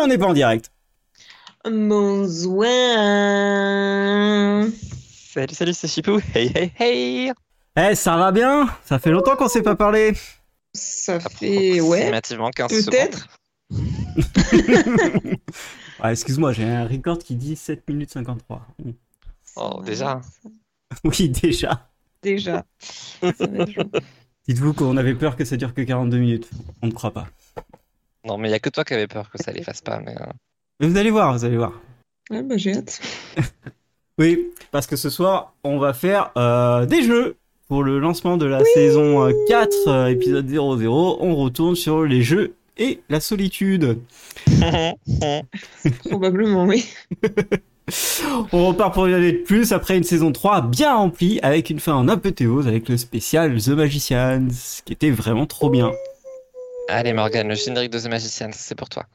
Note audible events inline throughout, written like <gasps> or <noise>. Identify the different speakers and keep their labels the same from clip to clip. Speaker 1: on n'est pas en direct.
Speaker 2: Bonsoir.
Speaker 3: Salut, salut, c'est Chipou. Hey, hey, hey.
Speaker 1: Eh, ça va bien Ça fait longtemps qu'on s'est pas <laughs> parlé.
Speaker 2: Ça fait. Ouais,
Speaker 3: Approximativement 15 secondes.
Speaker 2: peut-être.
Speaker 1: Ah, excuse-moi, j'ai un record qui dit 7 minutes 53.
Speaker 3: Oh, déjà.
Speaker 1: Oui, déjà.
Speaker 2: Déjà. Ça va être long.
Speaker 1: Dites-vous qu'on avait peur que ça dure que 42 minutes. On ne croit pas.
Speaker 3: Non, mais il y a que toi qui avais peur que ça les fasse pas. Mais euh,
Speaker 1: Mais vous allez voir, vous allez voir.
Speaker 2: Ouais, bah, j'ai hâte. <laughs>
Speaker 1: Oui, parce que ce soir, on va faire euh, des jeux pour le lancement de la saison euh, 4, euh, épisode 00. On retourne sur les jeux et la solitude.
Speaker 2: Probablement, oui.
Speaker 1: On repart pour une année de plus après une saison 3 bien remplie avec une fin en apothéose avec le spécial The Magicians qui était vraiment trop bien.
Speaker 3: Allez, Morgane, le générique de The Magician, c'est pour toi.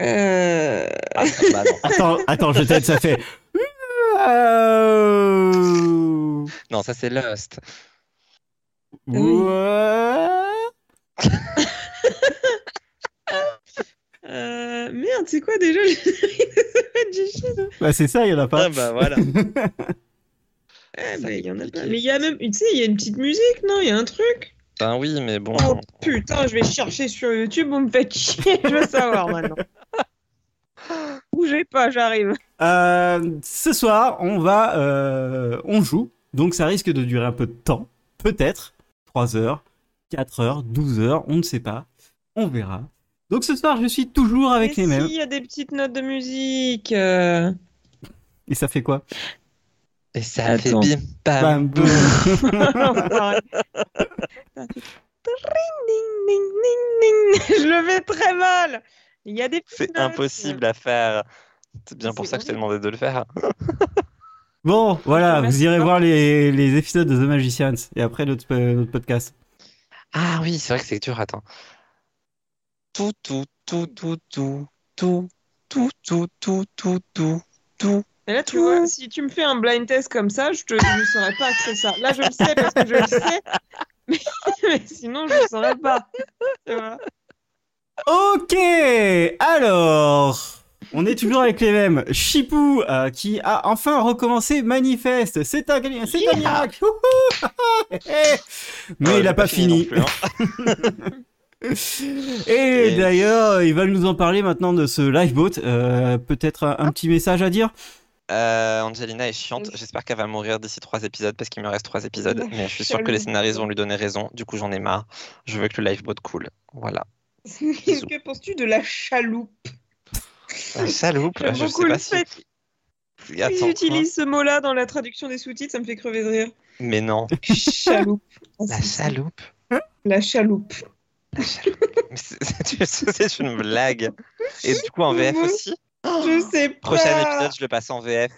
Speaker 2: Euh...
Speaker 3: Ah, bah non.
Speaker 1: Attends, attends, je t'aide, ça fait. Wow.
Speaker 3: <laughs> non, ça c'est Lost.
Speaker 1: Wow.
Speaker 2: euh, Merde, c'est quoi déjà <laughs> le générique de The Magician
Speaker 1: Bah, c'est ça, il y en a pas.
Speaker 3: Ah bah voilà.
Speaker 2: Ouais,
Speaker 3: Ça
Speaker 2: bah,
Speaker 3: va
Speaker 2: il y en a
Speaker 3: compliqué.
Speaker 2: pas. Mais il y a même. Tu sais, il y a une petite musique, non Il y a un truc
Speaker 3: ben oui, mais bon.
Speaker 2: Oh putain, je vais chercher sur YouTube, on me fait chier, je veux savoir
Speaker 3: <laughs>
Speaker 2: maintenant. Bougez pas, j'arrive.
Speaker 1: Euh, ce soir, on va, euh, on joue, donc ça risque de durer un peu de temps, peut-être 3 heures, 4 heures, 12 heures, on ne sait pas, on verra. Donc ce soir, je suis toujours avec
Speaker 2: Mais
Speaker 1: les
Speaker 2: si,
Speaker 1: mêmes.
Speaker 2: il y a des petites notes de musique. euh.
Speaker 1: Et ça fait quoi
Speaker 3: Et ça fait
Speaker 2: Attends.
Speaker 3: bim, bam.
Speaker 1: Bam, boum.
Speaker 2: Enfoiré. Putain. Ring, ding, ding, ding, <laughs> ding. Je le fais très mal. Il y a des petites
Speaker 3: C'est
Speaker 2: notes.
Speaker 3: impossible à faire. C'est bien
Speaker 2: C'est
Speaker 3: pour ça que je t'ai
Speaker 2: horrible.
Speaker 3: demandé de le faire.
Speaker 1: Bon, voilà,
Speaker 2: Merci.
Speaker 1: vous irez voir les, les épisodes de The Magicians et après notre, euh, notre podcast.
Speaker 3: Ah oui, c'est vrai que c'est dur, attends. Tout, tout, tout, tout, tout, tout, tout, tout, tout, tout, tout, tout.
Speaker 2: Mais là, tu vois, si tu me fais un blind test comme ça, je te- je ne saurais pas que c'est ça. Là, je le sais parce que je le sais. <laughs> Mais, mais sinon, je ne saurais pas. Tu vois.
Speaker 1: Ok, alors, on est toujours avec les mêmes. Chipou, euh, qui a enfin recommencé Manifeste, c'est un, c'est un miracle. Wouhou <laughs> Mais
Speaker 3: Euh,
Speaker 1: Ah, il n'a
Speaker 3: j'ai
Speaker 1: pas fini.
Speaker 3: non plus, hein.
Speaker 1: Et
Speaker 3: Et-
Speaker 1: d'ailleurs, il va nous en parler maintenant de ce lifeboat. Euh, Peut-être un, un petit message à dire
Speaker 3: Euh, Angelina est chiante.
Speaker 2: Oui.
Speaker 3: J'espère qu'elle va mourir d'ici trois épisodes parce qu'il me reste trois épisodes.
Speaker 2: La
Speaker 3: Mais je suis sûr que les
Speaker 2: chaleur.
Speaker 3: scénaristes vont lui donner raison. Du coup, j'en ai marre. Je veux que le lifeboat coule. Voilà.
Speaker 2: <laughs> Que penses-tu de la chaloupe
Speaker 3: La chaloupe,
Speaker 2: J'aime
Speaker 3: Ah, je
Speaker 2: beaucoup
Speaker 3: sais
Speaker 2: le
Speaker 3: pas si.
Speaker 2: fait
Speaker 3: Attends,
Speaker 2: qu'ils utilisent ce mot-là dans la traduction des sous-titres. Ça me fait crever de rire.
Speaker 3: hein. Mais non.
Speaker 2: <laughs> Chaloupe.
Speaker 3: <laughs> La chaloupe.
Speaker 2: La chaloupe.
Speaker 3: La chaloupe. Mais c'est- c'est c'est une blague. Et du coup, en VF
Speaker 2: Moi,
Speaker 3: aussi.
Speaker 2: Je sais pas.
Speaker 3: Prochain épisode, je le passe en VF.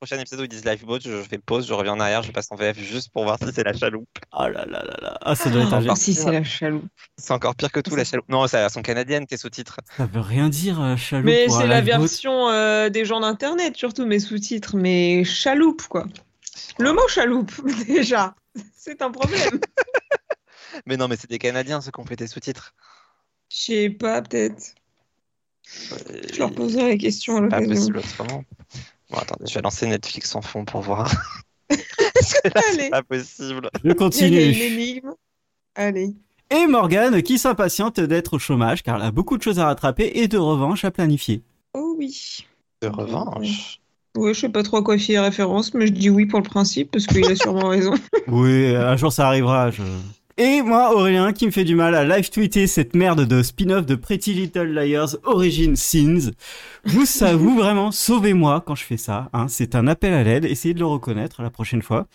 Speaker 3: Prochain épisode où ils disent lifeboat, je je fais pause, je reviens en arrière, je passe en VF juste pour voir si c'est la chaloupe.
Speaker 1: Oh là là là là, ah, ça doit être un geste.
Speaker 2: si c'est la chaloupe.
Speaker 3: C'est encore pire que tout, la chaloupe. Non, c'est la version canadienne, tes sous-titres.
Speaker 1: Ça veut rien dire, euh, chaloupe.
Speaker 2: Mais
Speaker 1: pour un
Speaker 2: c'est la
Speaker 1: lifeboat.
Speaker 2: version euh, des gens d'internet surtout, mes sous-titres, mais chaloupe quoi. Le mot chaloupe <laughs> déjà, c'est un problème.
Speaker 3: Mais non, mais c'est des Canadiens, ceux qui ont fait tes sous-titres.
Speaker 2: Je sais pas peut-être. Je leur
Speaker 3: Euh,
Speaker 2: poserai la question à
Speaker 3: Pas
Speaker 2: l'occasion.
Speaker 3: possible autrement. Bon, attendez, je vais lancer Netflix en fond pour voir. Parce que là,
Speaker 2: Allez.
Speaker 3: c'est <laughs> pas possible.
Speaker 1: Je
Speaker 2: <laughs> Il y a une
Speaker 1: continue.
Speaker 2: énigme. Allez.
Speaker 1: Et Morgane qui s'impatiente d'être au chômage car elle a beaucoup de choses à rattraper et de revanche à planifier.
Speaker 2: Oh oui.
Speaker 3: De revanche.
Speaker 2: Ouais, je sais pas trop à quoi il fait référence, mais je dis oui pour le principe parce qu'il
Speaker 3: <laughs>
Speaker 2: a sûrement raison.
Speaker 1: <laughs> Oui, un jour ça arrivera. je- Et moi, Aurélien, qui me fait du mal à live tweeter cette merde de spin-off de Pretty Little Liars Origin Sins. Vous, <laughs> ça, vous, vraiment, sauvez-moi quand je fais ça. hein. C'est un appel à l'aide. Essayez de le reconnaître la prochaine fois.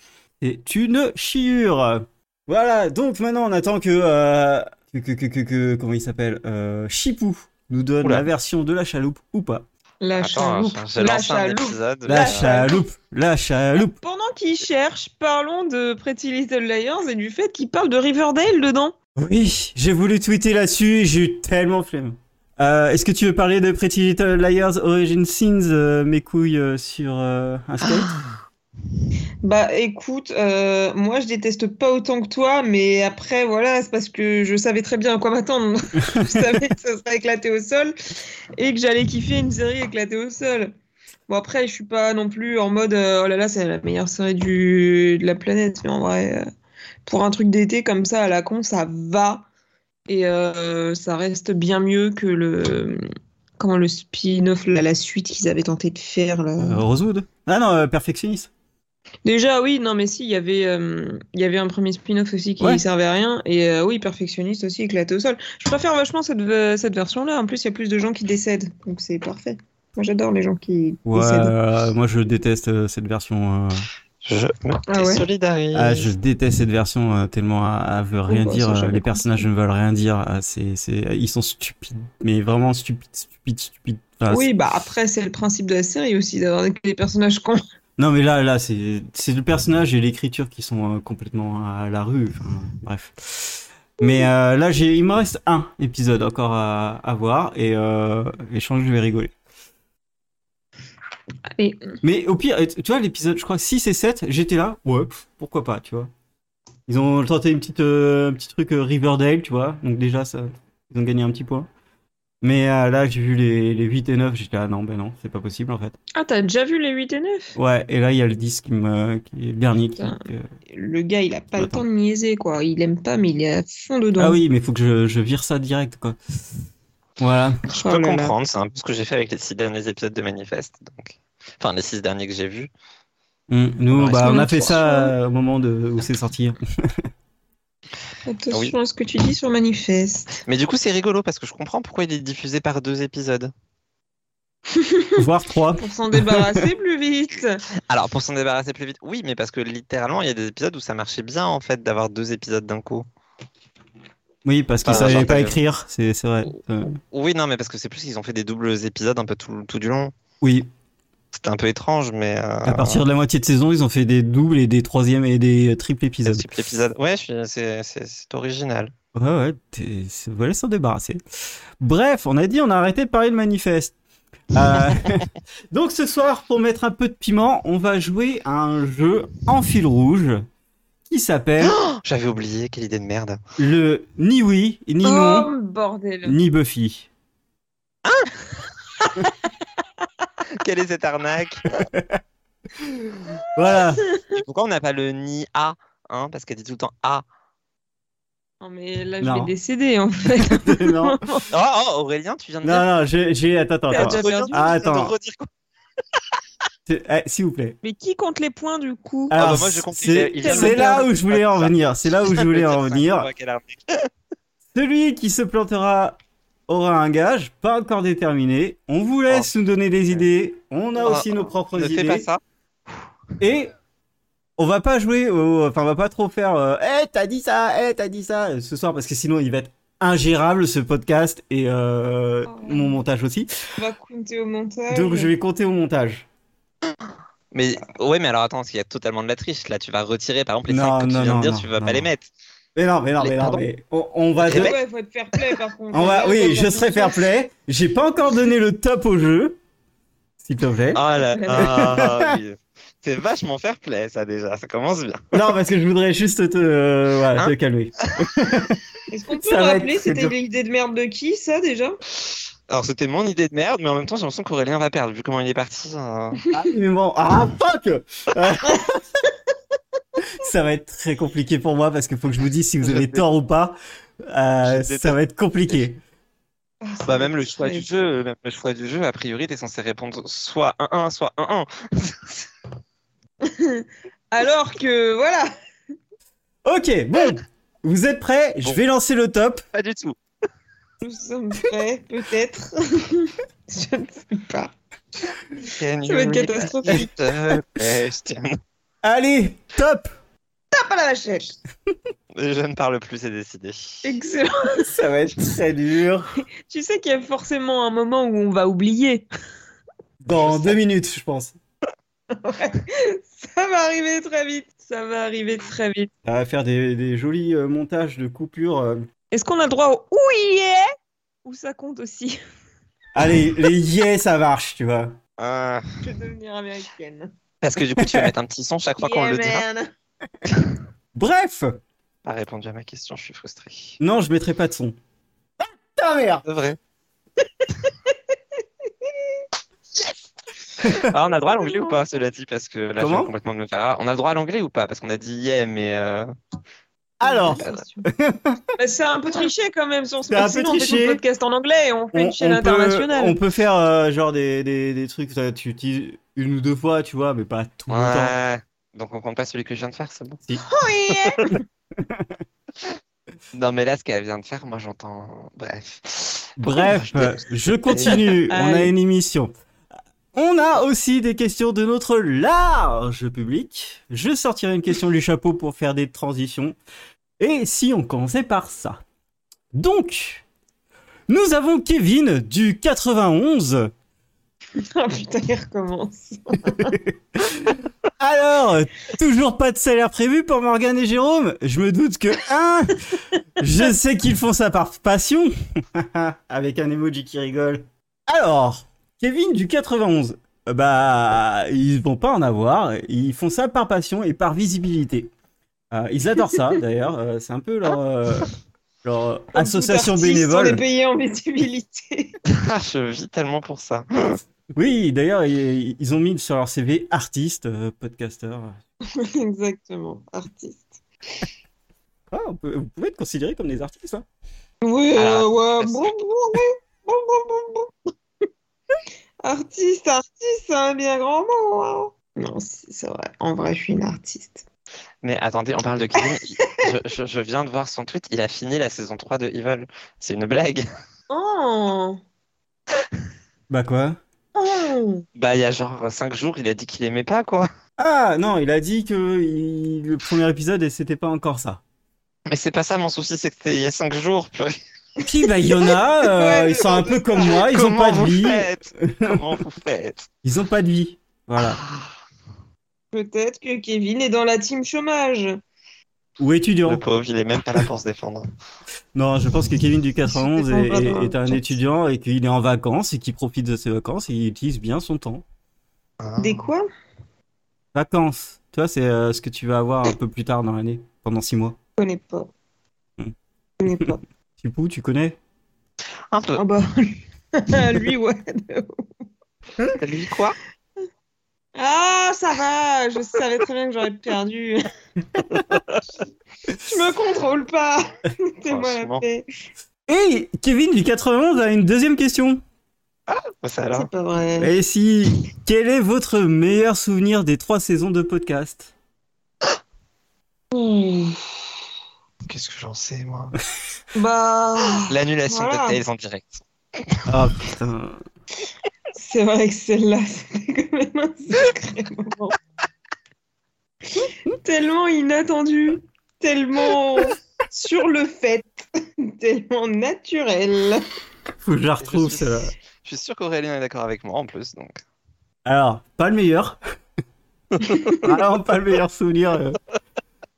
Speaker 1: C'est une chiure. Voilà, donc maintenant, on attend que. euh, que, que, que, que- que- comment il s'appelle euh, Chipou nous donne
Speaker 3: Oula.
Speaker 1: la version de la chaloupe ou pas.
Speaker 2: La
Speaker 3: Attends,
Speaker 2: chaloupe.
Speaker 3: j'ai
Speaker 2: La
Speaker 3: lancé un
Speaker 2: chaloupe.
Speaker 3: épisode.
Speaker 1: La chaloupe, la chaloupe.
Speaker 2: Pendant qu'il cherche, parlons de Pretty Little Liars et du fait qu'il parle de Riverdale dedans.
Speaker 1: Oui, j'ai voulu tweeter là-dessus et j'ai eu tellement flemme. Euh, Est-ce que tu veux parler de Pretty
Speaker 2: Ah.
Speaker 1: Little Liars Origin Sins, euh, mes couilles euh, sur euh, un skate
Speaker 2: Bah écoute, euh, moi je déteste pas autant que toi, mais après voilà, c'est parce que je savais très bien à quoi m'attendre. <laughs> je savais que ça serait éclaté au sol et que j'allais kiffer une série éclatée au sol. Bon après, je suis pas non plus en mode euh, oh là là, c'est la meilleure série du... de la planète, mais en vrai, euh, pour un truc d'été comme ça à la con, ça va et euh, ça reste bien mieux que le comment le spin-off la, la suite qu'ils avaient tenté de faire là.
Speaker 1: Euh, Rosewood Ah non, euh, Perfectionniste.
Speaker 2: Déjà, oui, non, mais si, il y avait, euh, il y avait un premier spin-off aussi qui
Speaker 1: Ouais.
Speaker 2: servait à rien. Et euh, oui, Perfectionniste aussi, éclaté au sol. Je préfère vachement cette, ve- cette version-là. En plus, il y a plus de gens qui décèdent. Donc c'est parfait. Moi, j'adore les gens qui
Speaker 1: Ouais,
Speaker 2: décèdent.
Speaker 1: euh, moi je déteste euh, cette version. euh.
Speaker 3: Je me
Speaker 2: Ah ouais.
Speaker 3: désolidarise.
Speaker 1: Ah, je déteste cette version euh, tellement elle, elle veut rien
Speaker 2: bah, ça,
Speaker 1: dire. euh,
Speaker 2: j'avais
Speaker 1: les personnages ne veulent rien dire. Ah, c'est, c'est, ils sont stupides, mais vraiment stupides, stupides, stupides. Enfin,
Speaker 2: oui, bah après, c'est le principe de la série aussi, d'avoir des personnages cons.
Speaker 1: Non, mais là, là, c'est c'est le personnage et l'écriture qui sont euh, complètement à la rue. Enfin, bref. Mais euh, là, j'ai, il me reste un épisode encore à, à voir et, euh, et je pense que je vais rigoler.
Speaker 2: Allez.
Speaker 1: Mais au pire, tu vois, l'épisode, je crois, 6 et 7, j'étais là. Ouais, pff, pourquoi pas, tu vois. Ils ont tenté une petite, euh, un petit truc euh, Riverdale, tu vois. Donc déjà, ça, ils ont gagné un petit point. Mais euh, là, j'ai vu les, les 8 et 9, j'étais là, non, ben non, c'est pas possible en fait.
Speaker 2: Ah, t'as déjà vu les 8 et 9
Speaker 1: Ouais, et là, il y a le 10 qui me, qui est le dernier qui,
Speaker 2: Putain.
Speaker 1: que-
Speaker 2: Le gars, il a pas le
Speaker 1: Attends.
Speaker 2: temps de niaiser, quoi. Il aime pas, mais il est à fond dedans.
Speaker 1: Ah oui, mais faut que je, je vire ça direct, quoi. Voilà.
Speaker 3: Je
Speaker 2: Oh
Speaker 3: peux
Speaker 2: là là.
Speaker 3: comprendre, c'est un peu ce que j'ai fait avec les six derniers épisodes de Manifest. Donc... Enfin, les six derniers que j'ai vus.
Speaker 1: Mm, Nous,
Speaker 3: Alors,
Speaker 1: bah,
Speaker 2: est-ce
Speaker 1: on
Speaker 2: qu'on
Speaker 1: a
Speaker 2: a
Speaker 1: fait
Speaker 2: toujours
Speaker 1: ça euh, au moment de, où c'est sorti.
Speaker 2: Attention
Speaker 1: Ah
Speaker 3: Oui.
Speaker 2: à ce que tu dis sur Manifeste.
Speaker 3: Mais du coup, c'est rigolo parce que je comprends pourquoi il est diffusé par deux épisodes.
Speaker 1: Voire trois.
Speaker 2: Pour
Speaker 1: <laughs>
Speaker 2: s'en débarrasser plus vite.
Speaker 3: Alors, pour s'en débarrasser plus vite, oui, mais parce que littéralement, il y a des épisodes où ça marchait bien en fait d'avoir deux épisodes d'un coup.
Speaker 1: Oui, parce qu'ils
Speaker 3: Ah,
Speaker 1: savaient
Speaker 3: j'entends
Speaker 1: pas
Speaker 3: bien.
Speaker 1: écrire, c'est c'est vrai. Euh,
Speaker 3: Oui, non, mais parce que c'est plus qu'ils ont fait des doubles épisodes un peu tout, tout du long.
Speaker 1: oui,
Speaker 3: C'était un peu étrange, mais. euh,
Speaker 1: à partir de la moitié de saison, ils ont fait des doubles et des troisièmes et des euh, triples
Speaker 3: de
Speaker 1: épisodes.
Speaker 3: l'épisode. Ouais, je suis- c'est- c'est c'est original.
Speaker 1: Ouais, ouais, t'es- c'est- voilà s'en débarrasser. Bref, on a dit, on a arrêté de parler de manifeste.
Speaker 2: <laughs>
Speaker 1: Euh, donc ce soir, pour mettre un peu de piment, on va jouer à un jeu en fil rouge qui
Speaker 2: <gasps>
Speaker 1: s'appelle
Speaker 3: Oh, J'avais oublié, quelle idée de <laughs> merde.
Speaker 1: le ni oui ni non
Speaker 2: Oh, bordel.
Speaker 1: ni Buffy.
Speaker 3: Quelle est cette arnaque
Speaker 2: <laughs>
Speaker 1: Voilà. <laughs>
Speaker 3: Et Pourquoi on n'a pas le ni A hein, Parce qu'elle dit tout le temps A.
Speaker 2: Non, mais là, je
Speaker 1: Non.
Speaker 2: vais décéder, en fait.
Speaker 1: non, non,
Speaker 3: Oh, oh, Aurélien, tu viens de dire.
Speaker 1: non, j'ai, j'ai- attends, attends,
Speaker 2: T'as
Speaker 1: attends.
Speaker 2: déjà perdu.
Speaker 1: Ah,
Speaker 3: Tu viens de
Speaker 1: attends.
Speaker 3: redire quoi
Speaker 1: C'est- eh, s'il vous plaît.
Speaker 2: Mais qui compte les points, du coup
Speaker 3: bah,
Speaker 1: Alors,
Speaker 3: moi, j'ai compris,
Speaker 1: c'est,
Speaker 3: il
Speaker 2: vient de
Speaker 1: c'est
Speaker 2: me
Speaker 1: là
Speaker 3: perdre.
Speaker 1: où je voulais en venir. C'est là où je voulais en
Speaker 3: <laughs> Dire ça,
Speaker 1: venir.
Speaker 3: ouais, quelle arnaque.
Speaker 1: Celui qui se plantera aura un gage, pas encore déterminé. On vous laisse nous donner des idées. On a
Speaker 3: Oh,
Speaker 1: aussi nos propres
Speaker 3: Ne
Speaker 1: idées.
Speaker 3: fais pas ça.
Speaker 1: Et on va pas jouer, au- enfin on va pas trop faire. euh, Eh, t'as dit ça, eh, t'as dit ça euh, ce soir parce que sinon il va être ingérable ce podcast et euh,
Speaker 2: Oh.
Speaker 1: mon montage aussi.
Speaker 2: On va compter au montage.
Speaker 1: Donc je vais compter au montage.
Speaker 3: Mais ouais, mais alors attends, parce qu'il y a totalement de la triche. Là, tu vas retirer, par exemple, les
Speaker 1: Non,
Speaker 3: 5 que tu
Speaker 1: non,
Speaker 3: viens de
Speaker 1: non,
Speaker 3: dire,
Speaker 1: non,
Speaker 3: tu vas
Speaker 1: non.
Speaker 3: pas les <laughs> mettre.
Speaker 1: Mais non, mais non,
Speaker 3: Mais
Speaker 1: mais non,
Speaker 3: pardon
Speaker 1: mais on, on va.
Speaker 3: Eh ben-
Speaker 2: Ouais, faut être fair play, par contre.
Speaker 1: On va,
Speaker 2: Faut
Speaker 1: oui,
Speaker 2: être
Speaker 1: je serai fair play. J'ai pas encore donné le top au jeu, s'il te plaît.
Speaker 3: Oh là là. oui. C'est vachement fair play, ça déjà. Ça commence bien.
Speaker 1: Non, parce que je voudrais juste te, euh, voilà,
Speaker 3: Hein
Speaker 1: te calmer.
Speaker 2: Est-ce qu'on peut
Speaker 1: Ça va être
Speaker 2: rappeler,
Speaker 1: très
Speaker 2: c'était
Speaker 1: dur.
Speaker 2: l'idée de merde de qui, ça, déjà
Speaker 3: Alors, c'était mon idée de merde, mais en même temps, j'ai l'impression qu'Aurélien va perdre, vu comment il est parti. euh.
Speaker 1: Ah, mais bon, ah, fuck <laughs> Euh, Ça va être très compliqué pour moi parce qu'il faut que je vous dise si vous
Speaker 3: Je
Speaker 1: avez
Speaker 3: dé-
Speaker 1: tort ou pas. Euh,
Speaker 3: Je déteste.
Speaker 1: ça va être compliqué.
Speaker 2: Ah,
Speaker 3: Bah, même le choix du jeu, même le choix du jeu, a priori, t'es censé répondre soit 1-1, soit 1-1.
Speaker 2: Alors que, voilà.
Speaker 1: Ok, bon, vous êtes prêts Je
Speaker 3: Bon.
Speaker 1: vais lancer le top.
Speaker 3: Pas du tout.
Speaker 2: Nous sommes
Speaker 1: <laughs>
Speaker 2: prêts, peut-être. <laughs> je ne sais pas.
Speaker 3: Can
Speaker 2: Ça va être
Speaker 3: you repeat
Speaker 2: catastrophique.
Speaker 3: the question <laughs>
Speaker 1: Allez, top
Speaker 2: Ah, pas la vachette.
Speaker 3: Je ne parle plus, c'est décidé.
Speaker 2: Excellent.
Speaker 1: Ça va être très dur.
Speaker 2: Tu sais qu'il y a forcément un moment où on va oublier. <laughs>
Speaker 1: Dans deux minutes, je pense.
Speaker 2: Ça va arriver très vite. Ça va arriver très vite.
Speaker 1: Ça va faire des, des jolis euh, montages de coupures. euh.
Speaker 2: Est-ce qu'on a le droit au où il est Ou ça compte aussi <laughs>
Speaker 1: Allez, les yeah, ça marche, tu vois.
Speaker 3: Ah,
Speaker 2: Je vais devenir américaine.
Speaker 3: Parce que du coup, tu vas mettre un petit son chaque fois qu'on le dira.
Speaker 1: Bref
Speaker 3: Pas répondu à ma question, je suis frustré.
Speaker 1: Non, je mettrai pas de son. Ah, ta mère
Speaker 3: De vrai. <laughs> Ah, on a droit à l'anglais ou pas, cela dit, parce que là, je
Speaker 1: Comment
Speaker 3: viens complètement de me faire. Ah, On a droit à l'anglais ou pas, parce qu'on a dit yeah, mais. euh,
Speaker 1: Alors, <laughs>
Speaker 2: Bah, c'est un peu triché quand même. Si on se
Speaker 1: C'est un
Speaker 2: met
Speaker 1: peu
Speaker 2: sinon, on fait
Speaker 1: triché.
Speaker 2: tout le podcast en anglais et on fait
Speaker 1: on,
Speaker 2: une chaîne
Speaker 1: on peut,
Speaker 2: internationale.
Speaker 1: on peut faire euh, genre des, des, des trucs que tu utilises une ou deux fois, tu vois, mais pas tout le temps.
Speaker 3: Ouais. Donc on compte pas celui que je viens de faire, c'est bon.
Speaker 2: Oui, <laughs> hein.
Speaker 3: Non, mais là, ce qu'elle vient de faire, moi, j'entends. Bref. <laughs>
Speaker 1: Bref,
Speaker 3: Pourquoi
Speaker 1: euh, je continue. On a
Speaker 2: Allez.
Speaker 1: une émission. On a aussi des questions de notre large public. Je sortirai une question du chapeau pour faire des transitions. Et si on commençait par ça Donc, nous avons Kevin du 91.
Speaker 2: Ah, putain, il recommence.
Speaker 1: Alors, toujours pas de salaire prévu pour Morgan et Jérôme Je me doute que, un, je sais qu'ils font ça par passion, <laughs> avec un emoji qui rigole. Alors, Kevin du 91, euh, bah, ils vont pas en avoir, ils font ça par passion et par visibilité. Euh, ils adorent ça, d'ailleurs, euh, c'est un peu leur, euh, leur <laughs>
Speaker 2: Comme
Speaker 1: association
Speaker 2: tout artiste, On est
Speaker 1: bénévole.
Speaker 2: payé en visibilité. <laughs>
Speaker 3: Ah, je vis tellement pour ça.
Speaker 1: Oui, d'ailleurs, ils, ils ont mis sur leur CV artiste, euh, podcasteur.
Speaker 2: Exactement, artiste.
Speaker 1: Ah, on peut- vous pouvez être considéré comme des artistes, hein.
Speaker 2: Oui,
Speaker 3: Ah,
Speaker 2: euh, ouais,
Speaker 3: merci.
Speaker 2: bon, bon, oui, bon, bon, bon, bon. <laughs> Artiste, artiste, c'est un bien grand mot. hein. Non, si, c'est vrai. En vrai, je suis une artiste.
Speaker 3: Mais attendez, on parle de Kevin. Il- Je, je- je viens de voir son tweet. Il a fini la saison 3 de Evil. C'est une blague.
Speaker 2: Oh,
Speaker 1: Bah quoi
Speaker 2: oh.
Speaker 3: Bah, il y a genre 5 jours, il a dit qu'il aimait pas, quoi.
Speaker 1: Ah non, il a dit que il- le premier épisode et c'était pas encore ça.
Speaker 3: Mais c'est pas ça mon souci, c'est que c'était il y a 5 jours. purée.
Speaker 1: Puis bah il y en <laughs> a, euh,
Speaker 2: Ouais,
Speaker 1: ils sont un peu comme moi, ils ont
Speaker 3: Comment
Speaker 1: pas de
Speaker 3: vous
Speaker 1: vie,
Speaker 3: faites
Speaker 1: <laughs>
Speaker 3: Comment vous faites
Speaker 1: ils ont pas de vie. Voilà.
Speaker 2: Peut-être que Kevin est dans la team chômage.
Speaker 1: Ou
Speaker 3: Le
Speaker 1: étudiant.
Speaker 3: pauvre, il est même pas là pour se défendre.
Speaker 1: Non, je pense que Kevin <laughs> du 91 est,
Speaker 2: Pas
Speaker 1: est-
Speaker 2: de-
Speaker 1: est un étudiant et qu'il est en vacances et qu'il profite de ses vacances et il utilise bien son temps.
Speaker 3: Ah.
Speaker 2: Des quoi
Speaker 1: Vacances, tu vois, c'est euh, ce que tu vas avoir un peu plus tard dans l'année, pendant six mois.
Speaker 2: Je connais pas.
Speaker 1: Hmm.
Speaker 2: Je connais pas.
Speaker 1: Chipou, tu connais <laughs>
Speaker 3: Un peu.
Speaker 2: Ah bah, <laughs> lui, ouais.
Speaker 3: Lui, quoi
Speaker 2: Ah, ça va, je savais très bien que j'aurais perdu.
Speaker 3: <laughs>
Speaker 2: je me contrôle pas. <laughs> T'es-moi
Speaker 3: Franchement.
Speaker 2: la paix.
Speaker 1: Et Kevin du 91 a une deuxième question.
Speaker 3: Bah, ça alors
Speaker 2: C'est pas vrai.
Speaker 1: Et si, quel est votre meilleur souvenir des trois saisons de podcast
Speaker 2: Ouh.
Speaker 3: Qu'est-ce que j'en sais, moi
Speaker 2: Bah,
Speaker 3: L'annulation
Speaker 2: Voilà.
Speaker 3: de Tales en direct.
Speaker 1: Ah putain.
Speaker 2: c'est vrai que celle-là, <laughs> c'était quand même un sacré moment. tellement inattendu, tellement sur le fait, tellement naturel.
Speaker 1: Faut que je la
Speaker 3: Je
Speaker 1: retrouve
Speaker 3: suis-
Speaker 1: celle-là.
Speaker 3: Je suis sûr qu'Aurélien est d'accord avec moi en plus, donc.
Speaker 1: Alors, pas le
Speaker 3: <laughs>
Speaker 1: meilleur. Alors, pas le meilleur souvenir. euh.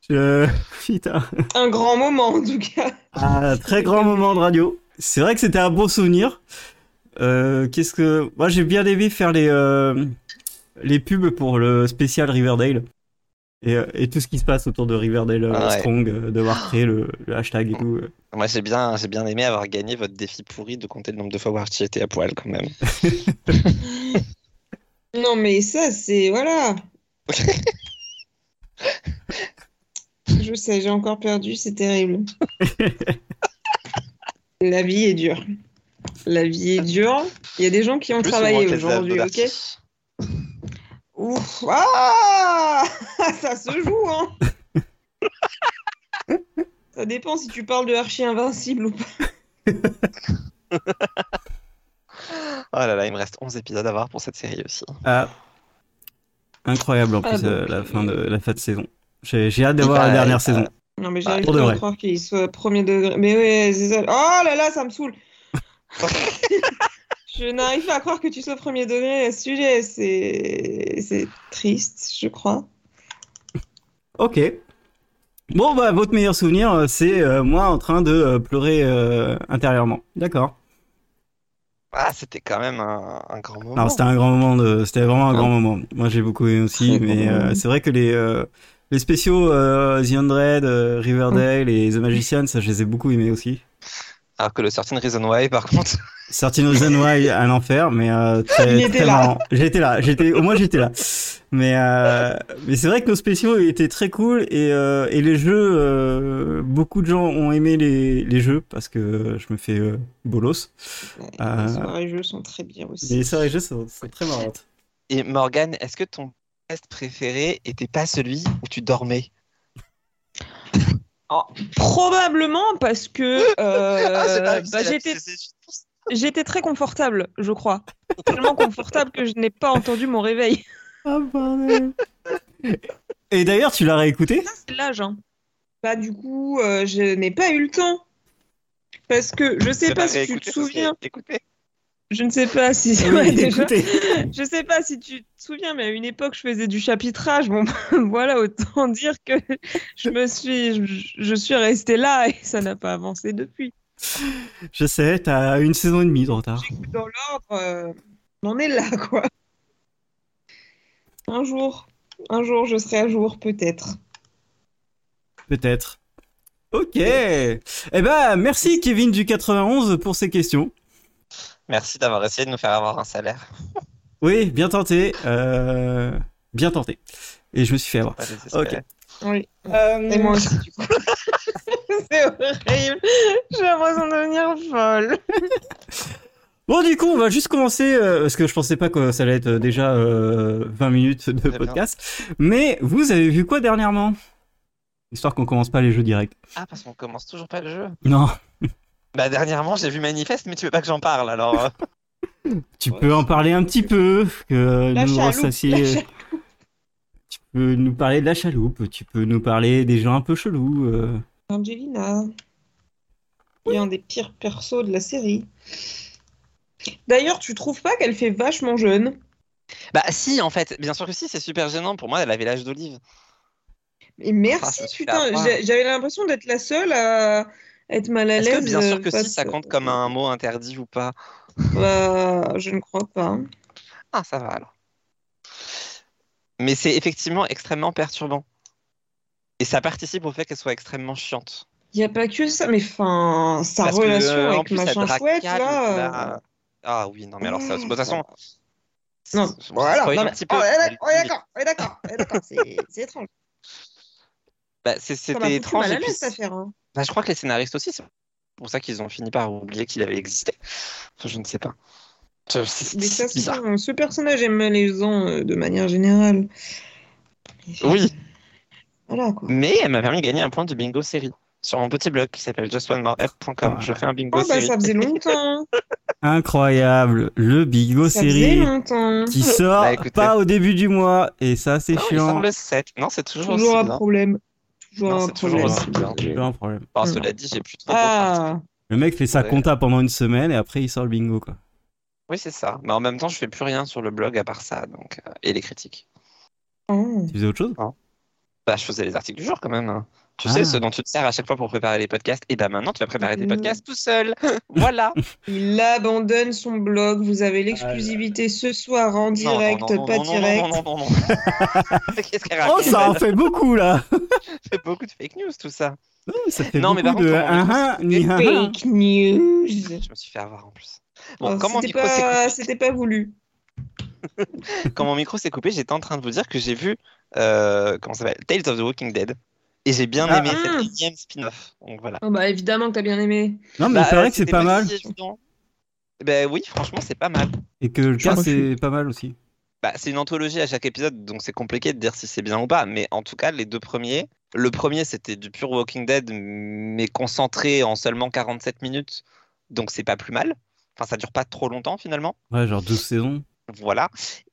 Speaker 1: Je... Putain.
Speaker 2: Un grand moment en tout cas.
Speaker 1: Un très grand moment de radio. C'est vrai que c'était un beau souvenir. Euh, Qu'est-ce que. Moi, j'ai bien aimé faire les, euh, les pubs pour le spécial Riverdale. Et, euh, et tout ce qui se passe autour de Riverdale euh,
Speaker 3: Ah ouais.
Speaker 1: Strong, euh, d'avoir créé le, le hashtag et tout. euh.
Speaker 3: Moi, j'ai bien, j'ai bien aimé avoir gagné votre défi pourri de compter le nombre de fois où Archie était à poil, quand même.
Speaker 2: Non mais ça c'est voilà. Je sais, j'ai encore perdu, c'est terrible. La vie est dure. La vie est dure. Il y a des gens qui ont
Speaker 3: Plus ou moins
Speaker 2: travaillé
Speaker 3: que les
Speaker 2: aujourd'hui,
Speaker 3: œuvres
Speaker 2: ok
Speaker 3: d'Archie.
Speaker 2: Ouf, ah <laughs> ça se joue, hein Ça dépend si tu parles de Archie Invincible ou pas.
Speaker 3: Oh là là, il me reste 11 épisodes à voir pour cette série aussi.
Speaker 1: Ah. Incroyable en
Speaker 2: Ah,
Speaker 1: plus
Speaker 2: donc,
Speaker 1: euh, la,
Speaker 2: euh,
Speaker 1: fin de, la fin de saison. J'ai j'ai hâte d'avoir la
Speaker 3: Bah,
Speaker 1: dernière
Speaker 3: bah,
Speaker 1: saison.
Speaker 2: Non, mais
Speaker 3: Ah,
Speaker 2: j'arrive
Speaker 1: pour de
Speaker 2: pas à
Speaker 1: vrai.
Speaker 2: croire qu'il soit premier degré. Mais ouais, c'est ça. Oh là là, ça me
Speaker 3: <laughs>
Speaker 2: saoule. Je n'arrive pas à croire que tu sois premier degré à ce sujet. C'est c'est triste, je crois.
Speaker 1: Ok. Bon, bah, votre meilleur souvenir, euh, c'est euh, moi en train de euh, pleurer euh, intérieurement. D'accord.
Speaker 3: Ah, c'était quand même un, un grand moment.
Speaker 1: Non, c'était un grand moment. De... C'était vraiment un
Speaker 3: Ouais.
Speaker 1: grand moment. Moi, j'ai beaucoup aimé aussi,
Speaker 3: Ah. Très grand
Speaker 1: mais euh,
Speaker 3: moment.
Speaker 1: c'est vrai que les euh, les spéciaux euh, The Undead, euh, Riverdale
Speaker 3: Mmh.
Speaker 1: et The Magician, ça, je les ai beaucoup aimés aussi.
Speaker 3: Alors que le Certain Reason Why, par contre, <laughs>
Speaker 1: Certain Reason Why à l'enfer, mais euh, très,
Speaker 2: Il était
Speaker 1: très
Speaker 2: là.
Speaker 1: marrant. J'étais là, j'étais, au moins j'étais là. Mais euh, mais c'est vrai que nos spéciaux étaient très cool et euh, et les jeux, euh, beaucoup de gens ont aimé les les jeux parce que euh, je me fais euh, bolos.
Speaker 3: Ah.
Speaker 1: Euh,
Speaker 2: Les soirées jeux sont très bien aussi.
Speaker 1: Les soirées jeux sont, sont très marrantes.
Speaker 3: Et Morgane, est-ce que ton test préféré était pas celui où tu dormais
Speaker 2: Probablement parce que euh,
Speaker 3: <laughs> Ah, c'est pas
Speaker 2: bah,
Speaker 3: réussi, là,
Speaker 2: j'étais
Speaker 3: c'est- c'est-
Speaker 2: j'étais très confortable, je crois. Tellement confortable que je n'ai pas entendu mon <laughs> réveil.
Speaker 1: Ah bordel. Et d'ailleurs, tu l'as réécouté
Speaker 2: Ça, c'est l'âge. hein. Bah, du coup, euh, je n'ai pas eu le temps. Parce que je sais
Speaker 3: c'est
Speaker 2: pas si tu te
Speaker 3: réécouté, ça, c'est
Speaker 2: souviens,
Speaker 3: écouté.
Speaker 2: je ne sais pas si <laughs> <laughs> Ouais,
Speaker 1: Oui,
Speaker 2: déjà.
Speaker 1: écoutez.
Speaker 2: Je sais pas si tu te souviens, mais à une époque, je faisais du chapitrage. Bon, <laughs> voilà, autant dire que je me suis, je, je suis restée là et ça n'a pas avancé depuis.
Speaker 1: Je sais, t'as une saison et demie de retard.
Speaker 2: Dans l'ordre, euh, on en est là, quoi. Un jour, un jour, je serai à jour, peut-être.
Speaker 1: Peut-être. Ok. Eh ben, merci Kevin du 91 pour ces questions.
Speaker 3: Merci d'avoir essayé de nous faire avoir un salaire.
Speaker 1: Oui, bien tenté. Euh, bien tenté. Et je me suis fait avoir.
Speaker 3: Pas désespéré.
Speaker 1: Ok.
Speaker 2: Oui.
Speaker 3: Euh,
Speaker 2: Et moi aussi, du coup. <laughs> C'est horrible. J'ai l'impression de devenir folle.
Speaker 1: Bon, du coup, on va juste commencer, euh, parce que je pensais pas que ça allait être euh, déjà euh, 20 minutes de
Speaker 3: bien.
Speaker 1: podcast. Mais vous avez vu quoi dernièrement Histoire qu'on commence pas les jeux directs.
Speaker 3: Ah, parce qu'on commence toujours pas le jeu.
Speaker 1: Non,
Speaker 3: Bah, dernièrement, j'ai vu Manifeste, mais tu veux pas que j'en parle alors. euh.
Speaker 1: tu
Speaker 3: Ouais.
Speaker 1: peux en parler un petit peu, que
Speaker 2: La
Speaker 1: nous
Speaker 2: chaloupe,
Speaker 1: ressassier-
Speaker 2: la chaloupe.
Speaker 1: Tu peux nous parler de la chaloupe, tu peux nous parler des gens un peu chelous. euh.
Speaker 2: Angelina. Et un des pires persos de la série. D'ailleurs, tu trouves pas qu'elle fait vachement jeune
Speaker 3: Bah, si, en fait, bien sûr que si, c'est super gênant. Pour moi, elle avait l'âge d'olive.
Speaker 2: Et
Speaker 3: Ah,
Speaker 2: merci,
Speaker 3: ça se fait
Speaker 2: putain,
Speaker 3: avoir.
Speaker 2: j'ai- j'avais l'impression d'être la seule à être mal à
Speaker 3: Est-ce que
Speaker 2: l'aise. euh,
Speaker 3: bien sûr que
Speaker 2: face-
Speaker 3: si, ça compte comme un mot interdit ou pas
Speaker 2: Bah, je ne crois pas.
Speaker 3: Ah, ça va alors. Mais c'est effectivement extrêmement perturbant. Et ça participe au fait qu'elle soit extrêmement chiante.
Speaker 2: Il n'y a pas que ça, mais enfin, sa
Speaker 3: Parce que,
Speaker 2: relation
Speaker 3: euh, en
Speaker 2: avec
Speaker 3: plus, la
Speaker 2: machin
Speaker 3: drague
Speaker 2: chouette,
Speaker 3: calme,
Speaker 2: là. euh,
Speaker 3: là. Ah oui, non, mais alors ça,
Speaker 2: Ah,
Speaker 3: de toute façon.
Speaker 2: Non,
Speaker 3: c'est-
Speaker 2: voilà.
Speaker 3: spoil
Speaker 2: non,
Speaker 3: un
Speaker 2: mais-
Speaker 3: petit peu.
Speaker 2: Oh, ouais,
Speaker 3: Elle-
Speaker 2: ouais, d'accord, ouais, d'accord, ouais, d'accord, c'est c'est étrange.
Speaker 3: Bah, c'est-
Speaker 2: Ça m'a
Speaker 3: C'était
Speaker 2: foutu
Speaker 3: étrange.
Speaker 2: mal
Speaker 3: et
Speaker 2: à
Speaker 3: puis-
Speaker 2: l'aise, cette affaire. hein.
Speaker 3: bah, je crois que les scénaristes aussi, c'est pour ça qu'ils ont fini par oublier qu'il avait existé. Enfin, je ne sais pas. C'est c'est-
Speaker 2: Mais ça,
Speaker 3: c'est bizarre.
Speaker 2: c'est- euh, ce personnage est malaisant euh, de manière générale.
Speaker 3: Oui,
Speaker 2: Voilà, quoi.
Speaker 3: mais elle m'a permis de gagner un point de bingo série sur mon petit blog qui s'appelle justonemoreapp.com. Je fais un bingo
Speaker 2: Oh, bah,
Speaker 3: série.
Speaker 2: ça faisait longtemps.
Speaker 1: Incroyable, le Bigo
Speaker 2: ça faisait
Speaker 1: série
Speaker 2: longtemps. hein.
Speaker 1: qui sort
Speaker 3: Bah, écoutez. Ah
Speaker 1: pas au début du mois et ça c'est
Speaker 3: Non, il
Speaker 1: chiant.
Speaker 3: sort le 7. Non, c'est toujours,
Speaker 2: Toujours un
Speaker 3: aussi, hein.
Speaker 2: problème. Toujours
Speaker 3: Non,
Speaker 2: un
Speaker 3: c'est toujours
Speaker 2: problème.
Speaker 3: aussi bien.
Speaker 1: C'est pas un problème.
Speaker 3: Enfin,
Speaker 2: Mm.
Speaker 3: cela dit, j'ai plus trop. de
Speaker 2: Ah,
Speaker 1: Le mec fait sa
Speaker 3: Ouais.
Speaker 1: compta pendant une semaine et après il sort le bingo quoi.
Speaker 3: Oui, c'est ça. Mais en même temps, je fais plus rien sur le blog à part ça, donc euh, et les critiques.
Speaker 2: oh.
Speaker 1: Tu faisais autre chose
Speaker 3: Bah, je faisais les articles du jour quand même. hein. Tu
Speaker 1: Ah.
Speaker 3: sais, ce dont tu te sers à chaque fois pour préparer les podcasts. Et bah maintenant, tu vas préparer tes
Speaker 2: Mm.
Speaker 3: podcasts tout seul. <laughs> voilà.
Speaker 2: il abandonne son blog. Vous avez l'exclusivité ce soir en
Speaker 3: Ah Non, non,
Speaker 2: direct,
Speaker 3: non, non,
Speaker 2: pas
Speaker 3: non, non,
Speaker 2: direct.
Speaker 3: Non, non, non, non.
Speaker 2: <laughs>
Speaker 3: Qu'est-ce qu'elle
Speaker 1: Oh
Speaker 3: raconte <laughs>
Speaker 1: ça en
Speaker 3: Elle
Speaker 1: fait beaucoup là. <laughs>
Speaker 3: fait beaucoup de fake news, tout ça.
Speaker 1: Ça fait
Speaker 3: Non, mais
Speaker 1: beaucoup
Speaker 3: par
Speaker 1: de
Speaker 3: contre, on-
Speaker 1: un, un, ni un, un.
Speaker 2: Fake news.
Speaker 3: Je me suis fait avoir en plus. Bon,
Speaker 2: Oh,
Speaker 3: quand mon
Speaker 2: c'était
Speaker 3: micro s'est
Speaker 2: pas,
Speaker 3: coupé-
Speaker 2: c'était pas voulu.
Speaker 3: quand mon micro s'est coupé, j'étais en train de vous dire que j'ai vu euh, comment ça s'appelle Tales of the Walking Dead. Et j'ai bien
Speaker 1: Ah.
Speaker 3: aimé
Speaker 2: Ah.
Speaker 3: cette énième spin-off. Donc voilà.
Speaker 2: Oh, bah évidemment que t'as bien aimé.
Speaker 1: Non Ah, mais
Speaker 3: Bah,
Speaker 1: il paraît
Speaker 3: euh,
Speaker 1: que c'est
Speaker 3: c'était
Speaker 1: pas mal
Speaker 3: si évident. Ben oui, franchement, c'est pas mal.
Speaker 1: et que le
Speaker 2: Je
Speaker 1: cas
Speaker 2: refuse.
Speaker 1: c'est pas mal aussi.
Speaker 3: Bah, c'est une anthologie à chaque épisode, donc c'est compliqué de dire si c'est bien ou pas. Mais en tout cas, les deux premiers. Le premier, c'était du pur Walking Dead, mais concentré en seulement 47 minutes. Donc c'est pas plus mal. Enfin, ça dure pas trop longtemps finalement.
Speaker 1: Ouais genre 12 saisons.
Speaker 3: Voilà.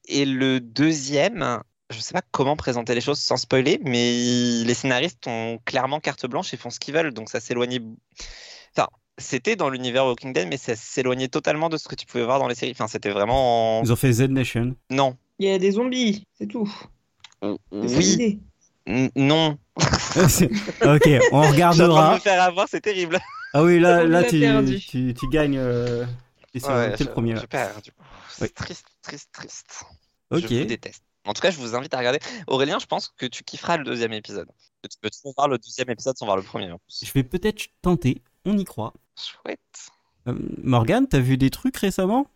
Speaker 3: Et le deuxième, je sais pas comment présenter les choses sans spoiler, mais les scénaristes ont clairement carte blanche et font ce qu'ils veulent, donc ça s'éloignait. Enfin, c'était dans l'univers Walking Dead, mais ça s'éloignait totalement de ce que tu pouvais voir dans les séries. Enfin, c'était vraiment.
Speaker 1: Ils ont fait Z Nation. <laughs>
Speaker 3: Non.
Speaker 2: Il y a des zombies, c'est tout. C'est ça
Speaker 3: Oui,
Speaker 2: l'idée.
Speaker 3: n- non.
Speaker 1: ok, on
Speaker 3: Je suis en train de
Speaker 1: regardera.
Speaker 3: me faire avoir, c'est terrible.
Speaker 1: Ah oui là
Speaker 2: On
Speaker 1: là
Speaker 2: l'a
Speaker 1: tu,
Speaker 2: perdu.
Speaker 1: tu, tu gagnes euh, Et c'est c'est
Speaker 3: je-
Speaker 1: le premier.
Speaker 3: je
Speaker 1: ouais.
Speaker 3: perds, du coup. C'est
Speaker 1: Oui.
Speaker 3: triste, triste, triste.
Speaker 1: Ok.
Speaker 3: Je vous déteste. En tout cas, je vous invite à regarder. Aurélien, je pense que tu kifferas le deuxième épisode. Tu peux toujours voir le deuxième épisode sans voir le premier. En plus.
Speaker 1: Je vais peut-être tenter. On y croit.
Speaker 3: Chouette.
Speaker 1: Euh, Morgane, t'as vu des trucs récemment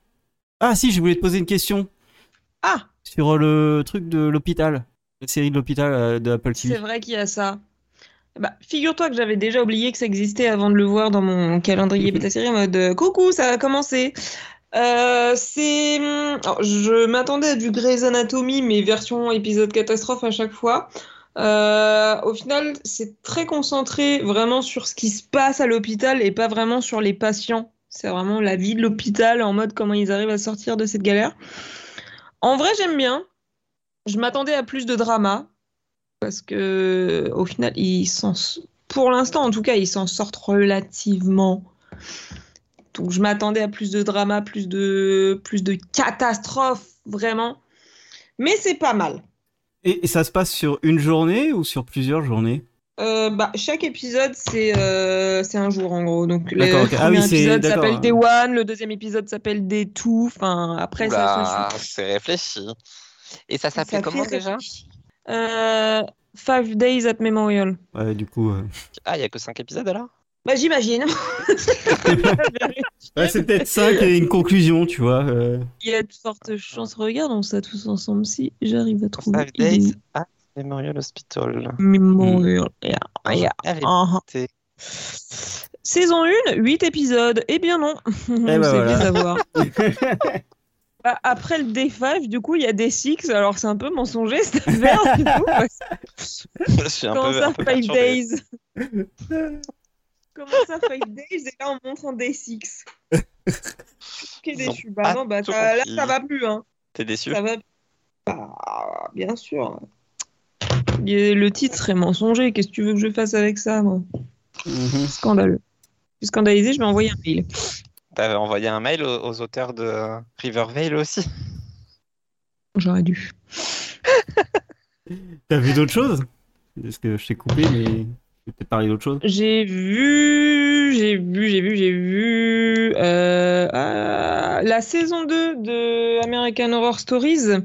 Speaker 1: Ah si, je voulais te poser une question
Speaker 2: Ah,
Speaker 1: sur le truc de l'hôpital. La série de l'hôpital euh, de Apple
Speaker 2: c'est
Speaker 1: TV.
Speaker 2: vrai qu'il y a ça. Bah, figure-toi que j'avais déjà oublié que ça existait avant de le voir dans mon calendrier bêta série en mode euh, coucou, ça a commencé. Euh, c'est. mm, alors, je m'attendais à du Grey's Anatomy, mais version épisode catastrophe à chaque fois. Euh, au final, c'est très concentré vraiment sur ce qui se passe à l'hôpital et pas vraiment sur les patients. C'est vraiment la vie de l'hôpital en mode comment ils arrivent à sortir de cette galère. En vrai, j'aime bien. Je m'attendais à plus de drama parce que au final, ils s'en, pour l'instant en tout cas, ils s'en sortent relativement. Donc je m'attendais à plus de drama, plus de plus de catastrophes vraiment. Mais c'est pas mal.
Speaker 1: Et, et ça se passe sur une journée ou sur plusieurs journées
Speaker 2: Euh, bah, chaque épisode, c'est euh, c'est un jour en gros. Donc, le
Speaker 1: D'accord, ok. Ah oui,
Speaker 2: premier
Speaker 1: c'est-
Speaker 2: épisode
Speaker 1: d'accord.
Speaker 2: s'appelle Day One, le deuxième épisode s'appelle Day Two. Enfin, après, ça se suit.
Speaker 3: Oula, c'est réfléchi. Et ça s'appelait
Speaker 2: Ça
Speaker 3: comment
Speaker 2: fait
Speaker 3: déjà
Speaker 2: réfléchir. Euh, Five Days at Memorial.
Speaker 1: Ouais, du coup. euh.
Speaker 3: Ah, il n'y a que 5 épisodes alors
Speaker 2: Bah, j'imagine.
Speaker 1: Ouais, c'est peut-être ça qui est une conclusion, tu vois. euh.
Speaker 2: Il y a de fortes chances. Regardons ça tous ensemble si j'arrive à trouver.
Speaker 3: Five Days at Memorial Hospital.
Speaker 2: Memorial. Yeah,
Speaker 3: Ah,
Speaker 2: yeah,
Speaker 3: j'ai arrêté.
Speaker 2: uh-huh.
Speaker 3: C'est-
Speaker 2: Saison 1, 8 épisodes. Eh bien non. <laughs> On
Speaker 1: ben
Speaker 2: sait
Speaker 1: voilà.
Speaker 2: les avoir. Bah, après le Day 5, du coup, il y a Day 6. Alors, c'est un peu mensonger, cette affaire, du coup. parce
Speaker 3: <laughs>
Speaker 2: que
Speaker 3: Je suis un
Speaker 2: Comment
Speaker 3: peu, un
Speaker 2: ça, 5
Speaker 3: peu perturbé.
Speaker 2: Days Comment ça, 5 Days Et là, on montre en Day 6. Quel
Speaker 3: Ils ont
Speaker 2: déçu. Bah
Speaker 3: pas
Speaker 2: non, bah,
Speaker 3: tout
Speaker 2: ça- là,
Speaker 3: compris.
Speaker 2: ça va plus, hein.
Speaker 3: T'es
Speaker 2: <laughs>
Speaker 3: déçu
Speaker 2: Ça va. Bah, bien sûr. Le titre est mensonger. Qu'est-ce que tu veux que je fasse avec ça, moi
Speaker 1: Mm-hmm.
Speaker 2: Scandaleux. Je suis scandalisée, je vais envoyer un mail.
Speaker 3: T'avais envoyé un mail aux, aux auteurs de euh, Rivervale aussi
Speaker 2: J'aurais dû.
Speaker 1: T'as vu d'autres choses Parce que je t'ai coupé, mais je vais peut-être parler d'autre chose.
Speaker 2: J'ai vu, j'ai vu, j'ai vu, j'ai vu euh, ah, la saison 2 de American Horror Stories,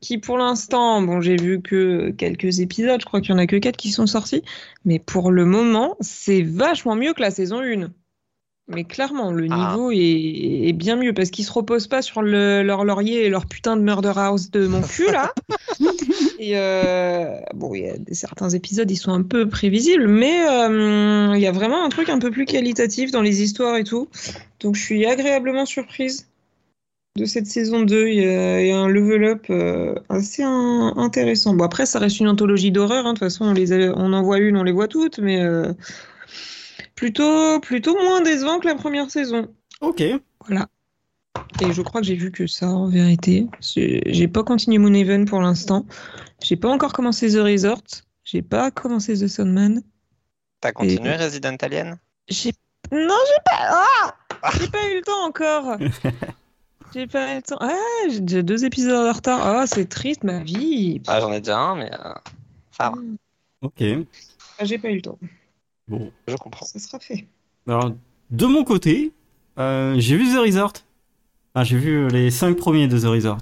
Speaker 2: qui pour l'instant, bon, j'ai vu que quelques épisodes, je crois qu'il y en a que 4 qui sont sortis, mais pour le moment, c'est vachement mieux que la saison 1. Mais clairement, le
Speaker 3: Ah.
Speaker 2: niveau est, est bien mieux parce qu'ils se reposent pas sur le- leur laurier et leur putain de murder house de mon cul là. Et euh, bon, il y a des- certains épisodes, ils sont un peu prévisibles, mais euh, il y a vraiment un truc un peu plus qualitatif dans les histoires et tout. Donc je suis agréablement surprise de cette saison 2. Il y a, il y a un level up euh, assez in- intéressant. Bon, après, ça reste une anthologie d'horreur. hein. De toute façon, on, les a- on en voit une, on les voit toutes, mais euh, plutôt, plutôt moins décevant que la première saison.
Speaker 1: Ok.
Speaker 2: Et je crois que j'ai vu que ça, en vérité. J'ai j'ai pas continué Moonhaven pour l'instant. J'ai pas encore commencé The Resort. J'ai pas commencé The Sandman.
Speaker 3: T'as continué Resident Alien
Speaker 2: J'ai. Non, j'ai pas. Ah J'ai pas eu le
Speaker 1: <laughs>
Speaker 2: temps encore. J'ai pas eu le temps. Ah, j'ai déjà deux épisodes en retard. Ah, c'est triste ma vie.
Speaker 3: Ah, j'en ai déjà un, mais euh, ça va,
Speaker 1: Ok.
Speaker 2: Ah, j'ai pas eu le temps.
Speaker 1: Bon.
Speaker 3: je comprends.
Speaker 2: Ça sera fait.
Speaker 1: Alors, de mon côté, euh, j'ai vu The Resort. Ah, j'ai vu les cinq premiers de The Resort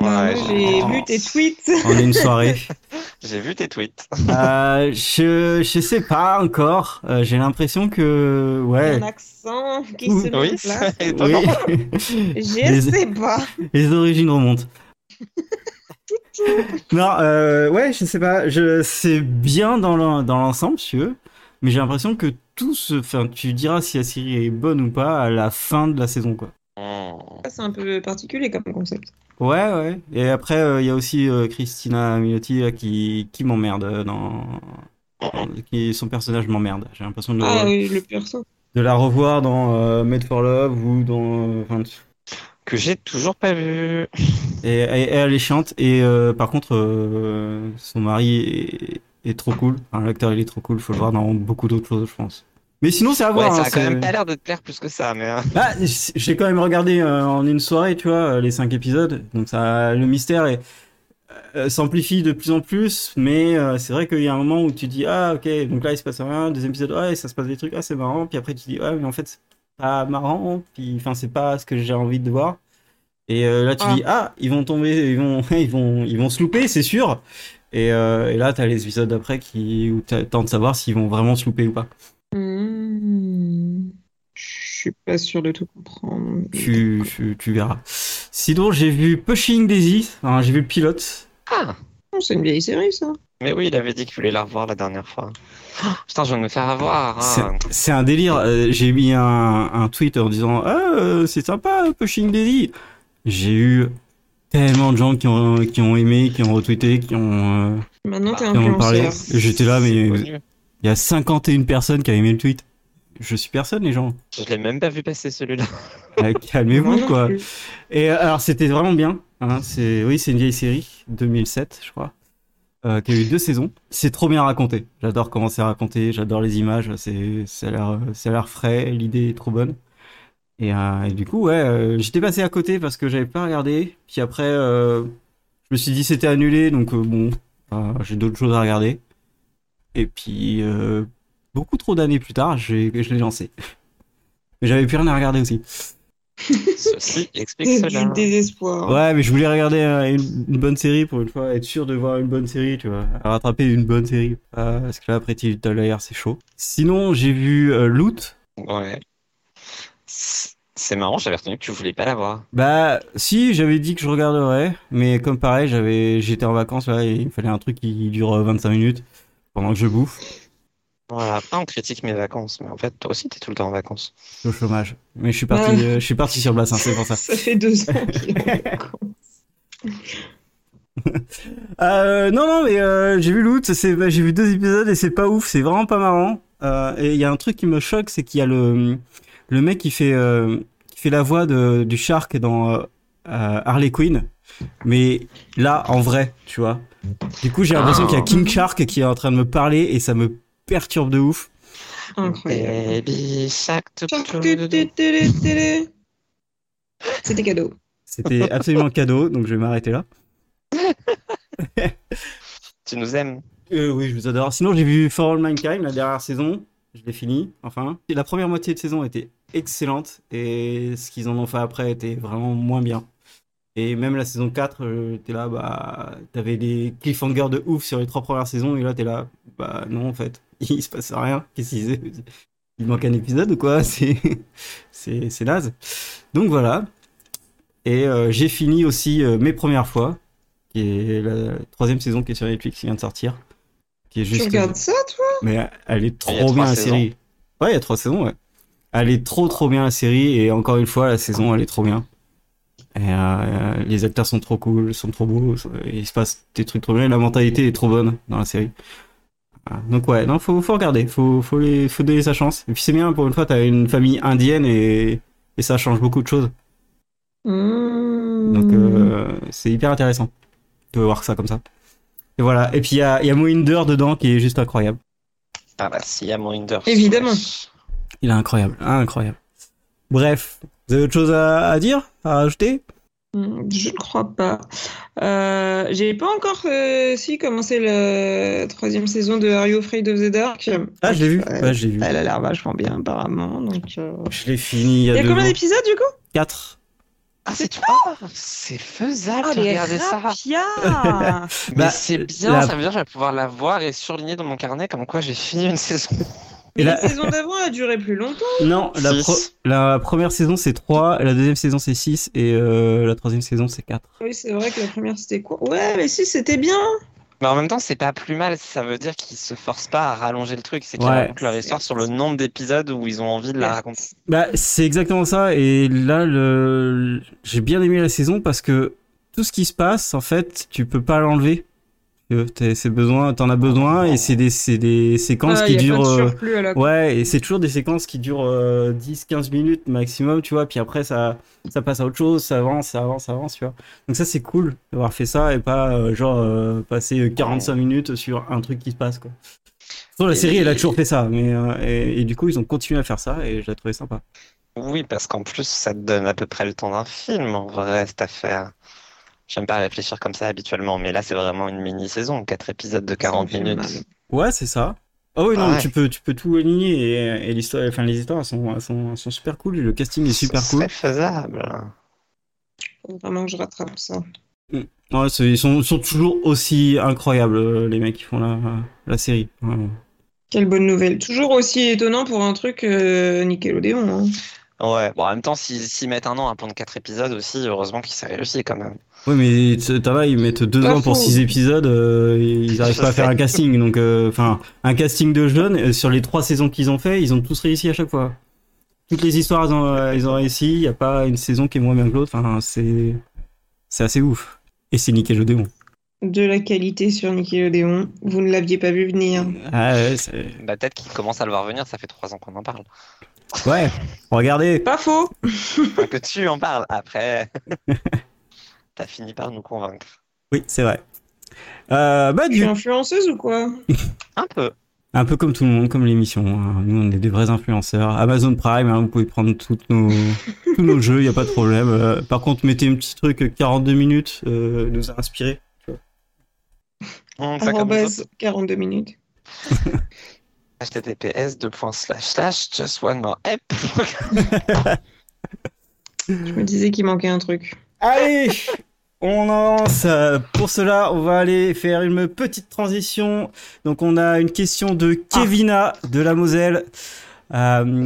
Speaker 3: Ouais,
Speaker 2: j'ai vu tes tweets.
Speaker 1: en une
Speaker 2: <laughs>
Speaker 1: soirée.
Speaker 3: J'ai vu tes tweets.
Speaker 1: Euh, je, je sais pas encore. Euh, j'ai l'impression que. Ouais.
Speaker 2: Mon accent qui
Speaker 1: Oui,
Speaker 2: se met en
Speaker 3: Oui,
Speaker 2: place.
Speaker 1: <laughs>
Speaker 3: c'est étonnant.
Speaker 1: Oui,
Speaker 2: Je sais pas.
Speaker 1: les origines
Speaker 2: <laughs>
Speaker 1: remontent. non, euh, ouais, je sais pas. Je, c'est bien dans l'en- dans l'ensemble, monsieur. Mais j'ai l'impression que tout se. Enfin, tu diras si la série est bonne ou pas à la fin de la saison, quoi.
Speaker 3: Hmm.
Speaker 2: C'est un peu particulier comme concept.
Speaker 1: Ouais, ouais. Et après, il y a aussi euh, Christina Miotti là, qui, qui m'emmerde euh, dans... dans- Qui, son personnage m'emmerde. J'ai l'impression de,
Speaker 2: Ah oui, le perso.
Speaker 1: de la revoir dans euh, Made for Love ou dans. euh, enfin,
Speaker 3: Que j'ai toujours pas vu.
Speaker 1: et, et- et elle est chiante. Et euh, par contre, euh, son mari est, est trop cool. Enfin, L'acteur, il est trop cool. Faut le voir dans beaucoup d'autres choses, je pense. Mais sinon, c'est à
Speaker 3: Ouais,
Speaker 1: voir. hein,
Speaker 3: ça a quand
Speaker 1: c'est-
Speaker 3: même pas l'air de te plaire plus que ça, mais. euh,
Speaker 1: Bah, j- j'ai quand même regardé euh, en une soirée, tu vois, euh, les cinq épisodes. Donc ça, le mystère est- euh, s'amplifie de plus en plus. Mais euh, c'est vrai qu'il y a un moment où tu dis ah ok, donc là il se passe rien. Deuxième épisode, ouais, ça se passe des trucs, ah c'est marrant. Puis après tu dis ouais, mais en fait pas marrant, puis enfin c'est pas ce que j'ai envie de voir. Et euh, là tu
Speaker 2: Ah.
Speaker 1: dis ah ils vont tomber, ils vont <laughs> ils vont ils vont se louper c'est sûr. Et, euh, et là t'as les épisodes d'après qui où t'as- t'attends de savoir s'ils vont vraiment se louper ou pas.
Speaker 2: Hmm. Je suis pas sûr de tout comprendre.
Speaker 1: Tu tu, tu verras. Sinon j'ai vu Pushing Daisy, Enfin, j'ai vu le pilote.
Speaker 3: Ah
Speaker 2: Oh, C'est une vieille série, ça.
Speaker 3: Mais oui, il avait dit qu'il voulait la revoir la dernière fois. Oh, putain, je viens de me faire
Speaker 2: Ah,
Speaker 3: avoir.
Speaker 1: C'est-
Speaker 3: hein.
Speaker 1: C'est un délire. Euh, j'ai mis un, un tweet en disant ah euh, c'est sympa Pushing Daisy. J'ai eu tellement de gens qui ont qui ont aimé, qui ont retweeté, qui ont euh,
Speaker 2: Maintenant, t'es
Speaker 3: Ah,
Speaker 1: Comment parler
Speaker 2: influenceur.
Speaker 1: J'étais là,
Speaker 3: C'est
Speaker 1: mais
Speaker 3: connu.
Speaker 1: il y a 51 personnes qui a aimé le tweet. Je suis personne, les gens.
Speaker 3: Je l'ai même pas vu passer celui-là.
Speaker 1: Euh,
Speaker 2: Moi
Speaker 1: Calmez-vous,
Speaker 2: non
Speaker 1: quoi.
Speaker 2: plus.
Speaker 1: Et euh, alors, c'était vraiment bien. hein, c'est, oui, c'est une vieille série, 2007, je crois, euh, qui a eu deux saisons. C'est trop bien raconté. J'adore comment c'est raconté, j'adore les images. C'est, ça a l'air, ça a l'air frais. L'idée est trop bonne. Et, euh, et du coup, ouais, euh, j'étais passé à côté parce que j'avais pas regardé. Puis après, euh, je me suis dit c'était annulé, donc euh, bon, euh, j'ai d'autres choses à regarder. Et puis, euh, beaucoup trop d'années plus tard, j'ai, je l'ai lancé. Mais j'avais plus rien à regarder aussi.
Speaker 3: Ceci <laughs> explique
Speaker 2: C'est
Speaker 3: cela.
Speaker 2: du désespoir.
Speaker 1: Ouais, mais je voulais regarder euh, une, une bonne série pour une fois, être sûr de voir une bonne série, tu vois, rattraper une bonne série. Ah, parce que là, après Little Liars, c'est chaud. Sinon, j'ai vu euh, Loot.
Speaker 3: Ouais. C'est c'est marrant, j'avais retenu que tu voulais pas la voir.
Speaker 1: Bah, si, j'avais dit que je regarderais, mais comme pareil, j'avais, j'étais en vacances là, et il me fallait un truc qui dure euh, 25 minutes pendant que je bouffe.
Speaker 3: Voilà, après on critique mes vacances, mais en fait toi aussi t'es tout le temps en vacances.
Speaker 1: Je suis au chômage. Mais je suis parti,
Speaker 2: Ouais.
Speaker 1: euh, je suis parti sur le bassin, c'est pour ça.
Speaker 2: <laughs> Ça fait deux ans qu'il est en vacances.
Speaker 1: Euh, non, non, mais euh, j'ai vu Loot, c'est- bah, j'ai vu deux épisodes et c'est pas ouf, c'est vraiment pas marrant. Euh, et il y a un truc qui me choque, c'est qu'il y a le, le mec qui fait, euh, qui fait la voix de, du Shark dans euh, euh, Harley Quinn, mais là, en vrai, tu vois. Du coup, j'ai l'impression
Speaker 3: Ah.
Speaker 1: qu'il y a King Shark qui est en train de me parler et ça me perturbe de ouf.
Speaker 2: Incroyable.
Speaker 3: Baby Shark, Eh tout- tout- tout-
Speaker 2: Tchac-tu-tu-tu-tu-tu. C'était cadeau.
Speaker 1: C'était absolument cadeau, donc je vais m'arrêter là.
Speaker 3: tu nous aimes.
Speaker 1: Euh, oui, je vous adore. Sinon, j'ai vu For All Mankind la dernière saison. Je l'ai fini, enfin. Et La première moitié de saison était excellente et ce qu'ils en ont fait après était vraiment moins bien. Et même la saison 4, euh, t'es là, bah, t'avais des cliffhangers de ouf sur les trois premières saisons et là, t'es là, bah non, en fait, <laughs> il se passe rien. Qu'est-ce qu'ils Il manque un épisode ou quoi <laughs> C'est c'est c'est naze. Donc voilà. Et euh, j'ai fini aussi euh, mes premières fois, qui est la troisième saison qui est sur Netflix qui vient de sortir. Qui est
Speaker 2: Tu
Speaker 1: juste.
Speaker 2: regardes ça, toi
Speaker 1: Mais elle est
Speaker 3: Il y a
Speaker 1: trop
Speaker 3: trois
Speaker 1: bien la
Speaker 3: saisons.
Speaker 1: série. Ouais, il y a trois saisons, ouais. Elle est trop trop bien la série et encore une fois la saison elle est trop bien. Et, euh, les acteurs sont trop cool, sont trop beaux, il se passe des trucs trop bien, et la mentalité est trop bonne dans la série. Voilà. Donc ouais, non, faut, faut regarder, faut, faut, les, faut donner sa chance. Et puis c'est bien, pour une fois, t'as une famille indienne et, et ça change beaucoup de choses.
Speaker 2: Hmm.
Speaker 1: Donc euh, c'est hyper intéressant de voir ça comme ça. Et voilà, et puis il y a, il y a Mohinder dedans qui est juste incroyable.
Speaker 3: Ah bah si, à Morinder.
Speaker 2: Évidemment.
Speaker 1: Il est incroyable, Ah, incroyable. Bref, vous avez autre chose à, à dire, à ajouter euh,
Speaker 2: Hmm, Je ne crois pas. Euh, j'ai pas encore euh, si commencé la troisième saison de Are You Afraid of the Dark.
Speaker 1: Ah, je l'ai vu.
Speaker 2: Ouais.
Speaker 1: Ouais, je l'ai vu.
Speaker 2: Elle a l'air vachement bien, apparemment. Donc, euh,
Speaker 1: Je l'ai fini il y
Speaker 2: Il y
Speaker 1: a
Speaker 2: a
Speaker 1: deux
Speaker 2: combien
Speaker 1: jours.
Speaker 2: d'épisodes du coup
Speaker 1: Quatre.
Speaker 3: Ah c'est toi C'est faisable, de regarder ça.
Speaker 2: ça
Speaker 3: Mais
Speaker 1: Bah,
Speaker 3: c'est bien,
Speaker 1: la-
Speaker 3: ça veut dire que je vais pouvoir la voir et surligner dans mon carnet comme quoi j'ai fini une <laughs> saison.
Speaker 1: Et
Speaker 2: <laughs> Mais
Speaker 1: la-
Speaker 2: la... saison d'avant a duré plus longtemps.
Speaker 1: Non, la,
Speaker 3: Six.
Speaker 1: pro- la première saison c'est 3, la deuxième saison c'est 6 et euh, la troisième saison c'est 4.
Speaker 2: Oui, c'est vrai que la première c'était quoi Ouais, mais si, c'était bien.
Speaker 3: Mais en même temps, c'est pas plus mal, ça veut dire qu'ils se forcent pas à rallonger le truc, c'est qu'ils
Speaker 1: Ouais.
Speaker 3: racontent leur histoire sur le nombre d'épisodes où ils ont envie
Speaker 2: Ah,
Speaker 3: de la raconter.
Speaker 1: Bah, c'est exactement ça. Et là, le... j'ai bien aimé la saison parce que tout ce qui se passe, en fait, tu peux pas l'enlever. Euh, t'es- C'est besoin, t'en as besoin et c'est des, c'est des séquences
Speaker 2: Ah,
Speaker 1: qui
Speaker 2: il y a pas
Speaker 1: durent.
Speaker 2: de
Speaker 1: euh,
Speaker 2: surplus à la
Speaker 1: Ouais, et c'est toujours des séquences qui durent euh, 10-15 minutes maximum, tu vois, puis après ça, ça passe à autre chose, ça avance, ça avance, ça avance, tu vois. Donc ça c'est cool d'avoir fait ça et pas euh, genre euh, passer euh, 45 minutes sur un truc qui se passe, quoi. Bon, la
Speaker 3: Et-
Speaker 1: série elle a toujours fait ça, mais euh, et, et du coup ils ont continué à faire ça et je la trouvais sympa.
Speaker 3: Oui, parce qu'en plus, ça te donne à peu près le temps d'un film, en vrai, cette affaire. J'aime pas réfléchir comme ça habituellement, mais là, c'est vraiment une mini-saison, quatre épisodes de 40
Speaker 2: Ça me fait
Speaker 3: minutes.
Speaker 2: mal.
Speaker 1: Ouais, c'est ça. Ah oui, non,
Speaker 3: Ouais.
Speaker 1: tu peux, tu peux tout aligner et, et l'histoire, enfin, les histoires elles sont, elles sont, elles sont super cool, et le casting est super
Speaker 3: Ce
Speaker 1: cool.
Speaker 3: serait faisable.
Speaker 2: Faut vraiment que je rattrape ça.
Speaker 1: Ouais, c'est- ils, sont, ils sont toujours aussi incroyables, euh, les mecs qui font la, la série. vraiment.
Speaker 2: Quelle bonne nouvelle. Toujours aussi étonnant pour un truc euh, Nickelodeon. hein.
Speaker 3: Ouais, bon, en même temps, s'ils s'ils mettent un an à pondre quatre épisodes aussi, euh, heureusement qu'ils s'est réussi quand même.
Speaker 1: Oui, mais t- t'as là, ils mettent deux
Speaker 2: Pas
Speaker 1: ans pour
Speaker 2: faux.
Speaker 1: six épisodes, euh, ils arrivent
Speaker 3: Je
Speaker 1: pas à faire
Speaker 3: sais.
Speaker 1: un casting. Donc, euh, enfin, un casting de jeunes, euh, sur les trois saisons qu'ils ont fait, ils ont tous réussi à chaque fois. Toutes les histoires, ils ont, euh, ils ont réussi, il n'y a pas une saison qui est moins bien que l'autre, enfin, c'est c'est assez ouf. Et c'est Nickelodeon.
Speaker 2: De la qualité sur Nickelodeon. Vous ne l'aviez pas vu venir.
Speaker 1: Ah ouais, c'est-
Speaker 3: Bah, peut-être qu'ils commencent à le voir venir, ça fait trois ans qu'on en parle.
Speaker 1: ouais, regardez.
Speaker 2: Pas faux.
Speaker 1: Euh,
Speaker 3: Enfin, que tu en parles après. T'as fini par nous convaincre.
Speaker 1: Oui, c'est vrai. Euh, bah,
Speaker 2: Je suis
Speaker 1: du...
Speaker 2: influenceuse ou quoi
Speaker 3: Un peu.
Speaker 1: Un peu comme tout le monde, comme l'émission. hein. Nous, on est des vrais influenceurs. Amazon Prime, hein, vous pouvez prendre toutes <laughs> nos, tous nos jeux, il n'y a pas de problème. Euh, par contre, mettez un petit truc euh, 42 minutes, euh, nous a inspiré.
Speaker 3: Hum, ça, comme nous autres.
Speaker 2: Arrobase 42 minutes.
Speaker 3: https just one more app.
Speaker 2: Je
Speaker 1: Euh.
Speaker 2: me disais qu'il manquait un truc. <laughs>
Speaker 1: Allez, on avance. Euh, Pour cela, on va aller faire une petite transition. Donc, on a une question de Kevina de la Moselle. <laughs> Euh,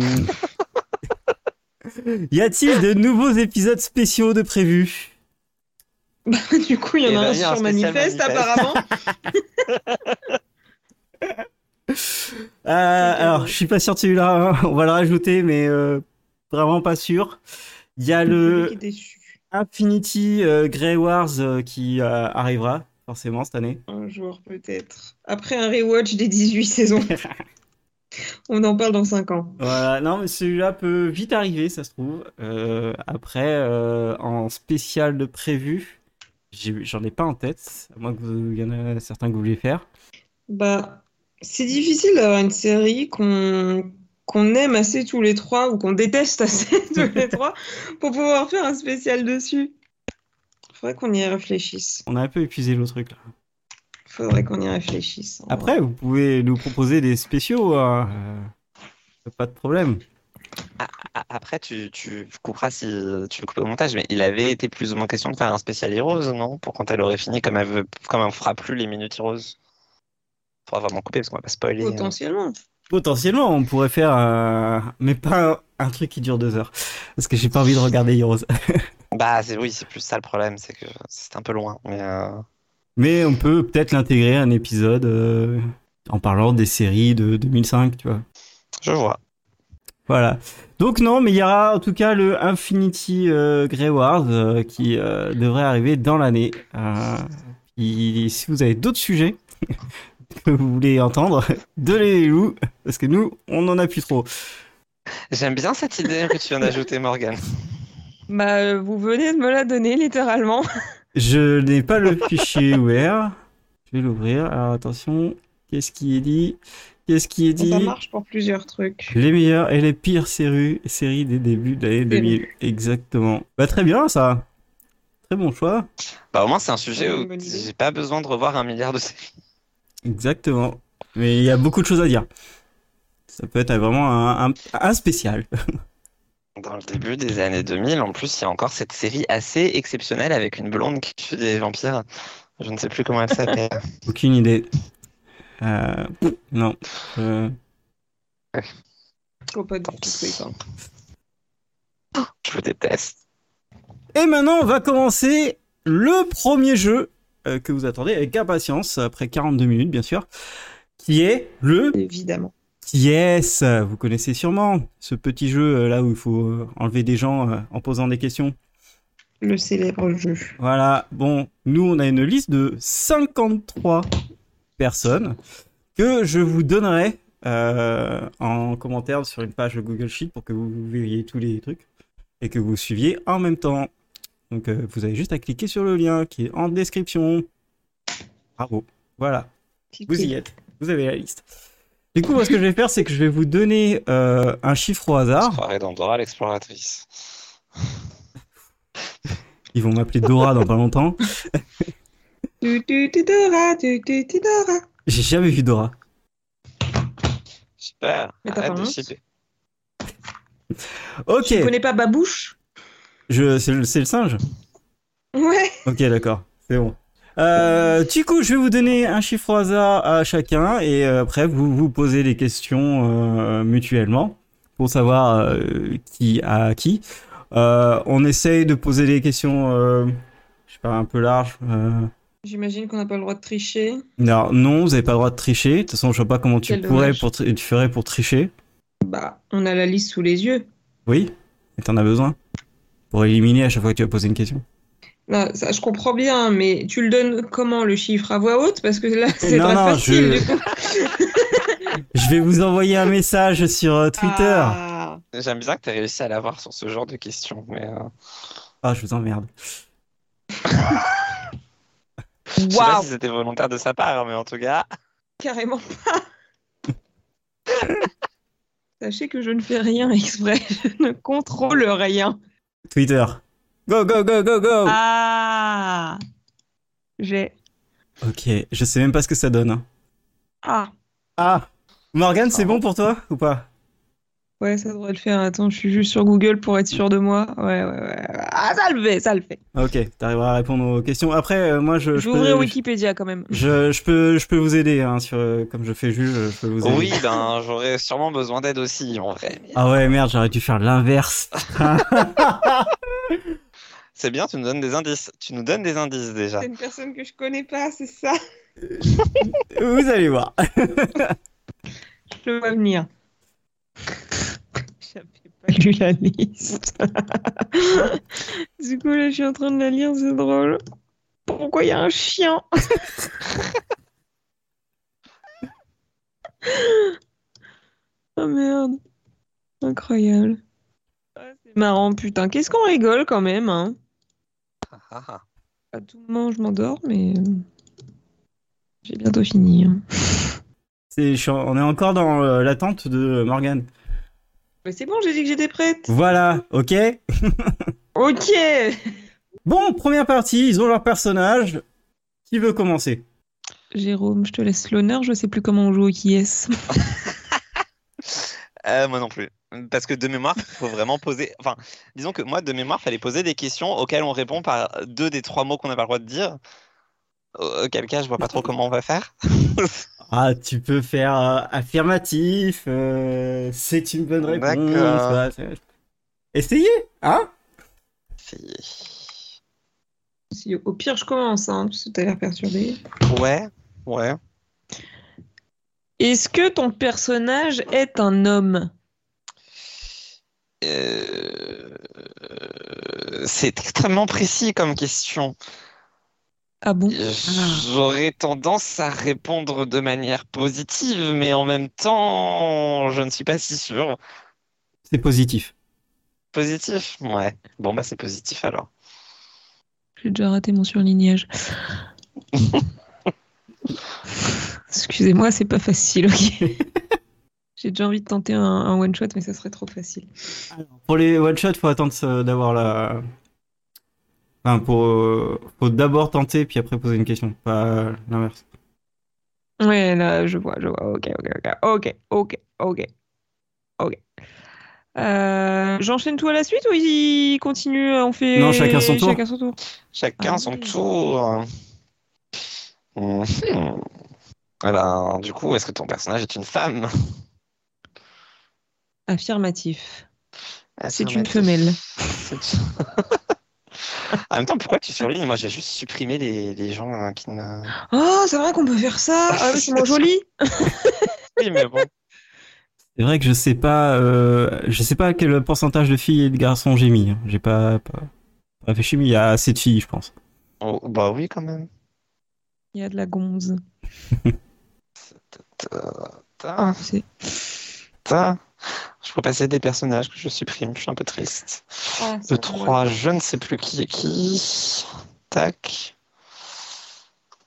Speaker 1: y a-t-il de nouveaux épisodes spéciaux de prévus
Speaker 2: du coup, il y en
Speaker 3: Eh
Speaker 2: a
Speaker 3: ben,
Speaker 2: un
Speaker 3: il y a un
Speaker 2: sur
Speaker 3: spécial
Speaker 2: manifeste,
Speaker 3: manifeste.
Speaker 2: apparemment.
Speaker 1: Euh,
Speaker 2: Ok,
Speaker 1: alors,
Speaker 2: oui.
Speaker 1: je suis pas sûr de celui-là, hein. on va le rajouter, mais euh, vraiment pas sûr. Il y a <laughs> le
Speaker 2: Public est déçu.
Speaker 1: Infinity euh, Grey Wars euh, qui euh, arrivera forcément cette année.
Speaker 2: Un jour, peut-être. Après un rewatch des 18 saisons.
Speaker 1: <laughs>
Speaker 2: On en parle dans 5 ans.
Speaker 1: Voilà, non, mais celui-là peut vite arriver, ça se trouve. Euh, après, euh, en spécial de prévu, j'ai- j'en ai pas en tête, à moins que vous- il y en a certains que vous voulez faire.
Speaker 2: Bah, c'est difficile d'avoir une série qu'on qu'on aime assez tous les trois ou qu'on déteste assez <laughs> tous les trois pour pouvoir faire un spécial dessus. Faudrait qu'on y réfléchisse.
Speaker 1: On a un peu épuisé le truc là.
Speaker 2: Faudrait qu'on y réfléchisse. en vrai.
Speaker 1: Après, vous pouvez nous proposer des spéciaux, hein. Euh, pas de problème.
Speaker 3: <laughs> A- Après, tu, tu couperas si tu veux couper au montage, mais il avait été plus ou moins question de faire un spécial Heroes, non? Pour quand elle aurait fini, comme elle veut, comme on fera plus les minutes Heroes. Faudra vraiment couper parce qu'on va pas
Speaker 1: euh,
Speaker 3: spoiler. hein.
Speaker 2: Potentiellement.
Speaker 1: Potentiellement, on pourrait faire, euh, mais pas un, un truc qui dure deux heures, parce que j'ai pas envie de regarder Heroes.
Speaker 3: Bah, c'est, oui, c'est plus ça le problème, c'est que c'est un peu loin. Mais euh,
Speaker 1: Mais on peut peut-être l'intégrer à un épisode euh, en parlant des séries de 2005, tu vois.
Speaker 3: je vois.
Speaker 1: Voilà. Donc non, mais il y aura en tout cas le Infinity euh, Grey Wars euh, qui euh, devrait arriver dans l'année. Euh, puis, si vous avez d'autres sujets <laughs> que vous voulez entendre, <laughs> donnez-les-nous, parce que nous, on en a plus trop.
Speaker 3: J'aime bien cette idée que tu viens
Speaker 2: <laughs>
Speaker 3: d'ajouter, Morgan.
Speaker 2: Bah, euh, vous venez de me la donner littéralement.
Speaker 1: Je n'ai pas le fichier ouvert. Je vais l'ouvrir. Alors attention, qu'est-ce qui est dit Qu'est-ce qui est dit
Speaker 2: Ça marche pour plusieurs trucs.
Speaker 1: Les meilleures et les pires séries, séries des débuts de l'année 2000. Exactement. Bah très bien ça. Très bon choix.
Speaker 3: Bah, au moins, c'est un sujet
Speaker 2: Ouais,
Speaker 3: où
Speaker 2: bonne idée.
Speaker 3: j'ai pas besoin de revoir un milliard de séries.
Speaker 1: Exactement. Mais il y a beaucoup de choses à dire. Ça peut être vraiment un, un- un spécial.
Speaker 3: Dans le début des années 2000, en plus, il y a encore cette série assez exceptionnelle avec une blonde qui tue des vampires. Je ne sais plus comment elle s'appelle.
Speaker 2: <laughs>
Speaker 1: Aucune idée. Euh, non. Euh,
Speaker 2: Faut pas dire tout de suite, hein.
Speaker 3: Je vous déteste.
Speaker 1: Et maintenant, on va commencer le premier jeu euh, que vous attendez avec impatience, après 42 minutes, bien sûr, qui est le
Speaker 2: Évidemment.
Speaker 1: Yes. Vous connaissez sûrement ce petit jeu euh, là où il faut euh, enlever des gens euh, en posant des questions.
Speaker 2: Le célèbre jeu.
Speaker 1: Voilà. Bon, nous, on a une liste de 53 personnes que je vous donnerai euh, en commentaire sur une page Google Sheet pour que vous verriez tous les trucs et que vous suiviez en même temps. Donc, euh, vous avez juste à cliquer sur le lien qui est en description. Bravo. Voilà. Vous y êtes. Vous avez la liste. Du coup, moi, ce que je vais faire, c'est que je vais vous donner euh, un chiffre au
Speaker 2: Ah.
Speaker 3: Je
Speaker 1: hasard.
Speaker 3: croirais dans Dora l'exploratrice.
Speaker 1: Ils vont m'appeler Dora dans pas longtemps.
Speaker 2: Tu, tu, tu, Dora, tu, tu, tu, Dora.
Speaker 1: J'ai jamais vu Dora.
Speaker 3: peur.
Speaker 2: Mais t'as
Speaker 3: Arrête
Speaker 2: pas
Speaker 3: de
Speaker 2: honte
Speaker 3: chipper.
Speaker 1: Ok,
Speaker 2: Tu connais pas Babouche
Speaker 1: je, c'est, le, c'est le singe.
Speaker 2: Ouais.
Speaker 1: Ok, d'accord, c'est bon. Euh, du coup, je vais vous donner un chiffre au hasard à chacun et euh, après vous vous posez les questions euh, mutuellement pour savoir euh, qui a qui. Euh, on essaye de poser des questions, euh, je sais pas, un peu larges. euh,
Speaker 2: J'imagine qu'on n'a pas le droit de tricher.
Speaker 1: Non, non, vous n'avez pas le droit de tricher. De toute façon, je vois pas comment tu
Speaker 2: Quel
Speaker 1: pourrais
Speaker 2: dommage.
Speaker 1: pour tri- tu ferais pour tricher.
Speaker 2: Bah, on a la liste sous les yeux.
Speaker 1: Oui, mais t'en as besoin pour éliminer à chaque fois que tu vas poser une question.
Speaker 2: Non, Bah, ça, je comprends bien, mais tu le donnes comment le chiffre à voix haute Parce que là, <laughs> c'est
Speaker 1: Non,
Speaker 2: pas
Speaker 1: non,
Speaker 2: facile.
Speaker 1: je-
Speaker 2: du coup.
Speaker 1: Je vais vous envoyer un message sur euh, Twitter. Ah,
Speaker 2: Ah.
Speaker 3: J'aime bien que tu réussi à l'avoir sur ce genre de questions. Mais euh,
Speaker 1: Ah, je vous emmerde.
Speaker 3: Je sais pas
Speaker 2: Waouh
Speaker 3: si c'était volontaire de sa part, mais en tout cas,
Speaker 2: Carrément pas. <laughs> Sachez que je ne fais rien exprès. <laughs> Je ne contrôle rien.
Speaker 1: Twitter. Go, go, go, go, go.
Speaker 2: Ah J'ai.
Speaker 1: Ok, je sais même pas ce que ça donne. hein.
Speaker 2: Ah
Speaker 1: Ah, Morgan, c'est bon pour toi ou pas
Speaker 2: Ouais, ça devrait le faire. Attends, je suis juste sur Google pour être sûr de moi. Ouais, ouais, ouais. Ah, ça le fait, ça le fait.
Speaker 1: Ok, t'arriveras à répondre aux questions. Après, euh, moi, je, je,
Speaker 2: J'ouvrais
Speaker 1: peux,
Speaker 2: Wikipédia quand même.
Speaker 1: je, je peux, je peux vous aider hein, sur, euh, comme je fais juge, je peux vous aider.
Speaker 3: oui, ben, j'aurais sûrement besoin d'aide aussi, en vrai. mais
Speaker 1: Ah ouais, merde, j'aurais dû faire l'inverse.
Speaker 3: C'est bien, tu nous donnes des indices. Tu nous donnes des indices déjà.
Speaker 1: Ah.
Speaker 2: C'est une personne que je connais pas, c'est ça.
Speaker 1: vous allez voir.
Speaker 2: Je le vois venir. <laughs> J'avais pas lu la liste. <laughs> du coup, là, je suis en train de la lire, c'est drôle. Pourquoi il y a un chien <laughs> Oh merde. Incroyable. Ouais, c'est marrant, putain. Qu'est-ce qu'on rigole quand même, hein
Speaker 3: Ah, ah, ah.
Speaker 2: À tout moment, je m'endors, mais. euh, J'ai bientôt fini. hein.
Speaker 1: C'est, je suis en- on est encore dans euh, l'attente de Morgan.
Speaker 2: Mais c'est bon, j'ai dit que j'étais prête.
Speaker 1: Voilà, ok.
Speaker 2: Ok
Speaker 1: Bon, première partie, ils ont leur personnage. Qui veut commencer
Speaker 2: Jérôme, je te laisse l'honneur, je sais plus comment on joue au qui est.
Speaker 3: Euh, moi non plus. Parce que de mémoire, faut vraiment poser. Enfin, disons que moi, de mémoire, fallait poser des questions auxquelles on répond par deux des trois mots qu'on n'a pas le droit de dire. Euh, Auquel cas, je vois pas trop comment on va faire.
Speaker 1: Ah, tu peux faire euh, affirmatif, euh, c'est une bonne réponse.
Speaker 3: D'accord.
Speaker 1: voilà, c'est- Essayez, hein
Speaker 3: Si.
Speaker 2: Si, au pire, je commence, hein, parce que t'as l'air perturbé.
Speaker 3: Ouais, ouais.
Speaker 2: Est-ce que ton personnage est un homme
Speaker 3: Euh, euh, C'est extrêmement précis comme question.
Speaker 2: Ah bon
Speaker 3: J'aurais tendance à répondre de manière positive, mais en même temps, je ne suis pas si sûr.
Speaker 1: C'est positif.
Speaker 3: Positif? Ouais. Bon, bah, c'est positif alors.
Speaker 2: J'ai déjà raté mon <laughs> surlignage. Excusez-moi, c'est pas facile, ok J'ai déjà envie de tenter un, one-shot, mais ça serait trop facile.
Speaker 1: Pour les one-shots, faut attendre euh, d'avoir la. Enfin, pour, euh, faut d'abord tenter, puis après poser une question, pas euh, l'inverse.
Speaker 2: Ouais, là, je vois, je vois. Ok, ok, ok, ok, ok, ok. Euh, J'enchaîne tout à la suite ou il continue On fait
Speaker 1: Non, chacun son tour.
Speaker 2: Chacun son tour.
Speaker 3: Chacun
Speaker 2: Ah
Speaker 3: son
Speaker 2: oui.
Speaker 3: tour. Mhm. Eh ben, du coup, est-ce que ton personnage est une femme?
Speaker 2: Affirmatif. C'est une
Speaker 3: Affirmatif.
Speaker 2: femelle.
Speaker 3: C'est une- <laughs> En même temps, pourquoi tu surlignes? Moi, j'ai juste supprimé les, les gens hein, qui ne.
Speaker 2: Oh, c'est vrai qu'on peut faire ça. Ah oui, c'est moins joli.
Speaker 3: Oui, mais bon.
Speaker 1: C'est vrai que je sais pas, euh, je sais pas quel pourcentage de filles et de garçons j'ai mis. hein. J'ai pas, pas, pas réfléchi, mais il y a assez de filles, je pense.
Speaker 3: Oh, bah oui, quand même.
Speaker 2: Il y a de la gonze.
Speaker 3: Ta,
Speaker 2: C'est-
Speaker 3: ta. Je peux passer des personnages que je supprime, je suis un peu triste.
Speaker 2: Ah, c'est
Speaker 3: De
Speaker 2: drôle.
Speaker 3: trois, je ne sais plus qui est qui. Tac.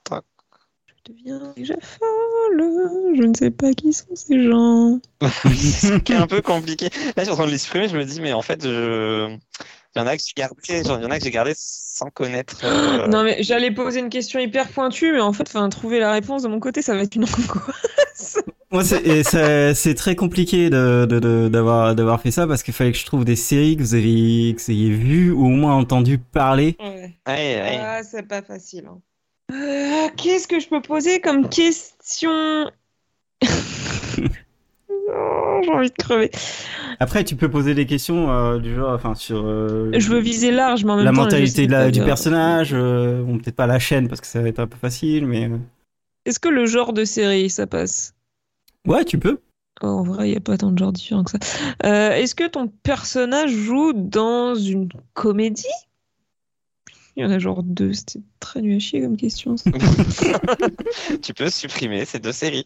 Speaker 2: Je deviens déjà folle. Je ne sais pas qui sont ces gens.
Speaker 3: Oui, c'est ça qui est un peu compliqué. Là, je suis en train de les supprimer, je me dis, mais en fait, je... il y en a que j'ai gardé, genre, il y en a que j'ai gardé sans connaître.
Speaker 2: <gasps>
Speaker 3: euh,
Speaker 2: Non, mais j'allais poser une question hyper pointue, mais en fait, enfin, trouver la réponse de mon côté, ça va être une angoisse.
Speaker 1: Moi, c'est- et c'est c'est très compliqué de- de- de- d'avoir d'avoir fait ça parce qu'il fallait que je trouve des séries que vous ayez, que vous ayez vues ou au moins entendu parler.
Speaker 2: Ouais.
Speaker 3: Ouais, ouais.
Speaker 2: Ah, c'est pas facile. hein. Euh, Qu'est-ce que je peux poser comme
Speaker 3: <laughs>
Speaker 2: question Oh, J'ai envie de crever.
Speaker 1: Après, tu peux poser des questions euh, du genre, enfin, sur euh,
Speaker 2: Je veux viser large, mais en même
Speaker 1: la
Speaker 2: temps, je sais
Speaker 1: mentalité de la-
Speaker 2: pas
Speaker 1: du
Speaker 2: bien.
Speaker 1: personnage. euh, bon, peut-être pas la chaîne parce que ça va être un peu facile, mais euh,
Speaker 2: Est-ce que le genre de série, ça passe
Speaker 1: ouais, tu peux.
Speaker 2: Oh, En vrai, il n'y a pas tant de genres différents que ça. Euh, Est-ce que ton personnage joue dans une comédie Il y en a genre deux, c'était très nul à chier comme question.
Speaker 3: <laughs>
Speaker 2: ça. Euh.
Speaker 3: tu peux supprimer ces deux séries.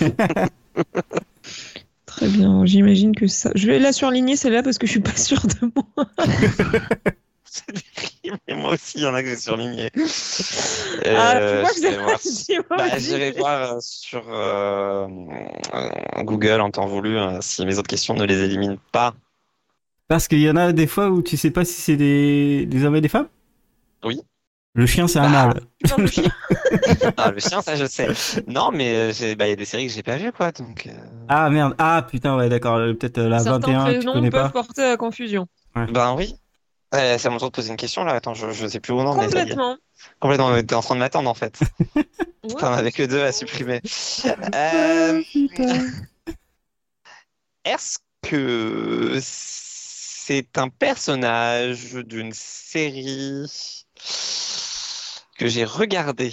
Speaker 3: <laughs>
Speaker 2: très bien, j'imagine que ça. Je vais la surligner celle-là parce que je suis pas sûre de moi.
Speaker 3: C'est terrible. Et moi aussi, il y en a que j'ai surligné.
Speaker 2: ah,
Speaker 3: Euh,
Speaker 2: tu vois que
Speaker 3: je vais
Speaker 2: c'est <laughs>
Speaker 3: voir
Speaker 2: pas
Speaker 3: si-
Speaker 2: dit, moi
Speaker 3: Bah,
Speaker 2: aussi.
Speaker 3: J'irai voir euh, sur euh, euh, Google en temps voulu euh, si mes autres questions ne les éliminent pas.
Speaker 1: Parce qu'il y en a des fois où tu sais pas si c'est des, des hommes et des femmes.
Speaker 3: Oui. Bah.
Speaker 1: Le chien, c'est un mâle.
Speaker 2: Non, mais je-
Speaker 3: Ah, le chien, ça je sais. Non, mais euh, j'ai- bah, il y a des séries que j'ai pas vues, quoi. Donc, euh,
Speaker 1: Ah merde. Ah putain, ouais, d'accord. euh, Peut-être euh, <laughs> la
Speaker 2: Certains
Speaker 1: 21 que tu
Speaker 2: prénoms
Speaker 1: connais
Speaker 2: peuvent
Speaker 1: pas.
Speaker 2: porter à confusion.
Speaker 3: ben oui. Euh, c'est à mon tour de poser une question là. Attends, je, je sais plus où on en est. ça y est.
Speaker 2: Complètement.
Speaker 3: Complètement, on était en train de m'attendre en fait. Enfin, on
Speaker 2: Ouais.
Speaker 3: avait que deux à supprimer. Euh,
Speaker 1: Putain.
Speaker 3: Est-ce que c'est un personnage d'une série que j'ai regardée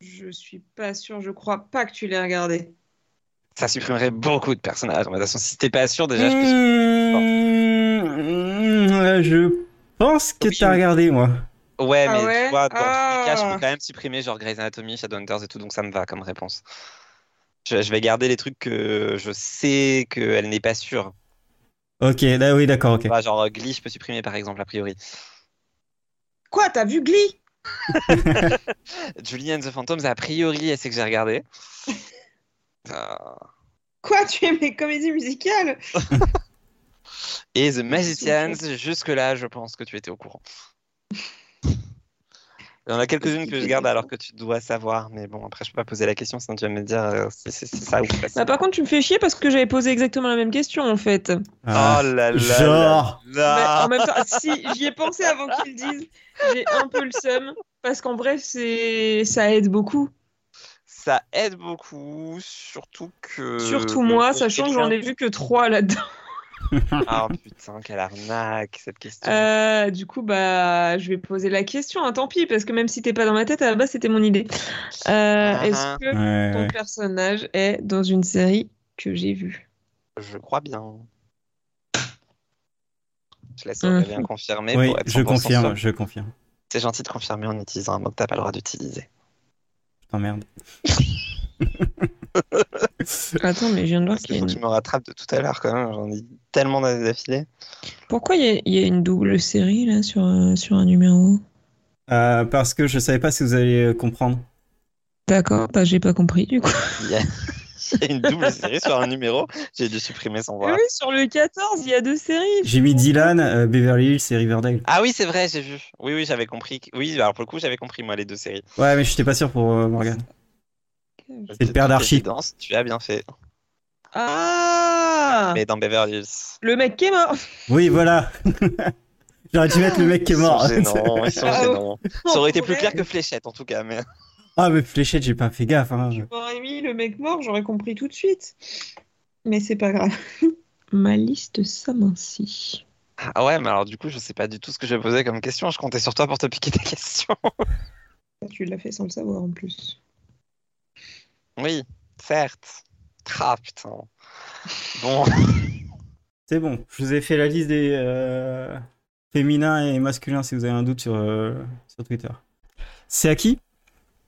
Speaker 2: Je suis pas sûre, je crois pas que tu l'aies regardé.
Speaker 3: Ça supprimerait beaucoup de personnages. De toute façon, si t'es pas sûr, déjà, je peux...
Speaker 1: Mmh, euh, je pense que t'as regardé, moi.
Speaker 3: Ouais,
Speaker 2: Ah
Speaker 3: mais
Speaker 2: ouais
Speaker 3: tu vois, dans tous les cas, je
Speaker 2: Ah.
Speaker 3: peux quand même supprimer genre Grey's Anatomy, Shadowhunters et tout, donc ça me va comme réponse. Je, je vais garder les trucs que je sais qu'elle n'est pas sûre.
Speaker 1: Ok, là oui, d'accord, ok.
Speaker 3: Tu vois, Bah, genre Glee, je peux supprimer par exemple, a priori.
Speaker 2: Quoi, t'as vu Glee
Speaker 3: Julie and the Phantoms, a priori, elle sait que
Speaker 2: <laughs>
Speaker 3: j'ai regardé. Euh,
Speaker 2: Quoi, tu aimes les comédies musicales
Speaker 3: Et The Magicians, jusque-là, je pense que tu étais au courant. Il y en a quelques-unes que je garde alors que tu dois savoir, mais bon, après, je peux pas poser la question, sinon tu vas me dire euh, si c'est c'est ça ou pas.
Speaker 2: Bah, Par contre, tu me fais chier parce que j'avais posé exactement la même question en fait.
Speaker 1: Ah,
Speaker 3: Oh là là
Speaker 1: genre.
Speaker 3: là là.
Speaker 2: Mais Bah, en même temps, si j'y ai pensé avant qu'ils le disent, j'ai un peu le seum parce qu'en bref, c'est ça aide beaucoup.
Speaker 3: Ça aide beaucoup, surtout que.
Speaker 2: Surtout moi,
Speaker 3: que
Speaker 2: sachant que j'en ai vu que trois
Speaker 3: <laughs>
Speaker 2: là-dedans.
Speaker 3: Ah putain, quelle arnaque cette question.
Speaker 2: Euh, du coup, bah, je vais poser la question. hein, tant pis, parce que même si t'es pas dans ma tête, à la base, c'était mon idée. Euh,
Speaker 3: Ah,
Speaker 2: Est-ce que
Speaker 1: Ouais,
Speaker 2: ton
Speaker 1: ouais.
Speaker 2: personnage est dans une série que j'ai vue
Speaker 3: Je crois bien. Je laisse
Speaker 2: Mhm.
Speaker 3: Aurélien confirmer.
Speaker 1: Oui,
Speaker 3: pour être
Speaker 1: je
Speaker 3: 100% sûr.
Speaker 1: confirme, je confirme.
Speaker 3: C'est gentil de confirmer en utilisant un mot que t'as pas le droit d'utiliser.
Speaker 1: Putain, merde.
Speaker 2: Attends, mais je viens de voir
Speaker 3: Parce
Speaker 2: qu'il
Speaker 3: qu'il
Speaker 2: y a une-
Speaker 3: faut que je me rattrape de tout à l'heure quand même, j'en ai tellement d'années d'affilée.
Speaker 2: Pourquoi il y, a- il y a une double série là sur, un- sur un numéro
Speaker 1: <laughs> Euh, parce que je savais pas si vous allez euh, comprendre.
Speaker 2: D'accord, bah j'ai pas compris du coup.
Speaker 3: Il y a, <laughs> il y a une double série sur un numéro, j'ai dû supprimer sans voir.
Speaker 2: Oui, sur le 14, il y a deux séries.
Speaker 1: J'ai mis Dylan, euh, Beverly Hills et Riverdale.
Speaker 3: Ah oui, c'est vrai, j'ai vu. Oui, oui, j'avais compris. que- Oui, alors pour le coup, j'avais compris moi les deux séries.
Speaker 1: Ouais, mais j'étais pas sûr pour euh, Morgan. C'est le père
Speaker 3: Toute
Speaker 1: d'Archie.
Speaker 3: évidence, Tu as bien fait.
Speaker 2: Ah
Speaker 3: Mais dans Beverly Hills.
Speaker 2: Le mec qui est mort
Speaker 1: Oui, voilà. <laughs> J'aurais dû mettre le mec qui est mort.
Speaker 3: Ils sont gênants, ils
Speaker 2: <laughs>
Speaker 3: sont
Speaker 2: Ah,
Speaker 3: gênants. Ça aurait été plus
Speaker 2: Ouais.
Speaker 3: clair que Fléchette en tout cas. Mais...
Speaker 1: <laughs> ah, mais fléchette, j'ai pas fait gaffe. Hein.
Speaker 2: J'aurais mis le mec mort, j'aurais compris tout de suite. Mais c'est pas
Speaker 1: <laughs>
Speaker 2: grave. Ma liste s'amincit.
Speaker 3: Ah ouais, mais alors du coup, je sais pas du tout ce que je vais poser comme question. Je comptais sur toi pour te piquer des <laughs> questions.
Speaker 2: Tu l'as fait sans le savoir en plus.
Speaker 3: Oui, certes. Ah putain. Bon. <laughs>
Speaker 1: C'est bon, je vous ai fait la liste des euh, féminins et masculins si vous avez un doute sur, euh, sur Twitter. C'est à qui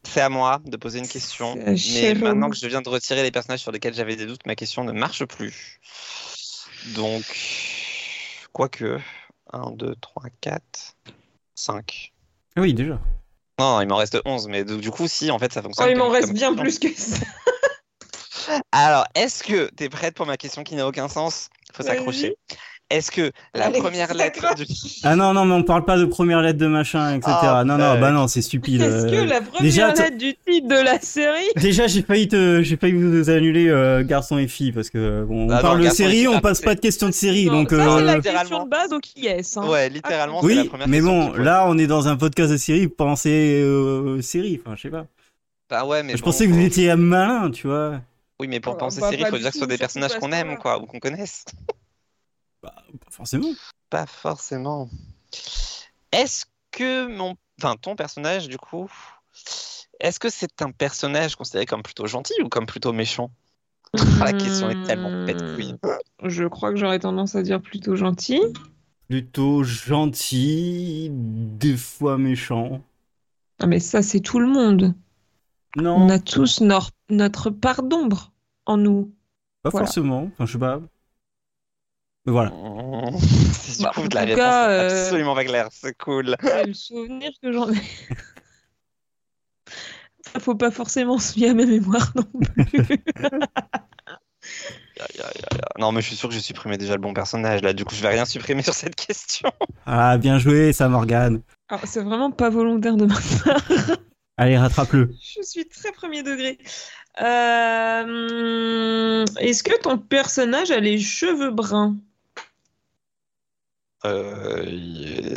Speaker 3: C'est à moi de poser une question.
Speaker 2: C'est à
Speaker 3: Mais
Speaker 2: Chéron.
Speaker 3: maintenant que je viens de retirer les personnages sur lesquels j'avais des doutes, ma question ne marche plus. Donc, quoique. 1, 2, 3, 4, 5.
Speaker 1: Ah oui, déjà.
Speaker 3: Non, il m'en reste 11, mais du du coup, si, en fait, ça
Speaker 2: Oh,
Speaker 3: fonctionne.
Speaker 2: il m'en
Speaker 3: comme-
Speaker 2: reste
Speaker 3: comme-
Speaker 2: bien plus que ça.
Speaker 3: Alors, est-ce que t'es prête pour ma question qui n'a aucun sens Faut
Speaker 2: Vas-y.
Speaker 3: s'accrocher. Est-ce que la
Speaker 2: Allez,
Speaker 3: première
Speaker 2: c'est
Speaker 3: lettre
Speaker 2: grave.
Speaker 3: du...
Speaker 1: Ah non, non, mais on parle pas de première lettre de machin, etc.
Speaker 3: Ah,
Speaker 1: non, non,
Speaker 3: fuck.
Speaker 1: bah non, c'est stupide.
Speaker 2: Est-ce que
Speaker 1: euh.
Speaker 2: la première
Speaker 1: déjà, attends-
Speaker 2: lettre du titre de la série
Speaker 1: Déjà, j'ai failli te, j'ai failli vous annuler euh, garçon et fille parce que bon, on
Speaker 3: Ah non,
Speaker 1: parle de
Speaker 3: garçon et
Speaker 1: série,
Speaker 3: fille,
Speaker 1: on
Speaker 3: ah,
Speaker 1: passe
Speaker 3: c'est-
Speaker 1: pas de question de série,
Speaker 2: Non,
Speaker 1: donc.
Speaker 2: ça,
Speaker 1: euh,
Speaker 2: c'est la
Speaker 3: littéralement.
Speaker 2: question de base au qui est. Hein.
Speaker 3: <laughs> Ouais, littéralement, c'est la
Speaker 1: Oui,
Speaker 3: première
Speaker 1: mais
Speaker 3: question
Speaker 1: bon,
Speaker 3: qui pose.
Speaker 1: là, on est dans un podcast de série, pensez euh, série, enfin, je sais pas.
Speaker 3: Bah ouais, mais
Speaker 1: je
Speaker 3: bon,
Speaker 1: pensais que
Speaker 3: faut-
Speaker 1: vous étiez malin, tu vois.
Speaker 3: Oui, mais pour
Speaker 2: Voilà,
Speaker 3: penser
Speaker 2: bah,
Speaker 3: série,
Speaker 2: pas
Speaker 3: faut
Speaker 2: du
Speaker 3: dire que ce
Speaker 2: tout,
Speaker 3: soit des
Speaker 2: surtout
Speaker 3: personnages
Speaker 2: pas à ce
Speaker 3: qu'on aime,
Speaker 2: point-là.
Speaker 3: quoi, ou qu'on connaisse.
Speaker 1: Pas forcément.
Speaker 3: Pas forcément. Est-ce que mon... Enfin, ton personnage, du coup... Est-ce que c'est un personnage considéré comme plutôt gentil ou comme plutôt méchant Ah, La question est tellement bête, oui.
Speaker 2: Hmm. Je crois que j'aurais tendance à dire plutôt gentil.
Speaker 1: Plutôt gentil, des fois méchant.
Speaker 2: Ah, mais ça, c'est tout le monde.
Speaker 1: Non,
Speaker 2: On a tous nor- notre part d'ombre en <laughs> nous.
Speaker 1: pas
Speaker 2: voilà.
Speaker 1: forcément. Enfin, je sais pas. Mais voilà.
Speaker 3: <laughs> C'est du
Speaker 2: Bah,
Speaker 3: coup
Speaker 2: en
Speaker 3: de la
Speaker 2: tout
Speaker 3: réponse
Speaker 2: cas,
Speaker 3: est
Speaker 2: euh,
Speaker 3: absolument pas claire, c'est cool.
Speaker 2: C'est le souvenir que j'en ai. Ça, Faut pas forcément se fier à mes mémoires non <laughs> plus.
Speaker 3: Aïe, aïe, aïe, aïe. Non, mais je suis sûr que j'ai supprimé déjà le bon personnage là, du coup je vais rien supprimer <laughs> sur cette question.
Speaker 1: Ah, bien joué, ça, Morgane.
Speaker 2: Alors, c'est vraiment pas volontaire de ma part.
Speaker 1: Allez, rattrape-le.
Speaker 2: <laughs> Je suis très premier degré. Euh, Est-ce que ton personnage a les cheveux bruns
Speaker 3: Euh,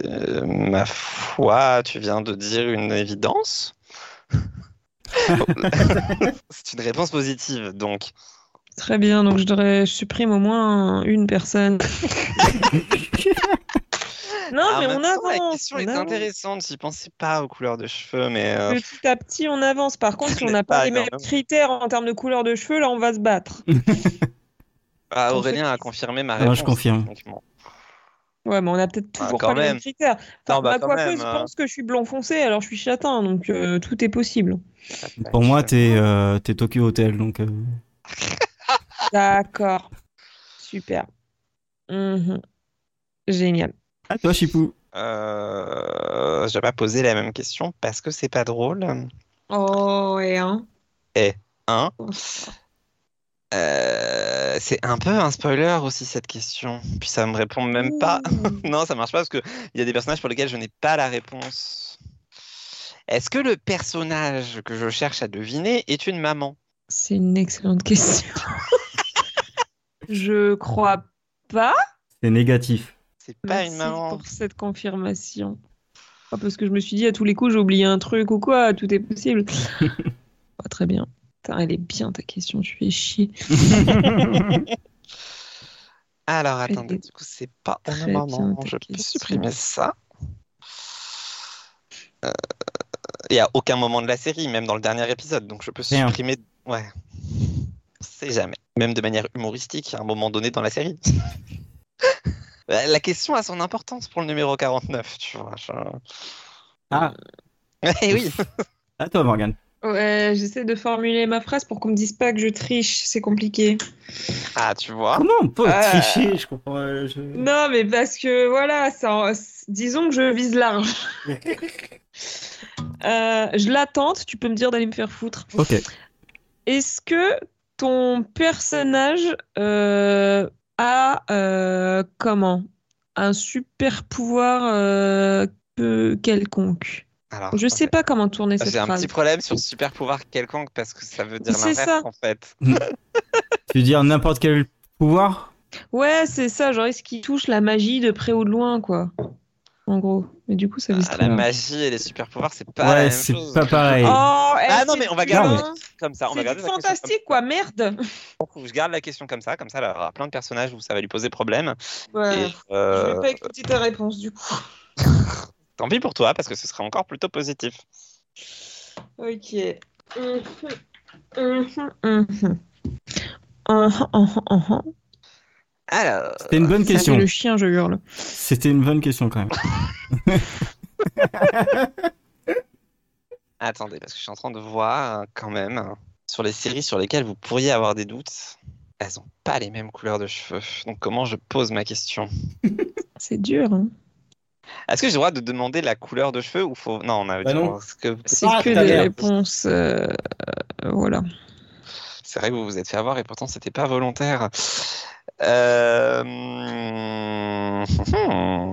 Speaker 3: euh, ma foi, tu viens de dire une évidence <laughs> C'est une réponse positive, donc.
Speaker 2: Très bien, donc je, devrais, je supprime au moins une personne. <laughs> non,
Speaker 3: En
Speaker 2: Ah, mais
Speaker 3: même
Speaker 2: on
Speaker 3: temps, Ah, La
Speaker 2: avance.
Speaker 3: question
Speaker 2: on
Speaker 3: est
Speaker 2: avance.
Speaker 3: intéressante, j'y pensais pas aux couleurs de cheveux, mais... euh, Ah,
Speaker 2: Petit à petit, on avance. Par contre, si on
Speaker 3: n'est <laughs>
Speaker 2: n'a
Speaker 3: pas
Speaker 2: pas les mêmes
Speaker 3: énorme.
Speaker 2: critères en termes de couleur de cheveux, là, on va se battre.
Speaker 3: ah,
Speaker 2: on
Speaker 3: Aurélien
Speaker 2: fait-
Speaker 3: a confirmé ma
Speaker 1: Ah,
Speaker 3: réponse.
Speaker 1: je confirme.
Speaker 3: donc, bon.
Speaker 2: Ouais, mais on a peut-être
Speaker 3: Ah,
Speaker 2: toujours
Speaker 3: quand
Speaker 2: pas les
Speaker 3: même.
Speaker 2: mêmes critères.
Speaker 3: Non,
Speaker 2: Enfin,
Speaker 3: bah,
Speaker 2: ma
Speaker 3: quand
Speaker 2: coiffeuse
Speaker 3: même, hein.
Speaker 2: pense que je suis blond foncé, alors je suis châtain, donc euh, tout est possible.
Speaker 3: Bah,
Speaker 1: Pour moi, t'es euh, t'es Tokyo Hotel, donc. euh,
Speaker 2: D'accord. Super. Mhm. Génial.
Speaker 1: Ah, toi, Chipou.
Speaker 3: Euh, j'ai pas posé la même question parce que c'est pas drôle.
Speaker 2: Oh, et hein.
Speaker 3: Hein Euh, c'est un peu un spoiler aussi cette question. Puis ça me répond même pas. <laughs> Non, ça marche pas parce que il y a des personnages pour lesquels je n'ai pas la réponse. Est-ce que le personnage que je cherche à deviner est une maman
Speaker 2: C'est une excellente
Speaker 3: <laughs>
Speaker 2: question. je crois pas.
Speaker 1: C'est
Speaker 2: <laughs>
Speaker 1: négatif.
Speaker 3: C'est pas
Speaker 2: Merci
Speaker 3: une maman.
Speaker 2: pour cette confirmation. Ah, parce que je me suis dit à tous les coups, j'ai oublié un truc ou quoi, tout est possible. Pas très bien. Putain, elle est bien ta question, tu fais chier.
Speaker 3: Alors
Speaker 2: Elle
Speaker 3: attendez,
Speaker 2: est
Speaker 3: du coup c'est pas une
Speaker 2: très
Speaker 3: maman.
Speaker 2: bien, ta
Speaker 3: Je peux
Speaker 2: question.
Speaker 3: supprimer ça. Euh, Et à aucun moment de la série, même dans le dernier épisode, donc je peux
Speaker 1: Rien.
Speaker 3: supprimer. Ouais. C'est jamais. Même de manière humoristique, à un moment donné dans la
Speaker 2: <laughs>
Speaker 3: série. Euh, la question a son importance pour le numéro 49, tu vois. je-
Speaker 1: Ah,
Speaker 3: Eh oui.
Speaker 1: à toi, Morgane.
Speaker 2: Ouais, j'essaie de formuler ma phrase pour qu'on me dise pas que je triche, c'est compliqué.
Speaker 3: <laughs> Ah, tu vois.
Speaker 1: Comment on peut
Speaker 2: Ah.
Speaker 1: tricher Je comprends. euh, je-
Speaker 2: Non, mais parce que voilà, ça, disons que je vise large. Euh, je l'attente, tu peux me dire d'aller me faire foutre.
Speaker 1: Ok.
Speaker 2: Est-ce que ton personnage euh, a euh, comment un super pouvoir euh, peu quelconque
Speaker 3: Alors,
Speaker 2: Je sais pas comment tourner cette
Speaker 3: J'ai Bah, un
Speaker 2: phrase.
Speaker 3: petit problème sur super pouvoir quelconque parce que ça veut dire
Speaker 2: C'est
Speaker 3: l'inverse
Speaker 2: ça.
Speaker 3: en fait.
Speaker 1: Tu veux dire n'importe quel pouvoir
Speaker 2: Ouais, c'est ça, genre est-ce qu'il touche la magie de près ou de loin quoi En gros. Mais du coup, ça vise
Speaker 3: Ah,
Speaker 2: très
Speaker 3: la
Speaker 2: bien.
Speaker 3: magie et les super pouvoirs, c'est pas la
Speaker 1: Ouais,
Speaker 3: même
Speaker 1: c'est
Speaker 3: chose.
Speaker 1: pas pareil.
Speaker 2: Oh, eh,
Speaker 3: Ah non,
Speaker 2: c'est
Speaker 3: mais on va
Speaker 2: du
Speaker 1: garder.
Speaker 2: vin.
Speaker 3: Comme ça, on va
Speaker 2: C'est
Speaker 3: garder
Speaker 2: du
Speaker 3: la question comme
Speaker 2: fantastique quoi, merde.
Speaker 3: ça. Je garde la question comme ça, comme ça, elle aura plein de personnages où ça va lui poser problème.
Speaker 2: Ouais.
Speaker 3: Et,
Speaker 2: Je
Speaker 3: euh,
Speaker 2: vais pas écouter ta réponse du coup.
Speaker 3: Tant pis pour toi, parce que ce serait encore plutôt positif.
Speaker 2: Ok. Mhm. Mhm. Mhm. Mhm, mhm, mhm.
Speaker 3: Alors,
Speaker 1: C'était une bonne
Speaker 2: Ça,
Speaker 1: question.
Speaker 2: c'est le chien, je hurle.
Speaker 1: C'était une bonne question quand même.
Speaker 3: attendez, parce que je suis en train de voir euh, quand même euh, sur les séries sur lesquelles vous pourriez avoir des doutes. Elles n'ont pas les mêmes couleurs de cheveux. Donc comment je pose ma question
Speaker 2: C'est dur. hein.
Speaker 3: Est-ce que j'ai le droit de demander la couleur de cheveux ou faut Non, on a
Speaker 1: Bah non.
Speaker 3: Est-ce que...
Speaker 2: C'est
Speaker 1: Ah,
Speaker 2: que
Speaker 1: t'as
Speaker 2: des
Speaker 1: l'air.
Speaker 2: réponses. euh, euh, voilà.
Speaker 3: C'est vrai que vous vous êtes fait avoir et pourtant c'était pas volontaire. Euh, <laughs>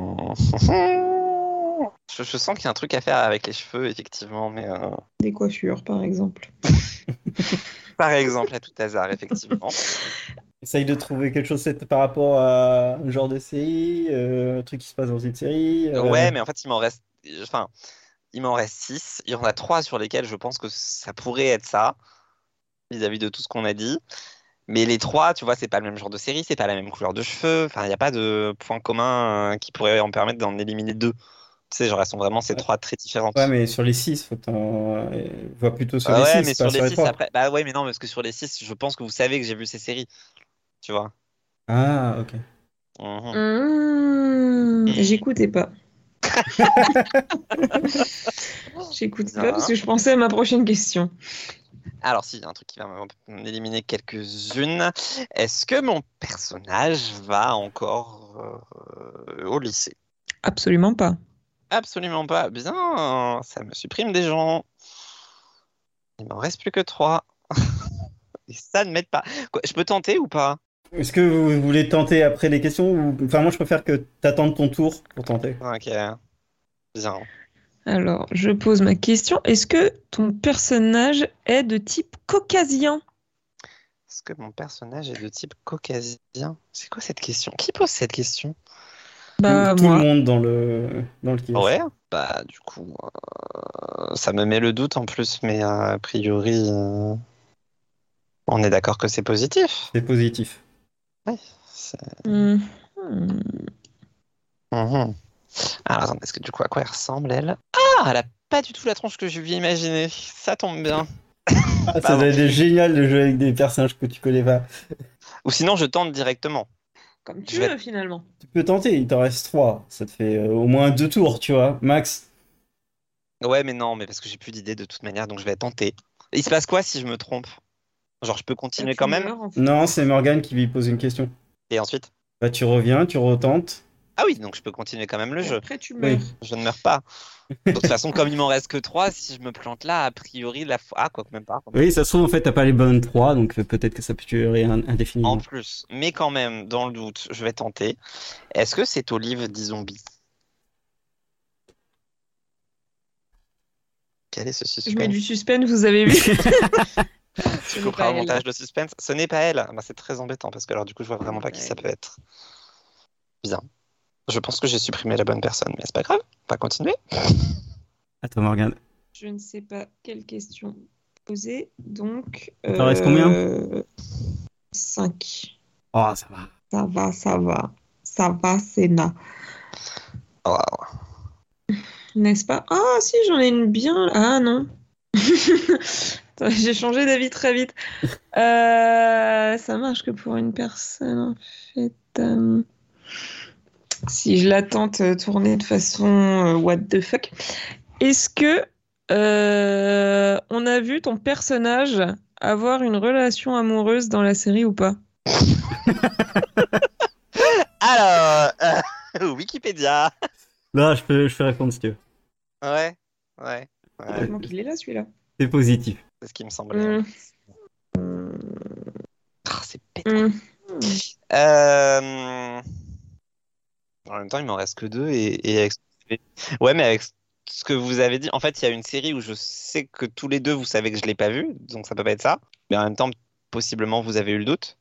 Speaker 3: Je, je sens qu'il y a un truc à faire avec les cheveux, effectivement, mais euh,
Speaker 2: Des coiffures, par exemple.
Speaker 3: par exemple, à tout hasard, effectivement.
Speaker 4: Essaye de trouver quelque chose c'est par rapport à un genre de série, euh, un truc qui se passe dans une série. euh,
Speaker 3: Ouais, mais en fait, il m'en reste. Enfin, il m'en reste 6. Il y en a 3 sur lesquels je pense que ça pourrait être ça, vis-à-vis de tout ce qu'on a dit. Mais les 3, tu vois, c'est pas le même genre de série, c'est pas la même couleur de cheveux. Enfin, il n'y a pas de point commun euh, qui pourrait en permettre d'en éliminer deux. Tu sais, genre, elles sont vraiment ces
Speaker 4: Ouais.
Speaker 3: trois très différentes.
Speaker 4: Ouais, mais sur les 6, faut t'en... euh, vois plutôt sur
Speaker 3: Ah
Speaker 4: les
Speaker 3: ouais,
Speaker 4: 6,
Speaker 3: mais
Speaker 4: pas sur
Speaker 3: sur les
Speaker 4: les
Speaker 3: 6,
Speaker 4: 3.
Speaker 3: après. Bah ouais, mais non, parce que sur les 6, je pense que vous savez que j'ai vu ces séries. Tu vois.
Speaker 4: Ah, ok.
Speaker 3: Mhm.
Speaker 4: Mm.
Speaker 2: Mmh, <laughs>
Speaker 4: <laughs>
Speaker 2: J'écoutais pas. J'écoutais pas parce que je pensais à ma prochaine question.
Speaker 3: Alors, si, il y a un truc qui va m'en m'en éliminer quelques-unes. Est-ce que mon personnage va encore euh, au lycée?
Speaker 2: Absolument pas.
Speaker 3: Absolument pas. Bien, ça me supprime des gens. Il m'en reste plus que trois. <laughs> Et ça ne m'aide pas. Quoi, je peux tenter ou pas?
Speaker 4: Est-ce que vous voulez tenter après les questions ou... Enfin, moi, je préfère que t'attendes ton tour pour tenter.
Speaker 3: Ok. Bien.
Speaker 2: Alors, je pose ma question. Est-ce que ton personnage est de type caucasien?
Speaker 3: Est-ce que mon personnage est de type caucasien? C'est quoi cette question? Qui pose cette question?
Speaker 2: Bah,
Speaker 4: tout
Speaker 2: moi.
Speaker 4: le monde dans le dans le quiz.
Speaker 3: Ouais, bah du coup, euh, ça me met le doute en plus, mais euh, a priori, euh, on est d'accord que c'est positif.
Speaker 4: C'est positif.
Speaker 3: C'est-
Speaker 2: Mmh.
Speaker 3: Mhm. Alors attends, est-ce que du coup, à quoi elle ressemble, elle? Ah, elle a pas du tout la tronche que je lui ai imaginée. Ça tombe bien.
Speaker 4: Ah, ça doit être génial de jouer avec des personnages que tu connais pas.
Speaker 3: Ou sinon, je tente directement.
Speaker 2: Comme
Speaker 3: tu Je vais- veux,
Speaker 2: finalement.
Speaker 4: Tu peux tenter, il t'en reste 3. Ça te fait euh, au moins deux tours, tu vois. Max,
Speaker 3: Ouais, mais non, mais parce que j'ai plus d'idée de toute manière, donc je vais tenter. Il se passe quoi si je me trompe? Genre, je peux
Speaker 2: Bah,
Speaker 3: continuer quand même?
Speaker 4: non, c'est Morgane qui lui pose une question.
Speaker 3: Et ensuite?
Speaker 4: Bah, tu reviens, tu retentes.
Speaker 3: Ah oui, donc je peux continuer quand même le jeu.
Speaker 2: Après, tu
Speaker 4: meurs.
Speaker 3: Je ne meurs pas. De toute façon, comme il m'en reste que 3, si je me plante là, a priori, la fois. Ah, quoi que même pas.
Speaker 1: Oui, ça se trouve, en fait, t'as pas les bonnes trois, donc euh, peut-être que ça peut durer un-
Speaker 3: En
Speaker 1: indéfiniment.
Speaker 3: plus, mais quand même, dans le doute, je vais tenter. Est-ce que c'est Olive dit zombie Quel est ce
Speaker 2: Je mets
Speaker 3: suspense
Speaker 2: du suspense, vous
Speaker 3: <laughs>
Speaker 2: avez vu.
Speaker 3: Tu couperas au montage le suspense. Ce n'est pas elle. Ah, bah, c'est très embêtant parce que alors du coup, je vois vraiment pas qui ça peut être. Bien. Je pense que j'ai supprimé la bonne personne, mais c'est pas grave. On va continuer.
Speaker 1: <laughs> Attends, Morgane.
Speaker 2: Je ne sais pas quelle question poser, donc. euh,
Speaker 1: T'en restes combien
Speaker 2: 5.
Speaker 1: Oh, ça va.
Speaker 2: Ça va, ça va. Ça va, Sénat.
Speaker 3: Oh,
Speaker 2: N'est-ce pas Ah, si, j'en ai une bien. Ah, non. <laughs> Attends, J'ai changé d'avis très vite. Euh, ça marche que pour une personne, en fait. euh, Si je la tente euh, tourner de façon euh, what the fuck. Est-ce que euh, on a vu ton personnage avoir une relation amoureuse dans la série ou pas
Speaker 3: Alors, euh, <laughs> Wikipédia.
Speaker 1: Là, je peux, je peux répondre si tu veux.
Speaker 3: Ouais, ouais, ouais,
Speaker 2: Heureusement qu'il est là, celui-là.
Speaker 1: C'est positif.
Speaker 3: c'est ce qui me semblait. hein.
Speaker 2: Mm.
Speaker 3: Ah, c'est bête.
Speaker 2: Mm.
Speaker 3: Euh, En même temps, il m'en reste que deux. Et, et avec... Ouais, mais avec ce que vous avez dit, en fait, il y a une série où je sais que tous les deux, vous savez que je l'ai pas vue, donc ça peut pas être ça. Mais en même temps, possiblement, vous avez eu
Speaker 2: <laughs>
Speaker 3: le doute.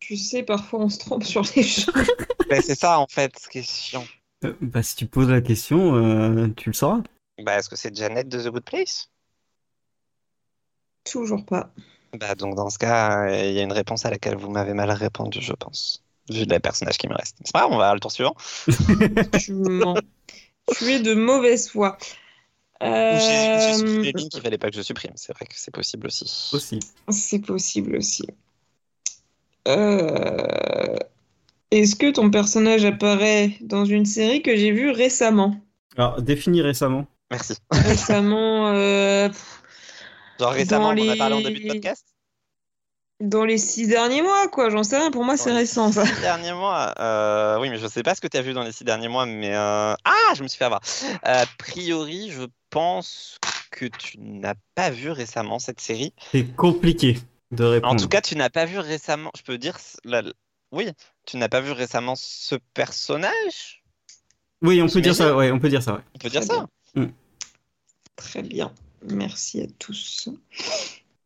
Speaker 2: Tu sais, parfois on se trompe sur les choses. <laughs>
Speaker 3: Ben, c'est ça, en fait, ce qui est chiant.
Speaker 1: Euh, bah, si tu poses la question, euh, tu le sauras.
Speaker 3: Bah, est-ce que c'est Janet de The Good Place?
Speaker 2: Toujours pas.
Speaker 3: Bah, donc dans ce cas, euh, il y a une réponse à laquelle vous m'avez mal répondu, je pense, vu le personnage qui me reste. C'est pas grave, on va à le tour suivant.
Speaker 2: tu mens. Tu es de mauvaise foi.
Speaker 3: Ou
Speaker 2: Euh,
Speaker 3: j'ai- j'ai supprimé des lignes qu'il fallait pas que je supprime. C'est vrai que c'est possible aussi.
Speaker 1: Aussi.
Speaker 2: c'est possible aussi. Euh, Est-ce que ton personnage apparaît dans une série que j'ai vue <laughs> récemment
Speaker 1: Alors, défini récemment.
Speaker 3: Merci.
Speaker 2: Récemment, euh, pff,
Speaker 3: Genre récemment,
Speaker 2: Dans
Speaker 3: on en a parlé en
Speaker 2: les-
Speaker 3: début de podcast.
Speaker 2: dans les six derniers mois, quoi. J'en sais rien. Pour moi, c'est
Speaker 3: Dans les
Speaker 2: récent, ça.
Speaker 3: six derniers mois. euh, oui, mais je sais pas ce que tu as vu dans les six derniers mois, mais. euh, Ah, je me suis fait avoir. Euh, A priori, je pense que tu n'as pas vu récemment cette série.
Speaker 1: C'est compliqué de
Speaker 3: En
Speaker 1: répondre.
Speaker 3: tout cas, tu n'as pas vu récemment. Je peux dire. la- Oui, tu n'as pas vu récemment ce personnage
Speaker 1: Oui, on peut dire ça, ouais, on peut dire ça. ouais.
Speaker 3: On peut dire
Speaker 2: Très
Speaker 3: ça
Speaker 2: Très bien. Merci à tous.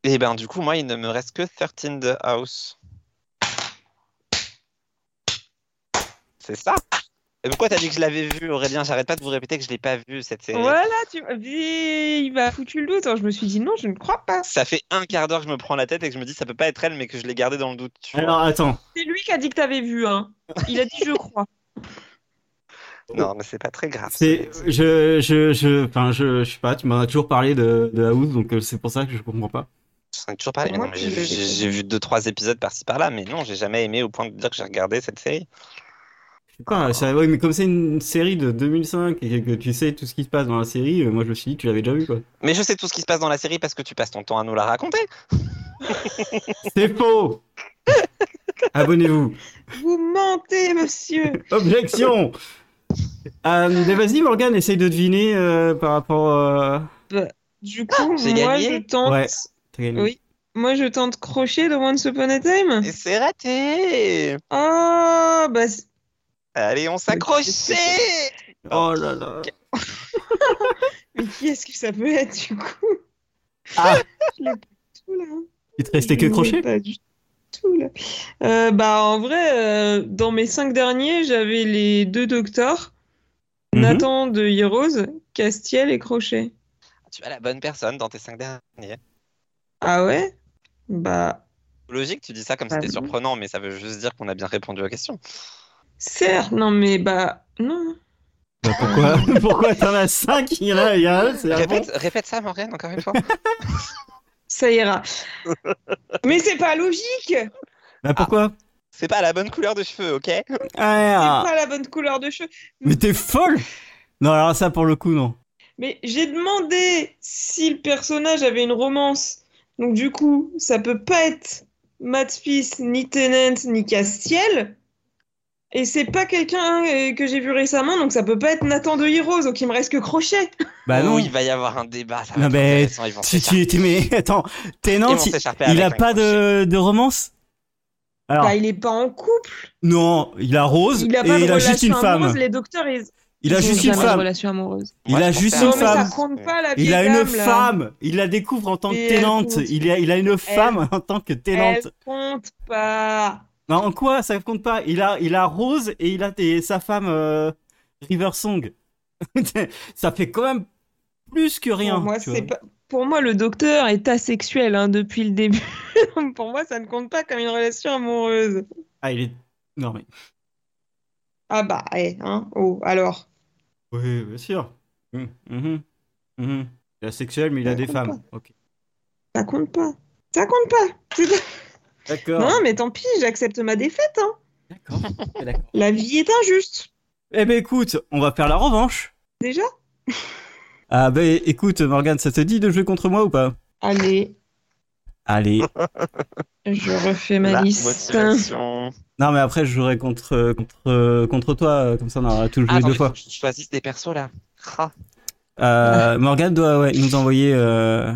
Speaker 3: Et ben du coup, moi, il ne me reste que 13 the House. C'est ça Et pourquoi t'as dit que je l'avais vu, Aurélien J'arrête pas de vous répéter que je l'ai pas vu cette série.
Speaker 2: Voilà, tu m'as- Mais il m'a foutu le doute. Alors, je me suis dit non, je ne crois pas.
Speaker 3: Ça fait un quart d'heure que je me prends la tête et que je me dis ça peut pas être elle, mais que je l'ai gardée dans le doute. tu vois.
Speaker 1: Alors attends,
Speaker 2: C'est lui qui a dit que t'avais vu, hein. Il a dit je crois.
Speaker 3: Non, mais c'est pas très grave.
Speaker 1: c'est je je je enfin je, je sais pas, tu m'en as toujours parlé de, de House donc euh, c'est pour ça que je comprends pas.
Speaker 3: J'en ai toujours parlé. mais
Speaker 2: Moi,
Speaker 3: non, mais
Speaker 2: tu
Speaker 3: j'ai
Speaker 2: l'avais
Speaker 3: vu- j'ai
Speaker 2: fait.
Speaker 3: j'ai vu deux trois épisodes par-ci par-là, mais non, j'ai jamais aimé au point de dire que j'ai regardé cette série.
Speaker 1: Je sais pas, ça- ouais, mais comme c'est une série de 2005 et que tu sais tout ce qui se passe dans la série, euh, moi je me suis dit tu l'avais déjà vu quoi.
Speaker 3: Mais je sais tout ce qui se passe dans la série parce que tu passes ton temps à nous la raconter.
Speaker 1: C'est faux. Abonnez-vous.
Speaker 2: <laughs> Vous mentez, monsieur.
Speaker 1: Objection. Euh, mais vas-y Morgan, essaye de deviner euh, par rapport. euh,
Speaker 2: Du coup, moi
Speaker 3: j'ai gagné.
Speaker 2: je tente.
Speaker 1: Ouais. t'as gagné.
Speaker 2: Oui. Moi je tente crochet dans Once Upon a Time.
Speaker 3: Et c'est raté.
Speaker 2: Oh bah c'est-
Speaker 3: Allez, on <laughs> s'accroche.
Speaker 1: Oh là là.
Speaker 2: mais qui est-ce que ça peut être du coup
Speaker 1: Ah.
Speaker 2: <laughs> Je l'ai pas du tout, là. hein.
Speaker 1: Il te restait que
Speaker 2: Je l'ai
Speaker 1: crochet.
Speaker 2: pas du tout, là. Euh, bah en vrai, euh, dans mes cinq derniers, j'avais les deux docteurs,
Speaker 1: Mhm.
Speaker 2: Nathan de Heroes, Castiel et Crochet.
Speaker 3: Tu as la bonne personne dans tes cinq derniers.
Speaker 2: Ah ouais? Bah
Speaker 3: Logique, tu dis ça comme
Speaker 2: Ah
Speaker 3: c'était
Speaker 2: oui.
Speaker 3: surprenant, mais ça veut juste dire qu'on a bien répondu aux questions.
Speaker 2: certes, non mais bah non.
Speaker 1: Bah,
Speaker 2: <laughs>
Speaker 1: pourquoi pourquoi t'en as 5 Il y en a, il y en a un, c'est un bon.
Speaker 3: Répète, répète ça, Morgane, encore une fois.
Speaker 2: Ça ira. Mais c'est pas logique. C'est
Speaker 1: Bah pourquoi
Speaker 3: c'est pas la bonne couleur de cheveux, ok
Speaker 1: Ah.
Speaker 2: pas la bonne couleur de cheveux.
Speaker 1: Mais t'es folle Non, alors ça pour le coup, non.
Speaker 2: Mais j'ai demandé si le personnage avait une romance. Donc du coup, ça peut pas être Matt Smith, ni Tennant, ni Castiel. Et c'est pas quelqu'un euh, que j'ai vu récemment, donc ça peut pas être Nathan de Heroes, donc il me reste que Crochet.
Speaker 1: Bah non.
Speaker 3: Oh, il va y avoir un débat. Ça va
Speaker 1: Non,
Speaker 3: être
Speaker 1: mais
Speaker 3: intéressant, ils vont
Speaker 1: Si
Speaker 3: s'écharper.
Speaker 1: tu étais mais <laughs> attends, t'es
Speaker 3: Ils
Speaker 1: non,
Speaker 3: vont
Speaker 1: si-
Speaker 3: s'écharper
Speaker 1: il
Speaker 3: avec
Speaker 1: a
Speaker 3: un
Speaker 1: pas de, de romance. Alors
Speaker 2: Bah, il est pas en couple,
Speaker 1: non, il a Rose
Speaker 2: il a
Speaker 1: et
Speaker 2: pas
Speaker 1: il
Speaker 2: de
Speaker 1: a
Speaker 2: relation
Speaker 1: juste une
Speaker 2: amoureuse,
Speaker 1: femme.
Speaker 2: les docteurs ils
Speaker 1: Il a
Speaker 2: ils ont
Speaker 1: juste une
Speaker 2: jamais de
Speaker 1: femme.
Speaker 2: relation amoureuse.
Speaker 1: Il
Speaker 3: Moi,
Speaker 1: a
Speaker 3: je
Speaker 1: juste
Speaker 3: pense
Speaker 1: une
Speaker 2: Non
Speaker 3: que-
Speaker 2: mais ça
Speaker 1: femme.
Speaker 2: compte pas la vieille
Speaker 1: Il a une
Speaker 2: dame, là.
Speaker 1: femme. Il la découvre en tant que
Speaker 2: Et elle
Speaker 1: ténante.
Speaker 2: compte.
Speaker 1: Il a, il a une femme <laughs> en tant que
Speaker 2: Elle
Speaker 1: ténante.
Speaker 2: compte pas.
Speaker 1: Non, en quoi ça compte pas Il a, il a Rose et il a et sa femme euh, River Song. <laughs> ça fait quand même plus que rien.
Speaker 2: Pour moi,
Speaker 1: tu
Speaker 2: c'est
Speaker 1: vois.
Speaker 2: pas- pour moi, le docteur est asexuel hein, depuis le début. <laughs> pour moi, ça ne compte pas comme une relation amoureuse.
Speaker 1: Ah, il est non mais
Speaker 2: Ah bah, eh, hein, oh, alors.
Speaker 1: oui, bien sûr. Mhm. Mhm. Mhm. Il est asexuel, mais il a
Speaker 2: Ça
Speaker 1: des
Speaker 2: compte
Speaker 1: femmes. Ok.
Speaker 2: Ça compte pas. Ça compte pas. C'est-
Speaker 1: D'accord.
Speaker 2: Non, mais tant pis, j'accepte ma défaite. hein.
Speaker 1: D'accord.
Speaker 2: La vie est injuste.
Speaker 1: Eh ben écoute, on va faire la revanche.
Speaker 2: Déjà
Speaker 1: Ah ben écoute, Morgane, ça te dit de jouer contre moi ou pas
Speaker 2: Allez,
Speaker 1: Allez.
Speaker 2: je refais ma
Speaker 3: La
Speaker 2: liste.
Speaker 3: motivation.
Speaker 1: non mais après je jouerai contre contre contre toi, euh, comme ça on aura tout joué
Speaker 3: Ah, Attends,
Speaker 1: deux
Speaker 3: il faut
Speaker 1: fois.
Speaker 3: que je choisisse des persos là. Ah.
Speaker 1: Euh, Morgane doit ouais, nous envoyer euh,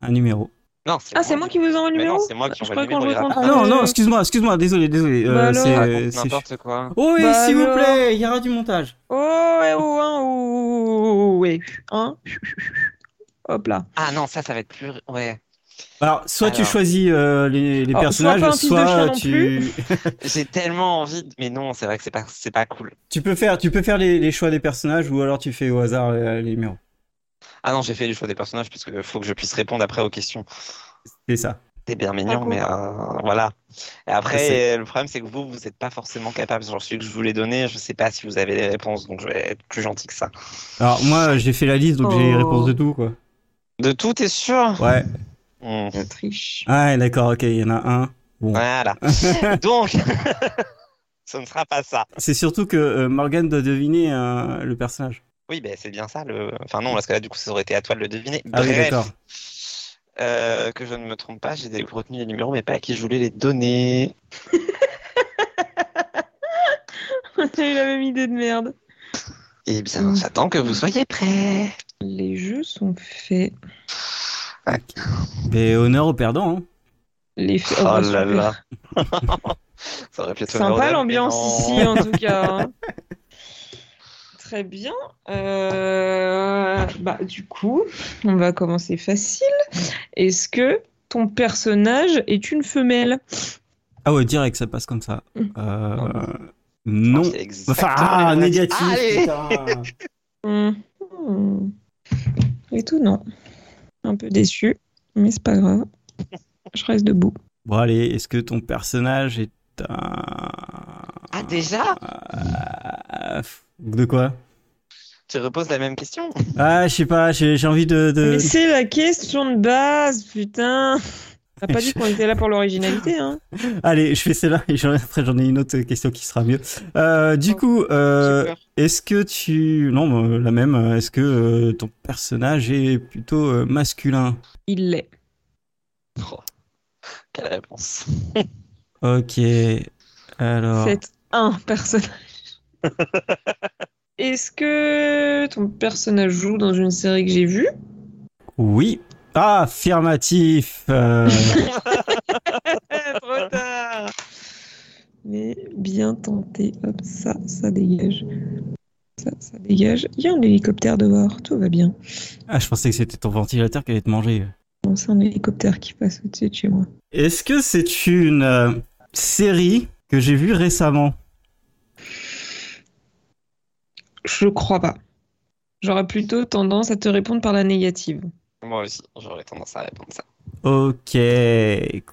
Speaker 1: un numéro.
Speaker 3: Non, c'est
Speaker 2: Ah, c'est moi qui vous envoie le
Speaker 3: Mais
Speaker 2: numéro
Speaker 3: non, c'est moi qui
Speaker 2: Je
Speaker 3: envoie
Speaker 2: crois
Speaker 3: le
Speaker 2: qu'on
Speaker 3: numéro.
Speaker 2: jouait
Speaker 3: il raconte-
Speaker 2: contre-
Speaker 1: Ah
Speaker 2: Ah,
Speaker 1: non
Speaker 2: mais-
Speaker 1: non, excuse-moi, excuse-moi, désolé, désolé. euh,
Speaker 2: Bah alors
Speaker 1: c'est-
Speaker 3: il raconte
Speaker 1: c'est
Speaker 3: N'importe quoi.
Speaker 1: Oh oui,
Speaker 2: Bah
Speaker 1: s'il vous
Speaker 2: alors
Speaker 1: plaît, il y aura du montage.
Speaker 2: Oh, ouais, oh, hein, oh, ouais, hein. Hop là.
Speaker 3: Ah non, ça, ça va être plus. Ouais.
Speaker 1: Alors, soit tu
Speaker 3: Alors.
Speaker 1: choisis euh, les, les
Speaker 2: Alors,
Speaker 1: personnages,
Speaker 2: soit pas un fils de
Speaker 1: soit
Speaker 2: chien non
Speaker 1: tu
Speaker 3: J'ai tellement envie. de- Mais non, c'est vrai que c'est pas, c'est pas cool.
Speaker 1: <laughs> tu peux faire tu peux faire les, les choix des personnages ou alors tu fais au hasard euh, les numéros.
Speaker 3: Ah non, j'ai fait le choix des personnages parce que faut que je puisse répondre après aux questions.
Speaker 1: C'est ça.
Speaker 3: C'est bien mignon,
Speaker 2: cool.
Speaker 3: mais euh, voilà. Et après,
Speaker 1: Ah, C'est-
Speaker 3: euh, le problème, c'est que vous, vous n'êtes pas forcément capable. Genre, celui que je vous l'ai donné, je sais pas si vous avez les réponses, donc je vais être plus gentil que ça.
Speaker 1: Alors moi j'ai fait la liste donc j'ai les
Speaker 2: Oh.
Speaker 1: réponses de tout quoi.
Speaker 3: De tout, t'es sûr
Speaker 1: Ouais.
Speaker 3: Hmm,
Speaker 2: Je <laughs> triche.
Speaker 1: Ah ouais, d'accord ok il y en a un.
Speaker 3: Voilà. donc, <laughs> ce ne sera pas ça.
Speaker 1: C'est surtout que euh, Morgan doit deviner euh, le personnage.
Speaker 3: Oui, ben c'est bien ça. Le... Enfin, non, parce que là, du coup, ça aurait été à toi de le deviner.
Speaker 1: Ah oui
Speaker 3: Bref.
Speaker 1: d'accord.
Speaker 3: Euh, que je ne me trompe pas, j'ai des- retenu les numéros, mais pas à qui je voulais les donner.
Speaker 2: On a eu la même idée de merde.
Speaker 3: Eh bien,
Speaker 2: Mm.
Speaker 3: j'attends que vous soyez prêts.
Speaker 2: Les jeux sont faits.
Speaker 1: Mais honneur au perdant. Hein.
Speaker 2: oh,
Speaker 3: bah, <laughs>
Speaker 2: Les faits.
Speaker 3: Oh là là. Ça aurait pu être
Speaker 2: Sympa
Speaker 3: Riverdale,
Speaker 2: l'ambiance
Speaker 3: mais non.
Speaker 2: ici, en tout cas.
Speaker 3: <laughs>
Speaker 2: hein. Très bien. Euh, Bah, du coup, on va commencer facile. Est-ce que ton personnage est une femelle
Speaker 1: Ah ouais, direct, ça passe comme ça.
Speaker 2: Mm.
Speaker 1: Euh,
Speaker 3: Non.
Speaker 1: non.
Speaker 3: C'est exactement
Speaker 1: Enfin, ah,
Speaker 3: la même réaction.
Speaker 1: négatif,
Speaker 3: Allez
Speaker 4: Putain.
Speaker 2: Mhm. Étonnant. Un peu déçu, mais c'est pas grave. Je reste debout.
Speaker 1: <laughs> Bon, allez, est-ce que ton personnage est un.
Speaker 3: Ah, déjà
Speaker 1: Euh, De quoi
Speaker 3: Tu reposes la même question
Speaker 1: Ah, je sais pas, j'ai j'ai envie de. de-
Speaker 2: Mais c'est la question de base, putain. T'as pas dit qu'on était là pour l'originalité, hein.
Speaker 1: Allez, je fais celle-là et j'en- après j'en ai une autre question qui sera mieux. Euh, du
Speaker 2: Oh,
Speaker 1: coup, euh,
Speaker 3: J'ai peur.
Speaker 1: est-ce que tu. Non, bah, la même. euh, Est-ce que euh, ton personnage est plutôt euh, masculin
Speaker 2: Il l'est.
Speaker 3: Oh. Quelle réponse
Speaker 1: Ok. Alors.
Speaker 2: C'est un personnage. <laughs> Est-ce que ton personnage joue dans une série que j'ai vue
Speaker 1: Oui. Ah, affirmatif euh,
Speaker 2: Eh, Trop tard Mais bien tenté, hop, ça, ça dégage. Ça, ça dégage. Il y a un hélicoptère dehors, tout va bien.
Speaker 1: Ah, je pensais que c'était ton ventilateur qui allait te manger.
Speaker 2: Bon, c'est un hélicoptère qui passe au-dessus de chez moi.
Speaker 1: Est-ce que c'est une euh, série que j'ai vue récemment
Speaker 2: Je crois pas. J'aurais plutôt tendance à te répondre par la négative.
Speaker 3: Moi aussi, j'aurais tendance à répondre <laughs> ça.
Speaker 1: Ok,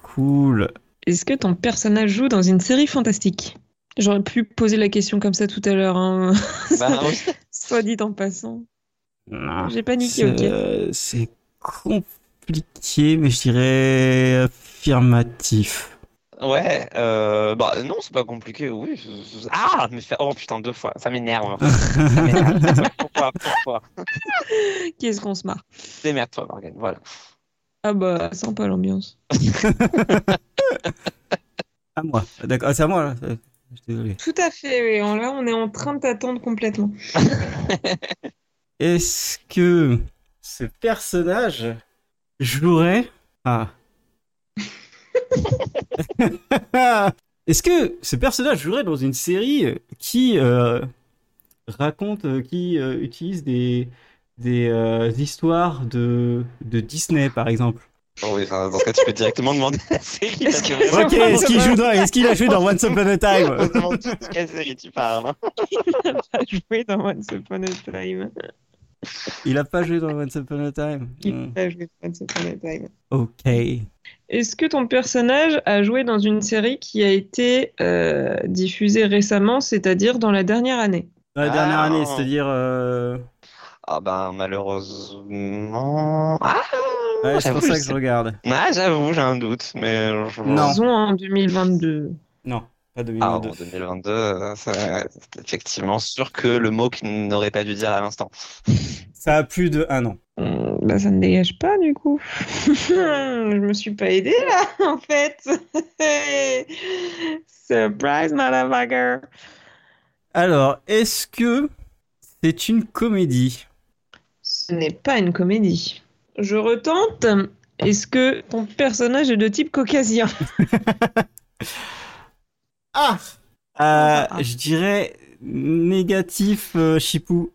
Speaker 1: cool.
Speaker 2: Est-ce que ton personnage joue dans une série fantastique J'aurais pu poser la question comme ça tout à l'heure, hein. <laughs>
Speaker 3: Bah oui,
Speaker 2: soit dit en passant.
Speaker 1: Non.
Speaker 2: J'ai paniqué,
Speaker 1: Ah, C'est-
Speaker 2: ok.
Speaker 1: euh, C'est compliqué, mais je dirais affirmatif.
Speaker 3: Ouais, euh, bah non, c'est pas compliqué, oui. je- je- Ah, mais fa- oh putain, deux fois, ça <laughs> m'énerve. Ça m'énerve. pourquoi, pourquoi
Speaker 2: Qui est-ce qu'on se marre
Speaker 3: Démerde-toi, Morgane, voilà.
Speaker 2: Ah bah, sympa l'ambiance.
Speaker 1: À moi. D'accord, ah, c'est à moi là. Euh, Je suis désolé.
Speaker 2: Tout à fait, oui. On- Là, on est en train de t'attendre <laughs> complètement.
Speaker 1: Est-ce que
Speaker 4: Ce personnage,
Speaker 1: jouerais Ah. Est-ce que ce personnage jouerait dans une série qui euh, raconte, euh, qui euh, utilise des, des euh, histoires de, de Disney par exemple
Speaker 3: Bon, Oh oui, enfin, dans ce cas, tu peux directement demander la série.
Speaker 2: Est-ce
Speaker 3: parce que
Speaker 2: que-
Speaker 3: vraiment,
Speaker 1: <laughs> Ok, est-ce qu'il joue dans, est-ce qu'il a joué dans Once Upon a
Speaker 3: on
Speaker 1: Time
Speaker 3: se demande tous de quelle série tu parles. hein.
Speaker 2: Pas joué Ah, dans Once Upon a Time.
Speaker 1: <laughs> Il a pas joué dans Once Upon a Time. Hmm.
Speaker 2: Pas joué Ah, dans Once Upon a Time.
Speaker 1: Ok.
Speaker 2: Est-ce que ton personnage a joué dans une série qui a été euh, diffusée récemment, c'est-à-dire dans la dernière année
Speaker 1: Dans la dernière
Speaker 3: Ah.
Speaker 1: année, c'est-à-dire. euh,
Speaker 3: Ah ben, malheureusement. Ah,
Speaker 1: ouais, c'est
Speaker 3: j'avoue,
Speaker 1: pour ça
Speaker 3: je
Speaker 1: que
Speaker 3: sais-
Speaker 1: je regarde.
Speaker 3: Ah, j'avoue, j'ai un doute, mais je-
Speaker 1: Non.
Speaker 2: Disons en 2022.
Speaker 1: Non, pas
Speaker 3: Ah, en
Speaker 1: 2022.
Speaker 3: 2022, euh, ça- c'est effectivement sûr que le mot qu'il n'aurait pas dû dire à l'instant.
Speaker 1: Ça a plus de un an.
Speaker 2: Hum, Bah, ça ne dégage pas du coup. <laughs> Je me suis pas aidée là, <laughs> en fait. Surprise, motherfucker.
Speaker 1: Alors, est-ce que c'est une comédie
Speaker 2: Ce n'est pas une comédie. Je retente. Est-ce que ton personnage est de type caucasien
Speaker 1: Ah
Speaker 2: Ah.
Speaker 1: Je dirais négatif, euh, Chipou.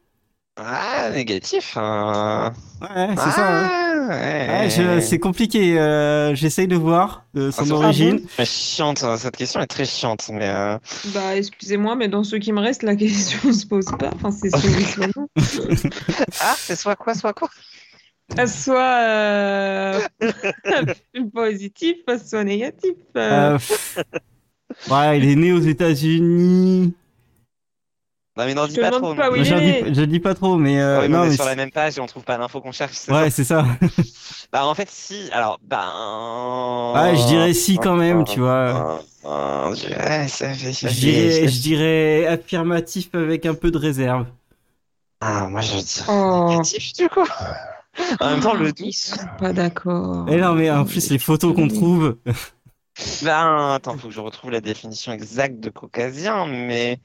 Speaker 3: Ah, négatif. hein.
Speaker 1: Ouais, <laughs> c'est
Speaker 3: ah,
Speaker 1: ça. hein.
Speaker 3: ouais.
Speaker 1: Ouais, je- c'est compliqué. euh, J'essaye de voir euh,
Speaker 3: Ah,
Speaker 1: son
Speaker 3: ça-
Speaker 1: origine.
Speaker 3: Mais chiante, hein, cette question est très chiante, mais euh,
Speaker 2: <laughs> Bah, excusez-moi, mais dans ce qui me reste, la question se pose pas. Enfin, c'est soit oui, soit <laughs> non.
Speaker 3: ah, c'est soit quoi, soit quoi.
Speaker 2: Ah, Soit euh, <laughs> positif, soit négatif. Euh,
Speaker 1: Euh, pff. ouais, il est né aux États-Unis.
Speaker 3: Non mais n'en
Speaker 2: Je
Speaker 3: dis
Speaker 2: te
Speaker 3: pas
Speaker 2: demande
Speaker 3: trop.
Speaker 2: pas
Speaker 3: mais-
Speaker 2: Ah Oui, où il
Speaker 1: J'en
Speaker 2: est
Speaker 1: dis,
Speaker 2: né.
Speaker 1: je dis pas trop, mais, euh,
Speaker 3: Ah oui, mais
Speaker 1: non,
Speaker 3: on est
Speaker 1: mais
Speaker 3: sur
Speaker 1: c'est-
Speaker 3: la même page et on trouve pas l'info qu'on cherche. c'est
Speaker 1: Ouais, c'est ça.
Speaker 3: ça. Bah en fait si. Alors ben.
Speaker 1: Ouais, je dirais si quand même, tu vois.
Speaker 3: Ah, ah, je- ouais, ça fait- ça
Speaker 1: Je
Speaker 3: fait-
Speaker 1: dirais, je dirais affirmatif avec un peu de réserve.
Speaker 3: Ah moi je dirais
Speaker 2: Oh,
Speaker 3: négatif du coup. En même temps le doute.
Speaker 2: pas d'accord.
Speaker 1: Et Eh non, mais en plus, les photos qu'on trouve.
Speaker 3: Ben, attends, faut que je retrouve la définition exacte de caucasien, mais.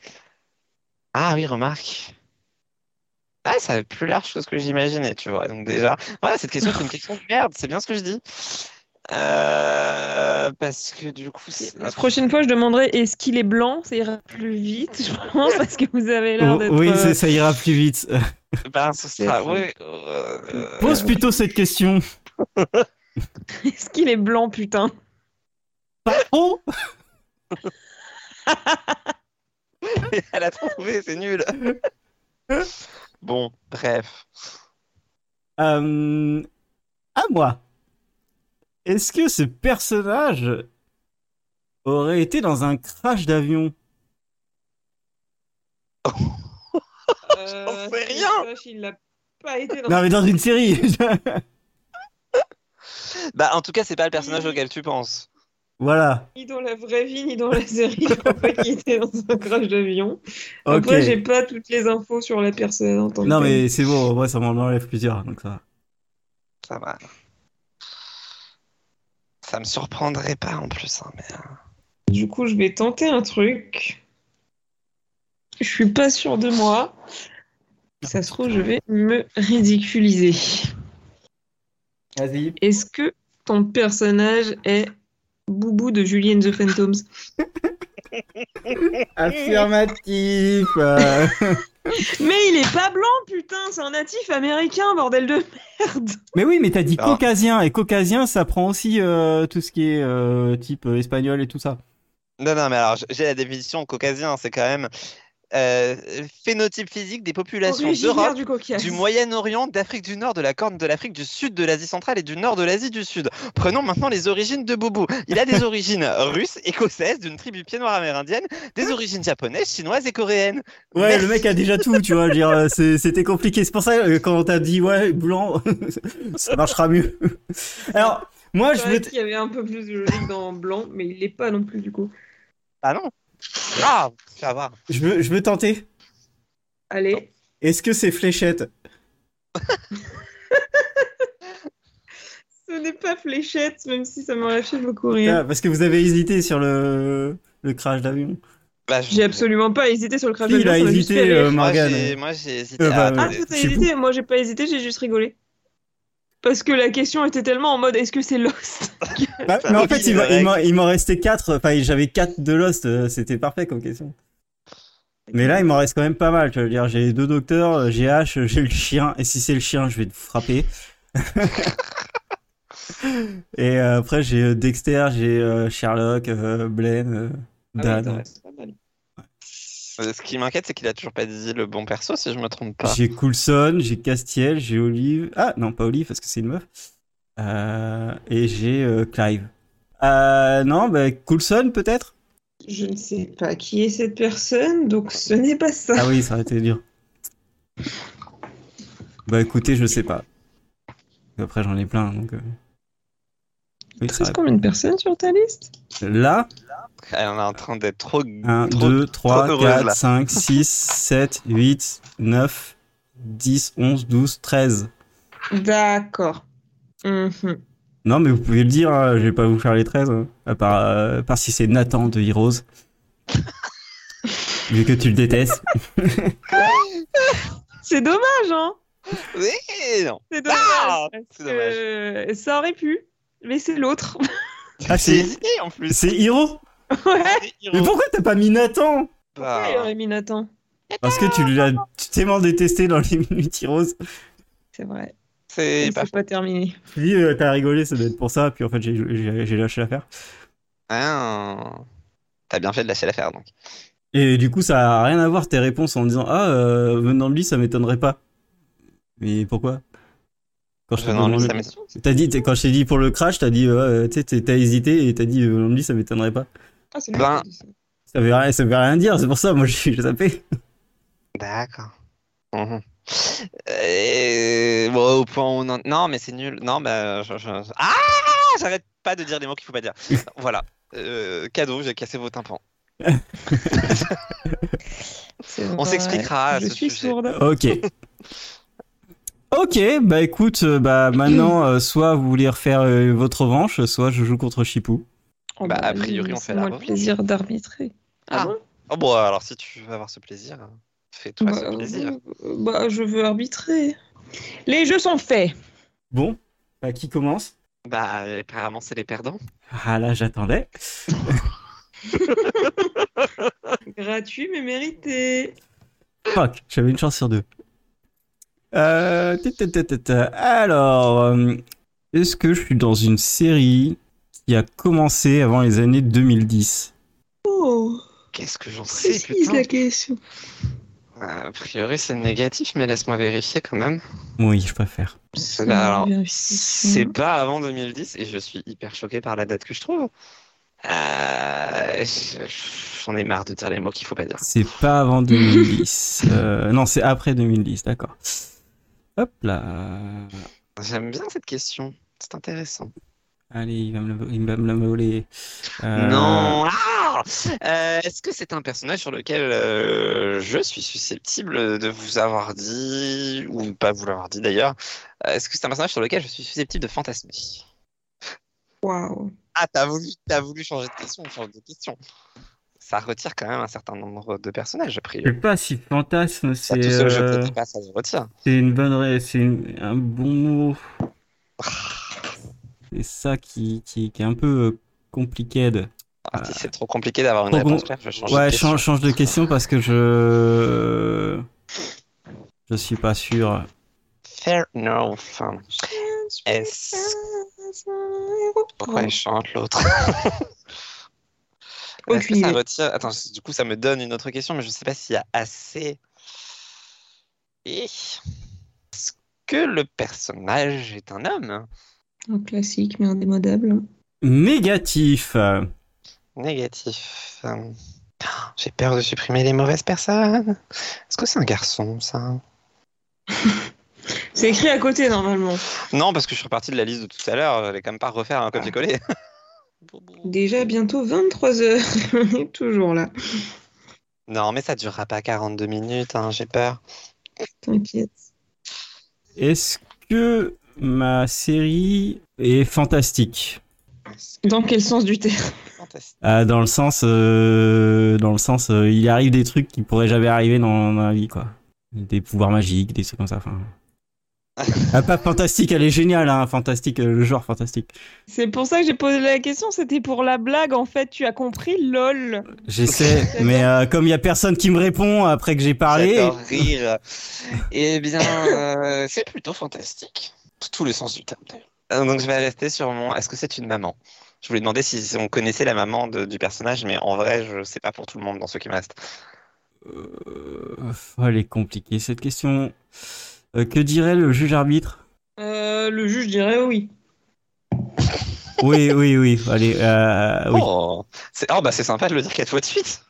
Speaker 3: Ah oui, remarque. Ah, ça va plus large que ce que j'imaginais, tu vois. Donc, déjà. Ouais, cette question, c'est une question de merde, c'est bien ce que je dis. Euh, parce que du coup, c'est-
Speaker 2: La
Speaker 3: <laughs>
Speaker 2: prochaine fois, je demanderai est-ce qu'il est blanc Ça ira plus vite, je pense, parce que vous avez l'air d'être.
Speaker 1: Oh, oui,
Speaker 2: euh,
Speaker 1: c'est- ça ira plus
Speaker 2: <laughs>
Speaker 1: vite.
Speaker 3: ben, ce sera-
Speaker 4: c'est-
Speaker 3: ouais, euh,
Speaker 1: Pose plutôt cette question.
Speaker 2: Est-ce qu'il est blanc, putain
Speaker 1: Pas trop
Speaker 3: <laughs> Elle a trouvé,
Speaker 2: <laughs>
Speaker 3: c'est nul. bon, bref.
Speaker 1: Euh, À moi. Est-ce que ce personnage aurait été dans un crash d'avion
Speaker 2: Euh,
Speaker 3: sais
Speaker 2: c'est
Speaker 3: rien.
Speaker 2: vache, Il l'a pas été dans
Speaker 1: Non, mais dans une série <laughs>
Speaker 3: Bah, en tout cas, c'est pas le personnage auquel tu penses.
Speaker 1: Voilà.
Speaker 2: ni dans la vraie vie, ni dans la série. <laughs> Je crois pas qu'il était dans un crash d'avion.
Speaker 1: Ok.
Speaker 2: Après, Ah, j'ai pas toutes les infos sur la personne. en tant que
Speaker 1: Non,
Speaker 2: telle.
Speaker 1: mais c'est bon, moi ça m'en enlève plusieurs, donc ça va.
Speaker 3: Ça va. Ça me surprendrait pas en plus. hein, mais...
Speaker 2: Du coup, je vais tenter un truc. Je suis pas sûre de moi. Ça se trouve, je vais me ridiculiser. <laughs>
Speaker 4: Vas-y.
Speaker 2: Est-ce que ton personnage est Boubou de Julie and the Phantoms
Speaker 4: Affirmatif.
Speaker 1: Euh,
Speaker 2: Mais il est pas blanc, putain, c'est un natif américain, bordel de merde.
Speaker 1: <laughs> mais oui, mais t'as dit
Speaker 3: Ah.
Speaker 1: caucasien, et caucasien ça prend aussi euh, tout ce qui est euh, type euh, espagnol et tout ça.
Speaker 3: Non, non, mais alors j- j'ai la définition caucasien, c'est quand même euh, phénotype physique des populations
Speaker 2: Originaire
Speaker 3: d'Europe,
Speaker 2: du Caucase.
Speaker 3: du Moyen-Orient, d'Afrique du Nord, de la Corne de l'Afrique, du Sud de l'Asie centrale et du Nord de l'Asie du Sud. Prenons maintenant les origines de Boubou. Il a
Speaker 2: <laughs>
Speaker 3: des origines russes, écossaises, d'une tribu pied noir amérindienne, des origines japonaises, chinoises et coréennes.
Speaker 1: Ouais,
Speaker 3: Merci.
Speaker 1: le mec a déjà tout, tu vois, je veux dire, euh, c'est- c'était compliqué. C'est pour ça euh, quand t'as dit ouais, blanc, <laughs> ça marchera mieux. <laughs> Alors, moi je
Speaker 2: Je
Speaker 1: veux.
Speaker 2: qu'il y avait un peu plus de logique dans blanc, mais il l'est pas non plus du coup.
Speaker 3: Ah non Ah, tu vas voir.
Speaker 1: Je veux, je veux tenter.
Speaker 2: Allez,
Speaker 1: Est-ce que c'est fléchette
Speaker 2: ce n'est pas fléchette, même si ça m'aurait fait beaucoup rire.
Speaker 1: Ah, Parce que vous avez hésité sur le, le crash
Speaker 3: <laughs>
Speaker 1: d'avion.
Speaker 3: Bah, je-
Speaker 2: J'ai absolument pas hésité sur le crash
Speaker 1: Qui il a
Speaker 2: d'avion, ça m'a juste fait
Speaker 1: hésité,
Speaker 2: rire.
Speaker 1: euh,
Speaker 3: Moi,
Speaker 1: Morgane
Speaker 3: j'ai- moi j'ai hésité.
Speaker 1: Euh, bah,
Speaker 3: Ah,
Speaker 1: ouais.
Speaker 2: Ah,
Speaker 3: attendez.
Speaker 2: toi t'as
Speaker 1: Je sais
Speaker 2: hésité, moi j'ai pas hésité, j'ai juste rigolé. Parce que la question était tellement en mode est-ce que c'est Lost
Speaker 1: Bah, mais en fait, il m'a-
Speaker 3: Ouais.
Speaker 1: il m'en- il m'en restait 4. Enfin, j'avais 4 de Lost. euh, C'était parfait comme question. Mais
Speaker 2: Ah
Speaker 1: là, il m'en reste quand même pas mal. Tu veux dire, j'ai les deux docteurs, euh, j'ai H, <laughs> euh, j'ai le chien. Et si c'est le chien, je vais te frapper. et euh, après, j'ai euh, Dexter, j'ai euh, Sherlock, euh, Blaine, euh,
Speaker 2: Ah
Speaker 1: Dan.
Speaker 3: Euh, Ce qui m'inquiète, c'est qu'il a toujours pas dit le bon perso, si je me trompe pas.
Speaker 1: j'ai Coulson, j'ai Castiel, j'ai Olive. Ah non, pas Olive parce que c'est une meuf. Euh, et j'ai euh, Clive. Euh, non, bah, Coulson peut-être
Speaker 2: Je ne sais pas qui est cette personne, donc ce n'est pas ça.
Speaker 1: Ah oui, ça aurait été dur. Bah écoutez, je sais pas. Après, j'en ai plein, donc... euh. Oui,
Speaker 2: Il te
Speaker 1: ça
Speaker 2: reste combien de personnes sur ta liste
Speaker 1: aurait- Là,
Speaker 3: Elle est en train d'être trop.
Speaker 1: 1,
Speaker 3: trop-
Speaker 1: 2, 3,
Speaker 3: heureuse,
Speaker 1: 4,
Speaker 3: là.
Speaker 1: 5, 6, 7, 8, 9, 10, 11, 12, 13.
Speaker 2: D'accord. Mhm.
Speaker 1: Non, mais vous pouvez le dire, hein, je vais pas vous faire les 13, hein. à, part, euh, à part si c'est Nathan de Heroes. Vu que tu le
Speaker 3: <laughs>
Speaker 1: détestes.
Speaker 2: C'est dommage, hein
Speaker 3: Oui, non.
Speaker 2: C'est dommage.
Speaker 3: Ah
Speaker 2: parce
Speaker 3: C'est dommage.
Speaker 2: que Ça aurait pu, mais c'est l'autre.
Speaker 1: Ah,
Speaker 3: J'ai
Speaker 1: c'est
Speaker 3: hésité en plus.
Speaker 1: c'est Hiro
Speaker 2: ouais.
Speaker 3: C'est
Speaker 1: <laughs> Mais
Speaker 3: Hiro.
Speaker 1: pourquoi t'as pas mis Nathan Ah.
Speaker 3: Bah,
Speaker 2: Il aurait mis Nathan.
Speaker 1: Parce que tu l'as tu t'es tellement détesté dans les minutes Heroes.
Speaker 2: C'est vrai.
Speaker 3: c'est
Speaker 2: Et
Speaker 3: pas
Speaker 2: c'est pas terminé.
Speaker 1: Je me dis, euh, t'as rigolé, ça doit être pour ça. Puis en fait, j'ai- j'ai j'ai lâché l'affaire.
Speaker 3: Ah. T'as bien fait de lâcher l'affaire donc.
Speaker 1: Et du coup, ça a rien à voir tes réponses en disant Ah, euh, venant de lui, ça m'étonnerait pas. Mais pourquoi Quand je t'ai
Speaker 3: Venant de lui,
Speaker 1: demandé-
Speaker 3: ça m'étonne-
Speaker 1: T'as dit, t'es- quand je t'ai dit pour le crash, t'as dit, euh, tu sais, t'es- t'as hésité et t'as dit, euh, venant de lui, ça m'étonnerait pas.
Speaker 2: Ah, c'est
Speaker 3: Ben-
Speaker 2: lui qui a dit ça.
Speaker 1: Ça veut rien, ça veut rien dire, c'est pour ça, moi, je suis zappé.
Speaker 3: D'accord. Mhm. Euh, bon, au point où on en- Non, mais c'est nul. Non, bah. je- je- Ah J'arrête pas de dire des mots qu'il faut pas dire. voilà. Euh, cadeau, j'ai cassé vos tympans.
Speaker 2: C'est
Speaker 3: On
Speaker 2: vrai.
Speaker 3: s'expliquera à
Speaker 2: Je
Speaker 3: Ah, ce
Speaker 2: suis
Speaker 3: sujet.
Speaker 2: sourde.
Speaker 1: Ok. Ok, bah écoute, euh, bah maintenant, euh, soit vous voulez refaire euh, votre revanche, soit je joue contre Chipou.
Speaker 2: Oh,
Speaker 3: Bah, a priori, on fait la
Speaker 2: laissez-moi le
Speaker 3: revanche.
Speaker 2: plaisir d'arbitrer.
Speaker 3: Ah,
Speaker 2: bon
Speaker 3: Oh, bon, alors si tu veux avoir ce plaisir, hein, fais-toi
Speaker 2: Bah,
Speaker 3: ce ah, plaisir.
Speaker 2: euh, bah, je veux arbitrer. Les jeux sont faits.
Speaker 1: Bon, bah qui commence
Speaker 3: Bah, apparemment, c'est les perdants.
Speaker 1: Ah là, j'attendais.
Speaker 2: Gratuit mais mérité.
Speaker 1: Fuck, j'avais une chance sur deux. Euh, tut, tut, tut, tut. Alors, euh, est-ce que je suis dans une série qui a commencé avant les années 2010
Speaker 2: Oh,
Speaker 3: Qu'est-ce que j'en sais,
Speaker 2: précise
Speaker 3: putain
Speaker 2: la question.
Speaker 3: Bah, A priori, c'est négatif, mais laisse-moi vérifier quand même.
Speaker 1: Oui, je préfère.
Speaker 2: C'est
Speaker 3: Bah, alors,
Speaker 2: une vérification.
Speaker 3: c'est pas avant 2010 et je suis hyper choqué par la date que je trouve. Euh, je- J'en ai marre de dire les mots qu'il faut pas dire.
Speaker 1: C'est pas avant
Speaker 3: <laughs>
Speaker 1: 2010. Euh, non, c'est après 2010, d'accord. Hop là.
Speaker 3: J'aime bien cette question. C'est intéressant.
Speaker 1: Allez, il va me, la- il va me la voler. Euh,
Speaker 3: Non. Ah Euh, Est-ce que c'est un personnage sur lequel euh, je suis susceptible de vous avoir dit, ou pas vous l'avoir dit d'ailleurs Euh, Est-ce que c'est un personnage sur lequel je suis susceptible de fantasmer
Speaker 2: Waouh.
Speaker 3: Ah, t'as voulu, t'as voulu changer de question, on change de question. Ça retire quand même un certain nombre de personnages, a
Speaker 1: Je
Speaker 3: priori. Bah,
Speaker 1: sais pas si fantasme,
Speaker 3: Pas
Speaker 1: c'est
Speaker 3: tout seul, je
Speaker 1: euh,
Speaker 3: te dis pas, ça se retire.
Speaker 1: c'est une bonne, ré- c'est une- un bon mot. C'est ça qui, qui, qui est un peu euh, compliqué. de-
Speaker 3: Ah, si c'est trop compliqué d'avoir une
Speaker 1: Trop bon.
Speaker 3: réponse claire, je change
Speaker 1: Euh, Ouais,
Speaker 3: de question.
Speaker 1: change, change de question parce que je je suis pas sûr.
Speaker 3: Fair enough. Est-ce... Pourquoi il chante l'autre Est-ce que
Speaker 2: Aucune
Speaker 3: ça
Speaker 2: idée.
Speaker 3: retire... Attends, du coup, ça me donne une autre question, mais je sais pas s'il y a assez... Et... Est-ce que le personnage est un homme
Speaker 2: Un classique mais indémodable.
Speaker 1: Négatif.
Speaker 3: Négatif. Euh, J'ai peur de supprimer les mauvaises personnes. Est-ce que c'est un garçon, ça
Speaker 2: C'est écrit à côté normalement.
Speaker 3: Non, parce que je suis reparti de la liste de tout à l'heure. J'allais quand même pas refaire un copier-coller.
Speaker 2: Déjà bientôt 23h. <laughs> On est toujours là.
Speaker 3: Non, mais ça durera pas 42 minutes, hein, j'ai peur.
Speaker 2: T'inquiète.
Speaker 1: Est-ce que ma série est fantastique
Speaker 2: Dans quel sens du terme
Speaker 3: Fantastique.
Speaker 1: Ah, Dans le sens, euh, dans le sens, euh, il arrive des trucs qui pourraient jamais arriver dans, dans la vie, quoi. Des pouvoirs magiques, des trucs comme ça.
Speaker 3: <laughs>
Speaker 1: Enfin. Ah, pas fantastique, elle est géniale, hein, fantastique, euh, le genre fantastique.
Speaker 2: C'est pour ça que j'ai posé la question, c'était pour la blague en fait, tu as compris, lol.
Speaker 3: <laughs>
Speaker 1: J'essaie, mais euh, comme il y a personne qui me répond après que j'ai parlé,
Speaker 3: J'adore rire. eh bien, euh, c'est plutôt fantastique. Sous Tous les sens du terme, d'ailleurs. Euh, Donc, je vais rester sur mon. Est-ce que c'est une maman Je voulais demander si si on connaissait la maman de- du personnage, mais en vrai, je sais pas pour tout le monde dans ce qui me reste.
Speaker 1: Euh, elle est compliquée cette question. Euh, que dirait le juge arbitre
Speaker 2: Euh, le juge dirait oui.
Speaker 1: Oui, oui, oui. Allez, euh, oui.
Speaker 3: Oh, c'est oh, bah, c'est sympa de le dire quatre fois de suite.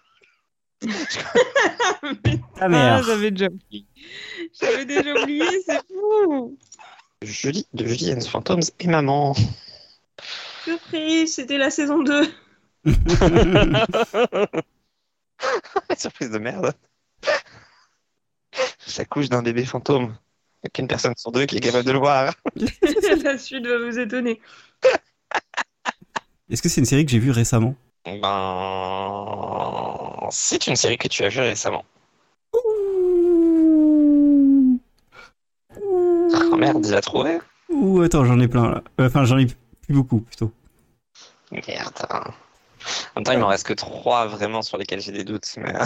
Speaker 1: Ta mère.
Speaker 2: Ah, j'avais déjà oublié. J'avais déjà oublié, <laughs> c'est fou.
Speaker 3: Julie de Julie and the Phantoms et maman. <laughs>
Speaker 2: Surprise, c'était la saison 2.
Speaker 3: Surprise de merde. J'accouche d'un bébé fantôme. Il n'y a qu'une personne sur deux qui est capable de le voir.
Speaker 2: <laughs> la suite va vous étonner.
Speaker 1: <laughs> Est-ce que c'est une série que j'ai vue récemment
Speaker 3: Ben, c'est une série que tu as vue récemment.
Speaker 1: Mm.
Speaker 3: Oh merde, il a trouvé.
Speaker 1: Ouh, attends, j'en ai plein là. Euh, Enfin, j'en ai plus beaucoup plutôt.
Speaker 3: Merde. En même temps, il m'en reste que trois vraiment sur lesquels j'ai des doutes. mais- euh,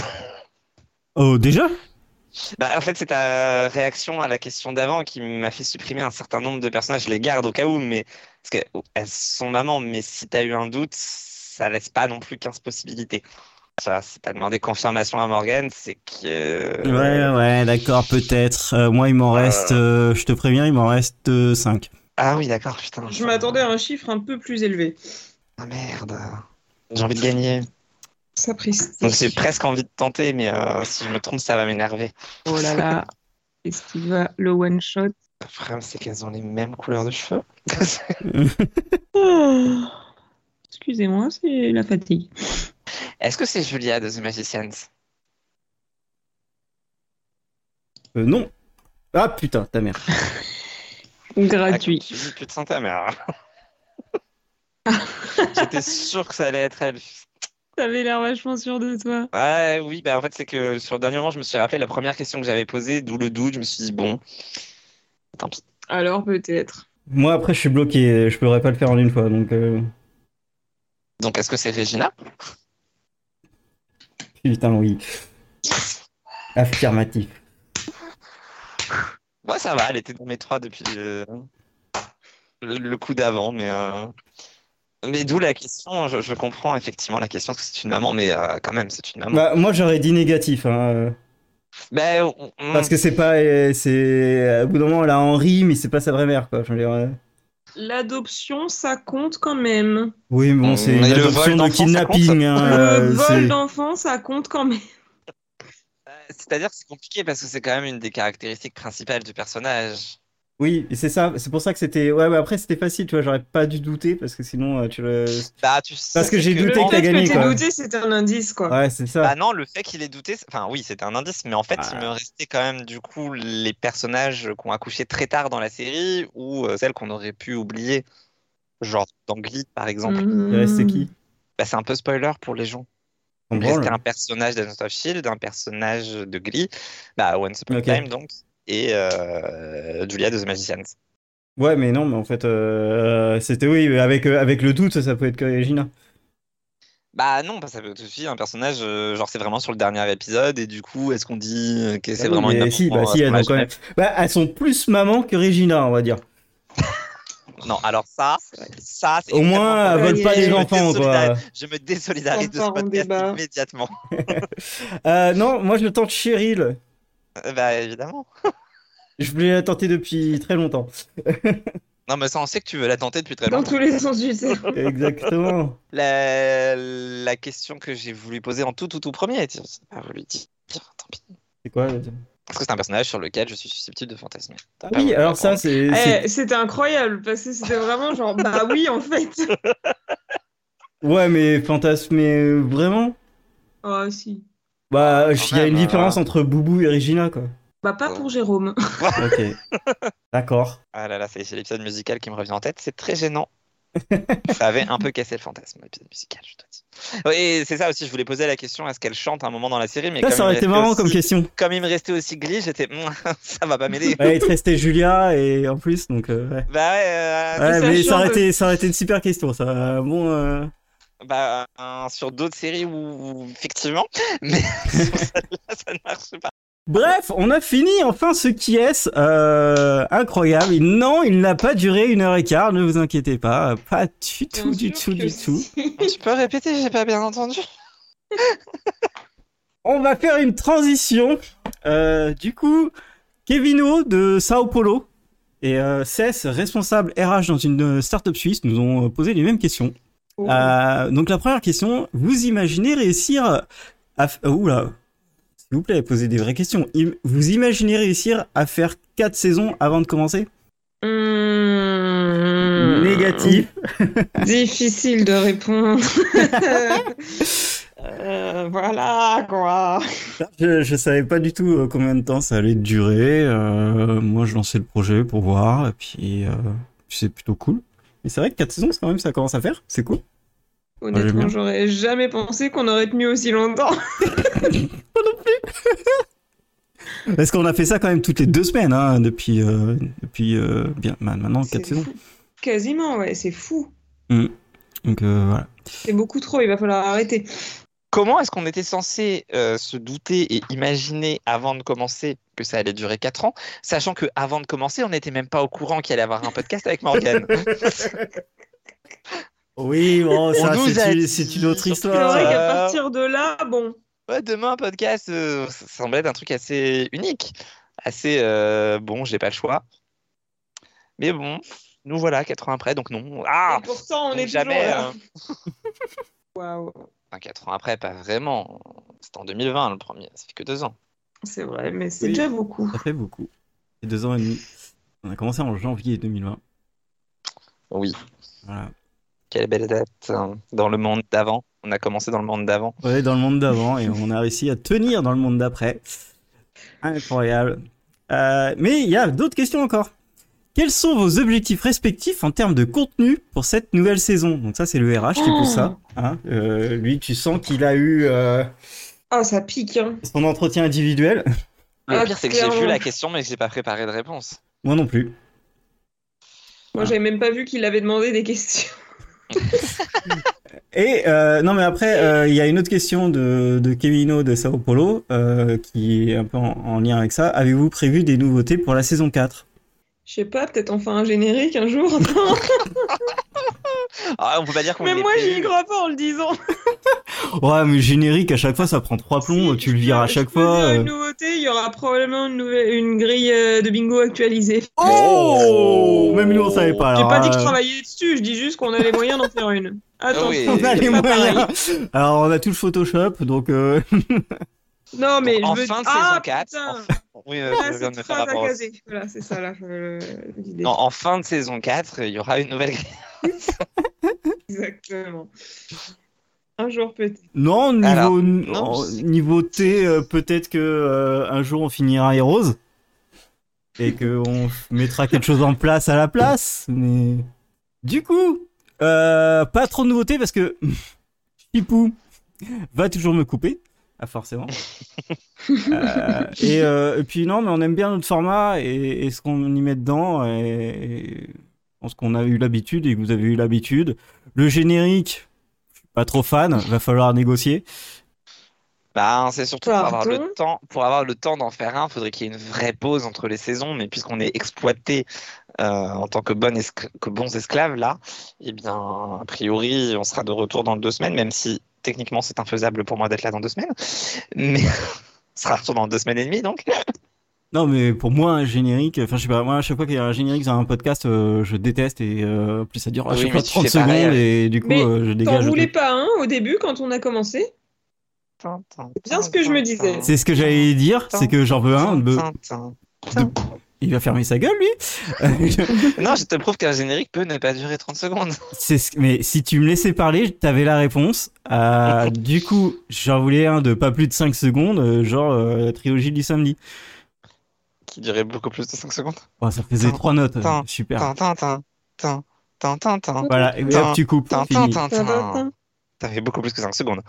Speaker 1: Oh, déjà
Speaker 3: <laughs> Bah, en fait, c'est ta réaction à la question d'avant qui m'a fait supprimer un certain nombre de personnages. Je les garde au cas où, mais parce que oh, elles sont maman. Mais si t'as eu un doute, ça laisse pas non plus 15 possibilités. Ça, si t'as demandé confirmation à Morgan, c'est que
Speaker 1: Ouais, ouais, d'accord, peut-être. Euh, moi, il m'en reste, euh, je te préviens, il m'en reste euh, 5.
Speaker 3: Ah oui, d'accord, putain.
Speaker 2: Je m'attendais à un chiffre un peu plus élevé.
Speaker 3: Ah merde. J'ai envie de gagner.
Speaker 2: Ça
Speaker 3: Donc
Speaker 2: <laughs>
Speaker 3: j'ai
Speaker 2: prestige.
Speaker 3: presque envie de tenter, mais euh, si je me trompe, ça va m'énerver.
Speaker 2: Oh là là. Est-ce qu'il va le one shot
Speaker 3: Le problème, c'est qu'elles ont les mêmes couleurs de cheveux.
Speaker 2: Ah. Excusez-moi, c'est la fatigue.
Speaker 3: <laughs> Est-ce que c'est Julia de The Magicians?
Speaker 1: Euh, non. Ah putain, ta mère.
Speaker 2: Gratuit.
Speaker 3: Ah, comme tu dis, putain ta mère. J'étais sûr que ça allait être elle.
Speaker 2: T'avais l'air vachement sûr de toi.
Speaker 3: Ouais, oui, bah en fait, c'est que sur le dernier moment, je me suis rappelé la première question que j'avais posée, d'où le doute. Je me suis dit, bon, tant pis.
Speaker 2: Alors peut-être.
Speaker 1: Moi, après, je suis bloqué. Je pourrais pas le faire en une fois, donc. euh,
Speaker 3: Donc est-ce que c'est Regina
Speaker 1: Putain, oui. Affirmatif.
Speaker 3: Moi ça va, elle était dans mes trois depuis le, le- le coup d'avant, mais euh, mais d'où la question. Je, je comprends effectivement la question parce que c'est une maman, mais euh, quand même c'est une maman.
Speaker 1: Bah, moi, j'aurais dit négatif, hein, euh,
Speaker 3: Mais on- on-
Speaker 1: parce que c'est pas, euh, c'est, au bout d'un moment, elle a Henri, mais c'est pas sa vraie mère, quoi. Je veux dire, euh,
Speaker 2: L'adoption, ça compte quand même.
Speaker 1: Oui, Hmm. mais bon, c'est
Speaker 3: Et
Speaker 1: une
Speaker 3: le
Speaker 1: adoption
Speaker 3: vol
Speaker 1: de
Speaker 3: d'enfant, ça compte,
Speaker 1: kidnapping. hein,
Speaker 2: le
Speaker 1: euh,
Speaker 2: vol
Speaker 1: c'est-
Speaker 2: d'enfant, ça compte quand même.
Speaker 3: c'est-à-dire que c'est compliqué parce que c'est quand même une des caractéristiques principales du personnage.
Speaker 1: Oui, et c'est ça. C'est pour ça que c'était. Ouais, mais après, c'était facile, tu vois. J'aurais pas dû douter parce que sinon, euh, tu le.
Speaker 3: Bah tu sais
Speaker 1: Parce que j'ai
Speaker 2: Le
Speaker 1: douté que
Speaker 2: fait
Speaker 1: t'as gagné,
Speaker 2: que t'aies
Speaker 1: quoi.
Speaker 2: douté, c'était un indice, quoi.
Speaker 1: Ouais, c'est ça.
Speaker 3: Bah non, le fait qu'il ait douté, c'est- enfin oui, c'était un indice, mais en fait, il
Speaker 1: Ah.
Speaker 3: me restait quand même du coup les personnages qu'on accouché très tard dans la série ou euh, celles qu'on aurait pu oublier, genre dans Glee par exemple.
Speaker 2: Mm. Mmh.
Speaker 1: Il reste qui
Speaker 3: Bah, c'est un peu spoiler pour les gens.
Speaker 1: On
Speaker 3: Il restait
Speaker 1: branle. hein.
Speaker 3: un personnage d'Agent of Shield, E un personnage de Glee, bah Once Upon a
Speaker 1: Ok.
Speaker 3: Time donc, et euh, Julia de The Magicians.
Speaker 1: Ouais, mais non, mais en fait, euh, c'était oui, mais avec, euh, avec le doute, ça peut être que Gina.
Speaker 3: Bah non, parce que ça peut être aussi un personnage, euh, genre c'est vraiment sur le dernier épisode, et du coup, est-ce qu'on dit euh, que c'est
Speaker 1: Ah oui,
Speaker 3: vraiment
Speaker 1: mais
Speaker 3: une
Speaker 1: si,
Speaker 3: maman,
Speaker 1: bah,
Speaker 3: euh,
Speaker 1: si, elles,
Speaker 3: sur la
Speaker 1: ont quand même- Bah, elles sont plus maman que Regina, on va dire.
Speaker 3: Non, alors ça, ça, c'est
Speaker 1: Au moins,
Speaker 3: extrêmement
Speaker 1: elles veulent pas
Speaker 3: compliqué.
Speaker 1: les
Speaker 3: <laughs> Je me
Speaker 1: enfants, quoi.
Speaker 3: désolidar- Je me désolidarise de ce
Speaker 2: Encore en
Speaker 3: podcast
Speaker 2: débat.
Speaker 3: immédiatement.
Speaker 1: Euh, non, moi, je le tente Cheryl.
Speaker 3: Euh, bah évidemment.
Speaker 1: Je voulais la tenter depuis très longtemps.
Speaker 3: Non, mais ça, on sait que tu veux la tenter depuis très
Speaker 2: Dans
Speaker 3: longtemps.
Speaker 2: tous les sens du terme.
Speaker 1: Exactement.
Speaker 3: La... la question que j'ai voulu poser en tout, tout, tout premier, tiens, j'ai pas voulu dire. Tant pis.
Speaker 1: C'est quoi
Speaker 3: Parce que c'est un personnage sur lequel je suis susceptible de fantasmer.
Speaker 1: Ah Oui, alors ça, c'est. c'est-
Speaker 2: Eh, C'était incroyable parce que c'était vraiment
Speaker 1: <laughs>
Speaker 2: genre bah oui en fait.
Speaker 1: Ouais, mais fantasmer euh, vraiment
Speaker 2: Ah si.
Speaker 1: Bah,
Speaker 3: quand
Speaker 1: il y a une
Speaker 3: même,
Speaker 1: différence
Speaker 3: hein.
Speaker 1: entre Boubou et Regina, quoi.
Speaker 2: Bah pas pour Jérôme.
Speaker 1: Ok. <laughs> D'accord.
Speaker 3: Ah là là, c'est c'est l'épisode musical qui me revient en tête. C'est très gênant. <laughs> ça avait un peu cassé le fantasme, l'épisode musical, je dois dire. Oui, Et c'est ça aussi, je voulais poser la question est-ce qu'elle chante un moment dans la série mais
Speaker 1: Ça, ça
Speaker 3: comme il
Speaker 1: aurait été
Speaker 3: restait
Speaker 1: marrant comme
Speaker 3: aussi- <laughs>
Speaker 1: question.
Speaker 3: comme il me restait aussi Glee, j'étais Mouah, <laughs> ça va pas m'aider.
Speaker 1: Ouais, il te restait Julia et en plus, donc. euh, ouais.
Speaker 3: bah ouais, euh,
Speaker 1: Ouais,
Speaker 2: ça
Speaker 1: mais
Speaker 2: change
Speaker 1: ça aurait,
Speaker 2: de-
Speaker 1: été, ça aurait été une super question, ça. Euh, Bon, euh,
Speaker 3: bah, euh, sur d'autres séries où effectivement, <laughs> mais sur celle-là, ça ne marche pas.
Speaker 1: Bref, on a fini enfin ce qui est euh, incroyable. Non, il n'a pas duré une heure et quart, ne vous inquiétez pas, pas du tout, du
Speaker 2: Bien
Speaker 1: tout,
Speaker 2: sûr que
Speaker 1: du tout.
Speaker 2: si.
Speaker 3: Tu peux répéter, j'ai pas bien entendu.
Speaker 1: On va faire une transition. Euh, du coup, Kevino de Sao Paulo et euh, CES, responsable RH dans une euh, start-up suisse, nous ont euh, posé les mêmes questions.
Speaker 2: <laughs> Oh.
Speaker 1: Euh, donc la première question, vous imaginez réussir à... f- euh, Oula, s'il vous plaît, posez des vraies questions. Im- Vous imaginez réussir à faire 4 saisons avant de commencer
Speaker 2: Mmh.
Speaker 1: Négatif.
Speaker 2: Difficile
Speaker 1: <laughs>
Speaker 2: de répondre. Euh, voilà
Speaker 1: Ah,
Speaker 2: quoi.
Speaker 1: Je, je savais pas du tout euh, combien de temps ça allait durer. Euh, moi, je lançais le projet pour voir, et puis euh, puis c'est plutôt cool. Mais c'est vrai que 4 saisons, c'est quand même, ça commence à faire. C'est cool. j'aime bien.
Speaker 2: Honnêtement, j'aurais jamais pensé qu'on aurait tenu aussi longtemps.
Speaker 1: Parce qu'on a fait ça quand même toutes les deux semaines, hein, depuis, euh, depuis euh, bien, ma- maintenant 4
Speaker 2: C'est
Speaker 1: saisons.
Speaker 2: fou. Quasiment, ouais, c'est fou.
Speaker 1: Donc euh, voilà.
Speaker 2: C'est beaucoup trop, il va falloir arrêter.
Speaker 3: Ah. Comment est-ce qu'on était censé euh, se douter et imaginer avant de commencer que ça allait durer 4 ans, sachant que avant de commencer, on n'était même pas au courant qu'il allait avoir un podcast avec Morgan.
Speaker 1: Oui, bon,
Speaker 3: On
Speaker 1: ça,
Speaker 3: nous a
Speaker 1: c'est une-
Speaker 3: dit-
Speaker 1: c'est une autre
Speaker 2: C'est vrai
Speaker 1: histoire.
Speaker 3: Ouais.
Speaker 2: qu'à partir de là, bon,
Speaker 3: Ouais, demain, un podcast, euh, ça semblait être un truc assez unique. Assez euh, bon, j'ai pas le choix. Mais bon, nous voilà, 4 ans après, donc non. Ah!
Speaker 2: et pourtant on
Speaker 3: Donc
Speaker 2: est
Speaker 3: jamais.
Speaker 2: toujours là.
Speaker 3: euh,
Speaker 2: <laughs> Waouh,
Speaker 3: enfin, 4 ans après, pas vraiment. C'était en 2020 le premier, ça fait que 2 ans.
Speaker 2: c'est vrai, mais c'est
Speaker 1: Oui.
Speaker 2: déjà beaucoup.
Speaker 1: Ça fait beaucoup. C'est deux ans et demi. On a commencé en janvier 2020.
Speaker 3: Oui,
Speaker 1: Voilà.
Speaker 3: quelle belle date. hein. Dans le monde d'avant, on a commencé dans le monde d'avant.
Speaker 1: On est dans le monde d'avant et on a réussi à tenir dans le monde d'après. Incroyable. Euh, mais il y a d'autres questions encore. Quels sont vos objectifs respectifs en termes de contenu pour cette nouvelle saison Donc ça, c'est le RH qui pousse ça. hein. Euh, lui, tu sens qu'il a eu euh,
Speaker 2: Ah, ça pique, hein.
Speaker 1: son entretien individuel. <laughs>
Speaker 3: Le
Speaker 2: Ah,
Speaker 3: pire, c'est que j'ai vu
Speaker 2: clairement.
Speaker 3: la question, mais que j'ai pas préparé de réponse.
Speaker 1: Moi non plus.
Speaker 3: Ah.
Speaker 2: Moi, j'avais même pas vu qu'il avait demandé des questions. <laughs>
Speaker 4: Et euh, non, mais après, euh, il y a une autre question de, de Kevino de Sao Paulo euh, qui est un peu en, en lien avec ça. Avez-vous prévu des nouveautés pour la saison 4
Speaker 2: Je sais pas, peut-être enfin un générique un jour. <laughs> non
Speaker 3: Ah, on peut pas dire qu'on
Speaker 2: mais
Speaker 3: l'ait
Speaker 2: moi,
Speaker 3: prévu.
Speaker 2: j'y crois pas en le disant.
Speaker 1: Ouais, mais le générique, à chaque fois, ça prend trois plombs, tu le vires à
Speaker 2: Je
Speaker 1: chaque
Speaker 2: peux dire
Speaker 1: fois. euh.
Speaker 2: Une nouveauté, il y aura probablement une, nouvelle, une grille euh, de bingo actualisée.
Speaker 1: Oh Même nous, on savait pas.
Speaker 2: J'ai
Speaker 1: alors,
Speaker 2: pas dit que je
Speaker 1: euh,
Speaker 2: travaillais dessus, je dis juste qu'on a les moyens d'en faire une. Attends.
Speaker 3: Ah oui.
Speaker 1: <laughs> on a
Speaker 2: c'est
Speaker 1: les
Speaker 2: pas
Speaker 1: moyens. Alors, on a tout le Photoshop, donc euh, <laughs>
Speaker 2: Non, mais
Speaker 3: en
Speaker 2: je veux
Speaker 3: fin de
Speaker 2: ah,
Speaker 3: saison 4.
Speaker 2: putain. Ah,
Speaker 3: Oui, euh,
Speaker 2: Voilà,
Speaker 3: je viens de me
Speaker 2: cette
Speaker 3: faire
Speaker 2: phrase à
Speaker 3: rapport.
Speaker 2: caser. Voilà, c'est ça, là, euh, l'idée.
Speaker 3: Non, en fin de saison 4, il y aura une nouvelle grille.
Speaker 2: Exactement. Un jour peut-être.
Speaker 1: non, niveau,
Speaker 3: Alors,
Speaker 1: non,
Speaker 3: je sais-
Speaker 1: niveau T, euh, peut-être que euh, un jour on finira Heroes et qu'on mettra quelque chose en place à la place, mais du coup, euh, pas trop de nouveautés parce que <laughs> Pipou va toujours me couper, ah, forcément. Euh, et, euh, et puis non, mais on aime bien notre format et, et ce qu'on y met dedans. Et, et je pense qu'on a eu l'habitude et que vous avez eu l'habitude. Le générique, je suis pas trop fan, va falloir négocier.
Speaker 3: Bah, c'est surtout pour avoir,
Speaker 2: Pardon
Speaker 3: le temps, pour avoir le temps d'en faire un, faudrait qu'il y ait une vraie pause entre les saisons. Mais puisqu'on est exploité euh, en tant que, bon escl- que bons esclaves, là, eh bien, a priori, on sera de retour dans deux semaines, même si techniquement c'est infaisable pour moi d'être là dans deux semaines. Mais <laughs> on sera de retour dans deux semaines et demie, donc.
Speaker 1: Non, mais pour moi, un générique, enfin, je sais pas, moi, à chaque fois qu'il y a un générique dans un podcast, euh, je déteste et euh, en plus ça dure à
Speaker 3: Oui,
Speaker 1: chaque
Speaker 3: mais
Speaker 1: fois
Speaker 3: tu
Speaker 1: 30
Speaker 3: fais pareil
Speaker 1: secondes
Speaker 3: avec-
Speaker 1: et du coup,
Speaker 2: Mais
Speaker 1: euh, je
Speaker 2: T'en
Speaker 1: dégage. le
Speaker 2: voulais
Speaker 1: truc.
Speaker 2: pas un au début quand on a commencé bien ce que je me disais.
Speaker 1: C'est ce que j'allais dire, c'est que j'en veux un. de- <laughs> Il va fermer sa gueule, lui. <laughs>
Speaker 3: Non, je te prouve qu'un générique peut ne pas durer 30 secondes. <laughs>
Speaker 1: C'est ce- Mais si tu me laissais parler, t'avais la réponse. Euh, du coup, j'en voulais un de pas plus de 5 secondes, euh, genre euh, la trilogie du samedi.
Speaker 3: Qui durait beaucoup plus de 5 secondes.
Speaker 1: Oh, ça faisait
Speaker 3: Attends,
Speaker 1: trois notes, euh,
Speaker 3: attends,
Speaker 1: super.
Speaker 3: Tin, tin, tin, tin, tin, tin, tin,
Speaker 1: Voilà, et hop, tu coupes,
Speaker 3: tin, tin,
Speaker 1: fini.
Speaker 3: tin, tin.
Speaker 2: Tintin.
Speaker 3: Ça fait beaucoup plus que 5 secondes.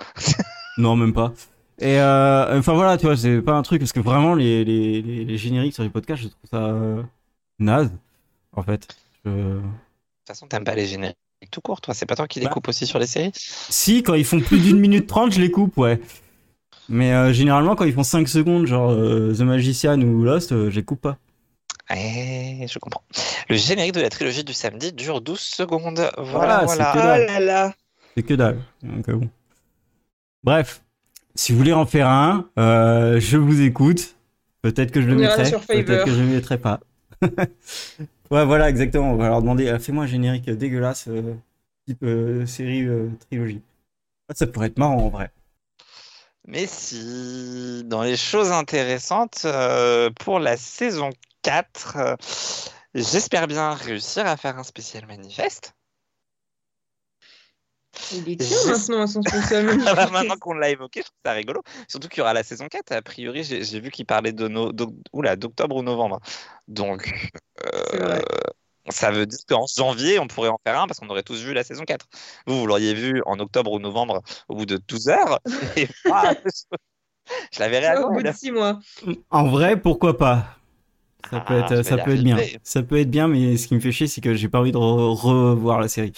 Speaker 1: Non, même pas. Et euh, enfin voilà, tu vois, c'est pas un truc, parce que vraiment, les, les, les, les génériques sur les podcasts, je trouve ça euh, naze, en fait. Je-
Speaker 3: De toute façon, t'aimes pas les génériques tout court, toi. C'est pas toi qui les
Speaker 1: Bah.
Speaker 3: coupe aussi sur les séries
Speaker 1: Si, quand ils font plus d'une minute trente, je les coupe, ouais. Mais euh, généralement, quand ils font 5 secondes, genre euh, The Magician ou Lost, euh, je les coupe pas.
Speaker 3: Eh, je comprends. Le générique de la trilogie du samedi dure 12 secondes.
Speaker 1: Voilà,
Speaker 3: Voilà,
Speaker 1: c'était
Speaker 3: voilà.
Speaker 2: Ah là là.
Speaker 1: C'est que dalle. Donc, euh, bon. Bref, si vous voulez en faire un, euh, je vous écoute. Peut-être que je le
Speaker 2: On ira
Speaker 1: mettrai,
Speaker 2: sur Fiverr.
Speaker 1: peut-être que je le mettrai pas. <laughs> ouais, voilà, exactement. On va leur demander, euh, fais-moi un générique dégueulasse, euh, type euh, série euh, trilogie. Ah, Ça pourrait être marrant en vrai.
Speaker 3: Mais si, dans les choses intéressantes, euh, pour la saison 4, euh, j'espère bien réussir à faire un spécial manifeste.
Speaker 2: Il est tiens maintenant
Speaker 3: <laughs>
Speaker 2: à son spécial.
Speaker 3: Ah bah, maintenant qu'on l'a évoqué, je trouve ça rigolo. Surtout qu'il y aura la saison 4. A priori, j'ai j'ai vu qu'il parlait de no- d'oc- oula, d'octobre ou novembre. Donc, euh,
Speaker 2: C'est vrai.
Speaker 3: ça veut dire qu'en janvier, on pourrait en faire un parce qu'on aurait tous vu la saison 4. Vous, vous l'auriez vu en octobre ou novembre au bout de
Speaker 2: <laughs>
Speaker 3: 12 heures. Et moi, <laughs> je, je la verrai à
Speaker 2: Au bout de
Speaker 3: Noël.
Speaker 2: six mois.
Speaker 1: En vrai, pourquoi pas ça peut
Speaker 3: Ah,
Speaker 1: être,
Speaker 3: je
Speaker 1: ça
Speaker 3: vais
Speaker 1: peut être bien.
Speaker 3: l'arriver.
Speaker 1: Ça peut être bien, mais ce qui me fait chier, c'est que j'ai pas envie de re- revoir la série.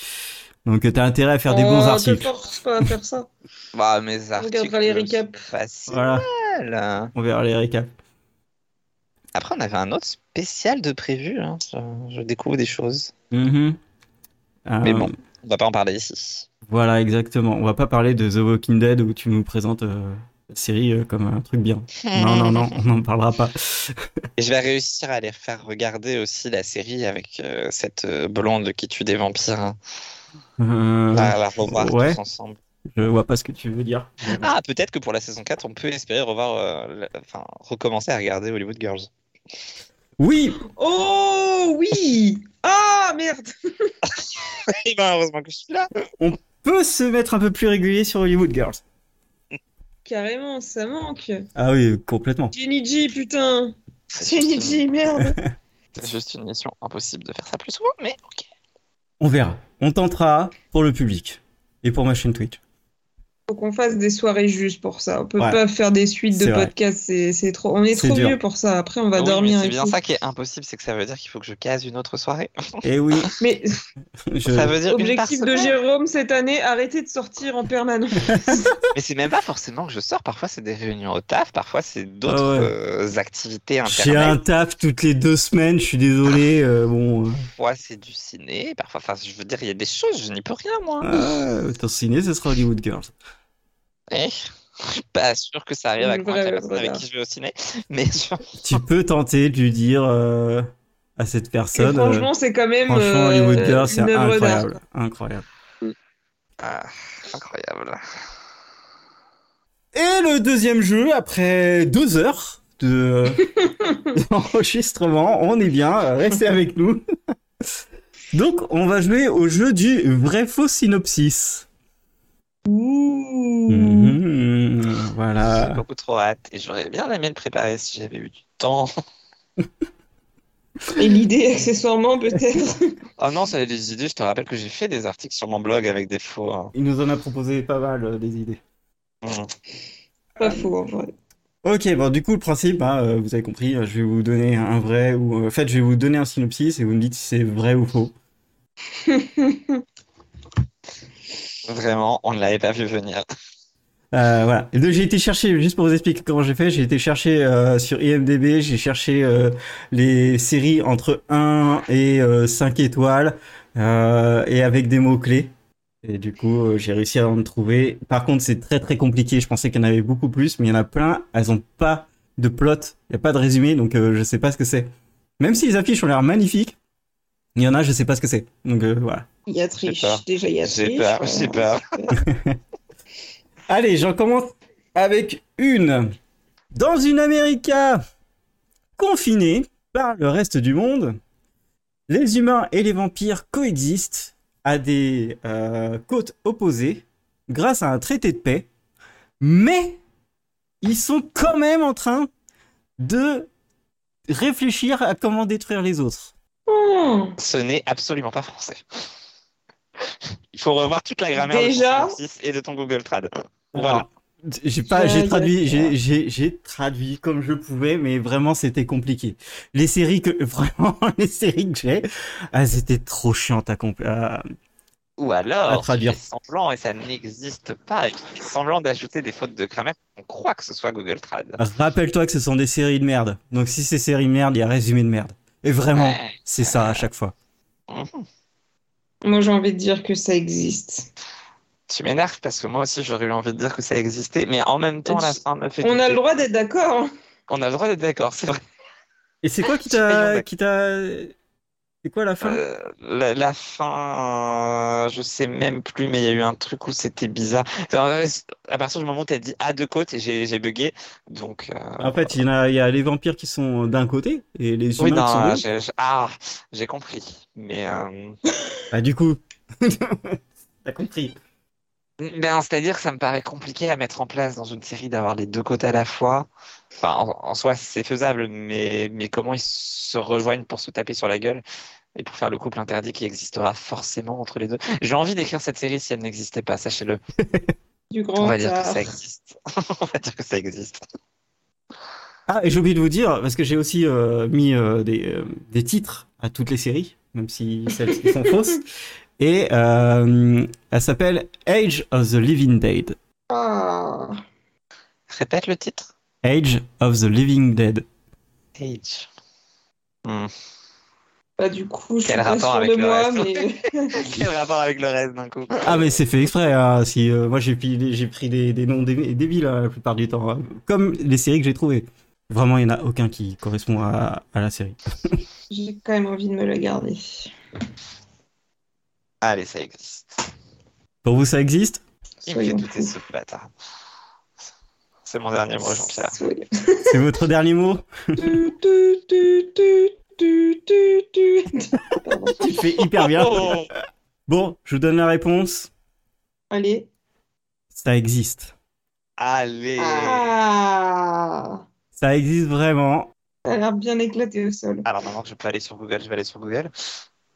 Speaker 1: Donc, euh, t'as intérêt à faire des bons
Speaker 2: Oh,
Speaker 1: articles.
Speaker 2: te force pas à faire ça.
Speaker 3: Bah, mes
Speaker 2: regardera les
Speaker 3: articles sont
Speaker 2: récaps.
Speaker 3: faciles.
Speaker 1: Voilà, on verra les récaps.
Speaker 3: Après, on avait un autre spécial de prévu. hein. Je, je découvre des choses.
Speaker 1: Mhm. Euh,
Speaker 3: Mais bon. On va pas en parler ici.
Speaker 1: Voilà, exactement. On va pas parler de The Walking Dead où tu nous présentes euh, la série euh, comme un truc bien. Non, non, non, on n'en parlera pas.
Speaker 3: Et je vais réussir à les faire regarder aussi la série avec euh, cette euh, blonde qui tue des vampires. hein.
Speaker 1: Euh,
Speaker 3: On va la revoir
Speaker 1: ouais.
Speaker 3: tous ensemble.
Speaker 1: je vois pas ce que tu veux dire.
Speaker 3: Ah, peut-être que pour la saison 4, on peut espérer revoir, euh, le- enfin, recommencer à regarder Hollywood <laughs> Girls.
Speaker 1: Oui,
Speaker 2: Oh oui Ah merde
Speaker 3: Et ben, heureusement que je suis là.
Speaker 1: peut se mettre un peu plus régulier sur Hollywood Girls.
Speaker 2: Carrément, ça manque.
Speaker 1: Ah oui, complètement.
Speaker 2: Jenny G, putain
Speaker 3: C'est
Speaker 2: Jenny
Speaker 3: juste, une-
Speaker 2: G, merde
Speaker 3: c'est juste une mission impossible de faire ça plus souvent, mais ok.
Speaker 1: On verra. On tentera pour le public et pour ma chaîne Twitch.
Speaker 2: faut qu'on fasse des soirées juste pour ça. On peut
Speaker 1: Ouais.
Speaker 2: pas faire des suites de
Speaker 1: C'est vrai.
Speaker 2: podcasts. C'est, c'est trop. On est,
Speaker 1: C'est
Speaker 2: trop
Speaker 1: dur.
Speaker 2: vieux pour ça. Après, on va
Speaker 3: Ah Oui, mais
Speaker 2: dormir.
Speaker 3: C'est
Speaker 2: et
Speaker 3: bien
Speaker 2: tout.
Speaker 3: ça qui est impossible, c'est que ça veut dire qu'il faut que je case une autre soirée.
Speaker 1: Et Eh <laughs> oui,
Speaker 2: Mais
Speaker 1: je-
Speaker 3: Ça veut dire une par
Speaker 2: objectif de
Speaker 3: semaine.
Speaker 2: Jérôme cette année, arrêtez de sortir
Speaker 1: <laughs>
Speaker 2: en permanence.
Speaker 3: Mais c'est même pas forcément que je sors. Parfois, c'est des réunions au taf. Parfois, c'est d'autres
Speaker 1: Ah ouais.
Speaker 3: euh, activités
Speaker 1: j'ai un
Speaker 3: internet.
Speaker 1: taf toutes les deux semaines, je suis désolé. euh, bon,
Speaker 3: Parfois, c'est du ciné. Parfois, enfin, je veux dire, il y a des choses, je n'y peux rien, moi.
Speaker 1: euh, ton ciné, ce sera Hollywood Girls.
Speaker 3: Eh, je suis pas sûr que ça arrive à
Speaker 2: Le
Speaker 3: convaincre la
Speaker 2: vrai
Speaker 3: personne avec
Speaker 2: hasard.
Speaker 3: qui je vais au ciné. Mais je-
Speaker 1: Tu peux tenter de lui dire euh, à cette
Speaker 2: Et
Speaker 1: personne. euh,
Speaker 2: franchement, c'est quand même.
Speaker 1: franchement,
Speaker 2: euh,
Speaker 1: Hollywood Girls, c'est
Speaker 2: une œuvre d'art.
Speaker 1: incroyable, incroyable.
Speaker 3: Ah, incroyable.
Speaker 1: Et le deuxième jeu, après deux heures de euh, <laughs> d'enregistrement, on est bien, euh, restez avec nous. <laughs> Donc, on va jouer au jeu du vrai-faux synopsis.
Speaker 2: Ouh.
Speaker 1: Mhm,
Speaker 3: J'ai
Speaker 1: voilà.
Speaker 3: beaucoup trop hâte et j'aurais bien aimé le préparer si j'avais eu du temps.
Speaker 2: Et l'idée, accessoirement, peut-être.
Speaker 3: <laughs>
Speaker 2: <laughs>
Speaker 3: Oh non, ça a des idées. Je te rappelle que j'ai fait des articles sur mon blog avec des faux. hein.
Speaker 1: Il nous en a proposé pas mal euh, des idées.
Speaker 3: Mm.
Speaker 2: pas faux, en vrai.
Speaker 1: Ok, bon, du coup, le principe, hein, euh, vous avez compris, euh, je vais vous donner un vrai ou. euh, En fait, je vais vous donner un synopsis et vous me dites si c'est vrai ou faux.
Speaker 3: Vraiment, on ne l'avait pas vu venir.
Speaker 1: Euh, voilà. Et donc, j'ai été chercher, juste pour vous expliquer comment j'ai fait, j'ai été chercher euh, sur IMDB, j'ai cherché euh, les séries entre 1 et 5 étoiles, euh, et avec des mots-clés. Et du coup, euh, j'ai réussi à en trouver. Par contre, c'est très très compliqué. Je pensais qu'il y en avait beaucoup plus, mais il y en a plein. Elles ont pas de plot, il n'y a pas de résumé, donc euh, je sais pas ce que c'est. Même si les affiches ont l'air magnifiques, il y en a, je sais pas ce que c'est. Donc euh, voilà.
Speaker 2: Il y a triche.
Speaker 3: pas.
Speaker 2: Déjà, il y a
Speaker 3: J'ai
Speaker 2: triche.
Speaker 3: peur,
Speaker 2: voilà.
Speaker 3: j'ai peur.
Speaker 1: Allez, j'en commence avec une. Dans une America confinée par le reste du monde, les humains et les vampires coexistent à des euh, côtes opposées grâce à un traité de paix, mais ils sont quand même en train de réfléchir à comment détruire les autres.
Speaker 2: Oh.
Speaker 3: Ce n'est absolument pas français. Il faut revoir toute la grammaire
Speaker 2: Déjà
Speaker 3: de ton synopsis et de ton Google Trad. Voilà.
Speaker 1: Alors, J'ai pas, j'ai
Speaker 2: Ouais,
Speaker 1: traduit,
Speaker 2: ouais.
Speaker 1: j'ai, j'ai, j'ai traduit comme je pouvais, mais vraiment c'était compliqué. Les séries que, <laughs> vraiment, les séries que j'ai, elles étaient trop chiantes à, comp- euh, à-
Speaker 3: Ou
Speaker 1: À
Speaker 3: alors, tu
Speaker 1: traduire.
Speaker 3: fais semblant et ça n'existe pas. Et tu fais semblant d'ajouter des fautes de grammaire. On croit que ce soit Google Trad.
Speaker 1: Rappelle-toi que ce sont des séries de merde. Donc si c'est séries de merde, il y a résumé de merde. Et vraiment,
Speaker 3: Ouais.
Speaker 1: c'est ça à chaque fois.
Speaker 3: Mhm.
Speaker 2: Moi, j'ai envie de dire que ça existe.
Speaker 3: Tu m'énerves parce que moi aussi j'aurais eu envie de dire que ça existait, mais en même temps la fin me fait.
Speaker 2: On a
Speaker 3: douter.
Speaker 2: le droit d'être d'accord. hein.
Speaker 3: On a le droit d'être d'accord, c'est vrai.
Speaker 1: Et c'est
Speaker 3: <laughs>
Speaker 1: quoi qui
Speaker 3: Soyons
Speaker 1: t'a,
Speaker 3: d'accord.
Speaker 1: qui t'a, c'est quoi la fin?
Speaker 3: Euh, la, la fin, euh, je sais même plus, mais il y a eu un truc où c'était bizarre. Enfin, euh, À partir du moment où t'as dit à deux côtes, j'ai j'ai bugué, donc. euh,
Speaker 1: En fait, il y en a, il y a les vampires qui sont d'un côté et les
Speaker 3: Oui,
Speaker 1: humains qui sont de
Speaker 3: non,
Speaker 1: l'autre.
Speaker 3: j'ai- j'ai- ah, j'ai compris. Mais euh,
Speaker 1: Bah, du coup. <laughs> T'as compris.
Speaker 3: ben, c'est-à-dire que ça me paraît compliqué à mettre en place dans une série d'avoir les deux côtés à la fois. Enfin, en, en soi, c'est faisable, mais, mais comment ils se rejoignent pour se taper sur la gueule et pour faire le couple interdit qui existera forcément entre les deux. J'ai envie d'écrire cette série si elle n'existait pas, sachez-le.
Speaker 2: Du
Speaker 3: On
Speaker 2: grand
Speaker 3: va dire que
Speaker 2: art.
Speaker 3: ça existe. <laughs> On va dire que ça existe.
Speaker 1: Ah, et j'ai oublié de vous dire, parce que j'ai aussi euh, mis euh, des, euh, des titres à toutes les séries, même si celles qui sont fausses. Et euh, elle s'appelle Age of the Living Dead.
Speaker 2: Ah.
Speaker 3: Répète le titre.
Speaker 1: Age of the Living Dead.
Speaker 3: Age.
Speaker 2: Bah, du coup, je suis
Speaker 3: Quel
Speaker 2: pas
Speaker 3: rapport
Speaker 2: sûre
Speaker 3: avec
Speaker 2: de
Speaker 3: le
Speaker 2: moi,
Speaker 3: <laughs> reste
Speaker 2: mais.
Speaker 3: <laughs> Quel rapport avec le reste d'un coup?
Speaker 1: Ah, mais c'est fait exprès. hein, si, euh, moi, j'ai pris, des- j'ai pris des, des noms dé- débiles hein, la plupart du temps, hein, comme les séries que j'ai trouvées. Vraiment, il n'y en a aucun qui correspond à, à la série.
Speaker 2: J'ai quand même envie de me la garder.
Speaker 3: Allez, ça existe.
Speaker 1: Pour vous, ça existe
Speaker 3: Il me fait
Speaker 2: Soyons
Speaker 3: douter
Speaker 2: fous.
Speaker 3: ce bâtard. C'est mon dernier mot, Jean-Pierre.
Speaker 2: Soyons-
Speaker 1: C'est votre dernier mot
Speaker 2: Tu, tu, tu, tu, tu, tu, tu. Pardon.
Speaker 1: Il fait hyper bien.
Speaker 3: Oh,
Speaker 1: Bon, je vous donne la réponse.
Speaker 2: <laughs> Allez.
Speaker 1: Ça existe.
Speaker 3: Allez.
Speaker 2: Ah.
Speaker 1: Ça existe vraiment.
Speaker 2: Ça a l'air bien éclaté au sol.
Speaker 3: Alors maintenant que je peux aller sur Google, je vais aller sur Google.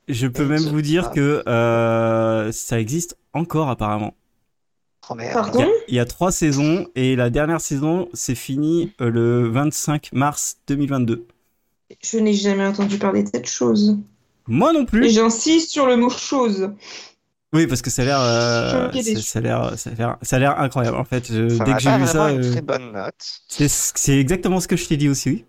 Speaker 1: Je peux
Speaker 3: Et
Speaker 1: même
Speaker 3: je-
Speaker 1: vous dire
Speaker 3: ah.
Speaker 1: que euh, ça existe encore apparemment.
Speaker 3: Oh, merde.
Speaker 1: Il
Speaker 2: Pardon
Speaker 1: y a- il y, a trois saisons et la dernière saison s'est finie euh, le 25 mars 2022.
Speaker 2: Je n'ai jamais entendu parler de cette chose.
Speaker 1: Moi non
Speaker 2: Et
Speaker 1: plus.
Speaker 2: j'insiste sur le mot chose.
Speaker 1: Oui, parce que ça a l'air, euh,
Speaker 2: Je suis
Speaker 1: ça
Speaker 2: choquée
Speaker 1: ça a l'air, ça a l'air, ça a l'air incroyable. En fait, Je-
Speaker 3: Ça
Speaker 1: dès
Speaker 3: m'a
Speaker 1: que j'ai
Speaker 3: pas
Speaker 1: vu ça,
Speaker 3: vraiment une
Speaker 1: euh,
Speaker 3: très bonne note.
Speaker 1: c'est c'est exactement ce que je t'ai dit aussi,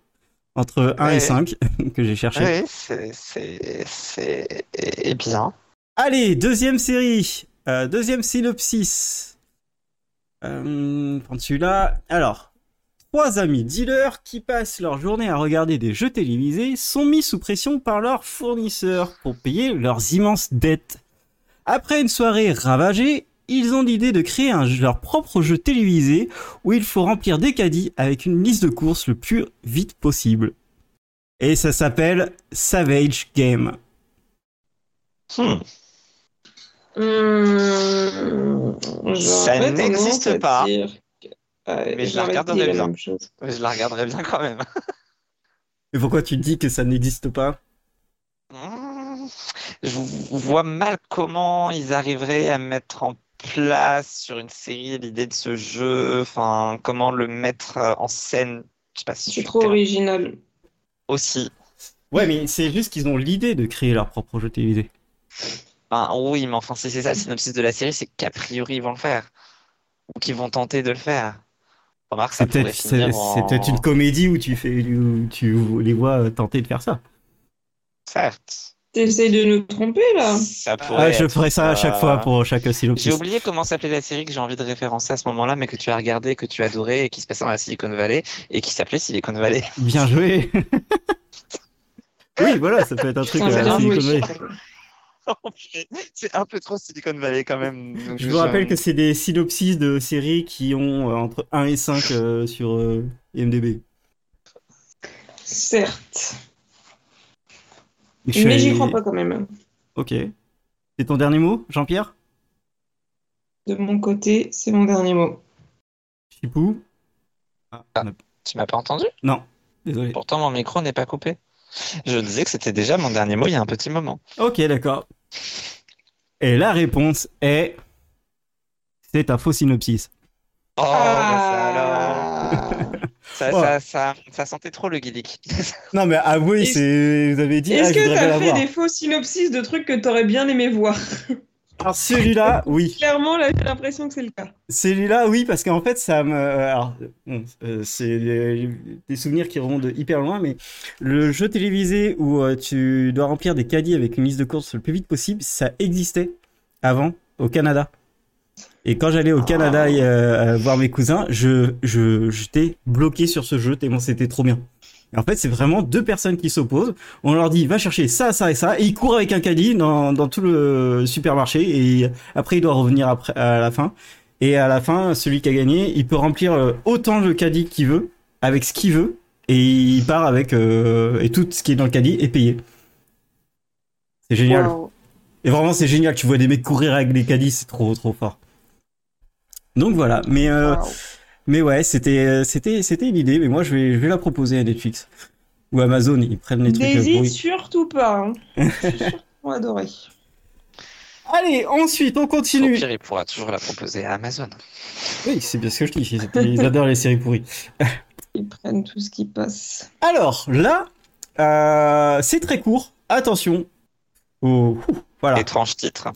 Speaker 1: entre 1
Speaker 3: Ouais.
Speaker 1: et 5 <laughs> que j'ai cherché.
Speaker 3: Oui, c'est- c'est c'est- eh bien.
Speaker 1: Allez, deuxième série, Euh, deuxième synopsis. Euh, prendre celui-là. Alors, trois amis dealers qui passent leur journée à regarder des jeux télévisés sont mis sous pression par leurs fournisseurs pour payer leurs immenses dettes. Après une soirée ravagée, ils ont l'idée de créer un- leur propre jeu télévisé où il faut remplir des caddies avec une liste de courses le plus vite possible. Et ça s'appelle Savage Game.
Speaker 3: Hmm.
Speaker 2: Hmm.
Speaker 3: Ça
Speaker 2: hein,
Speaker 3: n'existe pas.
Speaker 2: euh,
Speaker 3: Mais je la regarderai bien. Je la regarderai bien quand même.
Speaker 1: Mais pourquoi tu dis que ça n'existe pas
Speaker 3: Hmm. Je vois mal comment ils arriveraient à mettre en place sur une série l'idée de ce jeu, enfin, comment le mettre euh, en scène. Je sais pas si
Speaker 2: C'est
Speaker 3: tu
Speaker 2: trop
Speaker 3: perds
Speaker 2: original.
Speaker 3: aussi.
Speaker 1: Ouais, mais c'est juste qu'ils ont l'idée de créer leur propre jeu télévisé.
Speaker 3: Ben, oui, mais enfin, si c'est ça le synopsis de la série, c'est qu'a priori ils vont le faire. Ou qu'ils vont tenter de le faire. Remarque, ça
Speaker 1: C'est
Speaker 3: pourrait
Speaker 1: peut-être c'est-
Speaker 3: finir
Speaker 1: c'est
Speaker 3: en...
Speaker 1: peut-être une comédie où tu, fais, où tu les vois euh, tenter de faire ça.
Speaker 3: Certes.
Speaker 2: T'essayes de nous tromper là
Speaker 3: Ça
Speaker 1: Ouais,
Speaker 3: pourrait
Speaker 1: Ah, je
Speaker 3: être,
Speaker 1: ferai ça à chaque
Speaker 3: euh,
Speaker 1: fois pour chaque synopsis.
Speaker 3: J'ai oublié comment s'appelait la série que j'ai envie de référencer à ce moment-là, mais que tu as regardé, que tu adorais, et qui se passait dans la Silicon Valley, et qui s'appelait Silicon Valley.
Speaker 1: Bien joué <laughs> Oui, voilà, ça peut être un truc.
Speaker 2: Putain,
Speaker 1: euh,
Speaker 2: j'ai bien
Speaker 1: c'est
Speaker 2: joué.
Speaker 1: connerie.
Speaker 3: <laughs> c'est un peu trop Silicon Valley quand même. donc
Speaker 1: Je vous rappelle que c'est des synopsis de séries qui ont euh, entre 1 et 5 euh, sur euh, IMDb.
Speaker 2: Certes.
Speaker 1: Je suis
Speaker 2: Mais j'y
Speaker 1: allé-
Speaker 2: crois pas quand même.
Speaker 1: Ok. C'est ton dernier mot, Jean-Pierre
Speaker 2: De mon côté, c'est mon dernier mot.
Speaker 1: Chipou Ah, on a-
Speaker 3: Tu m'as pas entendu?
Speaker 1: Non, désolé.
Speaker 3: Pourtant, mon micro n'est pas coupé. Je disais que c'était déjà mon dernier mot il y a un petit moment.
Speaker 1: Ok, d'accord. Et la réponse est. C'est un faux synopsis.
Speaker 3: Oh,
Speaker 2: Ah.
Speaker 3: bah
Speaker 1: <laughs>
Speaker 3: ça alors. Ça,
Speaker 1: Ouais.
Speaker 3: ça, ça, ça sentait trop le <laughs> guilic.
Speaker 1: Non, mais avouez,
Speaker 2: Est-ce-
Speaker 1: c'est... vous avez dit. ah,
Speaker 2: Est-ce
Speaker 1: je
Speaker 2: que
Speaker 1: voudrais
Speaker 2: t'as
Speaker 1: bien
Speaker 2: fait
Speaker 1: l'avoir.
Speaker 2: des faux synopsis de trucs que t'aurais bien aimé voir
Speaker 1: Alors, celui-là, oui.
Speaker 2: Clairement, là, j'ai l'impression que c'est le cas.
Speaker 1: Celui-là, oui, parce qu'en fait, ça me. Alors, bon, euh, c'est des des souvenirs qui remontent de hyper loin, mais le jeu télévisé où euh, tu dois remplir des caddies avec une liste de courses le plus vite possible, ça existait avant au Canada. Et quand j'allais au Canada euh, euh, voir mes cousins, je je- j'étais bloqué sur ce jeu tellement c'était trop bien. Et en fait, c'est vraiment deux personnes qui s'opposent. On leur dit va chercher ça, ça et ça, et ils courent avec un caddie dans, dans tout le supermarché et après il doit revenir après à la fin. Et à la fin, celui qui a gagné, il peut remplir euh, autant le caddie qu'il veut, avec ce qu'il veut, et il part avec euh, et tout ce qui est dans le caddie est payé. C'est génial. Et vraiment, c'est génial. Tu vois des mecs courir avec des caddies, c'est trop, trop fort. Donc voilà. Mais, euh, mais ouais, c'était, euh, c'était, c'était une idée. Mais moi, je vais, je vais la proposer à Netflix ou Amazon. Ils prennent les trucs euh,
Speaker 2: N'hésite
Speaker 1: pourris.
Speaker 2: surtout
Speaker 1: <laughs>
Speaker 2: pas. hein. Je suis sûre qu'ils vont adorer.
Speaker 1: Allez, ensuite, on
Speaker 3: Au
Speaker 1: continue.
Speaker 3: pire, il pourra toujours la proposer à Amazon.
Speaker 1: Oui, c'est bien ce que je dis. c'est- Ils adorent les séries pourries.
Speaker 2: Ils prennent tout ce qui passe.
Speaker 1: Alors là, euh, c'est très court. Attention. Oh, ouh, voilà.
Speaker 3: Étrange titre.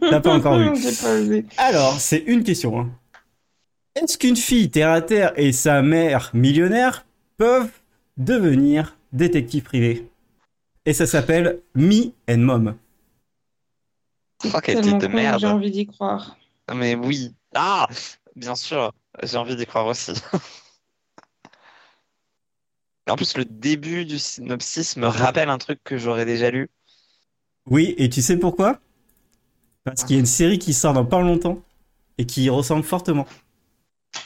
Speaker 1: T'as pas encore
Speaker 2: <laughs>
Speaker 1: vu.
Speaker 2: J'ai pas osé.
Speaker 1: Alors, c'est une question. hein. Est-ce qu'une fille terre à terre et sa mère millionnaire peuvent devenir détective privée Et ça s'appelle Me and Mom.
Speaker 3: Oh, quel
Speaker 2: Tellement
Speaker 3: titre de
Speaker 2: con, J'ai
Speaker 3: merde.
Speaker 2: envie d'y croire.
Speaker 3: Mais oui. Ah, bien sûr. J'ai envie d'y croire aussi. <laughs> En plus, le début du synopsis me rappelle un truc que j'aurais déjà lu.
Speaker 1: Oui, et tu sais pourquoi Parce qu'il y a une série qui sort dans pas longtemps et qui y ressemble fortement.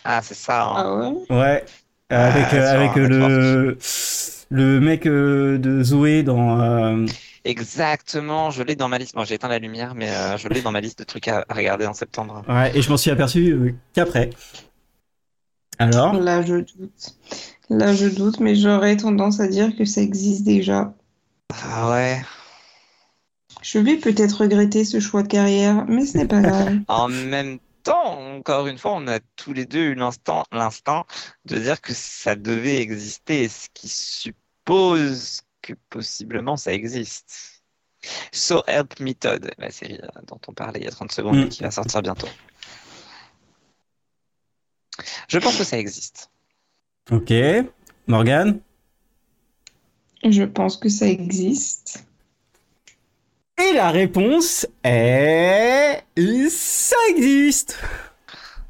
Speaker 3: Ah, c'est ça. hein.
Speaker 2: Ah ouais
Speaker 1: Ouais.
Speaker 3: Ah,
Speaker 1: Avec, euh,
Speaker 3: ça,
Speaker 1: avec euh, le, le mec euh, de Zoé dans. euh,
Speaker 3: Exactement. Je l'ai dans ma liste. Bon, j'ai éteint la lumière, mais euh, je l'ai dans ma liste de trucs à à regarder en septembre.
Speaker 1: Ouais, et je m'en suis aperçu euh, qu'après. Alors
Speaker 2: Là, je doute. Là, je doute, mais j'aurais tendance à dire que ça existe déjà.
Speaker 3: Ah ouais.
Speaker 2: Je vais peut-être regretter ce choix de carrière, mais ce n'est
Speaker 1: <laughs>
Speaker 2: pas grave.
Speaker 3: En même temps, encore une fois, on a tous les deux eu l'instant, l'instinct de dire que ça devait exister, ce qui suppose que possiblement ça existe. So Help Me Todd, la série euh, dont on parlait il y a 30
Speaker 2: Mm.
Speaker 3: secondes et qui va sortir bientôt. Je pense que ça existe.
Speaker 1: Ok. Morgane
Speaker 2: Je pense que ça existe.
Speaker 1: Et la réponse est. Ça existe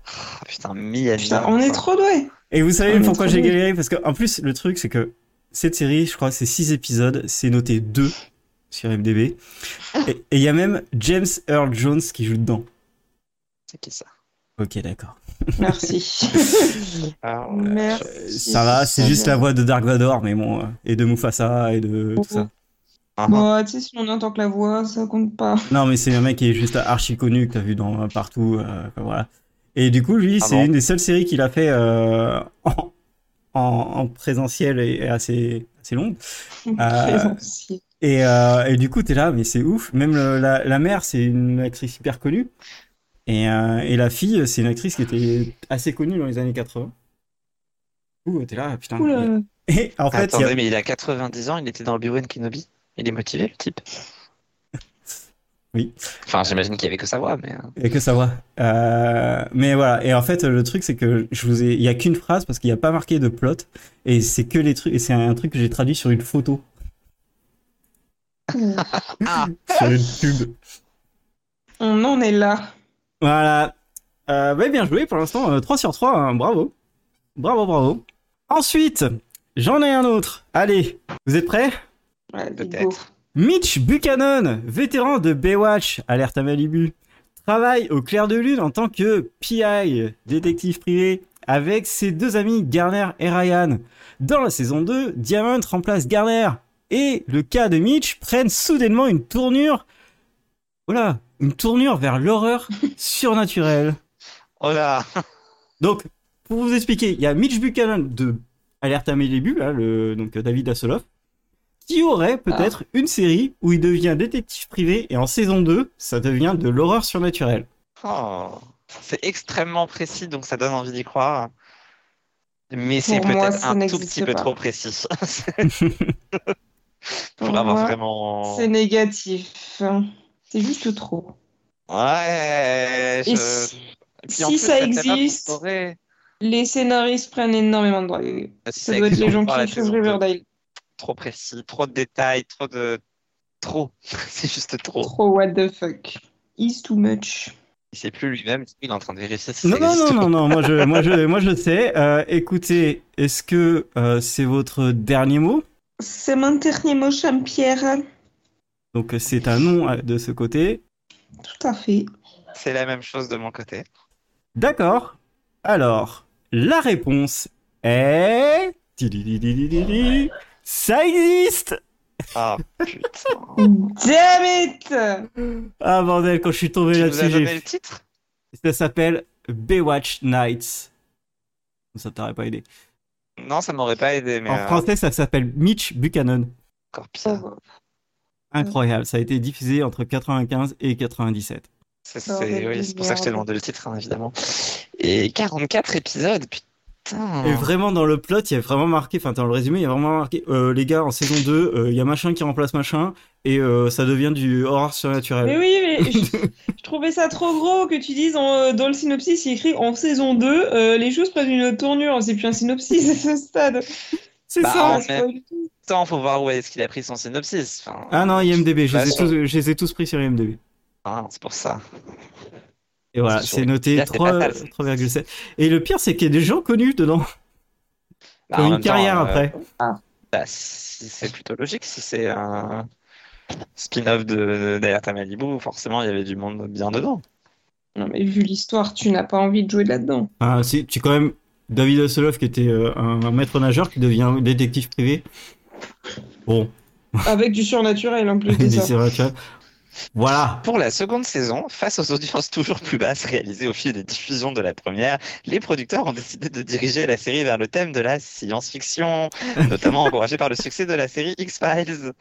Speaker 3: Oh, putain, Miami.
Speaker 2: Putain, on est trop doués.
Speaker 1: Et vous savez
Speaker 2: Ah, mais
Speaker 1: pourquoi
Speaker 2: trop
Speaker 1: j'ai
Speaker 2: bien.
Speaker 1: galéré Parce que en plus, le truc, c'est que cette série, je crois, c'est 6 épisodes, c'est noté 2 sur FDB. Et il y a même James Earl Jones qui joue dedans.
Speaker 3: C'est qui ça
Speaker 1: Ok, d'accord.
Speaker 2: Merci. <laughs>
Speaker 3: Ah, ouais.
Speaker 1: Euh,
Speaker 2: Merci.
Speaker 1: Ça va, c'est
Speaker 3: c'est
Speaker 1: juste
Speaker 3: bon.
Speaker 1: la voix de Dark Vador, mais bon, euh, et de Mufasa et de tout ça.
Speaker 3: Ah, ah.
Speaker 2: Bon, tu sais, si on entend que la voix, ça compte pas. <laughs>
Speaker 1: Non, mais c'est un mec qui est juste archi connu que t'as vu dans partout, euh, voilà. Et du coup, lui,
Speaker 3: Ah
Speaker 1: c'est
Speaker 3: bon
Speaker 1: une des seules séries qu'il a fait euh, en, en- en présentiel et, et assez assez longue. Ah. Euh,
Speaker 2: Présentiel.
Speaker 1: Et, euh, et du coup, t'es là, mais c'est ouf. Même le- la, la mère, c'est une actrice hyper connue. Et, euh, et la fille, c'est une actrice qui était assez connue dans les années 80. Ouh, t'es là, putain.
Speaker 2: Oula.
Speaker 1: Et en fait, il y
Speaker 3: Attendez,
Speaker 1: a-
Speaker 3: mais il a 90 ans, il était dans Obi-Wan Kenobi. Il est motivé, le type.
Speaker 1: <laughs> Oui.
Speaker 3: Enfin, j'imagine qu'il n'y avait que sa voix, mais. euh,
Speaker 1: il y a que ça voit. Euh, mais voilà. Et en fait, le truc, c'est que je vous ai, il y a qu'une phrase parce qu'il n'y a pas marqué de plot. Et c'est que les trucs, et c'est un truc que j'ai traduit sur une photo, sur une pub.
Speaker 2: On en est là.
Speaker 1: Voilà. Euh, bah, bien joué pour l'instant, euh, 3 sur 3, hein, bravo. Bravo, bravo. Ensuite, j'en ai un autre. Allez, vous êtes prêts
Speaker 2: Ouais, Big
Speaker 3: Peut-être.
Speaker 2: Beau.
Speaker 1: Mitch Buchanan, vétéran de Baywatch, alerte à Malibu, travaille au clair de lune en tant que PI, détective privé, avec ses deux amis Garner et Ryan. Dans la saison 2, Diamond remplace Garner et le cas de Mitch prennent soudainement une tournure, voilà, une tournure vers l'horreur <laughs> surnaturelle.
Speaker 3: Oh là
Speaker 1: Donc, pour vous expliquer, il y a Mitch Buchanan de Alerte à mes débuts, là, le, donc euh, David Hasselhoff, qui aurait peut-être une série où il devient détective privé et en saison 2, ça devient de l'horreur surnaturelle.
Speaker 3: Oh. C'est extrêmement précis, donc ça donne envie d'y croire. Mais c'est
Speaker 2: Pour moi,
Speaker 3: peut-être
Speaker 2: ça
Speaker 3: un tout
Speaker 2: n'existe
Speaker 3: petit peu
Speaker 2: pas.
Speaker 3: trop précis. <laughs>
Speaker 2: Pour
Speaker 3: Pour avoir
Speaker 2: moi,
Speaker 3: vraiment.
Speaker 2: C'est négatif. hein. C'est juste trop.
Speaker 3: Ouais.
Speaker 2: Et
Speaker 3: je-
Speaker 2: si-
Speaker 3: Et puis,
Speaker 2: si
Speaker 3: en plus,
Speaker 2: ça
Speaker 3: la setup,
Speaker 2: existe,
Speaker 3: on pourrait-
Speaker 2: Les scénaristes prennent énormément de droits.
Speaker 3: Ah, si
Speaker 2: Ça
Speaker 3: ça
Speaker 2: doit être
Speaker 3: existe,
Speaker 2: les
Speaker 3: on
Speaker 2: gens
Speaker 3: parle à
Speaker 2: qui
Speaker 3: la
Speaker 2: écrivent
Speaker 3: saison deux.
Speaker 2: Riverdale.
Speaker 3: Trop précis, trop de détails, trop de. Trop. <laughs> C'est juste trop.
Speaker 2: Trop what the fuck. Is too much.
Speaker 3: Il sait plus lui-même, il est en train de vérifier si
Speaker 1: Non,
Speaker 3: ça
Speaker 1: non,
Speaker 3: existe
Speaker 1: non,
Speaker 3: ou
Speaker 1: non, non, moi je, moi je, moi je le sais. Euh, écoutez, est-ce que euh, c'est votre dernier mot
Speaker 2: C'est mon dernier mot, Jean-Pierre.
Speaker 1: Donc euh, c'est un nom euh, de ce côté.
Speaker 2: Tout à fait.
Speaker 3: pas. <laughs> C'est la même chose de mon côté.
Speaker 1: D'accord. Alors, la réponse est... Tididididididi. Ça existe
Speaker 3: Ah
Speaker 1: <laughs>
Speaker 3: putain.
Speaker 1: Oh.
Speaker 2: Damn it!
Speaker 1: Ah bordel, quand je suis tombé
Speaker 3: Tu nous as
Speaker 1: là-dessus, j'ai
Speaker 3: donné le titre
Speaker 1: Ça s'appelle Baywatch Nights. Ça t'aurait pas aidé.
Speaker 3: Non, ça m'aurait pas aidé, mais
Speaker 1: En
Speaker 3: euh,
Speaker 1: français, ça s'appelle Mitch Buchanan.
Speaker 3: encore pire.
Speaker 2: Oh,
Speaker 3: Mm.
Speaker 1: Incroyable. Ça a été diffusé entre 95 et 97.
Speaker 3: C'est
Speaker 2: bordel
Speaker 3: c'est-
Speaker 2: de
Speaker 3: oui, c'est pour ça que je t'ai
Speaker 2: merde.
Speaker 3: demandé le titre, hein, évidemment. Et 44 épisodes, putain.
Speaker 1: Et vraiment, dans le plot, il y a vraiment marqué, enfin, dans le résumé, il y a vraiment marqué, euh, les gars, en saison 2, euh, il y a machin qui remplace machin, et euh, ça devient du horreur surnaturel.
Speaker 2: Mais oui, mais je, je trouvais ça trop gros que tu dises en- euh, dans le synopsis, il écrit en saison 2, euh, les choses prennent une tournure, c'est plus un synopsis <laughs> à ce stade.
Speaker 1: C'est
Speaker 3: Bah,
Speaker 1: ça
Speaker 3: en
Speaker 2: Ah, c'est
Speaker 3: même
Speaker 2: pas du tout.
Speaker 3: Attends, faut voir où est-ce qu'il a pris son synopsis. Enfin,
Speaker 1: Ah non, IMDB, je
Speaker 3: Bah,
Speaker 1: les, ai
Speaker 3: sur-
Speaker 1: tous, je les ai tous pris sur IMDB.
Speaker 3: hein, c'est pour ça.
Speaker 1: Et voilà,
Speaker 3: sur-
Speaker 1: c'est noté
Speaker 3: Là, c'est
Speaker 1: trois-
Speaker 3: fatal.
Speaker 1: 3,7. Et le pire, c'est qu'il y a des gens connus dedans,
Speaker 3: Bah,
Speaker 1: qui
Speaker 3: en
Speaker 1: ont une
Speaker 3: même temps,
Speaker 1: carrière
Speaker 3: euh,
Speaker 1: après.
Speaker 3: bah, si- c'est plutôt logique. Si c'est un spin-off de d'Alerte à Malibu, forcément, il y avait du monde bien dedans.
Speaker 2: Non, mais vu l'histoire, tu n'as pas envie de jouer là-dedans.
Speaker 1: Ah, c'est c'est quand même David Hasselhoff qui était euh, un, un maître nageur qui devient détective privé. Bon,
Speaker 2: Avec du surnaturel
Speaker 1: <laughs>
Speaker 2: en plus de
Speaker 1: mais
Speaker 2: ça.
Speaker 1: c'est vrai, tu vois. Voilà.
Speaker 3: Pour la seconde saison, face aux audiences toujours plus basses réalisées au fil des diffusions de la première, les producteurs ont décidé de diriger la série vers le thème de la science-fiction, notamment encouragé par le succès de la série X-Files.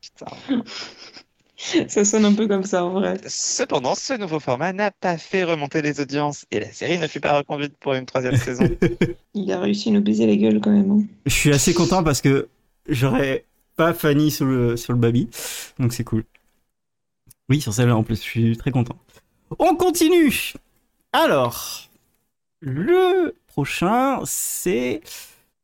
Speaker 3: Putain.
Speaker 2: Ça sonne un peu comme ça en vrai.
Speaker 3: Cependant, ce nouveau format n'a pas fait remonter les audiences et la série ne fut pas reconduite pour une troisième saison.
Speaker 2: Il a réussi à nous baiser la gueule quand même. hein.
Speaker 1: Je suis assez content parce que j'aurais pas Fanny sur le, sur le baby. Donc c'est cool. Oui, sur celle-là en plus, je suis très content. On continue Alors, le prochain, c'est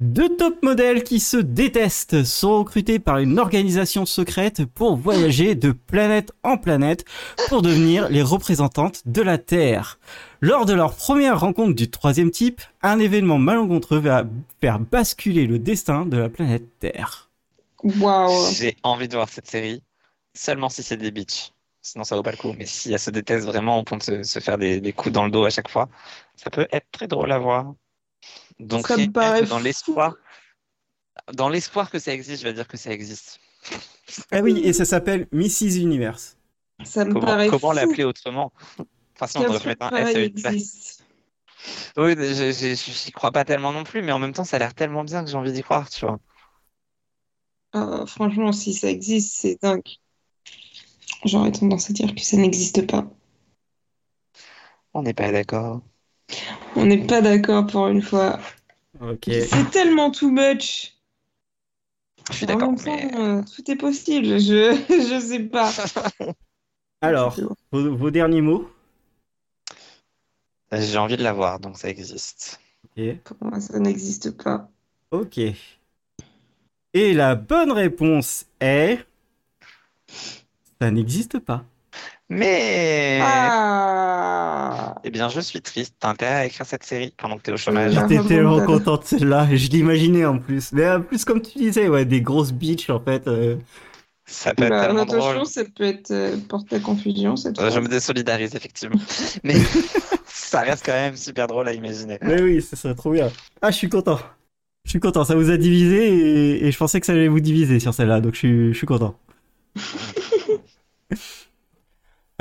Speaker 1: deux top modèles qui se détestent sont recrutés par une organisation secrète pour voyager de planète en planète pour devenir les représentantes de la Terre. Lors de leur première rencontre du troisième type, un événement malencontreux va faire basculer le destin de la planète Terre.
Speaker 2: Waouh.
Speaker 3: J'ai envie de voir cette série, seulement si c'est des bitches. Sinon, ça vaut pas le coup. Mais si elles se détestent vraiment au point de se, se faire des, des coups dans le dos à chaque fois, ça peut être très drôle à voir. Donc,
Speaker 2: Ça me
Speaker 3: rien que
Speaker 2: paraît
Speaker 3: dans
Speaker 2: fou.
Speaker 3: l'espoir, dans l'espoir que ça existe, je vais dire que ça existe.
Speaker 1: Ah oui, et ça s'appelle Mrs. Universe.
Speaker 2: Ça me
Speaker 3: Comment,
Speaker 2: paraît
Speaker 3: comment
Speaker 2: fou
Speaker 3: l'appeler autrement Enfin, si on
Speaker 2: qu'un
Speaker 3: devrait
Speaker 2: truc
Speaker 3: mettre un S
Speaker 2: pareil
Speaker 3: à une place.
Speaker 2: existe.
Speaker 3: Oui, mais je- je- je- j'y crois pas tellement non plus, mais en même temps, ça a l'air tellement bien que j'ai envie d'y croire, tu vois.
Speaker 2: Ah, franchement, si ça existe, c'est dingue. J'aurais tendance à dire que ça n'existe pas.
Speaker 3: On n'est pas d'accord.
Speaker 2: On n'est pas d'accord pour une fois.
Speaker 1: Ok.
Speaker 2: C'est tellement too much.
Speaker 3: Je suis
Speaker 2: En
Speaker 3: d'accord,
Speaker 2: même temps,
Speaker 3: mais
Speaker 2: euh, tout est possible. Je, <laughs> je sais pas.
Speaker 1: Alors, vos, vos derniers mots
Speaker 3: j'ai envie de la voir, donc ça existe.
Speaker 2: Pour moi, ça n'existe pas.
Speaker 1: Ok. Et la bonne réponse est... Ça n'existe pas.
Speaker 3: Mais...
Speaker 2: Ah.
Speaker 3: Eh bien, je suis triste. T'as intérêt à écrire cette série pendant que t'es au chômage.
Speaker 2: Euh,
Speaker 1: J'étais
Speaker 2: Bravo,
Speaker 1: tellement
Speaker 2: Bravo.
Speaker 1: contente celle-là, je l'imaginais en plus. Mais en plus, comme tu disais, ouais, des grosses bitches en fait. euh.
Speaker 3: Ça peut être
Speaker 2: Bah,
Speaker 3: tellement
Speaker 2: attention,
Speaker 3: drôle.
Speaker 2: ça peut être euh, porté à confusion cette
Speaker 3: Euh, Je
Speaker 2: phrase.
Speaker 3: me désolidarise, effectivement. Mais <laughs> ça reste quand même super drôle à imaginer.
Speaker 1: Mais oui, ça serait trop bien. Ah, je suis content. Je suis content, ça vous a divisé et, et je pensais que ça allait vous diviser sur celle-là, donc je suis, je suis content. <laughs>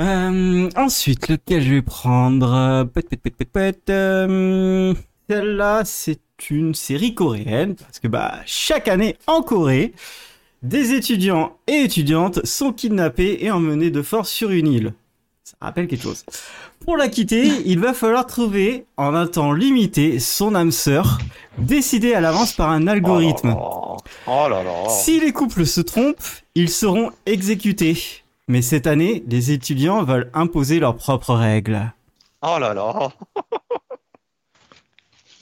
Speaker 1: Euh, ensuite, lequel je vais prendre Euh, Pet, pet, pet, pet, pet. euh, Celle-là, c'est une série coréenne, parce que bah, chaque année en Corée, des étudiants et étudiantes sont kidnappés et emmenés de force sur une île. Ça rappelle quelque chose. Pour la quitter, il va falloir trouver, en un temps limité, son âme sœur, décidée à l'avance par un algorithme.
Speaker 3: Oh, oh là là.
Speaker 1: Si les couples se trompent, ils seront exécutés. Mais cette année, les étudiants veulent imposer leurs propres règles.
Speaker 3: Oh là là.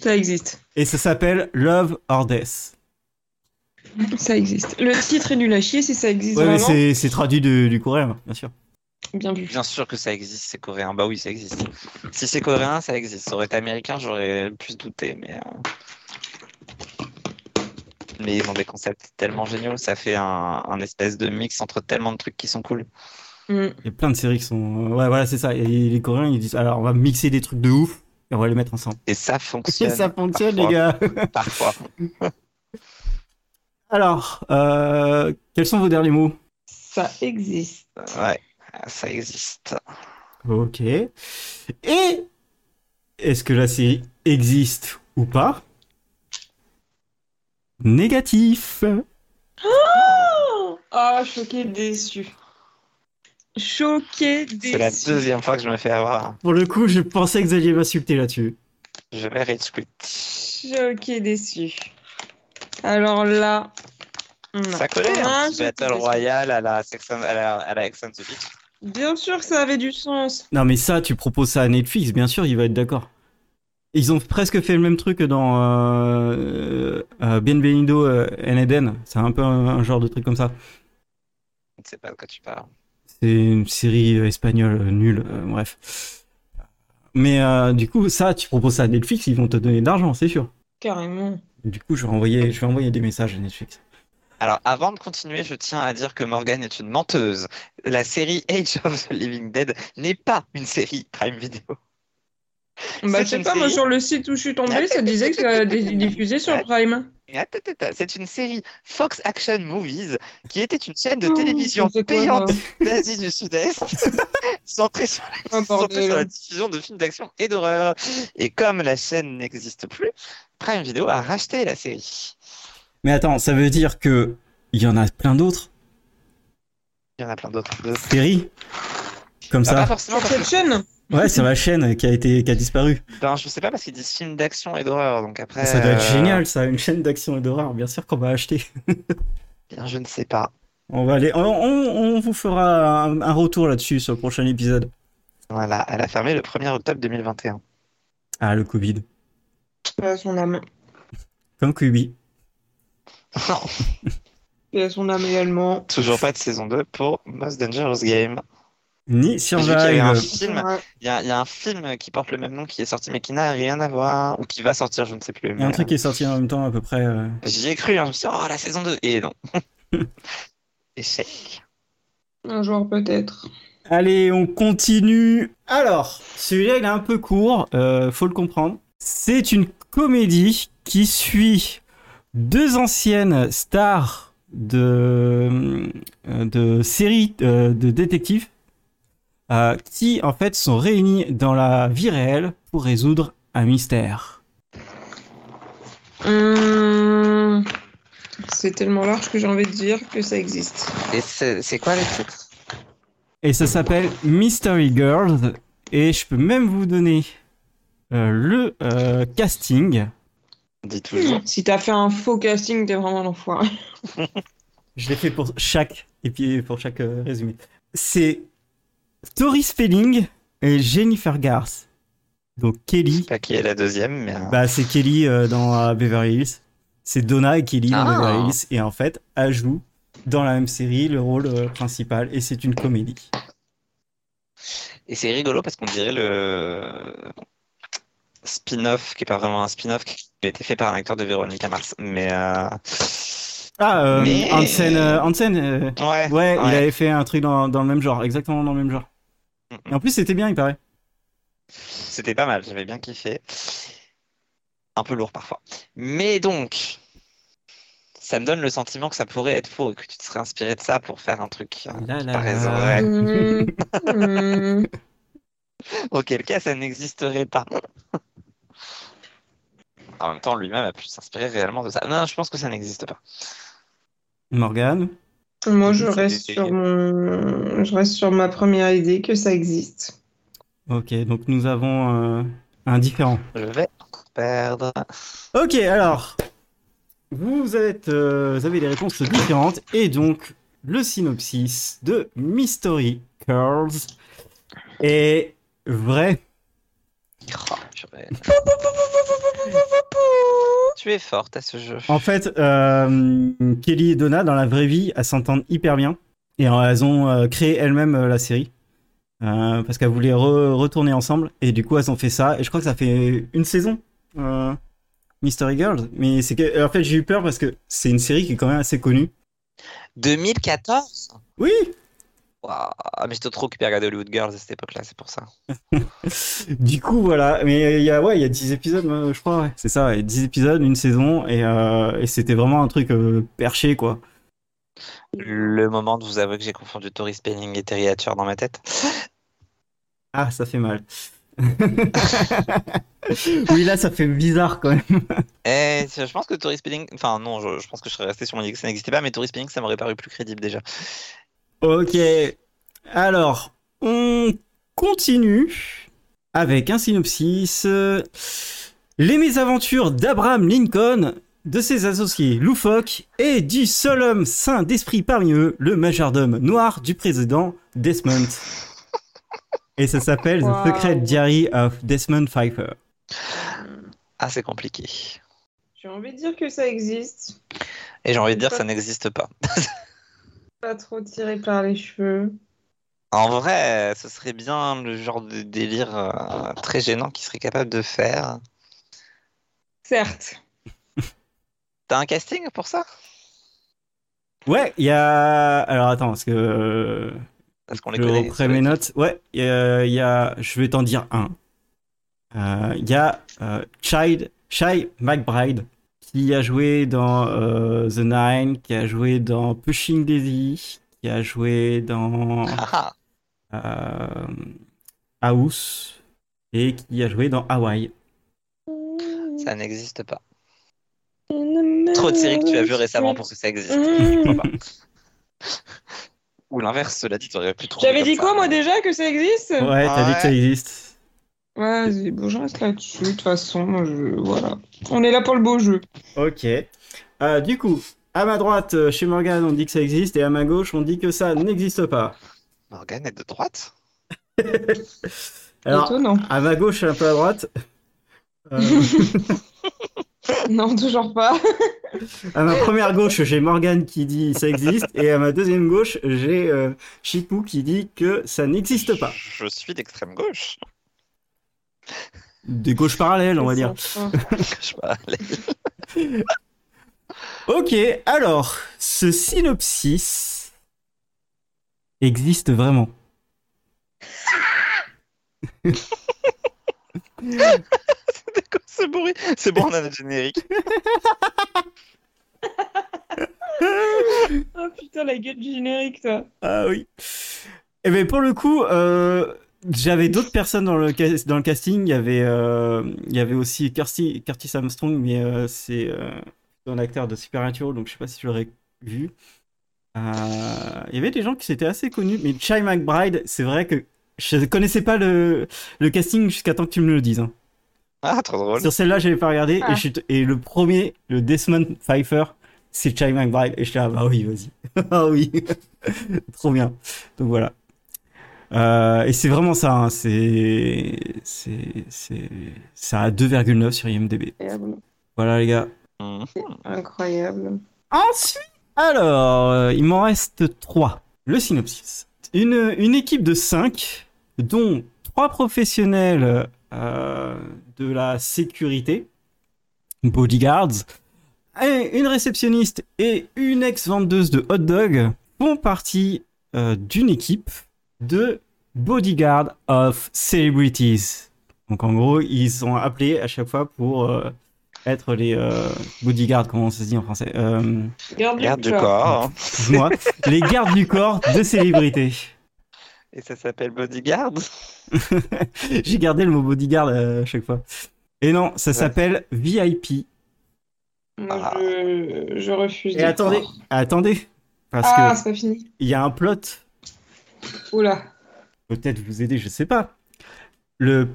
Speaker 2: Ça existe.
Speaker 1: Et ça s'appelle Love or Death.
Speaker 2: Ça existe. Le titre est nul à chier si ça existe
Speaker 1: Ouais, mais
Speaker 2: vraiment.
Speaker 1: c'est- c'est traduit du, du coréen, bien sûr.
Speaker 2: Bien vu.
Speaker 3: Bien sûr que ça existe, c'est coréen. Bah oui, ça existe. Si c'est coréen, ça existe. Ça aurait été américain, j'aurais plus douté. Mais, euh, mais ils ont des concepts tellement géniaux. Ça fait un, un espèce de mix entre tellement de trucs qui sont cool.
Speaker 2: Mm.
Speaker 1: Il y a plein de séries qui sont. euh, Ouais, voilà, c'est ça. Et les Coréens, ils disent alors on va mixer des trucs de ouf et on va les mettre ensemble.
Speaker 3: Et ça
Speaker 1: Et
Speaker 3: fonctionne
Speaker 1: ça fonctionne, les
Speaker 3: Parfois.
Speaker 1: gars.
Speaker 3: parfois.
Speaker 1: <laughs> Alors, euh, quels sont vos derniers mots
Speaker 2: Ça existe.
Speaker 3: Ouais, ça existe.
Speaker 1: Ok. Et est-ce que la série existe ou pas Négatif.
Speaker 2: Ah, choqué, déçu. Choqué,
Speaker 3: C'est la
Speaker 2: déçu.
Speaker 3: deuxième fois que je me fais avoir.
Speaker 1: Pour le coup, je pensais que vous alliez m'insulter là-dessus.
Speaker 3: Je vais rage quit.
Speaker 2: Choqué, déçu. Alors là. on a
Speaker 3: Ça connaît
Speaker 2: un
Speaker 3: un petit
Speaker 2: choqué,
Speaker 3: hein. Battle
Speaker 2: déçu.
Speaker 3: Royale à la, Sex and- à la, à la Ex and the Beach.
Speaker 2: Bien sûr que ça avait du sens.
Speaker 1: Non, mais ça, tu proposes ça à Netflix, bien sûr, il va être d'accord. Ils ont presque fait le même truc que dans euh, euh, Bienvenido euh, en Eden. C'est un peu un, un genre de truc comme ça.
Speaker 3: Je ne sais pas de quoi tu parles.
Speaker 1: C'est une série euh, espagnole euh, nulle, euh, bref. Mais euh, du coup, ça, tu proposes ça à Netflix, ils vont te donner de l'argent, c'est sûr.
Speaker 2: Carrément.
Speaker 1: Du coup, je vais envoyer, je vais envoyer des messages à Netflix.
Speaker 3: Alors, avant de continuer, je tiens à dire que Morgan est une menteuse. La série Age of the Living Dead n'est pas une série Prime Video.
Speaker 2: Bah,
Speaker 3: C'est
Speaker 2: je sais
Speaker 3: une
Speaker 2: pas, moi,
Speaker 3: série.
Speaker 2: sur le site où je suis tombée, ça disait que ça était diffusé sur Prime.
Speaker 3: Et attends, attends, attends, C'est une série Fox Action Movies qui était une chaîne de
Speaker 2: Oh,
Speaker 3: télévision
Speaker 2: c'est quoi, euh,
Speaker 3: payante
Speaker 2: ça
Speaker 3: d'Asie
Speaker 2: <laughs>
Speaker 3: du Sud-Est, centrée sur
Speaker 2: Oh,
Speaker 3: surtout sur la
Speaker 2: bordel.
Speaker 3: diffusion de films d'action et d'horreur. Et comme la chaîne n'existe plus, Prime Video a racheté la série.
Speaker 1: Mais attends, ça veut dire que il y en a plein d'autres
Speaker 3: Il y en a plein d'autres.
Speaker 4: Terry Comme
Speaker 3: Ah, pas
Speaker 4: ça.
Speaker 3: forcément parce que-
Speaker 2: Inception
Speaker 4: Ouais, sur la chaîne qui a, été, qui a disparu.
Speaker 3: ben, je sais pas parce qu'ils disent film d'action et d'horreur, donc après.
Speaker 4: Ça doit être
Speaker 3: euh,
Speaker 4: génial, ça. Une chaîne d'action et d'horreur, bien sûr qu'on va acheter.
Speaker 3: bien, je ne sais pas.
Speaker 4: On va aller. On, on- on vous fera un, un retour là-dessus sur le prochain épisode.
Speaker 3: Voilà, elle a fermé le 1er octobre 2021.
Speaker 4: Ah, le Covid.
Speaker 2: Paix à son âme.
Speaker 4: Comme Kubi.
Speaker 3: <laughs> Non,
Speaker 2: Paix à son âme également.
Speaker 3: toujours pas de saison 2 pour Most Dangerous Game.
Speaker 4: Ni
Speaker 3: J'ai vu qu'il y avait un
Speaker 4: Survive.
Speaker 3: film,
Speaker 2: Ouais.
Speaker 3: il y, a, il y a un film qui porte le même nom qui est sorti mais qui n'a rien à voir ou qui va sortir, je ne sais plus.
Speaker 4: Il y a un
Speaker 3: mais,
Speaker 4: truc qui est sorti en même temps, à peu près. euh,
Speaker 3: euh, J'y ai cru, hein, je me suis dit, oh la saison 2 Et non. <laughs> Échec.
Speaker 2: Un jour peut-être.
Speaker 4: Allez, on continue.
Speaker 1: Alors, celui-là, il est un peu court, euh, faut le comprendre. C'est une comédie qui suit deux anciennes stars de, euh, de séries euh, de détectives euh, qui, en fait, sont réunies dans la vie réelle pour résoudre un mystère.
Speaker 2: Hum, C'est tellement large que j'ai envie de dire que ça existe.
Speaker 3: Et c'est c'est quoi le titre
Speaker 1: Et ça s'appelle Mystery Girls. Et je peux même vous donner euh, le euh, casting.
Speaker 3: On dit toujours.
Speaker 2: Si t'as fait un faux casting, t'es vraiment l'enfoiré.
Speaker 1: Je l'ai fait pour chaque et puis pour chaque euh, résumé. C'est Tori Spelling et Jennifer Garth. Donc Kelly,
Speaker 3: Je sais pas qui est la deuxième, mais. euh,
Speaker 1: bah c'est Kelly euh, dans euh, Beverly Hills. C'est Donna et Kelly dans
Speaker 3: Ah.
Speaker 1: Beverly Hills et en fait, elle joue dans la même série le rôle euh, principal et c'est une comédie.
Speaker 3: Et c'est rigolo parce qu'on dirait le spin-off, qui est pas vraiment un spin-off, qui a été fait par un acteur de Véronica Mars. Mais. euh,
Speaker 1: Ah, euh,
Speaker 3: Mais-
Speaker 1: Hansen, euh, Hansen, euh,
Speaker 3: Ouais,
Speaker 1: ouais, il
Speaker 3: ouais.
Speaker 1: avait fait un truc dans, dans le même genre, exactement dans le même genre.
Speaker 3: Mhm.
Speaker 1: Et en plus, c'était bien, il paraît.
Speaker 3: C'était pas mal, j'avais bien kiffé. Un peu lourd parfois. Mais donc, ça me donne le sentiment que ça pourrait être faux et que tu te serais inspiré de ça pour faire un truc. euh,
Speaker 1: Là, là,
Speaker 3: T'as raison,
Speaker 1: là.
Speaker 3: ouais.
Speaker 2: Hum, hum.
Speaker 3: Auquel cas, ça n'existerait pas. <laughs> En même temps, lui-même a pu s'inspirer réellement de ça. Non, je pense que ça n'existe pas.
Speaker 1: Morgane.
Speaker 2: Moi, je
Speaker 3: C'est
Speaker 2: reste
Speaker 3: des-
Speaker 2: sur mon, je reste sur ma première idée que ça existe.
Speaker 1: Ok, donc nous avons euh, un différent.
Speaker 3: Je vais encore perdre.
Speaker 1: Ok, alors, vous, êtes, euh, vous avez des réponses différentes, et donc le synopsis de Mystery Curls est vrai.
Speaker 3: Oh, je vais- Tu es forte à ce jeu.
Speaker 1: En fait, euh, Kelly et Donna, dans la vraie vie, elles s'entendent hyper bien, et euh, elles ont euh, créé elles-mêmes euh, la série, euh, parce qu'elles voulaient re- retourner ensemble, et du coup, elles ont fait ça, et je crois que ça fait une saison. euh, Mystery Girls, mais c'est que en fait j'ai eu peur parce que c'est une série qui est quand même assez connue.
Speaker 3: 2014
Speaker 1: Oui,
Speaker 3: Waouh, mais j'étais trop occupé à regarder Hollywood Girls à cette époque-là, c'est pour ça.
Speaker 1: Du coup, voilà. Mais il y a, ouais, il y a 10 épisodes, euh, je crois, ouais. C'est ça, ouais. 10 épisodes, une saison, et, euh, et c'était vraiment un truc euh, perché, quoi.
Speaker 3: Le moment de vous avouer que j'ai confondu Tori Spelling et Terry Hatcher dans ma tête.
Speaker 1: Ah, ça fait <laughs> mal. oui, là, ça fait bizarre, quand même.
Speaker 3: Eh, je pense que Tori Spelling... Enfin non, je, je pense que je serais resté sur mon idée que ça n'existait pas, mais Tori Spelling, ça m'aurait paru plus crédible déjà.
Speaker 1: Ok. Alors, on continue avec un synopsis. euh, Les mésaventures d'Abraham Lincoln, de ses associés loufoques et du seul homme saint d'esprit parmi eux, le majordome noir du président Desmond. Et ça s'appelle
Speaker 2: Wow.
Speaker 1: The Secret Diary of Desmond Pfeiffer.
Speaker 3: Ah, c'est compliqué.
Speaker 2: J'ai envie de dire que ça existe.
Speaker 3: Et j'ai envie de dire que ça n'existe pas.
Speaker 2: Pas trop tiré par les cheveux.
Speaker 3: En vrai, ce serait bien le genre de délire euh, très gênant qu'il serait capable de faire.
Speaker 2: Certes.
Speaker 3: T'as un casting pour ça?
Speaker 1: Ouais, il y a... Alors attends, parce que... euh,
Speaker 3: Parce qu'on les
Speaker 1: Je
Speaker 3: connaît,
Speaker 1: reprends
Speaker 3: ceux-là.
Speaker 1: mes notes. Ouais, il y a- il y a, je vais t'en dire un. Euh, Il y a euh, Child, Shai McBride, qui a joué dans euh, The Nine, qui a joué dans Pushing Daisy, qui a joué dans
Speaker 3: <laughs> Ah, ah.
Speaker 1: euh, House, et qui a joué dans Hawaii.
Speaker 3: Ça n'existe pas.
Speaker 1: <laughs>
Speaker 3: Trop de séries que tu as vues récemment pour que ça existe.
Speaker 2: Mmh.
Speaker 3: Je crois pas. Ou l'inverse, cela dit, t'aurais pu trouver.
Speaker 2: J'avais
Speaker 3: comme
Speaker 2: dit
Speaker 3: ça.
Speaker 2: quoi, moi, déjà, que ça existe
Speaker 1: Ouais, t'as dit que ça existe.
Speaker 2: Ouais, vas-y, bon, je reste là-dessus, de toute façon, moi, je... voilà. On est là pour le beau jeu.
Speaker 1: Ok. Euh, du coup, à ma droite, euh, chez Morgane, on dit que ça existe, et à ma gauche, on dit que ça n'existe pas.
Speaker 3: Morgane est de droite
Speaker 1: Alors,
Speaker 2: Étonnant.
Speaker 1: à ma gauche et un peu à droite. Euh,
Speaker 2: Non, toujours pas.
Speaker 1: à ma première gauche, j'ai Morgane qui dit ça existe, et à ma deuxième gauche, j'ai euh, Chipou qui dit que ça n'existe pas.
Speaker 3: Je suis d'extrême gauche. <laughs>
Speaker 1: Des gauches parallèles, <laughs> on va dire.
Speaker 3: Je sais pas, les-
Speaker 1: Ok, alors, ce synopsis existe vraiment.
Speaker 3: D'accord, c'est bourré. C'est bon, on a notre générique.
Speaker 2: <laughs> Oh putain, la gueule du générique, toi.
Speaker 1: Ah oui. Et bien pour le coup, euh, j'avais d'autres personnes dans le, cas- dans le casting. Il y avait, euh, il y avait aussi Curtis, Curtis Armstrong, mais euh, c'est euh, un acteur de Supernatural, donc je sais pas si je l'aurais vu. Euh, il y avait des gens qui s'étaient assez connus, mais Chai McBride, c'est vrai que je connaissais pas le, le casting jusqu'à temps que tu me le dises. hein.
Speaker 3: Ah, trop drôle.
Speaker 1: Sur celle-là, j'avais pas regardé,
Speaker 2: Ah.
Speaker 1: et, je suis t- et le premier, le Desmond Pfeiffer, c'est Chai McBride, et je suis là, ah bah oui, vas-y. <laughs> ah oui, trop bien. Donc voilà. Euh, et c'est vraiment ça, hein, c'est, c'est, c'est, ça a 2,9 sur IMDb.
Speaker 2: Incroyable.
Speaker 1: Voilà les gars.
Speaker 3: Mhm.
Speaker 2: Incroyable.
Speaker 1: Ensuite, alors, euh, il m'en reste 3. Le synopsis. Une, une équipe de 5, dont 3 professionnels euh, de la sécurité, bodyguards, et une réceptionniste et une ex-vendeuse de hot dog font partie euh, d'une équipe de bodyguards of celebrities. Donc en gros, ils sont appelés à chaque fois pour euh, être les euh, bodyguards, comment ça se dit en français Euh,
Speaker 2: Garde,
Speaker 3: Garde du corps. hein.
Speaker 1: moi, les gardes du corps de célébrités.
Speaker 3: Et ça s'appelle Bodyguard.
Speaker 1: <laughs> J'ai gardé le mot bodyguard euh, à chaque fois. Et non, ça
Speaker 3: Ouais.
Speaker 1: s'appelle VIP.
Speaker 2: Moi,
Speaker 3: Ah.
Speaker 2: je, je refuse.
Speaker 1: Et
Speaker 2: d'y
Speaker 1: attendez,
Speaker 2: croire.
Speaker 1: Ah, attendez, parce
Speaker 2: Ah,
Speaker 1: que
Speaker 2: c'est pas fini.
Speaker 1: il y a un plot.
Speaker 2: Oula.
Speaker 1: Peut-être vous aider, je sais pas. Le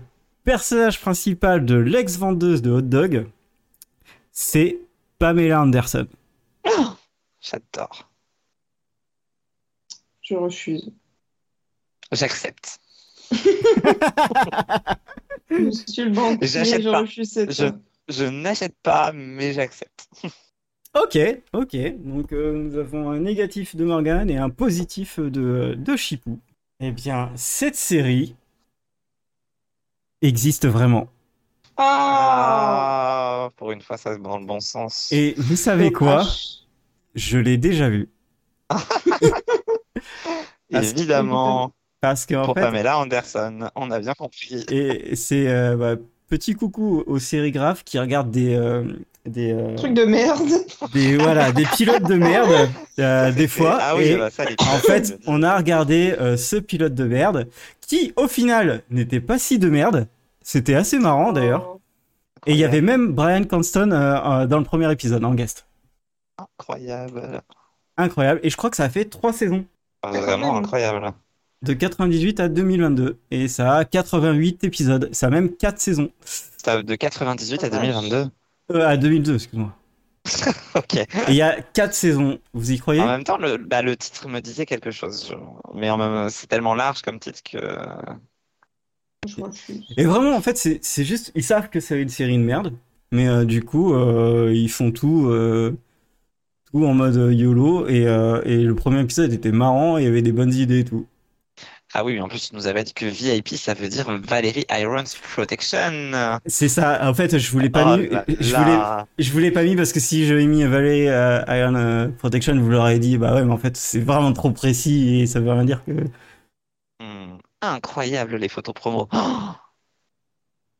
Speaker 1: personnage principal de l'ex-vendeuse de hot dog, c'est Pamela Anderson.
Speaker 3: J'adore.
Speaker 2: Je refuse.
Speaker 3: J'accepte.
Speaker 2: Monsieur le banquier,
Speaker 3: J'achète
Speaker 2: je
Speaker 3: pas.
Speaker 2: refuse cette.
Speaker 3: Je- Je n'achète pas, mais j'accepte.
Speaker 1: Ok, ok. Donc euh, nous avons un négatif de Morgan et un positif de, de Chipou. Eh bien, cette série existe vraiment.
Speaker 2: Ah
Speaker 3: Ah, pour une fois, ça va dans le bon sens.
Speaker 1: Et vous savez quoi
Speaker 2: Dommage.
Speaker 1: Je l'ai déjà
Speaker 3: <laughs>
Speaker 1: vu.
Speaker 3: Évidemment,
Speaker 1: Parce qu'en
Speaker 3: pour
Speaker 1: fait,
Speaker 3: Pamela Anderson, on a bien compris.
Speaker 1: et c'est euh, bah, petit coucou aux sérigraphes qui regardent des euh, des, euh,
Speaker 2: Truc de merde.
Speaker 1: des voilà des pilotes de merde
Speaker 3: <laughs>
Speaker 1: euh, des fois.
Speaker 3: Ah oui,
Speaker 1: Et
Speaker 3: bah, ça, les
Speaker 1: en fait, on a regardé euh, ce pilote de merde qui, au final, n'était pas si de merde. C'était assez marrant d'ailleurs. Et il y avait même Brian Cranston euh, euh, dans le premier épisode en guest.
Speaker 3: Incroyable.
Speaker 1: Incroyable. Et je crois que ça a fait trois saisons.
Speaker 3: Ah, Vraiment
Speaker 2: même.
Speaker 3: incroyable.
Speaker 1: De 98 à 2022. Et ça a 88 épisodes. Ça a même quatre saisons.
Speaker 3: Ça, De 98 à 2022.
Speaker 1: Euh, à 2002, excuse-moi.
Speaker 3: <laughs> Ok.
Speaker 1: Et il y a quatre saisons. Vous y croyez
Speaker 3: En même temps, le, bah, le titre me disait quelque chose. je- Mais en même c'est tellement large comme titre que.
Speaker 2: Je refuse.
Speaker 1: Et vraiment, en fait, c'est c'est juste, ils savent que c'est une série de merde, mais euh, du coup, euh, ils font tout, euh, tout en mode euh, YOLO, et, euh, et le premier épisode était marrant, il y avait des bonnes idées et tout.
Speaker 3: Ah oui, en plus, tu nous avais dit que VIP, ça veut dire Valérie Irons Protection.
Speaker 1: C'est ça, en fait, je voulais pas
Speaker 3: Oh
Speaker 1: mis,
Speaker 3: là
Speaker 1: je
Speaker 3: là.
Speaker 1: voulais, je voulais pas mis parce que si j'avais mis Valet euh, Iron euh, Protection, vous l'aurez dit, bah ouais, mais en fait, c'est vraiment trop précis, et ça veut rien dire que...
Speaker 3: Hmm. Incroyable les photos promo. <gasps> Oh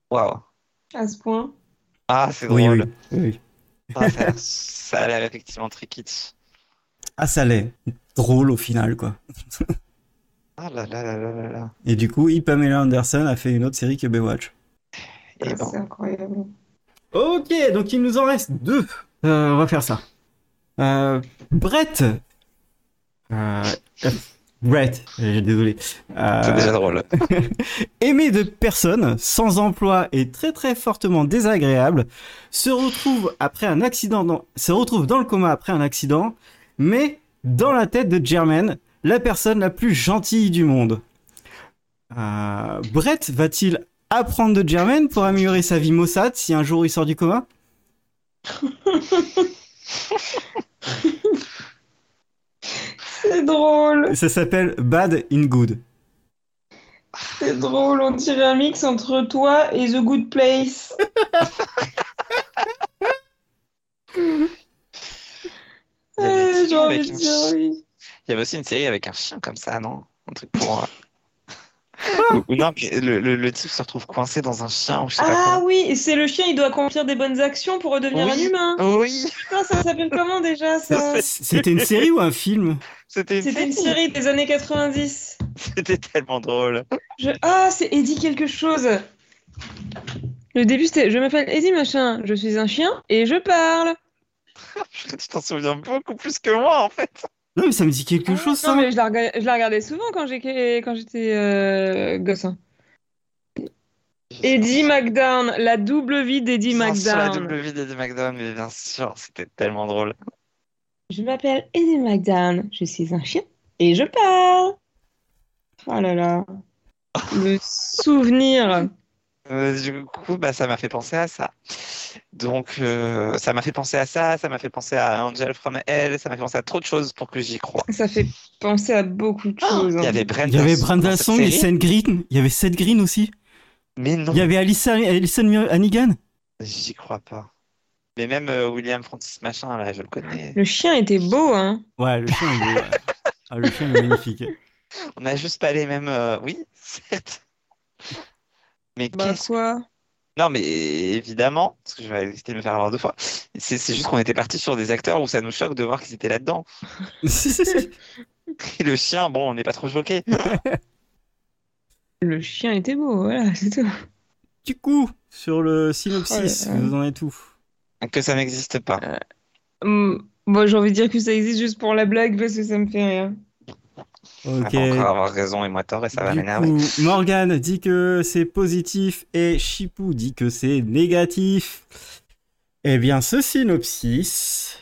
Speaker 3: Waouh.
Speaker 2: À ce point.
Speaker 3: Ah, c'est
Speaker 1: Oui, oui,
Speaker 3: drôle.
Speaker 1: oui, oui.
Speaker 3: Ah, ça a l'air- ça a l'air effectivement très kitsch.
Speaker 1: Ah, ça l'est. Drôle au final, quoi.
Speaker 3: Ah là là là là là là.
Speaker 1: Et du coup, I, Pamela Anderson a fait une autre série que Baywatch.
Speaker 3: Et bon,
Speaker 2: C'est incroyable.
Speaker 1: Ok, donc il nous en reste deux. on va faire ça. Brett. Euh, Brett, j'ai- désolé. Euh,
Speaker 3: C'est déjà drôle.
Speaker 1: aimé de personne, sans emploi et très très fortement désagréable, se retrouve après un accident, dans, se retrouve dans le coma après un accident, mais dans la tête de Germaine, la personne la plus gentille du monde. Euh, Brett va-t-il apprendre de Germaine pour améliorer sa vie maussade si un jour il sort du coma
Speaker 2: C'est drôle,
Speaker 1: Ça s'appelle Bad in Good.
Speaker 2: c'est drôle. On dirait un mix entre toi et The Good
Speaker 3: <laughs>
Speaker 2: Place.
Speaker 3: Il y avait
Speaker 2: Euh,
Speaker 3: une
Speaker 2: J'ai
Speaker 3: série
Speaker 2: envie
Speaker 3: avec
Speaker 2: de
Speaker 3: un
Speaker 2: dire
Speaker 3: chien.
Speaker 2: oui.
Speaker 3: Il y avait aussi une série avec un chien comme ça, non? Un truc pour. euh, ou- ou non, mais le, le, le type se retrouve coincé dans un chien ou je sais
Speaker 2: Ah
Speaker 3: pas
Speaker 2: oui, et c'est le chien, il doit accomplir des bonnes actions pour redevenir
Speaker 3: Oui.
Speaker 2: un humain.
Speaker 3: quoi. Oui,
Speaker 2: Putain, ça s'appelle comment déjà ça
Speaker 1: C'était une série ou un film
Speaker 3: c'était une
Speaker 2: C'était une
Speaker 3: série.
Speaker 2: série des années 90.
Speaker 3: C'était tellement drôle.
Speaker 2: Je- Ah, c'est Eddie quelque chose. Le début, c'était Je m'appelle Eddie machin, je suis un chien et je parle.
Speaker 3: Tu t'en souviens beaucoup plus que moi en fait.
Speaker 1: Non mais ça me dit quelque chose ça.
Speaker 2: Ah, Non, mais je la, rega- je la regardais souvent quand j'ai- quand j'étais euh, gosse. hein. Eddie McDown, la double vie d'Eddie
Speaker 3: Bien sûr, Ah, la
Speaker 2: McDown.
Speaker 3: double vie d'Eddie McDown, mais bien sûr, c'était tellement drôle.
Speaker 2: Je m'appelle Eddie McDown, je suis un chien et je parle. Oh là là. Le souvenir.
Speaker 3: Euh, du coup, bah, ça m'a fait penser à ça. Donc, euh, ça m'a fait penser à ça, ça m'a fait penser à Angel from Hell, ça m'a fait penser à trop de choses pour que j'y croie.
Speaker 2: Ça fait penser à beaucoup de choses.
Speaker 3: Ah, Il y
Speaker 2: hein.
Speaker 3: avait
Speaker 1: Il y avait
Speaker 3: Brenda
Speaker 1: Brenda
Speaker 3: Song
Speaker 1: Song
Speaker 3: dans
Speaker 1: et
Speaker 3: cette série,
Speaker 1: Seth Green. Il y avait Seth Green aussi.
Speaker 3: mais non,
Speaker 1: Il y avait Alison, Alison Mur- Hannigan.
Speaker 3: j'y crois pas. Mais même euh, William Francis Machin, là, je le connais.
Speaker 2: Le chien était beau, hein.
Speaker 1: Ouais, le chien, il est, ah, le chien il est magnifique. <laughs>
Speaker 3: On a juste pas les mêmes. euh, Oui, <laughs> certes. Mais
Speaker 2: Bah
Speaker 3: qu'est-ce
Speaker 2: quoi
Speaker 3: Non, mais évidemment, parce que je vais éviter de me faire avoir deux fois. C'est c'est juste qu'on était parti sur des acteurs où ça nous choque de voir qu'ils étaient là-dedans. Et le chien, bon, on n'est pas trop choqué.
Speaker 2: Le chien était beau, voilà, <laughs> c'est tout.
Speaker 1: du coup, sur le synopsis,
Speaker 2: Oh là là.
Speaker 1: vous en êtes tout.
Speaker 3: Que ça n'existe pas.
Speaker 2: Hum, moi, j'ai envie de dire que ça existe juste pour la blague parce que ça me fait rien.
Speaker 1: Ok.
Speaker 3: On va Ah, encore avoir raison et moi tort et ça va
Speaker 1: Du
Speaker 3: m'énerver.
Speaker 1: coup, Morgane dit que c'est positif et Chipou dit que c'est négatif. Eh bien, ce synopsis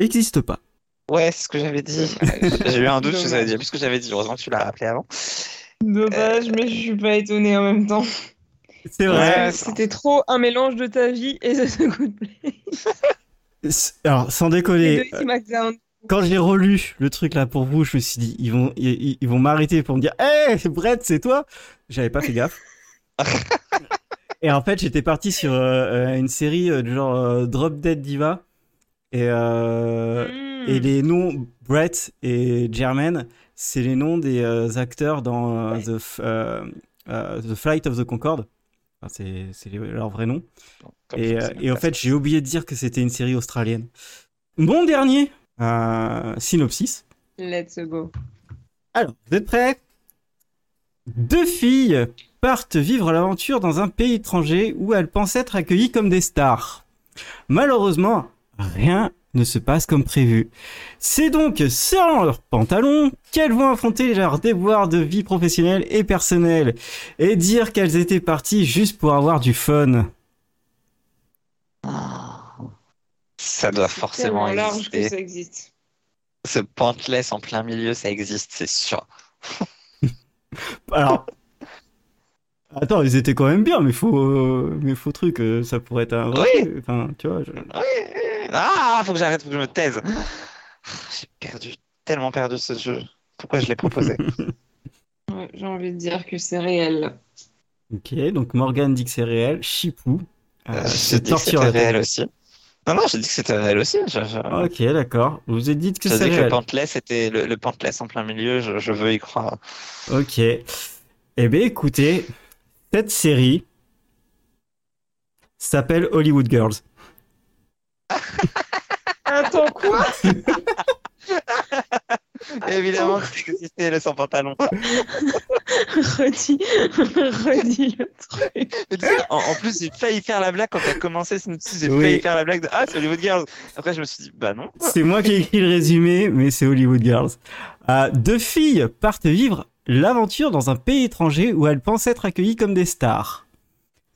Speaker 1: n'existe pas.
Speaker 3: Ouais, c'est ce que
Speaker 2: <laughs>
Speaker 3: j'avais dit. J'ai eu un doute sur ce que j'avais dit. Plus ce que j'avais dit, heureusement que tu l'as rappelé avant.
Speaker 2: Dommage,
Speaker 1: Euh,
Speaker 2: mais je suis pas étonnée en même temps.
Speaker 1: C'est vrai.
Speaker 3: Ouais.
Speaker 2: Parce que C'était trop un mélange de ta vie et de ce coup de <laughs> play.
Speaker 1: S- Alors, sans
Speaker 2: Et
Speaker 1: déconner,
Speaker 2: de Eddie
Speaker 1: euh,
Speaker 2: McDown.
Speaker 1: quand j'ai relu le truc là pour vous, je me suis dit, ils vont, ils, ils vont m'arrêter pour me dire, hé, Brett, c'est toi J'avais pas fait gaffe. et en fait, j'étais parti sur euh, euh, une série euh, du genre euh, Drop Dead Diva. Et, euh,
Speaker 2: Mm.
Speaker 1: et les noms Brett et Jermaine, c'est les noms des euh, acteurs dans euh, the, F- euh, euh, The Flight of the Concorde. Enfin, c'est c'est les- leur vrai nom.
Speaker 3: Comme
Speaker 1: Et,
Speaker 3: ça,
Speaker 1: euh,
Speaker 3: c'est
Speaker 1: et en fait, j'ai oublié de dire que c'était une série australienne. Mon dernier euh, synopsis.
Speaker 2: Let's go.
Speaker 1: Alors, vous êtes prêts Deux filles partent vivre l'aventure dans un pays étranger où elles pensent être accueillies comme des stars. Malheureusement, rien ne se passe comme prévu. C'est donc serrant leurs pantalons qu'elles vont affronter leurs déboires de vie professionnelle et personnelle et dire qu'elles étaient parties juste pour avoir du fun.
Speaker 3: Ça doit forcément
Speaker 2: Tellement large que
Speaker 3: exister.
Speaker 2: ça existe.
Speaker 3: Ce pantless en plein milieu, ça existe, c'est sûr.
Speaker 1: Alors. Attends, ils étaient quand même bien, mais faux, euh, mais faux truc, euh, ça pourrait être un vrai.
Speaker 3: Oui.
Speaker 1: truc. Enfin, tu vois. je-
Speaker 3: Ouais. Ah, faut que j'arrête, faut que je me taise. Ah, J'ai perdu, tellement perdu ce jeu. Pourquoi je
Speaker 1: <laughs>
Speaker 3: l'ai proposé?
Speaker 2: Ouais, j'ai envie de dire que c'est réel.
Speaker 1: Ok, donc Morgan dit que c'est réel, Chipou. euh, c'est
Speaker 3: J'ai dit que c'était
Speaker 1: torture.
Speaker 3: réel aussi. Non, non, j'ai dit que c'était réel aussi. Je, je-
Speaker 1: Ok, d'accord. Vous avez dit que
Speaker 3: je dis
Speaker 1: c'est
Speaker 3: que le
Speaker 1: réel.
Speaker 3: pantless était le, le pantless en plein milieu. Je, je veux y croire.
Speaker 1: Ok. Eh bien, écoutez, cette série s'appelle Hollywood Girls.
Speaker 2: Attends, quoi
Speaker 3: Évidemment, parce que si c'était le sans pantalon.
Speaker 2: <laughs> redis, <laughs> redis le truc.
Speaker 3: Mais tu sais, en, en plus, j'ai failli faire la blague quand t'as commencé ce notice. J'ai
Speaker 1: Oui.
Speaker 3: failli faire la blague de Ah, c'est Hollywood Girls. Après, je me suis dit Bah non.
Speaker 1: C'est moi qui ai écrit le résumé, mais c'est Hollywood Girls. Euh, deux filles partent vivre l'aventure dans un pays étranger où elles pensent être accueillies comme des stars.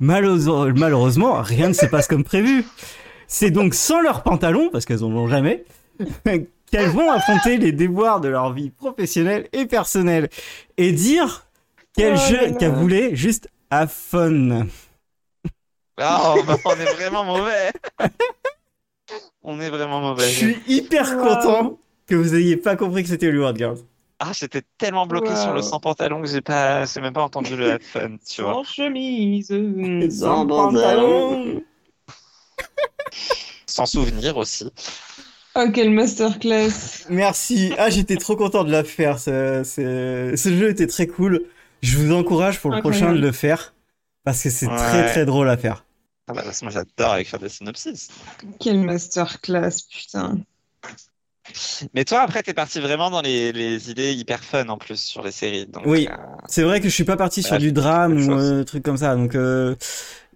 Speaker 1: Malheureusement, malheureusement, rien ne se passe comme prévu. C'est donc sans leurs pantalons, parce qu'elles en ont jamais, <laughs> qu'elles vont affronter les déboires de leur vie professionnelle et personnelle et dire qu'elles
Speaker 2: Oh là là.
Speaker 1: je- qu'elles voulaient juste have fun.
Speaker 3: Ah, on, on est vraiment mauvais. <laughs> on est vraiment
Speaker 1: Je
Speaker 3: mauvais.
Speaker 1: suis hyper
Speaker 2: Wow.
Speaker 1: content que vous ayez pas compris que c'était Hollywood Girls.
Speaker 3: Ah, j'étais tellement bloqué sur le
Speaker 2: Wow.
Speaker 3: sans pantalon que j'ai pas, j'ai même pas entendu le fun, tu vois.
Speaker 2: Sans chemise, mm,
Speaker 1: Sans pantalon.
Speaker 3: Sans souvenir aussi.
Speaker 2: Oh, quelle masterclass.
Speaker 1: Merci. Ah, j'étais trop content de la faire. Ce, ce- ce jeu était très cool. Je vous encourage pour le
Speaker 2: Incroyable.
Speaker 1: prochain de le faire parce que c'est très
Speaker 3: Ouais.
Speaker 1: très drôle à faire.
Speaker 3: Ah bah, parce que moi j'adore écrire des synopsis.
Speaker 2: Quelle masterclass, putain.
Speaker 3: Mais toi, après, t'es parti vraiment dans les, les idées hyper fun en plus sur les séries. Donc,
Speaker 1: Oui.
Speaker 3: euh,
Speaker 1: C'est vrai que je suis pas parti sur
Speaker 3: Ouais,
Speaker 1: du drame
Speaker 3: quelque
Speaker 1: ou
Speaker 3: chose.
Speaker 1: euh, truc comme ça. Donc euh,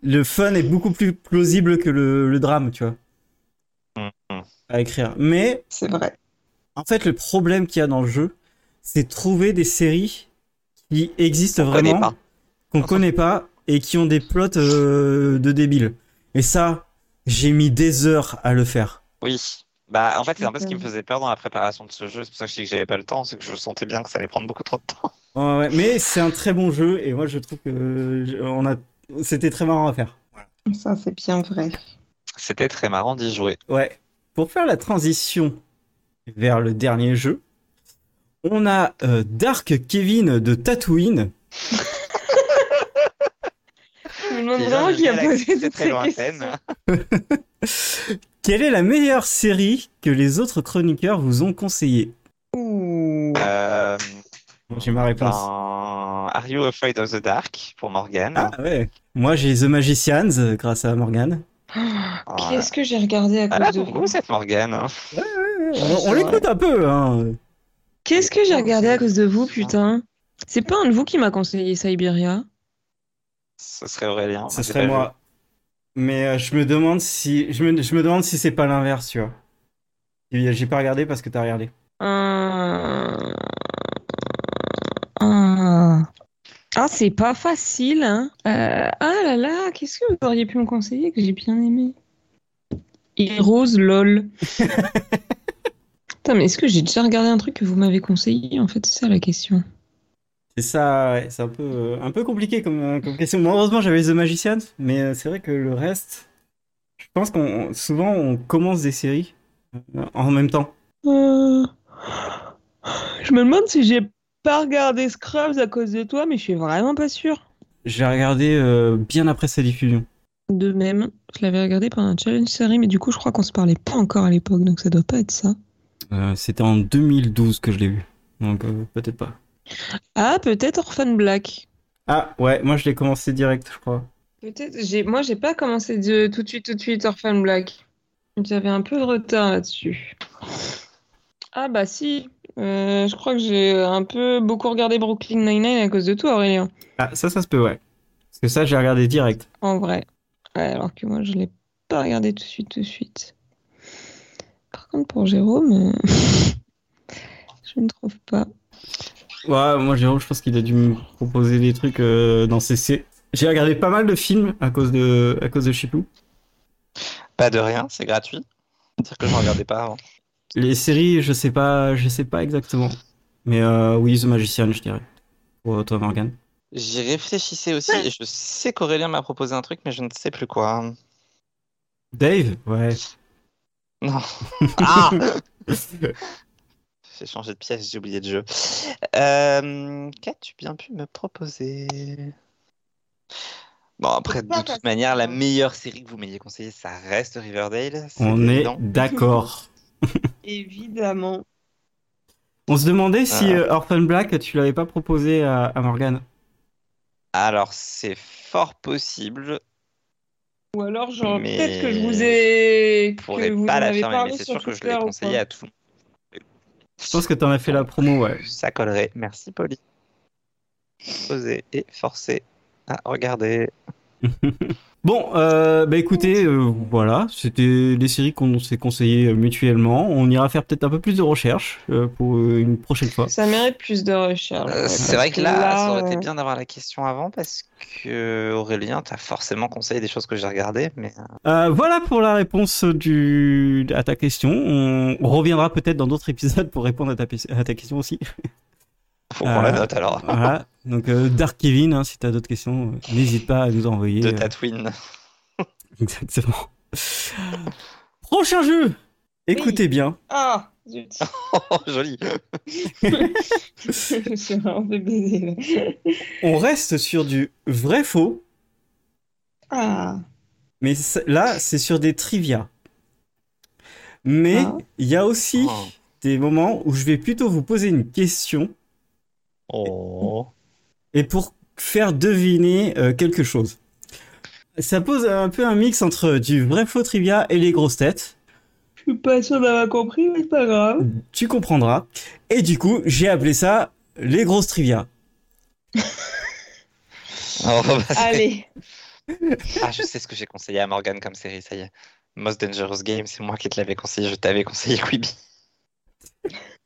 Speaker 1: le fun est beaucoup plus plausible que le, le drame, tu vois,
Speaker 3: mhm.
Speaker 1: à écrire. Mais
Speaker 2: C'est vrai.
Speaker 1: en fait, le problème qu'il y a dans le jeu, c'est de trouver des séries qui existent
Speaker 3: connaît
Speaker 1: vraiment.
Speaker 3: pas.
Speaker 1: qu'on connaît pas et qui ont des plots euh, de débiles. Et ça, j'ai mis des heures à le faire.
Speaker 3: Oui. Bah, en fait, c'est un peu ce qui me faisait peur dans la préparation de ce jeu. C'est pour ça que je dis que j'avais pas le temps, c'est que je sentais bien que ça allait prendre beaucoup trop de temps. <laughs>
Speaker 1: Ouais, ouais, Mais c'est un très bon jeu et moi je trouve que euh, je- on a, c'était très marrant à faire.
Speaker 2: Ça, c'est bien vrai.
Speaker 3: C'était très marrant d'y jouer.
Speaker 1: Ouais. Pour faire la transition vers le dernier jeu, on a euh, Dark Kevin de Tatooine. <laughs>
Speaker 2: Je me demande
Speaker 3: Déjà,
Speaker 2: vraiment qui a
Speaker 3: la-
Speaker 2: posé
Speaker 3: c'est
Speaker 2: toutes
Speaker 3: très
Speaker 2: ces
Speaker 3: lointaine.
Speaker 2: questions.
Speaker 1: Quelle est la meilleure série que les autres chroniqueurs vous ont conseillée
Speaker 2: Ouh.
Speaker 3: Euh,
Speaker 1: Bon, J'ai ma réponse.
Speaker 3: dans Are You Afraid of the Dark pour Morgan.
Speaker 1: Ah ouais. Moi j'ai The Magicians euh, grâce à Morgan.
Speaker 3: Ah.
Speaker 2: Qu'est-ce que j'ai regardé à
Speaker 3: Elle a
Speaker 2: cause de
Speaker 3: bon goût,
Speaker 2: vous
Speaker 3: cette Morgane. hein.
Speaker 1: On, on l'écoute un peu. Hein.
Speaker 2: Qu'est-ce que j'ai regardé à cause de vous, putain C'est pas un de vous qui m'a conseillé Siberia
Speaker 3: Ce serait Aurélien.
Speaker 1: Ce
Speaker 3: Ah, J'ai
Speaker 1: serait
Speaker 3: pas
Speaker 1: moi. Mais euh, je me demande si je me, je me demande si c'est pas l'inverse, tu vois. Et J'ai pas regardé parce que t'as regardé.
Speaker 2: Euh, Ah, Ah, c'est pas facile, hein. Euh, Ah là là, qu'est-ce que vous auriez pu me conseiller que j'ai bien aimé? Heroes, lol.
Speaker 3: <laughs>
Speaker 2: Putain, mais est-ce que j'ai déjà regardé un truc que vous m'avez conseillé? En fait, c'est ça la question.
Speaker 1: C'est ça, ouais, c'est un peu euh, un peu compliqué comme, euh, comme question. Bon, heureusement j'avais The Magicians, mais euh, c'est vrai que le reste, je pense qu'on on- souvent on commence des séries euh, en même temps.
Speaker 2: Euh, Je me demande si j'ai pas regardé Scrubs à cause de toi, mais je suis vraiment pas sûre.
Speaker 1: J'ai regardé euh, bien après sa diffusion.
Speaker 2: De même, je l'avais regardé pendant un challenge série, mais du coup, je crois qu'on se parlait pas encore à l'époque, donc ça doit pas être ça.
Speaker 1: Euh, C'était en 2012 que je l'ai vu, donc euh, peut-être pas.
Speaker 2: Ah, peut-être Orphan Black.
Speaker 1: Ah ouais, moi je l'ai commencé direct, je crois.
Speaker 2: Peut-être, j'ai, moi, j'ai pas commencé de, tout de suite, tout de suite Orphan Black. J'avais un peu de retard là-dessus. Ah bah si, Euh, je crois que j'ai un peu beaucoup regardé Brooklyn Nine-Nine à cause de toi, Aurélien,
Speaker 1: Ah ça, ça se peut, ouais. Parce que ça, j'ai regardé direct.
Speaker 2: en vrai. Ouais, alors que moi, je l'ai pas regardé tout de suite, tout de suite. Par contre, pour Jérôme, <laughs> euh, je ne trouve pas.
Speaker 1: Ouais, moi Jérôme, je pense qu'il a dû me proposer des trucs euh, dans ses sé- J'ai regardé pas mal de films à cause de à cause de Chipou.
Speaker 3: vu. Pas de rien, c'est gratuit. Dire que je ne regardais pas avant.
Speaker 1: Les séries, je sais pas, je sais pas exactement. Mais euh, oui, The Magician, je dirais. Pour euh, toi, Morgan.
Speaker 3: J'y réfléchissais aussi et je sais qu'Aurélien m'a proposé un truc, mais je ne sais plus quoi.
Speaker 1: Dave, ouais. <laughs>
Speaker 3: Non. Ah J'ai changé de pièce, j'ai oublié de jeu. Euh, Qu'as-tu bien pu me proposer Bon, après, de toute manière, la meilleure série que vous m'ayez conseillée, ça reste Riverdale. c'est
Speaker 1: On est
Speaker 3: évident.
Speaker 1: d'accord.
Speaker 2: Évidemment.
Speaker 1: On se demandait si
Speaker 3: Ah.
Speaker 1: euh, Orphan Black, tu l'avais pas proposé à, à Morgan.
Speaker 3: Alors, c'est fort possible.
Speaker 2: Ou alors, genre,
Speaker 3: Mais-
Speaker 2: peut-être que je vous ai.
Speaker 3: Je pourrais
Speaker 2: que vous
Speaker 3: pas
Speaker 2: en avez
Speaker 3: l'affirmer,
Speaker 2: parlé
Speaker 3: mais c'est
Speaker 2: sur
Speaker 3: sûr que je
Speaker 2: Twitter
Speaker 3: l'ai
Speaker 2: ou quoi.
Speaker 3: conseillé à tout le monde.
Speaker 1: Je pense que t'en as fait la promo, ouais.
Speaker 3: Ça collerait. Merci, Polly. Oser et forcer à regarder.
Speaker 1: Bon, euh, bah écoutez, euh, voilà, c'était les séries qu'on s'est conseillées euh, mutuellement. On ira faire peut-être un peu plus de recherches euh, pour euh, une prochaine fois.
Speaker 2: Ça mérite plus de recherche.
Speaker 3: Euh,
Speaker 2: ouais,
Speaker 3: c'est
Speaker 2: parce
Speaker 3: vrai que là, ça aurait
Speaker 2: euh,
Speaker 3: été bien d'avoir la question avant parce que Aurélien, t'as forcément conseillé des choses que j'ai regardées, mais euh,
Speaker 1: Euh, voilà pour la réponse du... à ta question. On reviendra peut-être dans d'autres épisodes pour répondre à ta, pe- à ta question
Speaker 3: <laughs>
Speaker 1: aussi.
Speaker 3: faut qu'on la
Speaker 1: Euh,
Speaker 3: note alors.
Speaker 1: Voilà. Donc, euh, Dark Kevin, hein, si t'as d'autres questions, euh, n'hésite pas à nous envoyer.
Speaker 3: De
Speaker 1: euh,
Speaker 3: Tatooine.
Speaker 1: <laughs>
Speaker 3: <laughs>
Speaker 1: Exactement. Prochain jeu Écoutez bien.
Speaker 2: Ah, zut.
Speaker 3: <laughs> Oh, joli.
Speaker 2: Je suis vraiment fait baiser, là.
Speaker 1: On reste sur du vrai-faux,
Speaker 2: Ah,
Speaker 1: mais c- là, c'est sur des trivia. Mais
Speaker 2: Ah.
Speaker 1: il y a aussi
Speaker 3: Oh.
Speaker 1: des moments où je vais plutôt vous poser une question
Speaker 3: Oh.
Speaker 1: et pour faire deviner euh, quelque chose. Ça pose un peu un mix entre du vrai-faux trivia et les grosses têtes.
Speaker 2: je suis pas sûre d'avoir compris, mais c'est pas
Speaker 3: <laughs>
Speaker 2: grave.
Speaker 1: Tu comprendras. Et du coup, j'ai appelé ça les grosses trivia.
Speaker 3: Oh, bah, c'est-
Speaker 2: Allez,
Speaker 3: Ah, je sais ce que j'ai conseillé à Morgan comme série, ça y est. Most Dangerous Game, c'est moi qui te l'avais conseillé, je t'avais conseillé Quibi. <laughs>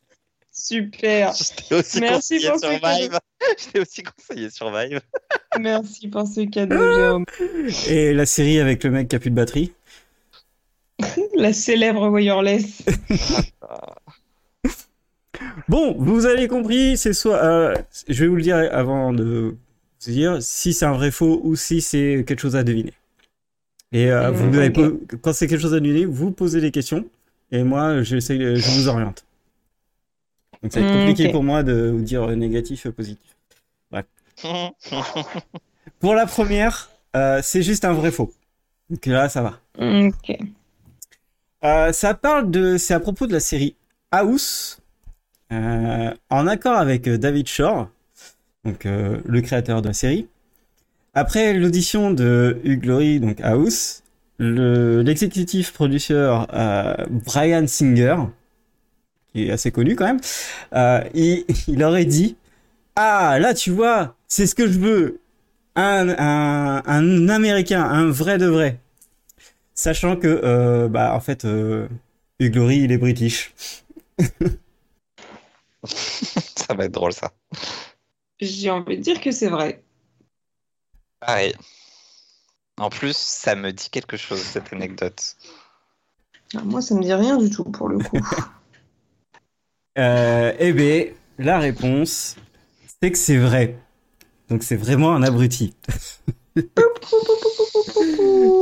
Speaker 2: super.
Speaker 3: Je t'ai aussi
Speaker 2: Merci
Speaker 3: conseillé
Speaker 2: pour ce
Speaker 3: Survive. <laughs> Je t'ai aussi conseillé Survive. <laughs>
Speaker 2: Merci pour ce cadeau, Jérôme.
Speaker 1: Et la série avec le mec qui a plus de batterie.
Speaker 2: La célèbre Wireless.
Speaker 1: Bon, vous avez compris, c'est soit. euh, je vais vous le dire avant de vous dire si c'est un vrai faux ou si c'est quelque chose à deviner. Et euh,
Speaker 2: Euh,
Speaker 1: vous avez
Speaker 2: ok.
Speaker 1: po- quand c'est quelque chose à deviner, vous posez des questions et moi, j'essaie, euh, je vous oriente. Donc ça va être
Speaker 2: Mm,
Speaker 1: compliqué
Speaker 2: ok.
Speaker 1: pour moi de vous dire euh, négatif, euh, positif.
Speaker 3: Hum,
Speaker 1: Pour la première, euh, c'est juste un vrai faux. Donc là, ça va.
Speaker 2: Ok.
Speaker 1: Euh, ça parle de. C'est à propos de la série House, euh, en accord avec euh, David Shore, donc euh, le créateur de la série. Après l'audition de Hugh Laurie, donc House, le- l'exécutif producteur euh, Brian Singer, qui est assez connu quand même, euh, il, il aurait dit Ah, là tu vois, c'est ce que je veux un, un, un américain, un vrai de vrai. Sachant que, euh, bah, en fait, euh, Hugh Laurie, il est british.
Speaker 3: <laughs> ça va être drôle, ça.
Speaker 2: J'ai envie de dire que c'est vrai.
Speaker 3: Pareil. En plus, ça me dit quelque chose, cette anecdote.
Speaker 2: Ah, Moi, ça me dit rien du tout pour le <laughs> coup.
Speaker 1: Euh, eh ben, la réponse, c'est que c'est vrai. Donc c'est vraiment un abruti.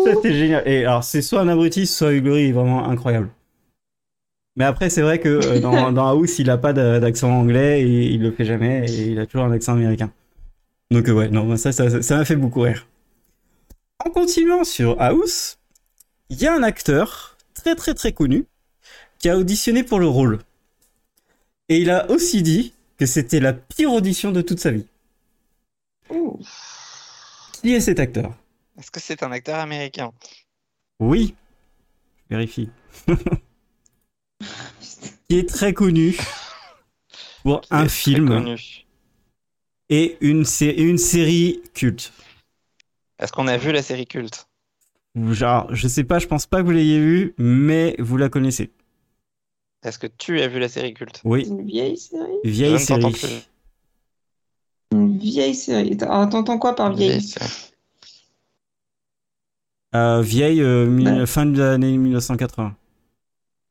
Speaker 1: Ça, c'est génial. Et alors, c'est soit un abruti, soit Hugh Laurie est vraiment incroyable. Mais après, c'est vrai que euh, dans, dans House, il a pas d'a- d'accent anglais, et il le fait jamais, et il a toujours un accent américain. Donc euh, ouais, non, ça, ça, ça- ça m'a fait beaucoup rire. En continuant sur House, il y a un acteur très très très connu qui a auditionné pour le rôle. Et il a aussi dit que c'était la pire audition de toute sa vie.
Speaker 2: Ouh.
Speaker 1: Qui est cet acteur
Speaker 3: Est-ce que c'est un acteur américain
Speaker 1: Oui. Vérifie. Qui est très connu pour
Speaker 3: Qui est
Speaker 1: un
Speaker 3: très
Speaker 1: film
Speaker 3: connu
Speaker 1: et une, sé- et une série culte.
Speaker 3: Est-ce qu'on a vu la série culte
Speaker 1: Genre, je sais pas, je pense pas que vous l'ayez vu, mais vous la connaissez.
Speaker 3: Est-ce que tu as vu la série culte
Speaker 1: Oui,
Speaker 2: Une vieille série
Speaker 1: vieille
Speaker 3: Je ne t'entends
Speaker 1: série.
Speaker 2: Une vieille série. Ah, T'entends quoi par vieille
Speaker 3: Vieille série.
Speaker 1: Euh, vieille euh, mi-
Speaker 2: Ouais.
Speaker 1: fin de l'année 1980.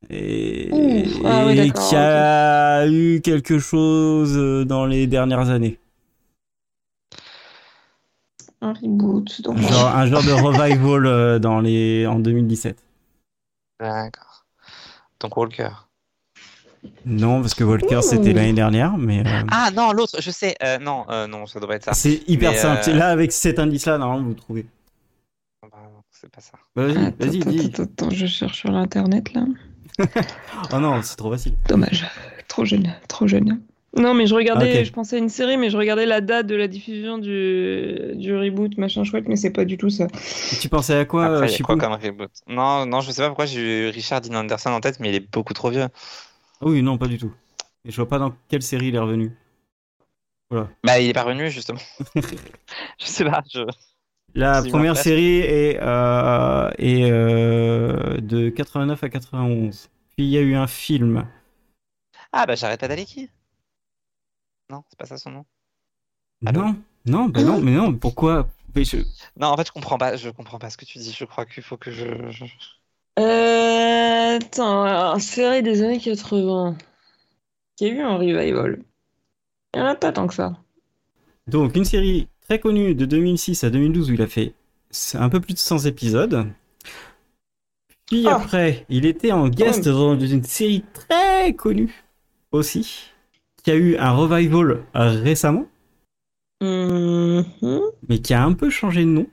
Speaker 1: Et,
Speaker 2: Ouh, ah oui,
Speaker 1: et
Speaker 2: d'accord,
Speaker 1: qui a eu quelque chose euh, dans les dernières années.
Speaker 2: Un reboot. Donc...
Speaker 1: Genre, un genre de revival euh, dans les... en 2017.
Speaker 3: D'accord. Donc Walker.
Speaker 1: Non, parce que Walker, c'était
Speaker 2: Ouh.
Speaker 1: l'année dernière, mais euh,
Speaker 3: Ah non, l'autre, je sais. Euh, non, euh, non, ça devrait être ça.
Speaker 1: c'est hyper
Speaker 3: Mais,
Speaker 1: simple.
Speaker 3: euh,
Speaker 1: Là, avec cet indice-là, normalement, vous trouvez.
Speaker 3: Bah, non, c'est pas ça.
Speaker 1: Bah,
Speaker 3: Ah,
Speaker 1: Vas-y,
Speaker 2: Attends,
Speaker 1: vas-y, dis.
Speaker 2: attends, attends, je cherche sur l'internet là.
Speaker 1: Oh non, c'est trop facile.
Speaker 2: Dommage. Trop jeune, trop jeune. Non, mais je regardais,
Speaker 1: Ah, ok.
Speaker 2: je pensais à une série, mais je regardais la date de la diffusion du, du reboot, machin chouette, mais c'est pas du tout ça.
Speaker 1: Et tu pensais à quoi,
Speaker 3: Après,
Speaker 1: euh,
Speaker 3: il y a
Speaker 1: Chipou
Speaker 3: quoi comme reboot Non, non, je sais pas pourquoi j'ai eu Richard Dean Anderson en tête, mais il est beaucoup trop vieux.
Speaker 1: Ah Oui, non, pas du tout. Et je vois pas dans quelle série il est revenu. Voilà.
Speaker 3: Bah, il est pas revenu, justement.
Speaker 1: <laughs>
Speaker 3: je sais pas, je...
Speaker 1: La
Speaker 3: Si,
Speaker 1: première
Speaker 3: en fait.
Speaker 1: série est, euh, est, euh, de 89 à 91. Puis il y a eu un film.
Speaker 3: Ah, bah, j'arrête pas d'aller qui Non, c'est pas ça son nom. Ah
Speaker 1: non, non, bah
Speaker 3: <gasps>
Speaker 1: non, mais non, pourquoi Mais je-
Speaker 3: Non, en fait, je comprends pas, je comprends pas ce que tu dis. Je crois qu'il faut que je. je-
Speaker 2: Euh, attends, alors, série des années 80. Qui a eu un revival. Il n'y en a pas tant que ça.
Speaker 1: Donc, une série très connue de 2006 à 2012 où il a fait un peu plus de 100 épisodes. Puis
Speaker 2: Ah.
Speaker 1: après, il était en guest dans une série très connue aussi, qui a eu un revival récemment,
Speaker 2: Mhm,
Speaker 3: Oh,
Speaker 1: mais qui a un peu changé de nom.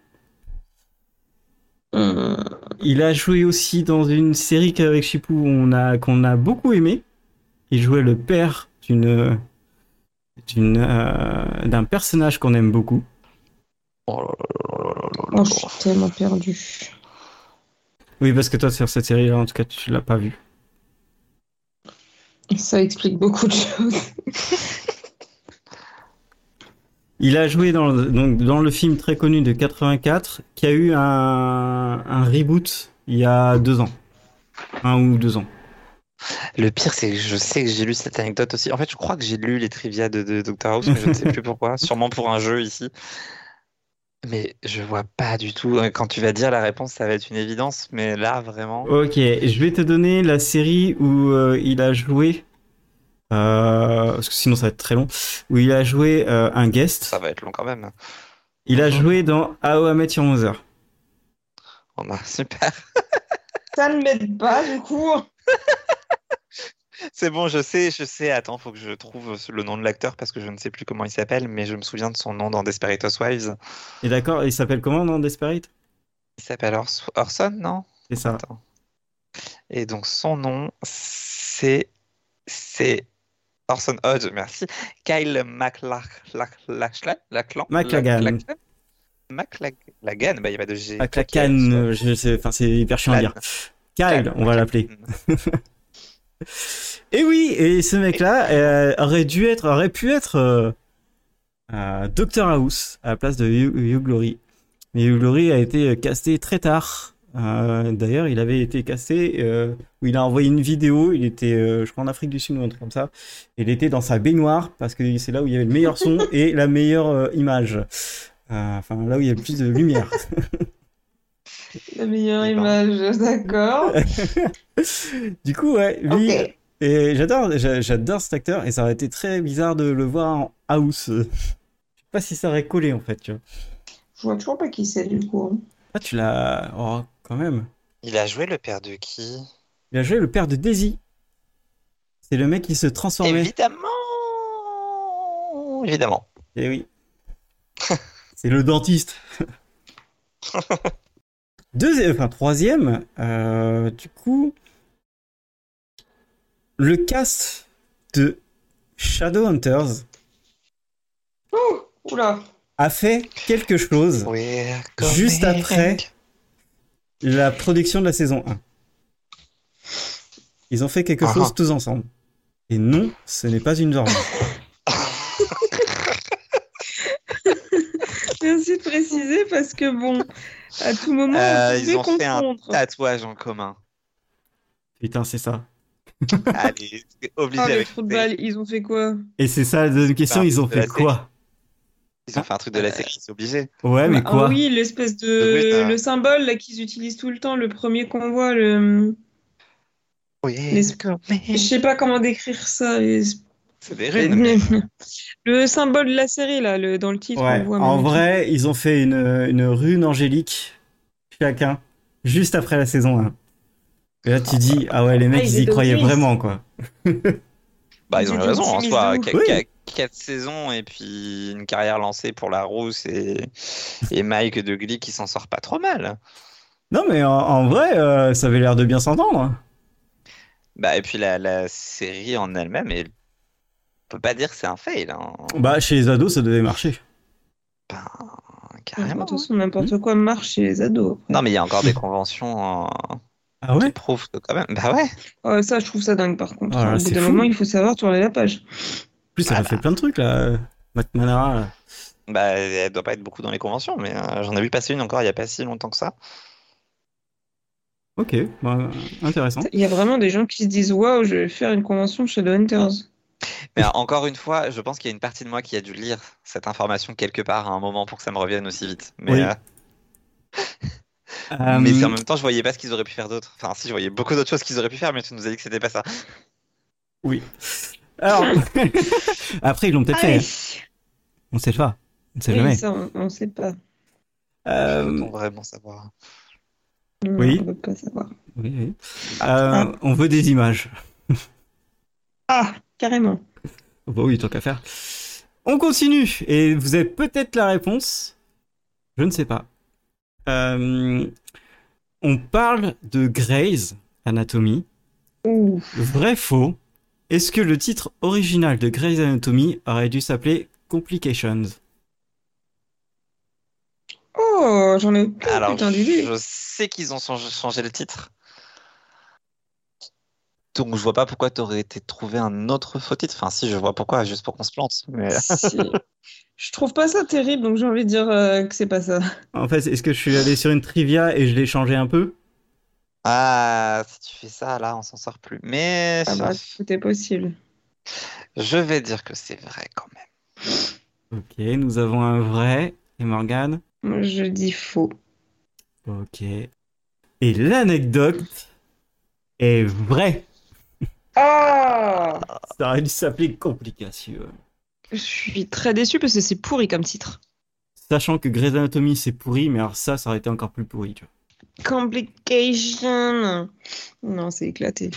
Speaker 2: mhm.
Speaker 1: Il a joué aussi dans une série qu'avec Chipou on a qu'on a beaucoup aimé. Il jouait le père d'une d'une euh, d'un personnage qu'on aime beaucoup.
Speaker 3: Oh là là là là là là là
Speaker 2: Oh,
Speaker 3: là.
Speaker 2: je suis tellement perdue.
Speaker 1: Oui, parce que toi sur cette série là en tout cas tu l'as pas vue.
Speaker 2: Ça explique beaucoup de choses.
Speaker 1: Il a joué dans le, donc dans le film très connu de 84 qui a eu un, un reboot il y a deux ans, un ou deux ans.
Speaker 3: Le pire, c'est que je sais que j'ai lu cette anecdote aussi. En fait, je crois que j'ai lu les trivia de, de Doctor House, mais je ne sais plus <laughs> pourquoi. Sûrement pour un jeu ici. Mais je vois pas du tout. Quand tu vas dire la réponse, ça va être une évidence. Mais là, vraiment.
Speaker 1: Ok, je vais te donner la série où euh, il a joué. euh, parce que sinon ça va être très long. Où il a joué euh, un guest.
Speaker 3: Ça va être long quand même.
Speaker 1: Il a joué dans How I Met Your Mother.
Speaker 3: On a <laughs> super.
Speaker 2: Ça ne m'aide pas, du coup.
Speaker 3: C'est bon, je sais, je sais. Attends, faut que je trouve le nom de l'acteur parce que je ne sais plus comment il s'appelle, mais je me souviens de son nom dans Desperate Housewives.
Speaker 1: Et d'accord, il s'appelle comment dans Desperate
Speaker 3: Il s'appelle Ors- Orson, non?
Speaker 1: C'est ça.
Speaker 3: Attends. Et donc son nom, c'est c'est Orson Hodge, merci. Kyle MacLachlan.
Speaker 1: MacLachlan.
Speaker 3: MacLachlan, bah il y a pas de G.
Speaker 1: Ah, Clacan, euh, je sais, enfin c'est hyper chiant à dire. Kyle, on va l'appeler. Et Eh oui, et ce mec-là euh, aurait dû être, aurait pu être euh, euh, Dr House à la place de Hugh, Hugh Glory. Mais Hugh Glory a été euh, casté très tard. Euh, D'ailleurs, il avait été casté euh, où il a envoyé une vidéo. Il était, euh, je crois, en Afrique du Sud ou un truc comme ça. Il était dans sa baignoire parce que c'est là où il y avait le meilleur son et la meilleure euh, image. Euh, Enfin, là où il y a le plus de lumière.
Speaker 2: La meilleure
Speaker 3: Eh ben.
Speaker 2: image,
Speaker 3: <laughs>
Speaker 2: d'accord.
Speaker 1: du coup, ouais, lui,
Speaker 2: Ok.
Speaker 1: Et j'adore, j'a- j'adore cet acteur et ça aurait été très bizarre de le voir en house. <laughs> Je sais pas si ça aurait collé en fait, tu vois.
Speaker 2: Je vois toujours pas qui c'est, du coup.
Speaker 1: Ah, tu l'as. Oh, quand même.
Speaker 3: Il a joué le père de qui?
Speaker 1: Il a joué le père de Daisy. C'est le mec qui se transformait.
Speaker 3: Évidemment, évidemment.
Speaker 1: Et Eh oui. <laughs> C'est le dentiste. Deuxième, enfin troisième, euh, du coup, le cast de Shadowhunters
Speaker 2: Ouh, oula.
Speaker 1: a fait quelque chose.
Speaker 3: We're
Speaker 1: Juste
Speaker 3: coming.
Speaker 1: après. la production de la saison 1. Ils ont fait quelque
Speaker 3: Ah.
Speaker 1: chose tous ensemble. Et non, ce n'est pas une dormance.
Speaker 2: Merci de préciser parce que bon, à tout moment,
Speaker 3: Euh,
Speaker 2: on
Speaker 3: ils
Speaker 2: pouvait
Speaker 3: ont fait un
Speaker 2: confondre.
Speaker 3: Tatouage en commun.
Speaker 1: Putain, c'est ça.
Speaker 3: Allez, c'est obligé
Speaker 2: Ah, les
Speaker 3: avec.
Speaker 2: trous de balle, ils ont fait quoi
Speaker 1: Et c'est ça la deuxième question,
Speaker 3: Bah,
Speaker 1: ils ont
Speaker 3: de la
Speaker 1: fait quoi
Speaker 3: Ils ont fait un truc de
Speaker 2: Euh,
Speaker 3: la série, c'est obligé.
Speaker 1: Ouais, mais
Speaker 2: Bah,
Speaker 1: quoi
Speaker 2: ah oui, l'espèce
Speaker 3: Oui,
Speaker 2: de
Speaker 3: ça-
Speaker 2: le symbole là, qu'ils utilisent tout le temps, le premier qu'on voit, le...
Speaker 3: We're
Speaker 2: Les- je
Speaker 3: coming.
Speaker 2: sais pas comment décrire ça. les-
Speaker 3: C'est des runes. mais-
Speaker 2: <laughs> Le symbole de la série là, le... dans le titre.
Speaker 1: Ouais,
Speaker 2: on voit,
Speaker 1: en
Speaker 2: mais-
Speaker 1: vrai, ils ont fait une, une rune angélique, chacun, juste après la saison 1. Et là, tu dis, ah ouais, les mecs,
Speaker 2: Ah, ils
Speaker 1: ils y
Speaker 2: étaient
Speaker 1: croyaient
Speaker 2: optimistes.
Speaker 1: vraiment, quoi.
Speaker 3: Bah, ils ont
Speaker 2: Ils
Speaker 3: eu
Speaker 2: étaient
Speaker 3: raison en
Speaker 2: optimistes
Speaker 3: soi.
Speaker 2: de ouf.
Speaker 3: Qu-
Speaker 1: Oui.
Speaker 3: qu- Quatre saisons et puis une carrière lancée pour la rousse et, et Mike de Glee qui s'en sort pas trop mal.
Speaker 1: Non, mais en, en vrai, euh, ça avait l'air de bien s'entendre. hein.
Speaker 3: Bah, et puis la, la série en elle-même, elle- on peut pas dire que c'est un fail. hein.
Speaker 1: Bah, chez les ados, ça devait marcher.
Speaker 3: Ben,
Speaker 2: De
Speaker 3: carrément.
Speaker 2: toute façon, n'importe quoi marche chez les ados.
Speaker 3: Non, mais il y a encore des conventions en-
Speaker 1: Ah ouais
Speaker 3: qui prouve que quand même. Bah ouais.
Speaker 2: Euh, ça, je trouve ça dingue par contre. hein.
Speaker 1: Ah,
Speaker 2: Au
Speaker 1: c'est
Speaker 2: bout d'un
Speaker 1: fou.
Speaker 2: moment, il faut savoir tourner la page.
Speaker 1: En plus, elle a
Speaker 3: Ah
Speaker 1: fait plein de trucs là. euh, Matt Manara. là.
Speaker 3: Bah, elle doit pas être beaucoup dans les conventions, mais euh, j'en ai vu passer une encore il y a pas si longtemps que ça.
Speaker 1: Ok, bah, intéressant.
Speaker 2: Il y a vraiment des gens qui se disent Waouh, je vais faire une convention chez The Hunters.
Speaker 3: Mais euh, encore une fois, je pense qu'il y a une partie de moi qui a dû lire cette information quelque part à un moment pour que ça me revienne aussi vite. Mais,
Speaker 1: Oui.
Speaker 3: euh,
Speaker 1: Euh,
Speaker 3: mais en même temps, je voyais pas ce qu'ils auraient pu faire d'autre. Enfin, si, je voyais beaucoup d'autres choses qu'ils auraient pu faire, mais tu nous as dit que c'était pas ça.
Speaker 1: alors... <laughs> Après, ils l'ont peut-être fait. hein. On sait pas. On sait
Speaker 2: Ah Oui,
Speaker 1: jamais.
Speaker 2: ça, on, on sait pas. Hmm.
Speaker 1: Euh,
Speaker 3: Faut vraiment savoir.
Speaker 2: Ah, Non,
Speaker 1: Oui.
Speaker 2: On peut pas savoir.
Speaker 1: oui, oui. Euh, on veut des images.
Speaker 2: Ah, carrément.
Speaker 1: Oh, bah oui, tant qu'à faire. On continue. Et vous avez peut-être la réponse. Je ne sais pas. Euh, on parle de Grey's Anatomy.
Speaker 2: Ouh.
Speaker 1: Vrai faux. Est-ce que le titre original de Grey's Anatomy aurait dû s'appeler Complications
Speaker 2: Oh, j'en ai aucune
Speaker 3: Alors,
Speaker 2: putain d'idée.
Speaker 3: je sais qu'ils ont changé, changé le titre. Donc, je vois pas pourquoi t'aurais été trouvé un autre faux titre. Enfin, si, je vois pourquoi, juste pour qu'on se plante.
Speaker 2: <laughs>
Speaker 3: Mais...
Speaker 2: Si. Je trouve pas ça terrible, donc j'ai envie de dire euh, que c'est pas ça.
Speaker 3: Ah,
Speaker 1: En fait, est-ce que je suis allé sur une trivia et je l'ai changé un peu
Speaker 3: Ah, si tu fais ça, là, on s'en sort plus. Mais
Speaker 2: Ah bah, tout est possible.
Speaker 3: je vais dire que c'est vrai quand même.
Speaker 1: Ok, nous avons un vrai. Et Morgane
Speaker 2: Moi, je dis faux.
Speaker 1: Ok. Et l'anecdote est vraie.
Speaker 2: Ah
Speaker 1: Ça aurait dû s'appeler complication.
Speaker 2: Je suis très déçue parce que c'est pourri comme titre.
Speaker 1: Sachant que Grey's Anatomy c'est pourri, mais alors ça, ça aurait été encore plus pourri. Tu vois.
Speaker 2: Complication. Non, c'est éclaté.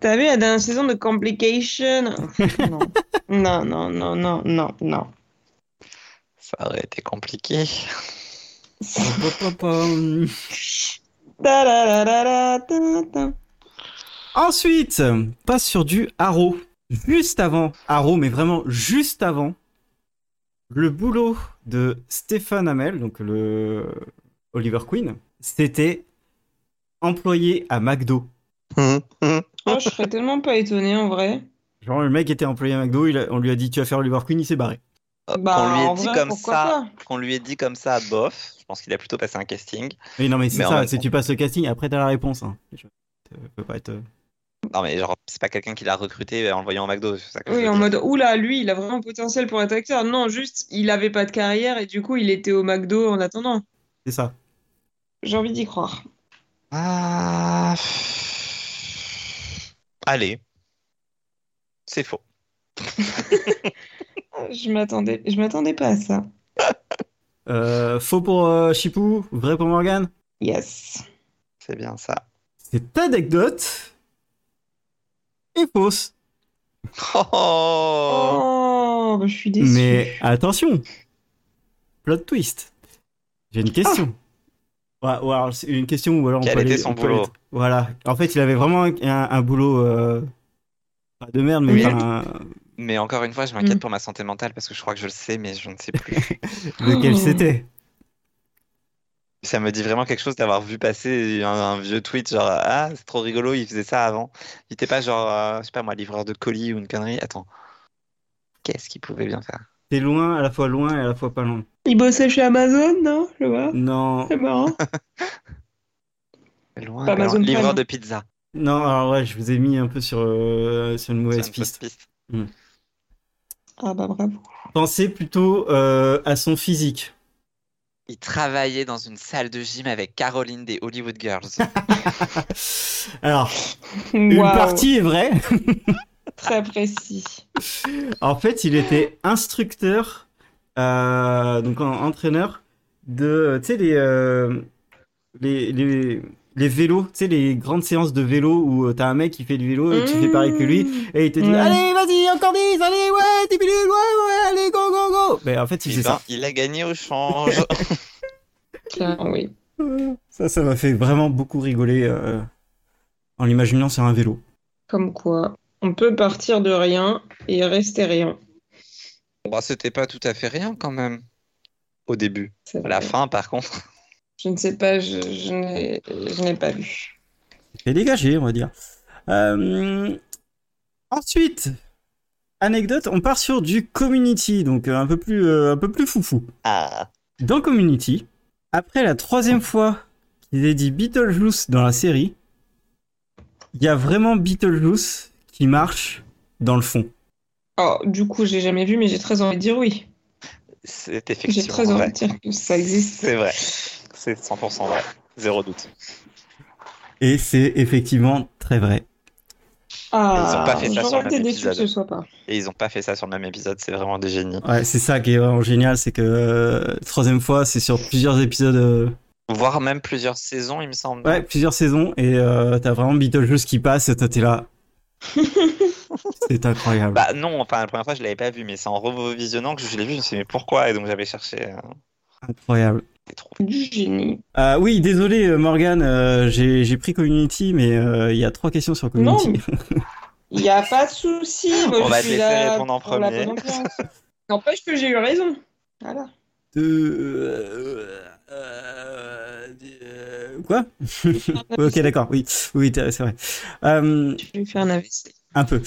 Speaker 2: T'as vu la dernière saison de Complication
Speaker 3: <laughs>
Speaker 2: Non. non, non, non, non, non, non.
Speaker 3: Ça aurait été compliqué.
Speaker 2: <laughs>
Speaker 1: Pom, pom, pom.
Speaker 2: Ta-da-da-da-da-da-da.
Speaker 1: Ensuite, passe sur du Haro. Juste avant Haro, mais vraiment juste avant, le boulot de Stéphane Hamel, donc le Oliver Queen, c'était employé à McDo.
Speaker 2: Oh, je serais tellement pas étonnée en vrai.
Speaker 1: Genre, le mec était employé à McDo, il a- on lui a dit tu vas faire Oliver Queen, il s'est barré.
Speaker 2: Bah,
Speaker 3: qu'on lui
Speaker 2: en
Speaker 3: ait dit
Speaker 2: vrai,
Speaker 3: comme
Speaker 2: pourquoi
Speaker 3: ça, qu'on lui ait dit comme ça, bof. Je pense qu'il a plutôt passé un casting.
Speaker 1: Mais non, mais c'est
Speaker 3: Mais en
Speaker 1: ça,
Speaker 3: même
Speaker 1: si
Speaker 3: temps-
Speaker 1: tu passes le casting, après t'as la réponse. Hein. Je je peux pas être. euh,
Speaker 3: Non mais genre c'est pas quelqu'un qui l'a recruté euh, en le voyant au McDo, c'est ça que je
Speaker 2: Oui,
Speaker 3: veux
Speaker 2: en
Speaker 3: dire.
Speaker 2: mode oula, lui, il a vraiment potentiel pour être acteur. Non, juste, il avait pas de carrière et du coup, il était au McDo en attendant.
Speaker 1: C'est ça.
Speaker 2: J'ai envie d'y croire.
Speaker 3: Ah... pff. Allez, c'est faux.
Speaker 2: Je m'attendais, je m'attendais pas à ça.
Speaker 1: Euh, faux pour euh, Chipou, vrai pour Morgan.
Speaker 2: Yes.
Speaker 3: C'est bien ça.
Speaker 1: Cette anecdote est fausse.
Speaker 3: Oh
Speaker 2: Oh, bah, je suis déçue.
Speaker 1: Mais attention, plot twist. J'ai une question. Ouais, ou alors, c'est une question ou alors on
Speaker 3: Quel
Speaker 1: peut aller-
Speaker 3: était son
Speaker 1: on peut aller-
Speaker 3: boulot
Speaker 1: Voilà. En fait, il avait vraiment un, un- un boulot euh, pas de merde, mais
Speaker 3: Oui.
Speaker 1: enfin,
Speaker 3: Mais encore une fois, je m'inquiète
Speaker 2: Mm.
Speaker 3: pour ma santé mentale parce que je crois que je le sais, mais je ne sais plus. <laughs>
Speaker 1: lequel
Speaker 2: Oh.
Speaker 1: c'était.
Speaker 3: ça me dit vraiment quelque chose d'avoir vu passer un, un vieux tweet genre ah c'est trop rigolo, il faisait ça avant. Il était pas genre euh, je sais pas moi livreur de colis ou une connerie. Attends, qu'est-ce qu'il pouvait bien faire?
Speaker 1: T'es loin, à la fois loin et à la fois pas loin.
Speaker 2: Il bossait chez Amazon, non? Je vois.
Speaker 1: Non, <laughs>
Speaker 2: C'est marrant.
Speaker 3: Loin,
Speaker 2: Pas
Speaker 3: loin.
Speaker 2: Amazon Prime,
Speaker 3: livreur
Speaker 2: hein.
Speaker 3: de pizza.
Speaker 1: non, alors ouais, je vous ai mis un peu sur, euh, sur une
Speaker 3: C'est une
Speaker 1: mauvaise
Speaker 3: fausse
Speaker 1: piste.
Speaker 3: piste.
Speaker 2: Ah bah bravo.
Speaker 1: Pensez plutôt euh, à son physique.
Speaker 3: Il travaillait dans une salle de gym avec Caroline des Hollywood
Speaker 1: <laughs>
Speaker 3: Girls.
Speaker 1: Alors, une
Speaker 2: Waouh,
Speaker 1: partie est vraie.
Speaker 2: très précis.
Speaker 1: En fait, il était instructeur, euh, donc en- entraîneur de, tu sais, les, euh, les, les, les vélos, tu sais, les grandes séances de vélo où euh, t'as un mec qui fait du vélo, et tu fais pareil que lui,
Speaker 2: Mmh.
Speaker 1: et il te dit,
Speaker 2: Ouais.
Speaker 1: allez, vas-y, encore 10, allez, ouais, 10 minutes, ouais, ouais, allez, go, go, go. Mais en fait, il
Speaker 3: Eh
Speaker 1: faisait
Speaker 3: ben,
Speaker 1: ça.
Speaker 3: il a gagné au <laughs> change.
Speaker 2: Clairement, oui.
Speaker 1: Ça, ça m'a fait vraiment beaucoup rigoler euh, en l'imaginant sur un vélo.
Speaker 2: Comme quoi, on peut partir de rien et rester rien.
Speaker 3: Bon, bah, c'était pas tout à fait rien quand même. Au début.
Speaker 2: C'est
Speaker 3: À la
Speaker 2: vrai.
Speaker 3: fin, par contre.
Speaker 2: Je ne sais pas, je, je n'ai je n'ai pas vu.
Speaker 1: Et dégagé, on va dire. Euh, Ensuite, anecdote, on part sur du community, donc euh, un peu plus, euh, un peu plus foufou.
Speaker 3: Ah.
Speaker 1: Dans Community, après la troisième fois qu'il est dit Beetlejuice dans la série, il y a vraiment Beetlejuice qui marche dans le fond.
Speaker 2: Oh, du coup, j'ai jamais vu, mais j'ai très envie de dire oui.
Speaker 3: <laughs> C'est
Speaker 2: J'ai
Speaker 3: effectivement
Speaker 2: très envie
Speaker 3: vrai.
Speaker 2: de dire que ça existe.
Speaker 3: C'est vrai. C'est 100% vrai. Zéro doute.
Speaker 1: Et c'est effectivement très vrai.
Speaker 2: Ah,
Speaker 3: Ils ont pas fait ça
Speaker 2: j'aurais
Speaker 3: sur le
Speaker 2: été
Speaker 3: même
Speaker 2: déçue que
Speaker 3: épisode.
Speaker 2: ce soit pas.
Speaker 3: Et ils ont pas fait ça sur le même épisode, c'est vraiment des génies.
Speaker 1: Ouais, c'est ça qui est vraiment génial, c'est que euh, troisième fois, c'est sur plusieurs épisodes, euh,
Speaker 3: Voire même plusieurs saisons, il me semble.
Speaker 1: ouais, plusieurs saisons, et euh, t'as vraiment Beetlejuice qui passe, et toi t'es là. c'est incroyable.
Speaker 3: Bah non, enfin la première fois je l'avais pas vu, mais c'est en revisionnant que je l'ai vu, je me suis dit mais pourquoi Et donc j'avais cherché. euh,
Speaker 1: Incroyable.
Speaker 3: des trous.
Speaker 2: Du génie.
Speaker 1: Euh, oui, désolé euh, Morgane, euh, j'ai j'ai pris Community, mais euh, il y a trois questions sur
Speaker 2: Non,
Speaker 1: <laughs> Community.
Speaker 2: il n'y a pas de
Speaker 3: <laughs>
Speaker 2: souci. Moi,
Speaker 3: On
Speaker 2: je
Speaker 3: va te
Speaker 2: suis
Speaker 3: laisser
Speaker 2: là
Speaker 3: répondre en
Speaker 2: pour la
Speaker 3: premier.
Speaker 2: bonne ambiance. N'empêche que j'ai eu raison. Voilà.
Speaker 1: De- euh, euh, euh, Quoi Ouais, Ok, d'accord, oui, oui t'as- c'est vrai. Euh,
Speaker 2: Je vais faire un AVC.
Speaker 1: un peu.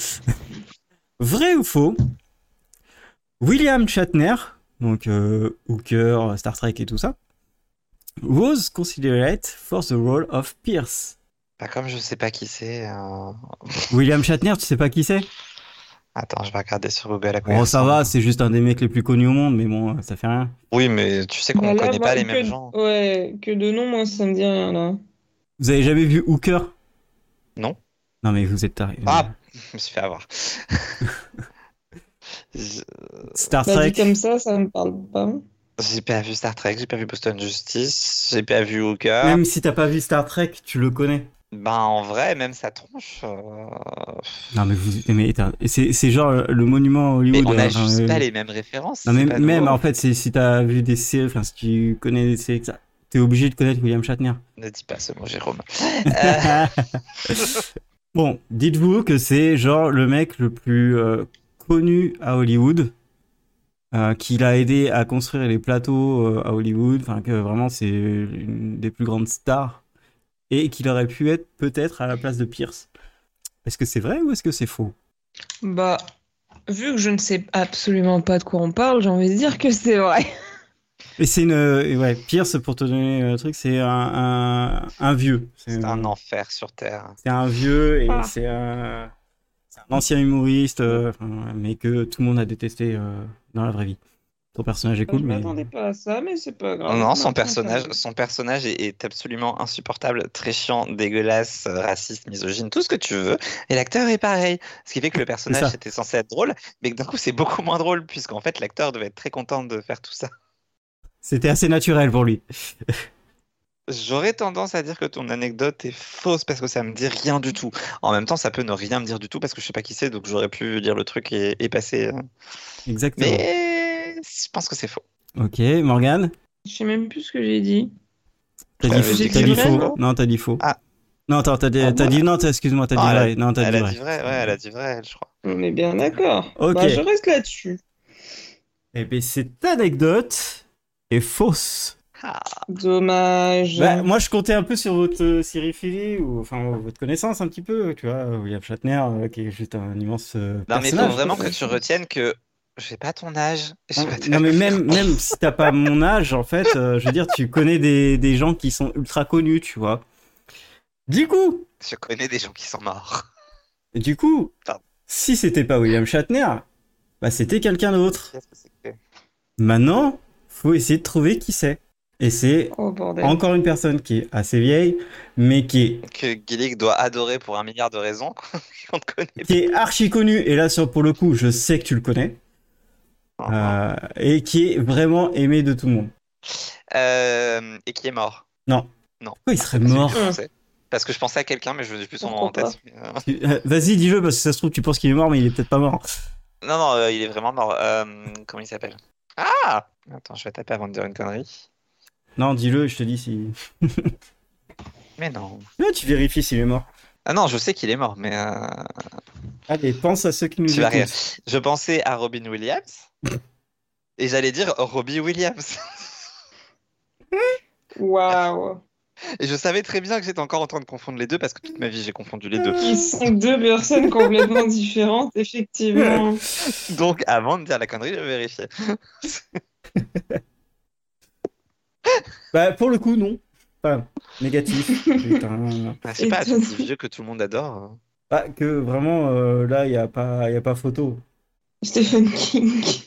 Speaker 1: Vrai ou faux William Shatner, donc euh, Hooker, Star Trek et tout ça, was considered for the role of Pierce.
Speaker 3: Bah comme je sais pas qui c'est. euh,
Speaker 1: William Shatner, tu sais pas qui c'est
Speaker 3: Attends, je vais regarder sur Google à quoi
Speaker 1: Bon,
Speaker 3: il
Speaker 1: ça
Speaker 3: ressemble.
Speaker 1: va, c'est juste un des mecs les plus connus au monde, mais bon, euh, ça fait rien.
Speaker 3: Oui, mais tu sais qu'on
Speaker 2: Bah là,
Speaker 3: connaît
Speaker 2: moi,
Speaker 3: pas les
Speaker 2: que-
Speaker 3: mêmes gens.
Speaker 2: Ouais, que de nom, moi, ça me dit rien, là.
Speaker 1: Ah, Vous avez jamais vu Hooker
Speaker 3: Non.
Speaker 1: Non mais vous êtes tarés.
Speaker 3: Ah Je me suis
Speaker 2: <laughs>
Speaker 3: fait avoir. Je-
Speaker 1: Star
Speaker 2: Bah,
Speaker 1: Trek.
Speaker 2: dit comme ça, ça me parle pas.
Speaker 3: J'ai pas vu Star Trek, j'ai pas vu Boston Justice, j'ai pas vu Hooker.
Speaker 1: Même si t'as pas vu Star Trek, tu le connais.
Speaker 3: Ben en vrai, même sa tronche. euh,
Speaker 1: Non mais vous mais éteins- et c'est c'est genre le monument à
Speaker 3: Mais
Speaker 1: Hollywood.
Speaker 3: on a
Speaker 1: hein,
Speaker 3: juste
Speaker 1: euh,
Speaker 3: pas les mêmes références.
Speaker 1: Non
Speaker 3: c'est
Speaker 1: mais
Speaker 3: pas
Speaker 1: même
Speaker 3: drôle.
Speaker 1: en fait c'est- si t'as vu des séries, enfin si tu connais des séries, que ça, t'es obligé de connaître William
Speaker 3: <laughs>
Speaker 1: Shatner.
Speaker 3: Ne dis pas ce mot, Jérôme.
Speaker 1: Euh, bon, dites-vous que c'est genre le mec le plus euh, connu à Hollywood, euh, qu'il a aidé à construire les plateaux euh, à Hollywood, enfin que vraiment c'est une des plus grandes stars, et qu'il aurait pu être peut-être à la place de Pierce. Est-ce que c'est vrai ou est-ce que c'est faux
Speaker 2: Bah, vu que je ne sais absolument pas de quoi on parle, j'ai envie de dire que c'est vrai.
Speaker 1: Et c'est une... euh, ouais, Pierce, pour te donner le truc, c'est un, un, un vieux.
Speaker 3: C'est un enfer sur Terre.
Speaker 1: C'est un vieux et
Speaker 2: Ah.
Speaker 1: c'est un, c'est un ancien humoriste, euh, enfin, mais que tout le monde a détesté euh, dans la vraie vie. Ton personnage est cool,
Speaker 2: je
Speaker 1: mais
Speaker 2: m'attendais pas à ça, mais c'est pas grave.
Speaker 3: Non, son
Speaker 2: Maintenant,
Speaker 3: personnage,
Speaker 2: ça va.
Speaker 3: son personnage est, est absolument insupportable, très chiant, dégueulasse, euh, raciste, misogyne, tout ce que tu veux. Et l'acteur est pareil. Ce qui fait que le
Speaker 1: ça.
Speaker 3: personnage était censé être drôle, mais que d'un coup c'est beaucoup moins drôle, puisqu'en fait l'acteur devait être très content de faire tout ça.
Speaker 1: c'était assez naturel pour lui.
Speaker 3: J'aurais tendance à dire que ton anecdote est fausse parce que ça me dit rien du tout. En même temps, ça peut ne rien me dire du tout parce que je sais pas qui c'est, donc j'aurais pu dire le truc et, et passer. euh.
Speaker 1: Exactement.
Speaker 3: Mais je pense que c'est faux.
Speaker 1: Ok, Morgane
Speaker 2: Je sais même plus ce que j'ai dit.
Speaker 1: T'as
Speaker 3: Euh,
Speaker 1: dit,
Speaker 3: j'ai
Speaker 1: faux-
Speaker 3: dit
Speaker 1: t'as dit
Speaker 2: vrai,
Speaker 1: faux.
Speaker 2: non
Speaker 1: Non, t'as dit faux.
Speaker 3: Ah.
Speaker 1: Non, attends, t'as dit,
Speaker 3: Ah,
Speaker 1: t'as
Speaker 3: moi,
Speaker 1: dit non, t'as- excuse-moi, t'as
Speaker 3: Non,
Speaker 1: dit
Speaker 3: elle a-
Speaker 1: vrai. Non, t'as
Speaker 3: Elle
Speaker 1: dit
Speaker 3: a
Speaker 1: vrai.
Speaker 3: dit vrai, ouais, elle a dit vrai, elle, je crois.
Speaker 2: On est bien d'accord.
Speaker 1: Ok.
Speaker 2: Bah, je reste là-dessus.
Speaker 1: Eh bien, cette anecdote est fausse.
Speaker 3: Ah.
Speaker 2: Dommage.
Speaker 1: Bah, moi, je comptais un peu sur votre euh, syrophilie ou enfin votre connaissance un petit peu, tu vois, William Shatner, euh, qui est juste un immense euh,
Speaker 3: Non, mais
Speaker 1: personnage.
Speaker 3: faut vraiment que tu retiennes que j'ai pas ton âge. <laughs> j'ai
Speaker 1: Non,
Speaker 3: pas ta-
Speaker 1: Hein, non, mais même, même si t'as pas mon âge, en fait, euh, je veux dire, tu connais des, des gens qui sont ultra connus, tu vois. Du coup,
Speaker 3: Je connais des gens qui sont morts.
Speaker 1: du coup,
Speaker 3: Pardon.
Speaker 1: si c'était pas William Shatner, bah c'était quelqu'un d'autre.
Speaker 3: Qu'est-ce que c'est que-
Speaker 1: Maintenant, faut essayer de trouver qui c'est. Et c'est
Speaker 2: Oh bordel.
Speaker 1: encore une personne qui est assez vieille, mais qui est,
Speaker 3: Que Gillick doit adorer pour un milliard de raisons <laughs> qu'on ne connaît
Speaker 1: qui est archi connue. Et là, sur, pour le coup, je sais que tu le connais.
Speaker 3: pas.
Speaker 1: euh, et qui est vraiment aimé de tout le monde.
Speaker 3: Euh, et qui est mort.
Speaker 1: Pourquoi il serait mort
Speaker 3: C'est ce que je pensais. Parce que je pensais à quelqu'un, mais je n'ai plus son nom en
Speaker 2: Pourquoi
Speaker 3: tête. Euh,
Speaker 1: Vas-y, dis-le, parce que ça se trouve, tu penses qu'il est mort, mais il est peut-être pas mort.
Speaker 3: Non, non, euh, il est vraiment mort. Euh, comment il s'appelle Ah Attends, je vais taper avant de dire une connerie.
Speaker 1: Non, dis-le, je te dis si.
Speaker 3: Mais non.
Speaker 1: Là, tu vérifies s'il est mort.
Speaker 3: Ah non, je sais qu'il est mort, mais euh,
Speaker 1: Allez, pense à ceux qui nous
Speaker 3: Tu vas rire.
Speaker 1: écoutent.
Speaker 3: je pensais à Robin
Speaker 1: <laughs>
Speaker 3: Williams. et j'allais dire Robbie Williams.
Speaker 2: Waouh.
Speaker 3: Et je savais très bien que j'étais encore en train de confondre les deux parce que toute ma vie j'ai confondu les deux.
Speaker 2: Ils sont deux personnes complètement
Speaker 1: <laughs>
Speaker 2: différentes, effectivement.
Speaker 3: <laughs> Donc avant de dire la connerie, je vérifiais.
Speaker 1: Bah, pour le coup, non. Pas négatif. Putain.
Speaker 3: Bah, je sais
Speaker 2: Et
Speaker 3: pas,
Speaker 2: toi-
Speaker 3: c'est vieux que tout le monde adore. hein.
Speaker 1: Ah, que vraiment, euh, là, il n'y a, pas- y a pas photo.
Speaker 2: Stephen King. <laughs>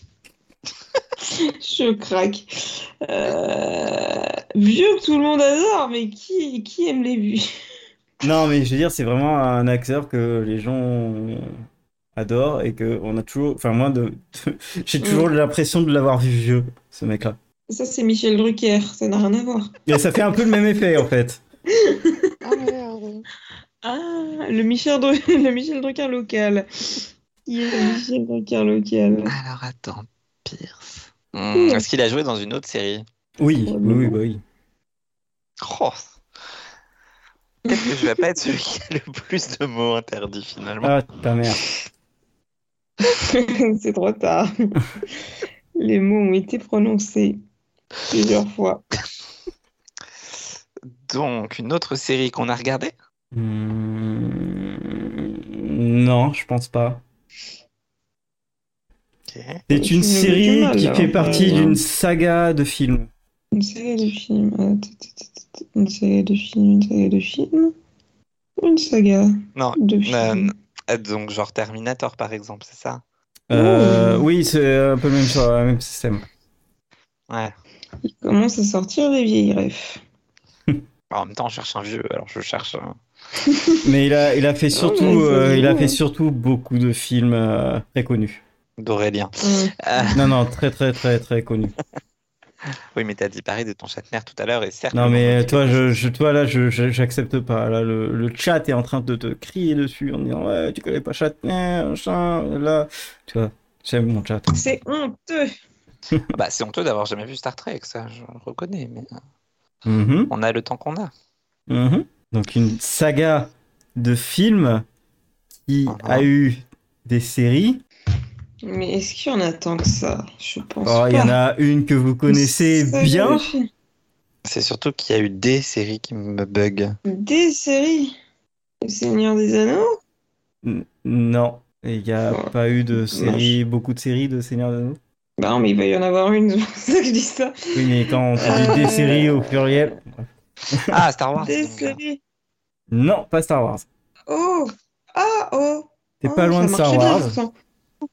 Speaker 2: Je craque. Euh, Vieux que tout le monde adore, mais qui, qui aime les vues
Speaker 1: Non, mais je veux dire, c'est vraiment un acteur que les gens adorent et que on a toujours. Enfin, moi, de... <laughs> j'ai toujours l'impression de l'avoir vu vieux, ce mec-là.
Speaker 2: Ça, c'est Michel Drucker, ça n'a rien à voir.
Speaker 1: Et ça fait un peu le même effet, en fait.
Speaker 2: Ah, le Michel, Dru- <laughs> le Michel Drucker local. Qui est le Michel Drucker local
Speaker 3: Alors attends, Pierce. Hmm, Est-ce qu'il a joué dans une autre série
Speaker 1: Oui, oui, oui, bah oui.
Speaker 3: Oh. Peut-être que je vais pas être celui qui a le plus de mots interdits finalement.
Speaker 1: Ah, ta mère.
Speaker 2: <laughs> C'est trop
Speaker 3: <laughs>
Speaker 2: tard. Les mots ont été prononcés plusieurs fois.
Speaker 3: Donc, une autre série qu'on a regardée
Speaker 1: Hmm, Non, je pense pas. C'est
Speaker 2: Bah, Tu
Speaker 1: une
Speaker 2: me fais
Speaker 1: série
Speaker 2: mal,
Speaker 1: qui
Speaker 2: là, hein.
Speaker 1: fait
Speaker 2: en
Speaker 1: partie
Speaker 2: fait.
Speaker 1: d'une saga de films.
Speaker 2: Une saga de films. Euh, Attends, attends, attends, Une saga de films, une saga de films. Une saga
Speaker 3: Non,
Speaker 2: de
Speaker 3: euh,
Speaker 2: films.
Speaker 3: euh, donc genre Terminator par exemple, c'est ça
Speaker 1: Euh, oui, c'est un peu le même, chose, le même système.
Speaker 3: Ouais.
Speaker 2: Il commence à sortir des vieilles refs.
Speaker 3: Bah, En même temps, je cherche un vieux, alors je cherche un...
Speaker 1: Mais il a, il a fait surtout,
Speaker 2: mais Ah ça se
Speaker 1: euh, il a
Speaker 2: voit.
Speaker 1: fait surtout beaucoup de films euh, très connus.
Speaker 3: d'Aurélien.
Speaker 2: Hum.
Speaker 3: Ah.
Speaker 1: Non, non, très, très, très, très connus.
Speaker 3: Oui, mais t'as dit pareil de ton Shatner tout à l'heure, et certes...
Speaker 1: Non,
Speaker 3: on en
Speaker 1: mais euh,
Speaker 3: dit
Speaker 1: toi,
Speaker 3: quelque
Speaker 1: je, je- toi là, je, je- j'accepte pas. Là, le, le chat est en train de te crier dessus en disant ouais, tu connais pas Chatner, machin, là. Tu vois, j'aime mon chat.
Speaker 2: C'est honteux.
Speaker 3: chose. Bah, c'est honteux d'avoir jamais vu Star Trek, ça, je le reconnais, mais
Speaker 1: Mhm,
Speaker 3: on a le temps qu'on a.
Speaker 1: mhm. Donc une saga de films qui
Speaker 2: Ah,
Speaker 3: Mhm.
Speaker 1: a eu des séries.
Speaker 2: Mais est-ce qu'il y en a tant que ça? Je pense
Speaker 1: Oh, il y en
Speaker 2: pas.
Speaker 1: a une que vous connaissez
Speaker 2: Une saga
Speaker 1: bien.
Speaker 2: de films.
Speaker 3: C'est surtout qu'il y a eu des séries qui me bug.
Speaker 2: Des séries. Le Seigneur des Anneaux?
Speaker 1: N- Non, il n'y a
Speaker 2: Oh,
Speaker 1: pas eu de série, beaucoup de séries de Seigneur des Anneaux.
Speaker 2: Bah non, mais il va y en avoir une, <laughs> c'est pour ça que je dis ça.
Speaker 1: Oui, mais quand on te dit des
Speaker 2: Euh.
Speaker 1: séries au pluriel,
Speaker 3: Ah, Star
Speaker 2: <laughs>
Speaker 3: Wars
Speaker 2: Des
Speaker 3: donc, hein.
Speaker 2: séries.
Speaker 1: non, pas Star Wars.
Speaker 2: Oh! Ah, oh!
Speaker 1: T'es
Speaker 2: Oh,
Speaker 1: pas loin
Speaker 2: ça
Speaker 1: de Star
Speaker 2: marchait bien,
Speaker 1: Wars.
Speaker 2: pourtant.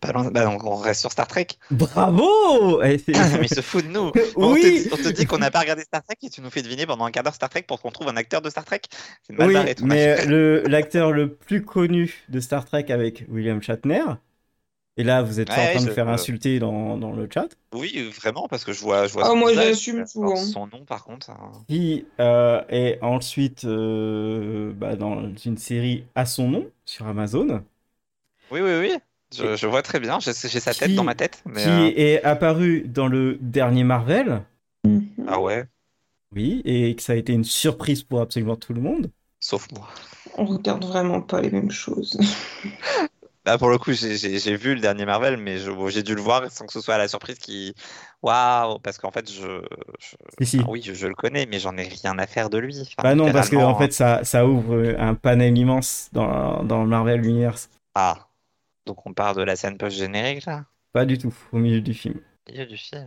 Speaker 3: Pas loin- Bah, donc, on reste sur Star Trek.
Speaker 1: Bravo Eh, c'est-
Speaker 3: <laughs> Ah, mais Oh, ils se foutent de nous. On, te
Speaker 1: <laughs> Oui,
Speaker 3: dit, on te dit qu'on n'a pas regardé Star Trek et tu nous fais deviner pendant un quart d'heure Star Trek pour qu'on trouve un acteur de Star Trek. C'est une mal
Speaker 1: oui,
Speaker 3: barré, ton affaire.
Speaker 1: mais euh, le- l'acteur le plus connu de Star Trek avec William Shatner. Et là, vous êtes pas
Speaker 3: Ouais,
Speaker 1: en train de
Speaker 3: je-
Speaker 1: me faire insulter dans, dans le chat.
Speaker 3: Oui, vraiment, parce que je vois. Je vois
Speaker 2: Ah,
Speaker 3: son
Speaker 2: moi,
Speaker 3: visage.
Speaker 2: j'assume souvent.
Speaker 3: Son nom, par contre. hein.
Speaker 1: Qui euh, est ensuite euh, bah, dans une série à son nom sur Amazon.
Speaker 3: Oui, oui, oui. Je, je vois très bien. Je- J'ai sa tête
Speaker 1: Qui-
Speaker 3: dans ma tête. Mais,
Speaker 1: qui
Speaker 3: euh,
Speaker 1: est apparu dans le dernier Marvel.
Speaker 2: Mhm.
Speaker 3: Ah ouais,
Speaker 1: Oui, et que ça a été une surprise pour absolument tout le monde.
Speaker 3: sauf moi.
Speaker 2: On regarde vraiment pas les mêmes choses.
Speaker 3: Là, Bah, pour le coup, j'ai- j'ai j'ai vu le dernier Marvel, mais je- j'ai dû le voir sans que ce soit à la surprise qui. Waouh Parce qu'en fait, je. je-
Speaker 1: Si, si.
Speaker 3: Ah oui, je, je le connais, mais j'en ai rien à faire de lui. Enfin,
Speaker 1: Bah non, parce que en
Speaker 3: littéralement,
Speaker 1: fait, ça, ça ouvre un panel immense dans, dans le Marvel Universe.
Speaker 3: Ah. Donc, on part de la scène post-générique, là
Speaker 1: Pas du tout, au milieu du film.
Speaker 3: Milieu du film.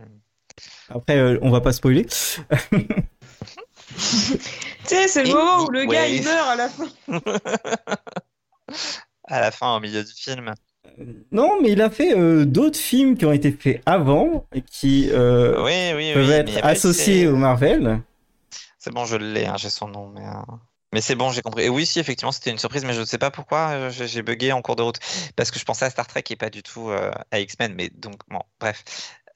Speaker 1: Après, euh, on va pas spoiler.
Speaker 2: <laughs>
Speaker 1: <laughs>
Speaker 2: Tu sais, c'est le moment où le gars
Speaker 3: Anyway.
Speaker 2: il meurt à la fin.
Speaker 3: À la fin, au milieu du film.
Speaker 1: Non, mais il a fait euh, d'autres films qui ont été faits avant et qui euh,
Speaker 3: oui, Ah oui,
Speaker 1: peuvent
Speaker 3: oui. mais y a
Speaker 1: être
Speaker 3: pas eu de série.
Speaker 1: associés au Marvel.
Speaker 3: C'est bon, je l'ai, hein, j'ai son nom, mais. euh, Mais c'est bon, j'ai compris. Et oui, si, effectivement, c'était une surprise, mais je ne sais pas pourquoi euh, j'ai j'ai bugué en cours de route. Parce que je pensais à Star Trek et pas du tout euh, à X-Men, mais donc, bon, bref.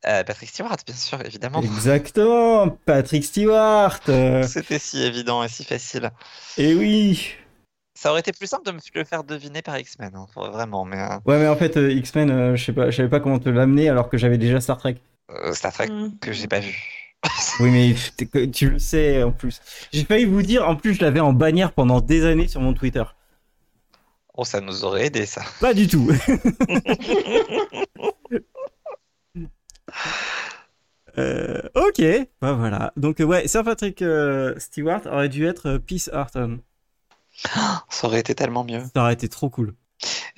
Speaker 3: Euh, Patrick Stewart, bien sûr, évidemment.
Speaker 1: Exactement, Patrick Stewart. <laughs> euh,
Speaker 3: C'était si évident et si facile.
Speaker 1: eh oui.
Speaker 3: Ça aurait été plus simple de me le faire deviner par X-Men, hein, vraiment, mais euh,
Speaker 1: Ouais, mais en fait, euh, X-Men, euh, je sais pas, je savais pas comment te l'amener alors que j'avais déjà Star Trek.
Speaker 3: euh, Star
Speaker 2: Mm.
Speaker 3: Trek que j'ai pas vu.
Speaker 1: Oui, mais t'es que- tu le sais en plus. J'ai failli vous dire, en plus, je l'avais en bannière pendant des années sur mon Twitter.
Speaker 3: Oh, ça nous aurait aidé, ça. <laughs>
Speaker 1: Pas du tout. <laughs> Euh, Ok, bah voilà. Donc euh, ouais, Sir Patrick euh, Stewart aurait dû être euh, Peace Horton.
Speaker 3: Ça aurait été tellement mieux.
Speaker 1: Ça aurait été trop cool.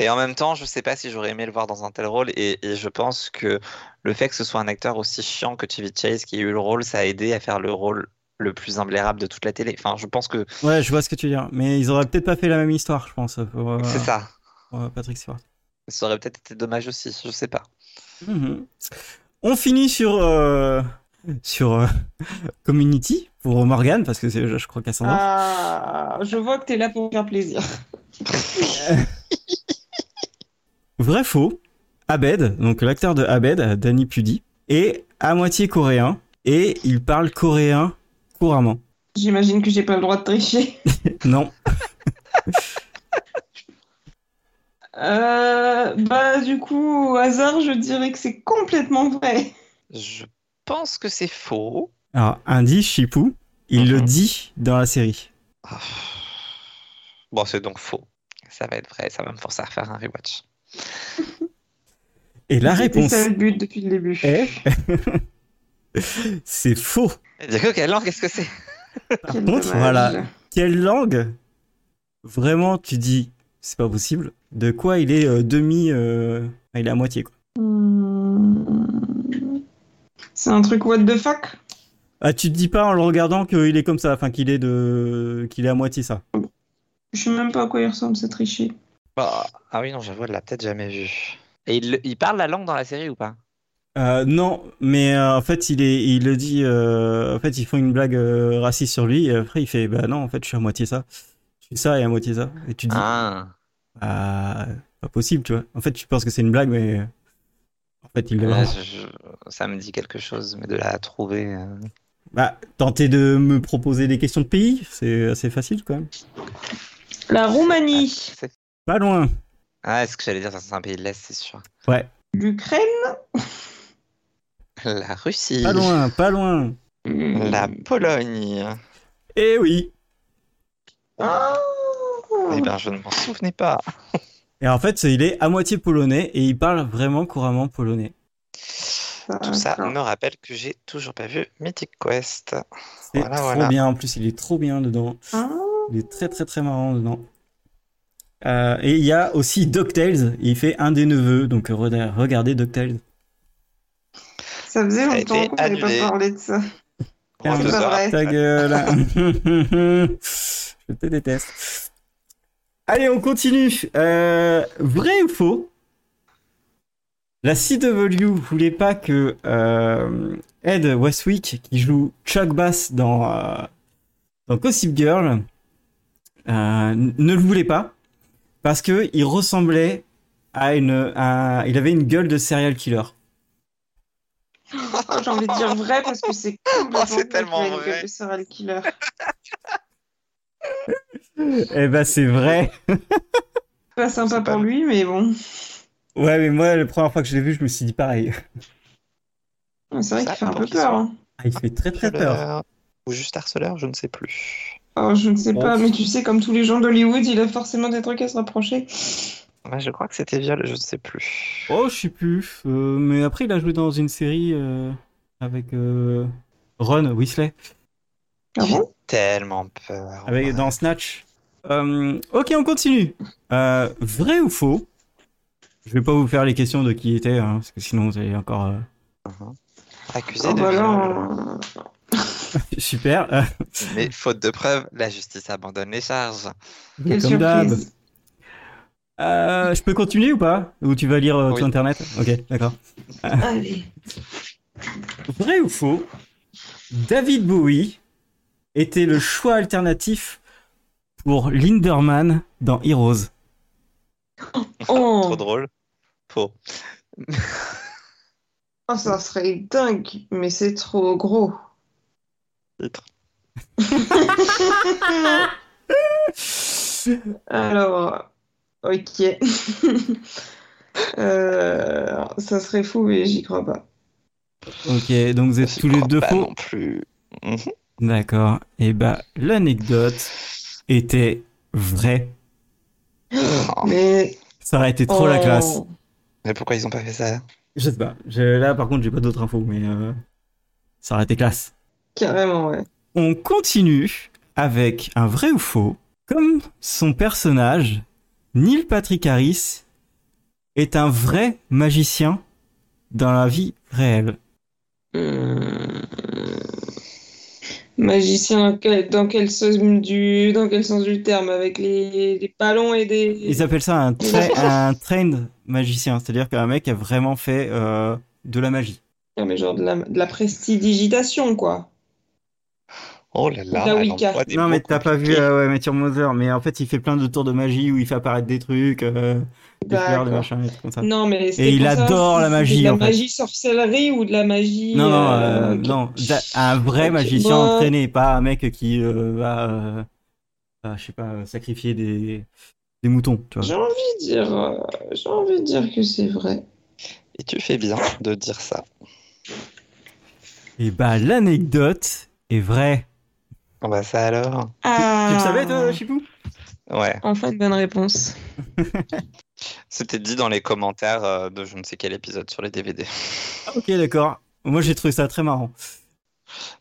Speaker 3: Et en même temps, je sais pas si j'aurais aimé le voir dans un tel rôle. Et, et je pense que le fait que ce soit un acteur aussi chiant que Chevy Chase qui a eu le rôle, ça a aidé à faire le rôle le plus imbérable de toute la télé. Enfin, je pense que
Speaker 1: Ouais, je vois ce que tu veux dire. Mais ils auraient peut-être pas fait la même histoire, je pense, pour, euh,
Speaker 3: c'est ça.
Speaker 1: pour, euh, Patrick Stewart.
Speaker 3: Ça aurait peut-être été dommage aussi, je sais pas.
Speaker 1: Mhm. On finit sur euh, sur euh, <laughs> Community pour Morgan parce que c'est- je, je crois qu'Assandra.
Speaker 2: Ah, je vois que t'es là pour faire plaisir. <laughs>
Speaker 1: Vrai faux. Abed, donc l'acteur de Abed, euh, Danny Pudi, est à moitié coréen et il parle coréen couramment.
Speaker 2: J'imagine que j'ai pas le droit de tricher. <laughs>
Speaker 1: Non.
Speaker 2: Euh, bah, du coup, au hasard, je dirais que c'est complètement vrai.
Speaker 3: Je pense que c'est faux.
Speaker 1: Alors, indice, Chipou, il le
Speaker 3: Mhm.
Speaker 1: dit dans la série.
Speaker 3: Ah. Bon, c'est donc faux. Ça va être vrai, ça va me forcer à faire un rewatch.
Speaker 1: Et la
Speaker 2: C'était
Speaker 1: réponse
Speaker 2: ça le but depuis le début.
Speaker 1: est... <laughs> c'est faux.
Speaker 3: Dire que quelle langue, qu'est-ce que c'est
Speaker 2: Par
Speaker 1: contre, voilà. Quelle langue Vraiment, tu dis, c'est pas possible. De quoi il est euh, demi... euh, Il est à moitié, quoi.
Speaker 2: Hmm. C'est un truc what the fuck
Speaker 1: Ah, tu te dis pas en le regardant qu'il est comme ça, enfin qu'il est de... qu'il est à moitié ça.
Speaker 2: Je sais même pas à quoi il ressemble, c'est triché.
Speaker 3: Bah, Ah oui, non, j'avoue, elle l'a peut-être jamais vu. Et il, il parle la langue dans la série ou pas
Speaker 1: Euh, non, mais euh, en fait, il est, il le dit. euh, en fait, ils font une blague euh, raciste sur lui. Et après, il fait, bah non, en fait, je suis à moitié ça. Je suis ça et à moitié ça. Et tu te dis,
Speaker 3: Ah,
Speaker 1: ah, pas possible, tu vois. En fait, tu penses que c'est une blague, mais euh, en fait, il. l'est
Speaker 3: Ouais,
Speaker 1: vraiment.
Speaker 3: Ah, je- je- ça me dit quelque chose, mais de la trouver. euh,
Speaker 1: Bah, tenter de me proposer des questions de pays, c'est assez facile quand même.
Speaker 2: La Roumanie,
Speaker 3: c'est-
Speaker 1: Pas loin.
Speaker 3: Ah, est-ce que j'allais dire ça, c'est un pays de l'Est, c'est sûr.
Speaker 2: l'Ukraine,
Speaker 3: La Russie,
Speaker 1: Pas loin. Pas loin.
Speaker 3: la Pologne.
Speaker 1: Eh oui.
Speaker 2: Ah.
Speaker 3: Eh bien, je ne m'en souvenais pas.
Speaker 1: Et en fait, il est à moitié polonais et il parle vraiment couramment polonais.
Speaker 3: Tout ça
Speaker 2: D'accord.
Speaker 3: me rappelle que j'ai toujours pas vu Mythic Quest.
Speaker 1: C'est
Speaker 3: Voilà,
Speaker 1: trop
Speaker 3: voilà.
Speaker 1: bien. En plus, il est trop bien dedans.
Speaker 2: Ah.
Speaker 1: Il est très très très marrant dedans. Euh, et il y a aussi DuckTales, il fait un des neveux, donc euh, reda- regardez DuckTales.
Speaker 2: Ça faisait
Speaker 3: Ça a
Speaker 2: longtemps
Speaker 3: été
Speaker 2: qu'on n'avait
Speaker 3: annulé.
Speaker 2: pas parlé de
Speaker 3: <laughs>
Speaker 2: ça.
Speaker 1: Ah,
Speaker 3: On
Speaker 1: c'est
Speaker 3: se
Speaker 2: pas
Speaker 3: sera-
Speaker 2: vrai.
Speaker 1: Ta gueule <laughs> Je te déteste. Allez, on continue. Euh, vrai ou faux La CW voulait pas que euh, Ed Westwick, qui joue Chuck Bass dans, euh, dans Gossip Girl, euh, ne le voulait pas parce que il ressemblait à une. à- il avait une gueule de serial killer.
Speaker 2: Oh, J'ai envie de dire vrai parce que c'est complètement
Speaker 3: Oh, c'est
Speaker 2: qu'il
Speaker 3: tellement
Speaker 2: y a une
Speaker 3: vrai.
Speaker 2: gueule de serial killer.
Speaker 1: Eh ben, c'est vrai.
Speaker 2: Pas sympa
Speaker 3: C'est pas
Speaker 2: pour lui, mais bon.
Speaker 1: Ouais, mais moi, la première fois que je l'ai vu, je me suis dit pareil.
Speaker 2: C'est vrai
Speaker 3: Ça,
Speaker 2: qu'il fait un
Speaker 3: pour
Speaker 2: peu
Speaker 3: qu'il
Speaker 2: peur.
Speaker 3: soit-
Speaker 2: hein.
Speaker 1: Ah, il fait très très peur.
Speaker 3: Harceleur, Ou juste harceleur, je ne sais plus.
Speaker 2: Oh, je ne sais
Speaker 1: Bon.
Speaker 2: pas, mais tu sais, comme tous les gens d'Hollywood, il a forcément des trucs à se rapprocher.
Speaker 3: Ouais, je crois que c'était viol, je ne sais plus.
Speaker 1: Oh, je sais plus. euh, mais après, il a joué dans une série euh, avec euh, Ron Weasley,
Speaker 2: Ah bon
Speaker 3: Tellement peur.
Speaker 1: avec, dans Snatch. Euh, ok, on continue. Euh, vrai ou faux Je vais pas vous faire les questions de qui était, hein, parce que sinon vous allez encore. euh, <laughs>
Speaker 3: Accusé
Speaker 2: Oh,
Speaker 3: de
Speaker 2: bah
Speaker 3: viol.
Speaker 2: là,
Speaker 1: Super. euh,
Speaker 3: Mais faute de preuves, la justice abandonne les charges.
Speaker 2: quelle
Speaker 1: comme d'hab.
Speaker 2: surprise.
Speaker 1: Euh, je peux continuer ou pas Ou tu vas lire euh,
Speaker 3: Oui.
Speaker 1: tout internet Ok, d'accord.
Speaker 2: Allez.
Speaker 1: Vrai ou faux David Bowie était le choix alternatif pour Linderman dans Heroes.
Speaker 2: Oh,
Speaker 3: <laughs> Trop drôle. Faux.
Speaker 2: oh, ça serait dingue, mais c'est trop gros. <laughs>
Speaker 3: Titre.
Speaker 1: Euh,
Speaker 2: Alors, ok. <laughs> Euh, ça serait fou, mais j'y crois pas.
Speaker 1: Ok, donc vous êtes
Speaker 3: Je
Speaker 1: tous les
Speaker 3: crois
Speaker 1: deux
Speaker 3: Oh, pas
Speaker 1: faux.
Speaker 3: non plus. Mhm.
Speaker 1: D'accord. Et bah, l'anecdote était vraie.
Speaker 3: Oh,
Speaker 2: Mais
Speaker 1: Ça aurait été trop la
Speaker 2: oh.
Speaker 1: classe.
Speaker 3: Mais pourquoi ils ont pas fait ça
Speaker 1: Je sais pas. Je- là, par contre, j'ai pas d'autres infos, mais euh, Ça aurait été classe.
Speaker 2: Carrément, ouais.
Speaker 1: On continue avec un vrai ou faux. Comme son personnage, Neil Patrick Harris est un vrai magicien dans la vie réelle.
Speaker 2: Hum. Magicien dans quel, dans quel sens du, dans quel sens du terme Avec les, les ballons et des...
Speaker 1: Ils appellent ça un, tra- un trained magicien, c'est-à-dire qu'un mec a vraiment fait euh, de la magie.
Speaker 2: Non, mais genre de la, de la prestidigitation, quoi.
Speaker 3: Oh là là.
Speaker 2: La
Speaker 3: elle
Speaker 2: Wicca.
Speaker 3: envoie des
Speaker 1: non,
Speaker 3: mots
Speaker 1: mais t'as pas vu
Speaker 3: compliqués.
Speaker 1: euh, ouais, Mathieu Mother, mais en fait, il fait plein de tours de magie où il fait apparaître des trucs, euh, des fleurs, des
Speaker 2: D'accord.
Speaker 1: machins, des trucs comme ça.
Speaker 2: Bah, Non, mais c'était
Speaker 1: il
Speaker 2: pour savoir
Speaker 1: adore
Speaker 2: si
Speaker 1: la
Speaker 2: c'était
Speaker 1: magie,
Speaker 2: De la
Speaker 1: en fait.
Speaker 2: magie sorcellerie ou de la magie.
Speaker 1: Non, non, euh,
Speaker 2: euh,
Speaker 1: non, da- un vrai
Speaker 2: Ok,
Speaker 1: magicien
Speaker 2: moi-
Speaker 1: entraîné, pas un mec qui euh, va, euh, va, je sais pas, euh, sacrifier des, des moutons, tu vois.
Speaker 2: J'ai envie de dire, euh, j'ai envie de dire que c'est vrai.
Speaker 3: Et tu fais bien de dire ça.
Speaker 1: Et bah, l'anecdote est vraie.
Speaker 3: Ah bah ça alors
Speaker 2: Ah.
Speaker 1: Tu le savais, toi, Chipou
Speaker 3: Ouais.
Speaker 2: Enfin une bonne réponse.
Speaker 3: C'était dit dans les commentaires euh, de je ne sais quel épisode sur les DVD.
Speaker 1: Ah, Ok, d'accord. Moi, j'ai trouvé ça très marrant.
Speaker 3: <laughs>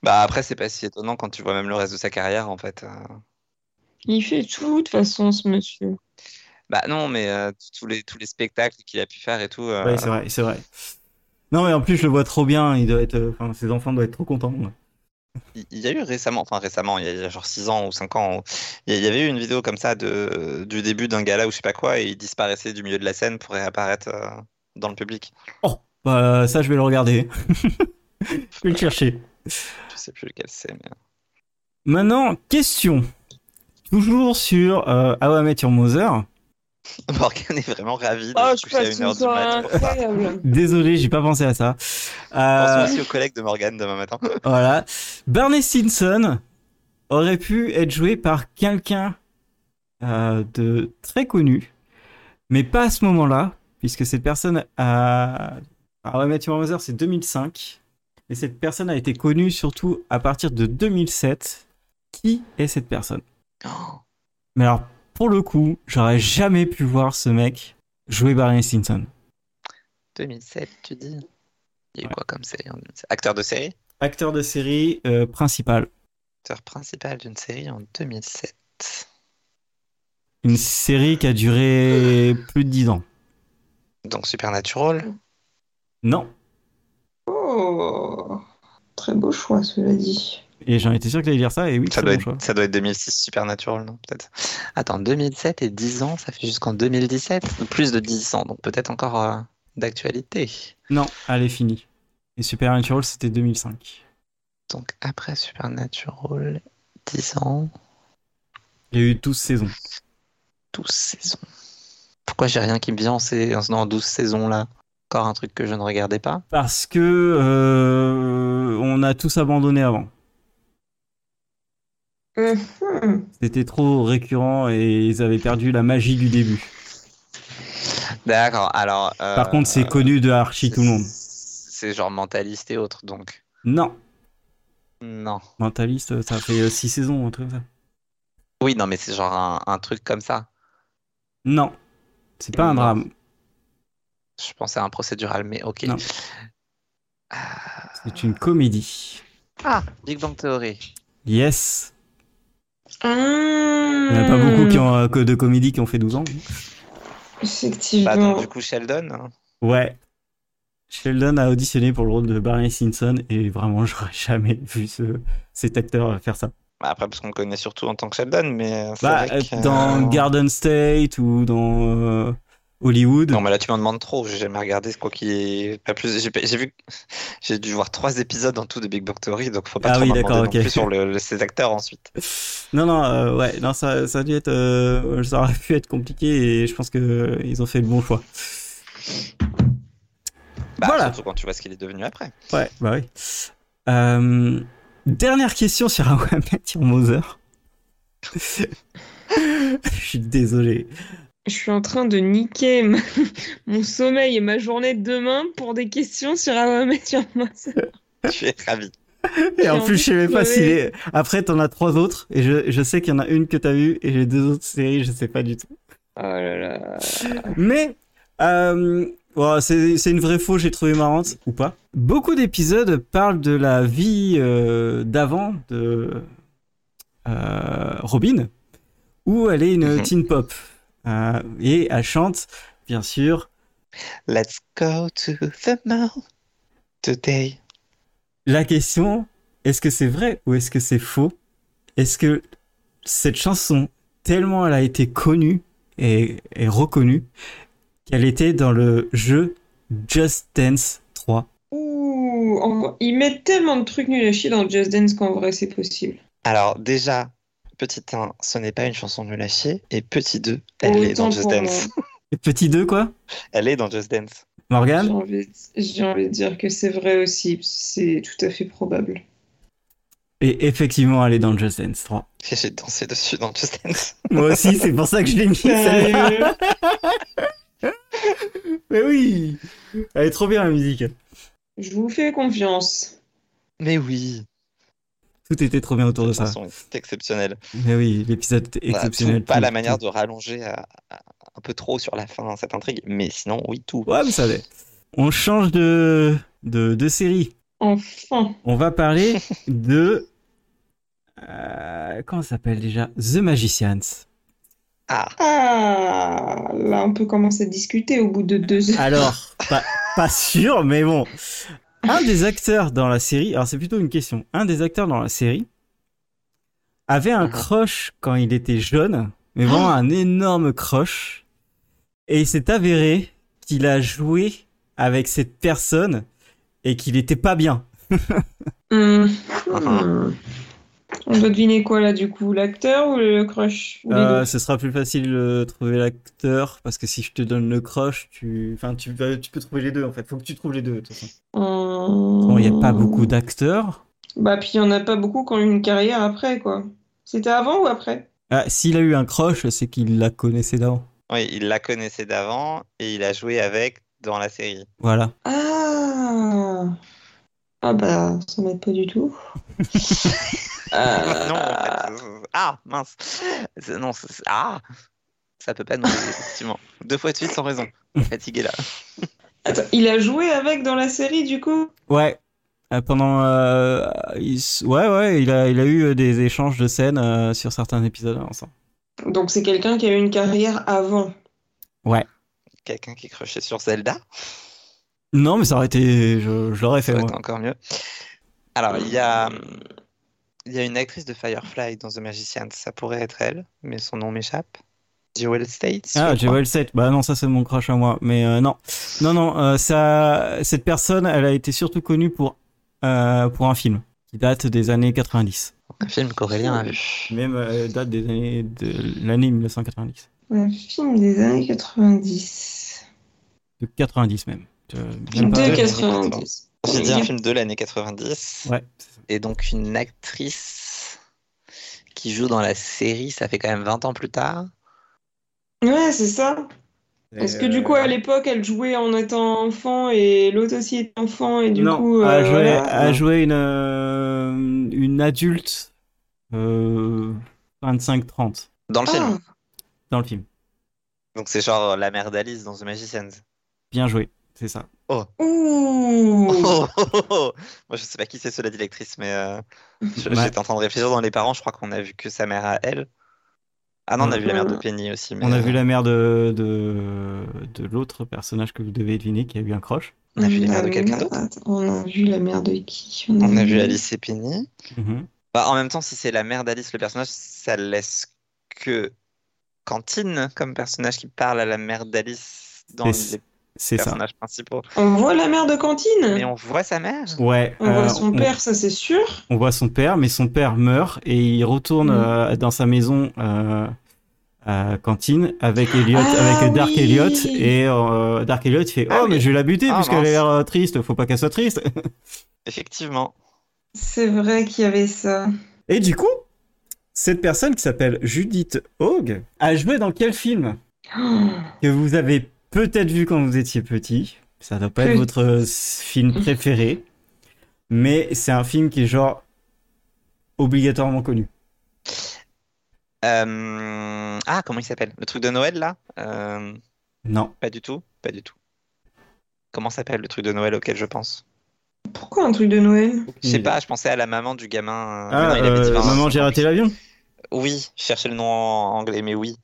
Speaker 3: Bah après, c'est pas si étonnant quand tu vois même le reste de sa carrière en fait. euh.
Speaker 2: Il fait tout de toute façon, ce monsieur.
Speaker 3: Bah non, mais euh, tous, les, tous les spectacles qu'il a pu faire et tout. euh,
Speaker 1: Ouais, c'est vrai, c'est vrai. Non, mais en plus, je le vois trop bien. Il doit être, euh, enfin, ses enfants doivent être trop contents.
Speaker 3: Il il y a eu récemment, enfin récemment, il y a, il y a genre 6 ans ou 5 ans, il y a- il y avait eu une vidéo comme ça de, du début d'un gala ou je sais pas quoi, et il disparaissait du milieu de la scène pour réapparaître euh, dans le public.
Speaker 1: Oh, bah, ça, je vais le regarder. <laughs> je vais le chercher.
Speaker 3: Je sais plus lequel c'est, mais... <laughs>
Speaker 1: Maintenant, question. Toujours sur euh, How I Met Your Mother.
Speaker 3: Morgane est vraiment ravie de
Speaker 2: Oh,
Speaker 3: se
Speaker 2: je
Speaker 3: coucher à
Speaker 2: passe
Speaker 3: une
Speaker 2: une
Speaker 3: heure du
Speaker 2: soirée
Speaker 3: mat pour ça.
Speaker 2: incroyable.
Speaker 1: Désolé, j'ai pas pensé à ça.
Speaker 3: Pense
Speaker 1: Euh,
Speaker 3: aussi aux collègues de Morgane demain <gasps> matin.
Speaker 1: voilà. Barney Stinson aurait pu être joué par quelqu'un euh, de très connu, mais pas à ce moment-là, puisque cette personne a. Alors, Matthew Mother, c'est 2005. Et cette personne a été connue surtout à partir de 2007. Qui est cette personne
Speaker 3: Oh,
Speaker 1: Mais alors, pour le coup, j'aurais jamais pu voir ce mec jouer Barney Stinson.
Speaker 3: 2007, tu dis Il y a eu quoi comme série en 2007 Acteur de série
Speaker 1: Acteur de série euh, principal.
Speaker 3: Acteur principal d'une série en 2007.
Speaker 1: Une série qui a duré plus de 10 ans.
Speaker 3: Donc Supernatural
Speaker 1: Non.
Speaker 2: Oh, très beau choix, cela dit.
Speaker 1: Et j'en étais sûr que t'allais dire ça, et oui,
Speaker 3: ça
Speaker 1: c'est
Speaker 3: doit,
Speaker 1: bon
Speaker 3: être,
Speaker 1: choix.
Speaker 3: ça doit être 2006, Supernatural, non Peut-être. Attends, 2007 et 10 ans, ça fait jusqu'en 2017 donc Plus de 10 ans, donc peut-être encore euh, d'actualité.
Speaker 1: Non, allez, fini. Et Supernatural, c'était 2005.
Speaker 3: Donc après Supernatural, 10 ans,
Speaker 1: Il y a eu 12 saisons.
Speaker 3: 12 saisons. Pourquoi j'ai rien qui me vient en, ces, en, en 12 saisons là Encore un truc que je ne regardais pas
Speaker 1: Parce que euh, on a tous abandonné avant.
Speaker 2: Mhm.
Speaker 1: C'était trop récurrent et ils avaient perdu la magie du début.
Speaker 3: D'accord, alors. euh,
Speaker 1: Par contre, c'est connu de Archie tout le monde.
Speaker 3: C'est genre mentaliste et autres, donc.
Speaker 1: Non,
Speaker 3: Non.
Speaker 1: Mentaliste, ça fait 6 saisons, un truc comme ça.
Speaker 3: Oui, non, mais c'est genre un, un truc comme ça.
Speaker 1: Non, c'est pas un
Speaker 3: Non.
Speaker 1: drame.
Speaker 3: Je pensais à un procédural, mais ok.
Speaker 1: Non. C'est une comédie.
Speaker 3: Ah, Big Bang Theory.
Speaker 1: Yes. Hmm. Il n'y en a pas beaucoup qui ont, euh, que de comédies qui ont fait 12 ans.
Speaker 3: Bah, donc,
Speaker 2: Effectivement.
Speaker 3: du coup, Sheldon. hein.
Speaker 1: Ouais. Sheldon a auditionné pour le rôle de Barney Simpson et vraiment, j'aurais jamais vu ce, cet acteur faire ça.
Speaker 3: Bah, après, parce qu'on le connaît surtout en tant que Sheldon, mais. euh, c'est
Speaker 1: Bah,
Speaker 3: vrai que,
Speaker 1: euh, dans
Speaker 3: euh,
Speaker 1: Garden State ou dans euh, Hollywood.
Speaker 3: Non, mais là, tu m'en demandes trop. J'ai jamais regardé ce quoi qu'il est. Pas plus. J'ai, pas- j'ai vu. <laughs> J'ai dû voir trois épisodes en tout de Big Bang Theory, donc faut pas
Speaker 1: Ah
Speaker 3: trop
Speaker 1: oui,
Speaker 3: m'en
Speaker 1: d'accord,
Speaker 3: demander non
Speaker 1: ok.
Speaker 3: plus sur le- le- ses acteurs ensuite.
Speaker 1: Non, non, euh, ouais, non, ça, ça a dû être, euh, ça aurait pu être compliqué et je pense que euh, ils ont fait le bon choix.
Speaker 3: Bah,
Speaker 1: Voilà.
Speaker 3: Surtout quand tu vois ce qu'il est devenu après. <laughs>
Speaker 1: Ouais, bah oui. Euh, dernière question sur How I Met Your Mother. <laughs> je suis désolé.
Speaker 2: Je suis en train de niquer ma- <laughs> mon sommeil et ma journée de demain pour des questions sur un métier.
Speaker 1: <laughs>
Speaker 3: tu es ravi.
Speaker 1: Et en
Speaker 2: J'ai
Speaker 1: plus,
Speaker 2: envie
Speaker 1: je savais
Speaker 2: de
Speaker 1: pas
Speaker 2: pleurer.
Speaker 1: s'il est. Après, t'en as trois autres et je, je sais qu'il y en a une que t'as vue et les deux autres séries, je sais pas du tout.
Speaker 2: Oh là là.
Speaker 1: Mais euh, Oh, c'est c'est une vraie faux, j'ai trouvé marrante, ou pas. Beaucoup d'épisodes parlent de la vie euh, d'avant de euh, Robin, où elle est une
Speaker 3: Mhm.
Speaker 1: teen pop. Euh, et elle chante, bien sûr,
Speaker 3: Let's go to the mall today.
Speaker 1: la question, est-ce que c'est vrai ou est-ce que c'est faux Est-ce que cette chanson, tellement elle a été connue et, et reconnue, qu'elle était dans le jeu Just Dance 3
Speaker 2: Ouh, en- ils mettent tellement de trucs nuls à chier dans Just Dance qu'en vrai c'est possible.
Speaker 3: Alors déjà, petit 1, ce n'est pas une chanson nulle à chier. Et petit 2, elle est dans
Speaker 2: Autant
Speaker 3: Just
Speaker 2: pour
Speaker 3: Dance.
Speaker 1: Et Petit 2, quoi
Speaker 3: Elle est dans Just Dance. <laughs>
Speaker 2: moi. J'ai
Speaker 1: Morgane
Speaker 2: envie, j'ai envie de dire que c'est vrai aussi, c'est tout à fait probable.
Speaker 1: Et effectivement, elle est dans Just Dance 3.
Speaker 3: Et J'ai dansé dessus dans Just Dance.
Speaker 1: Moi aussi, c'est pour ça que je l'ai mis. celle-là.
Speaker 3: Eh
Speaker 2: Sérieux
Speaker 1: Mais oui Elle est trop bien, la musique.
Speaker 2: Je vous fais confiance.
Speaker 3: Mais oui,
Speaker 1: Tout était trop bien autour de
Speaker 3: cette
Speaker 1: ça.
Speaker 3: chanson est exceptionnelle.
Speaker 1: Mais oui, l'épisode était
Speaker 3: On a tout,
Speaker 1: exceptionnel.
Speaker 3: pas
Speaker 1: Tout-
Speaker 3: la manière de rallonger à- à- un peu trop sur la fin cette intrigue. Mais sinon, oui, tout.
Speaker 1: Ouais, mais ça allait. On change de, de, de série.
Speaker 2: Enfin.
Speaker 1: On va parler de. euh, comment ça s'appelle déjà The Magicians.
Speaker 3: Ah,
Speaker 2: Ah, là on peut commencer à discuter au bout de deux heures.
Speaker 1: Alors, pas, pas sûr, mais bon. Un des acteurs dans la série, alors c'est plutôt une question. Un des acteurs dans la série avait un
Speaker 3: Mhm.
Speaker 1: crush quand il était jeune, mais vraiment un énorme crush. Et il s'est avéré qu'il a joué avec cette personne et qu'il était pas bien.
Speaker 2: Hmm.
Speaker 3: Ah.
Speaker 2: On doit deviner quoi là du coup, l'acteur ou le crush Ou les
Speaker 1: Euh,
Speaker 2: deux
Speaker 1: ce sera plus facile de trouver l'acteur parce que si je te donne le crush, tu, enfin, tu, vas- tu peux trouver les deux en fait. Faut que tu trouves les deux. de toute façon.
Speaker 2: Hmm.
Speaker 1: Bon, il n'y a pas beaucoup d'acteurs.
Speaker 2: Bah puis il y en a pas beaucoup qui ont eu une carrière après quoi. C'était avant ou après
Speaker 1: Ah, s'il a eu un crush, c'est qu'il la connaissait d'avant.
Speaker 3: oui, il la connaissait d'avant et il a joué avec dans la série.
Speaker 1: Voilà.
Speaker 2: Ah Ah bah ça m'aide pas du tout. Euh,
Speaker 3: Non, en fait, ah mince. C'est- Non, c'est- c'est- ah, ça peut pas nous aider, effectivement. Deux fois de suite
Speaker 1: <laughs>
Speaker 3: sans raison. Fatigué là.
Speaker 2: Attends, il a joué avec dans la série du coup
Speaker 1: Ouais. Euh, pendant, euh, il s- ouais, ouais, il a, il a eu euh, des échanges de scènes euh, sur certains épisodes ensemble.
Speaker 2: Donc c'est quelqu'un qui a eu une carrière avant.
Speaker 3: Quelqu'un qui crochait sur Zelda.
Speaker 1: Non, mais ça aurait été, je, je l'aurais fait
Speaker 3: Ça aurait
Speaker 1: moi.
Speaker 3: été encore mieux. Alors, il y a, il y a une actrice de Firefly dans The Magician. Ça pourrait être elle, mais son nom m'échappe. Jewel State.
Speaker 1: Ah, Jewel 7. Bah non, ça c'est mon crush à moi. Mais euh, non, non, non. euh, ça, cette personne, elle a été surtout connue pour euh, pour un film qui date des années 90.
Speaker 3: Un film hein. qu'Aurélien a vu.
Speaker 1: Même euh, date des années de l'année 1990,
Speaker 2: Un film des années 90.
Speaker 1: de 90 même. De- même pas-
Speaker 2: De
Speaker 3: années
Speaker 2: 90.
Speaker 3: J'ai dit un film de l'année 90.
Speaker 1: Ouais.
Speaker 3: Et donc, une actrice qui joue dans la série, ça fait quand même 20 ans plus tard.
Speaker 2: Ouais, c'est ça. Est-ce
Speaker 1: euh,
Speaker 2: que du coup, à l'époque, elle jouait en étant enfant et l'autre aussi était enfant et du
Speaker 1: non,
Speaker 2: coup, euh,
Speaker 1: à jouer,
Speaker 2: voilà.
Speaker 1: à jouer une euh, une adulte euh, 25-30
Speaker 3: Dans le film.
Speaker 2: Ah,
Speaker 1: dans le film.
Speaker 3: Donc, c'est genre euh, la mère d'Alice dans The Magician.
Speaker 1: Bien joué, c'est ça.
Speaker 2: ouh.
Speaker 3: Oh, <laughs> oh, oh, oh. Moi, je sais pas qui c'est cela, l'actrice, mais euh, je-
Speaker 1: Ouais.
Speaker 3: j'étais en train de réfléchir dans les parents. Je crois qu'on a vu que sa mère à elle. Ah non, on a
Speaker 1: Ouais.
Speaker 3: vu la mère de Penny aussi. Mais
Speaker 1: On a vu
Speaker 3: euh,
Speaker 1: la mère de de, de l'autre personnage que vous devez deviner qui a eu un crush.
Speaker 3: on a vu les
Speaker 2: la
Speaker 3: mères de quelqu'un
Speaker 2: mère-
Speaker 3: d'autre.
Speaker 2: Attends, On a vu la mère de qui? On
Speaker 3: On a vu Alice et Penny.
Speaker 1: Mhm.
Speaker 3: Bah, en même temps, si c'est la mère d'Alice, le personnage, ça laisse que Cantine comme personnage qui parle à la mère d'Alice dans
Speaker 1: C'est-
Speaker 3: les
Speaker 1: C'est ça.
Speaker 3: personnages principaux.
Speaker 2: On voit la mère de Cantine.
Speaker 3: Mais on voit sa mère.
Speaker 1: Ouais.
Speaker 2: On voit
Speaker 1: euh,
Speaker 2: son
Speaker 1: on-
Speaker 2: père, ça c'est sûr.
Speaker 1: On voit son père, mais son père meurt et il retourne
Speaker 2: Mm.
Speaker 1: euh, dans sa maison euh, à cantine avec Elliot,
Speaker 2: Ah
Speaker 1: avec Dark
Speaker 2: oui.
Speaker 1: Elliot et euh, Dark Elliot fait
Speaker 3: Ah
Speaker 1: oh
Speaker 3: oui.
Speaker 1: mais je vais la buter
Speaker 3: Ah,
Speaker 1: puisqu'elle a
Speaker 3: mince.
Speaker 1: l'air euh, triste, faut pas qu'elle soit triste.
Speaker 3: Effectivement.
Speaker 2: C'est vrai qu'il y avait ça.
Speaker 1: Et du coup, cette personne qui s'appelle Judith Haug a joué dans quel film
Speaker 2: Oh,
Speaker 1: que vous avez peut-être vu quand vous étiez petit. Ça doit pas être
Speaker 2: Oui.
Speaker 1: votre euh, film préféré, mais c'est un film qui est genre obligatoirement connu.
Speaker 3: Euh, Ah, comment il s'appelle Le truc de Noël, là Euh,
Speaker 1: Non.
Speaker 3: Pas du tout. Pas du tout. Comment s'appelle le truc de Noël auquel je pense
Speaker 2: Pourquoi un truc de Noël
Speaker 3: Je sais pas, je pensais à la maman du gamin. euh,
Speaker 1: Ah,
Speaker 3: mais non, il avait
Speaker 1: euh,
Speaker 3: dit vingt,
Speaker 1: maman,
Speaker 3: c'est
Speaker 1: j'ai raté
Speaker 3: compliqué.
Speaker 1: l'avion.
Speaker 3: Oui, je cherchais le nom en anglais, mais oui.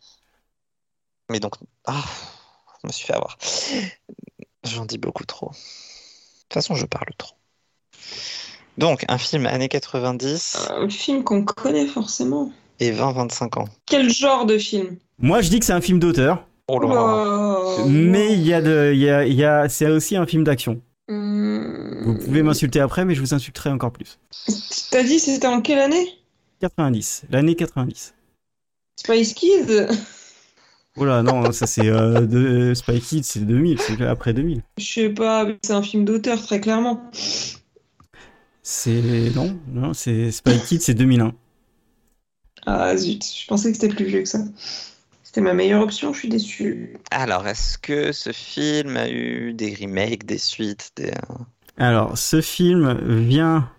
Speaker 3: Mais donc, ah, je me suis fait avoir. J'en dis beaucoup trop. De toute façon, je parle trop. Donc, un film années 90
Speaker 2: Un Euh, film qu'on connaît forcément.
Speaker 3: et 20-25 ans.
Speaker 2: Quel genre de film
Speaker 1: Moi, je dis que c'est un film d'auteur,
Speaker 3: Oh là là.
Speaker 2: Wow.
Speaker 1: mais il y a de, il y a, il y a, c'est aussi un film d'action.
Speaker 2: Hmm.
Speaker 1: Vous pouvez m'insulter après, mais je vous insulterai encore plus.
Speaker 2: T'as dit c'était en quelle année
Speaker 1: 90, l'année 90.
Speaker 2: Spice Kids
Speaker 1: Oh là, non, ça c'est euh, de Spy Kids, c'est 2000, c'est après 2000.
Speaker 2: Je sais pas, mais c'est un film d'auteur très clairement.
Speaker 1: C'est non, non, c'est Spy Kids, c'est 2001.
Speaker 2: Ah zut, je pensais que c'était plus vieux que ça. C'était ma meilleure option, je suis déçue.
Speaker 3: Alors, est-ce que ce film a eu des remakes, des suites, des...
Speaker 1: Alors, ce film vient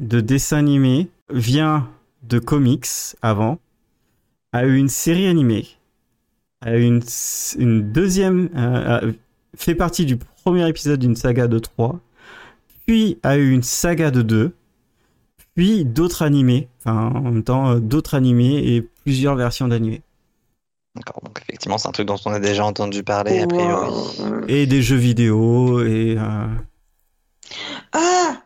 Speaker 1: de dessins animés, vient de comics avant, a eu une série animée, a eu une, s- une deuxième, euh, a- fait partie du premier épisode d'une saga de 3, puis a eu une saga de 2, puis d'autres animés, enfin en même temps euh, d'autres animés et plusieurs versions d'animés.
Speaker 3: D'accord, donc effectivement, c'est un truc dont on a déjà entendu parler, a priori.
Speaker 2: Wow.
Speaker 1: Et des jeux vidéo et... euh,
Speaker 2: Ah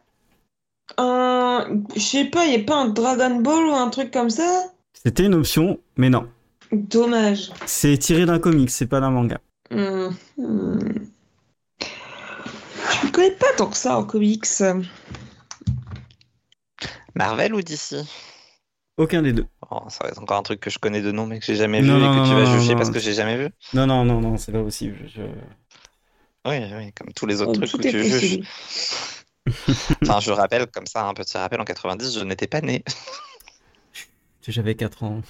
Speaker 2: Un- Je sais pas, y a pas un Dragon Ball ou un truc comme ça
Speaker 1: C'était une option, mais non.
Speaker 2: Dommage.
Speaker 1: C'est tiré d'un comic, c'est pas d'un manga.
Speaker 2: Hmm. Hmm. Je me connais pas tant que ça en comics.
Speaker 3: Marvel ou DC?
Speaker 1: Aucun des deux.
Speaker 3: Oh, ça va être encore un truc que je connais de nom, mais que j'ai jamais vu
Speaker 1: Non,
Speaker 3: et
Speaker 1: non,
Speaker 3: que tu
Speaker 1: non,
Speaker 3: vas
Speaker 1: non,
Speaker 3: juger
Speaker 1: non,
Speaker 3: parce
Speaker 1: non.
Speaker 3: que j'ai jamais vu.
Speaker 1: Non, non, non, non, c'est pas possible. Je-
Speaker 3: Oui, oui, comme tous les autres trucs
Speaker 2: Tout
Speaker 3: que
Speaker 2: est
Speaker 3: tu juges.
Speaker 2: possible.
Speaker 3: Enfin, je rappelle, comme ça, un petit rappel, en 90, je n'étais pas né. <laughs>
Speaker 1: je- J'avais 4 ans.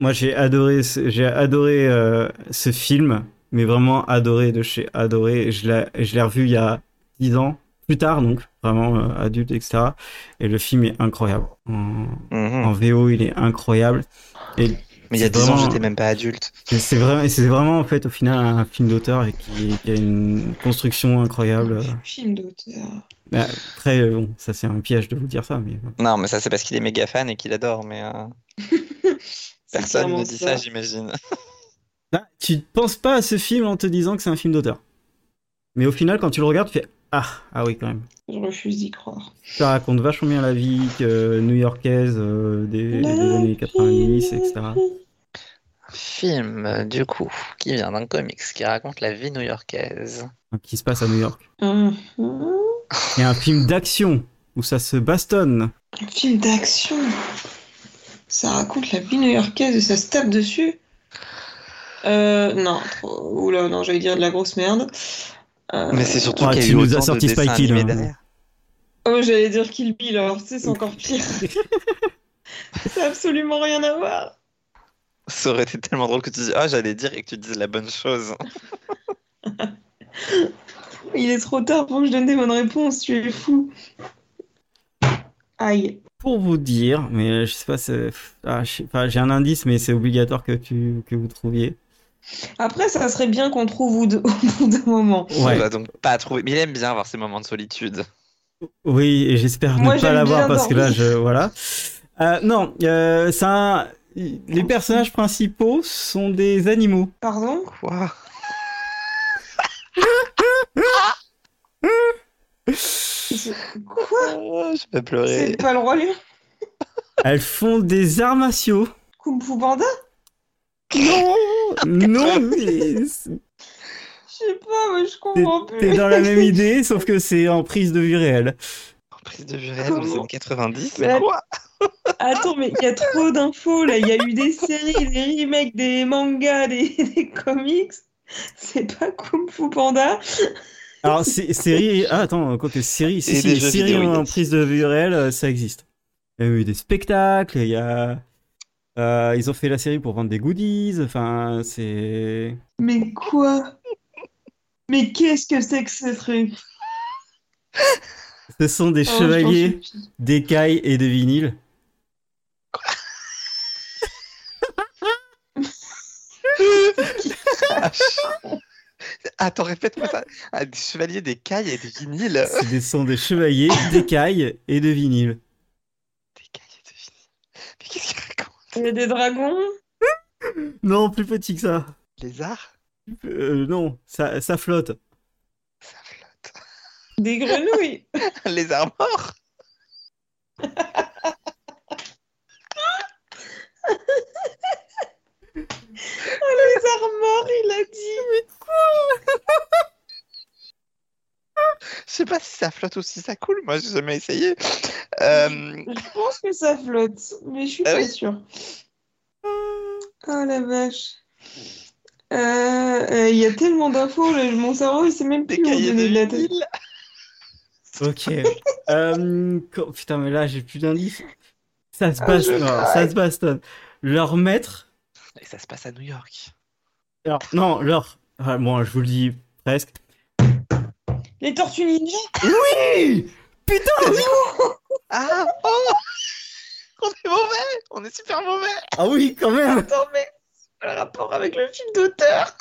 Speaker 1: Moi, j'ai adoré, ce- j'ai adoré euh, ce film, mais vraiment adoré de chez adoré. Je l'ai, je l'ai revu il y a 10 ans, plus tard, donc vraiment euh, adulte, etc. Et le film est incroyable. En,
Speaker 3: Mhm.
Speaker 1: en VO, il est incroyable.
Speaker 3: Mais il y a
Speaker 1: c'est
Speaker 3: 10 ans,
Speaker 1: vraiment-
Speaker 3: j'étais même pas adulte.
Speaker 1: Et C'est vraiment, et c'est vraiment en fait au final un film d'auteur et qui, qui a une construction incroyable.
Speaker 2: Film d'auteur.
Speaker 1: Bah, Après, euh, bon, ça c'est un piège de vous dire ça, mais
Speaker 3: Non, mais ça, c'est parce qu'il est méga fan et qu'il adore, mais euh,
Speaker 2: C'est
Speaker 3: personne ne
Speaker 2: clairement
Speaker 3: dit ça, j'imagine.
Speaker 1: Ah, tu ne penses pas à ce film en te disant que c'est un film d'auteur. Mais au final, quand tu le regardes, tu fais Ah, ah oui, quand même.
Speaker 2: Je refuse d'y croire.
Speaker 1: Ça raconte vachement bien la vie que- new-yorkaise euh, des, des
Speaker 2: La
Speaker 1: années 90, etc.
Speaker 3: Film, euh, du coup, qui vient d'un comics qui raconte la vie new-yorkaise.
Speaker 1: Qui se passe à New York.
Speaker 2: Mhm.
Speaker 1: Il y a un film d'action où ça se bastonne.
Speaker 2: Un film d'action. Ça raconte la vie new-yorkaise et ça se tape dessus. Euh, non, trop... Oula, non, j'allais dire de la grosse merde. Euh,
Speaker 3: Mais c'est surtout
Speaker 1: Ah,
Speaker 3: qu'il y a
Speaker 1: tu
Speaker 3: eu
Speaker 1: nous as
Speaker 3: autant de
Speaker 1: sorti Spy
Speaker 3: dessins
Speaker 1: Kid,
Speaker 3: animés
Speaker 1: hein.
Speaker 3: derrière.
Speaker 2: Oh, j'allais dire Kill Bill, alors tu sais, c'est encore
Speaker 3: <laughs>
Speaker 2: pire. ça a absolument rien à voir.
Speaker 3: Ça aurait été tellement drôle que tu dis « Ah, j'allais dire » et que tu dises la bonne chose.
Speaker 2: Il est trop tard pour que je donne des bonnes réponses, tu es fou. Aïe.
Speaker 1: Pour vous dire, mais euh, je sais pas, c'est- ah, je sais pas, j'ai un indice, mais c'est obligatoire que, tu, que vous trouviez.
Speaker 2: Après, ça serait bien qu'on trouve au, <laughs> au bout d'un moment.
Speaker 1: Ouais.
Speaker 3: On va donc pas trouver... Mais il aime bien avoir ces moments de solitude.
Speaker 1: Oui, et j'espère
Speaker 2: Moi,
Speaker 1: ne pas
Speaker 2: j'aime
Speaker 1: l'avoir
Speaker 2: bien
Speaker 1: parce que là,
Speaker 2: dormir.
Speaker 1: je. Voilà. Euh, non, euh, c'est un- les personnages principaux sont des animaux.
Speaker 2: Pardon?
Speaker 3: Quoi
Speaker 2: Quoi?
Speaker 3: Oh, Je vais
Speaker 2: C'est
Speaker 3: pleurer.
Speaker 2: pas le roi lion?
Speaker 1: Elles font des arts martiaux.
Speaker 2: Kung Fu Panda?
Speaker 1: Non, non, mais
Speaker 2: Je sais pas, mais je comprends
Speaker 1: t'es
Speaker 2: plus.
Speaker 1: dans la même idée, sauf que c'est en prise de vue réelle.
Speaker 3: Prise de vue réelle, nous
Speaker 2: Comment
Speaker 3: sommes 90.
Speaker 2: Mais-
Speaker 3: Quoi
Speaker 2: Attends, mais il y a trop d'infos là. Il y a eu des séries, des remakes, des mangas, des, <laughs> des comics. C'est pas Kung Fu Panda.
Speaker 1: Alors, sé- série, ah, attends, quoi que série, si,
Speaker 3: Et
Speaker 1: si,
Speaker 3: des jeux
Speaker 1: série
Speaker 3: vidéo,
Speaker 1: en
Speaker 3: il y a.
Speaker 1: prise de vue réelle, euh, ça existe. Il y a eu des spectacles, il y a, euh, ils ont fait la série pour vendre des goodies, enfin, c'est,
Speaker 2: Mais quoi? Mais qu'est-ce que c'est que ce truc?
Speaker 1: ce sont des
Speaker 2: Oh, je
Speaker 1: chevaliers,
Speaker 2: t'en supplie.
Speaker 1: des cailles et des vinyles.
Speaker 3: Ah, Attends, répète-moi ça. Ah, des chevaliers, des cailles et des vinyles.
Speaker 1: C'est des sons des chevaliers, des cailles et de vinyle.
Speaker 3: Des cailles et des vinyles. Mais qu'est-ce qu'il raconte
Speaker 2: <laughs> Il y a des dragons
Speaker 1: Non, plus petit que ça.
Speaker 3: <laughs> Lézard
Speaker 1: Euh, non, ça, ça flotte.
Speaker 3: Ça flotte.
Speaker 2: Des grenouilles <laughs>
Speaker 3: Lézard mort
Speaker 2: Les armores, il a dit
Speaker 3: Je sais pas si ça flotte ou si ça coule, moi j'ai jamais essayé. <laughs> Euh,
Speaker 2: Je pense que ça flotte, mais je suis
Speaker 3: Ah
Speaker 2: pas
Speaker 3: oui.
Speaker 2: sûre. Oh la vache Euh, euh, Il y a tellement d'infos, là, mon cerveau il sait même
Speaker 3: des
Speaker 2: plus où
Speaker 3: cailles et
Speaker 2: donner de la
Speaker 3: des
Speaker 2: tête.
Speaker 3: vinyles
Speaker 1: Ok. <laughs> Euh, co- Putain, mais là, j'ai plus d'indices. Ça se
Speaker 2: Ah,
Speaker 1: bastonne,
Speaker 2: je
Speaker 1: ça se bastonne. Leur maître.
Speaker 3: Et ça se passe à New York.
Speaker 1: Alors, non, leur. Ah, bon, je vous le dis presque.
Speaker 2: Les tortues ninja
Speaker 1: Hey Putain
Speaker 3: Ah Oh <laughs> On est mauvais On est super mauvais
Speaker 1: Ah oui, quand même
Speaker 2: Attends, mais c'est pas le rapport avec le film d'auteur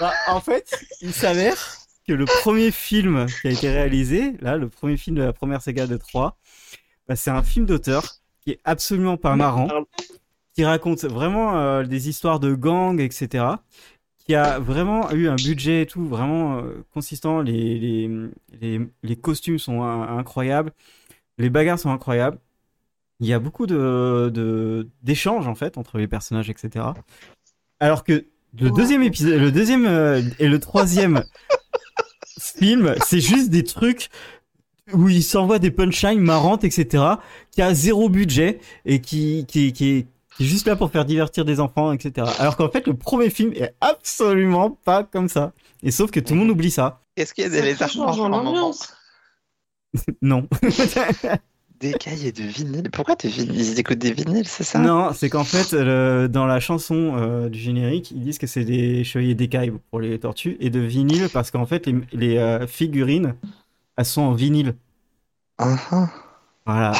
Speaker 1: Bah, En fait, il s'avère que le premier film qui a été réalisé, là, le premier film de la première saga de 3, bah, c'est un film d'auteur qui est absolument pas marrant, qui raconte vraiment euh, des histoires de gangs, etc. Qui a vraiment eu un budget et tout, vraiment euh, consistant. Les, les, les, les costumes sont in- incroyables, les bagarres sont incroyables. Il y a beaucoup d'échanges de, d'échanges en fait entre les personnages, etc. Alors que le deuxième épisode, le deuxième euh, et le troisième film, c'est juste des trucs où ils s'envoient des punchlines marrantes, etc., qui a zéro budget et qui, qui, qui, est, qui est juste là pour faire divertir des enfants, etc. Alors qu'en fait, le premier film est absolument pas comme ça. Et sauf que tout le monde oublie ça.
Speaker 3: Est-ce qu'il y a
Speaker 2: Ça
Speaker 3: des lézards
Speaker 2: change
Speaker 3: morts
Speaker 2: dans
Speaker 3: en moment
Speaker 2: l'ambiance.
Speaker 1: Non.
Speaker 3: Des cailles et de vinyles Pourquoi des vinyles Ils écoutent des vinyles, c'est ça
Speaker 1: non, c'est qu'en fait, le- dans la chanson euh, du générique, ils disent que c'est des chevaliers d'écailles pour les tortues et de vinyle parce qu'en fait, les, les, euh, figurines, elles sont en vinyle.
Speaker 3: Ah, ah.
Speaker 1: Voilà.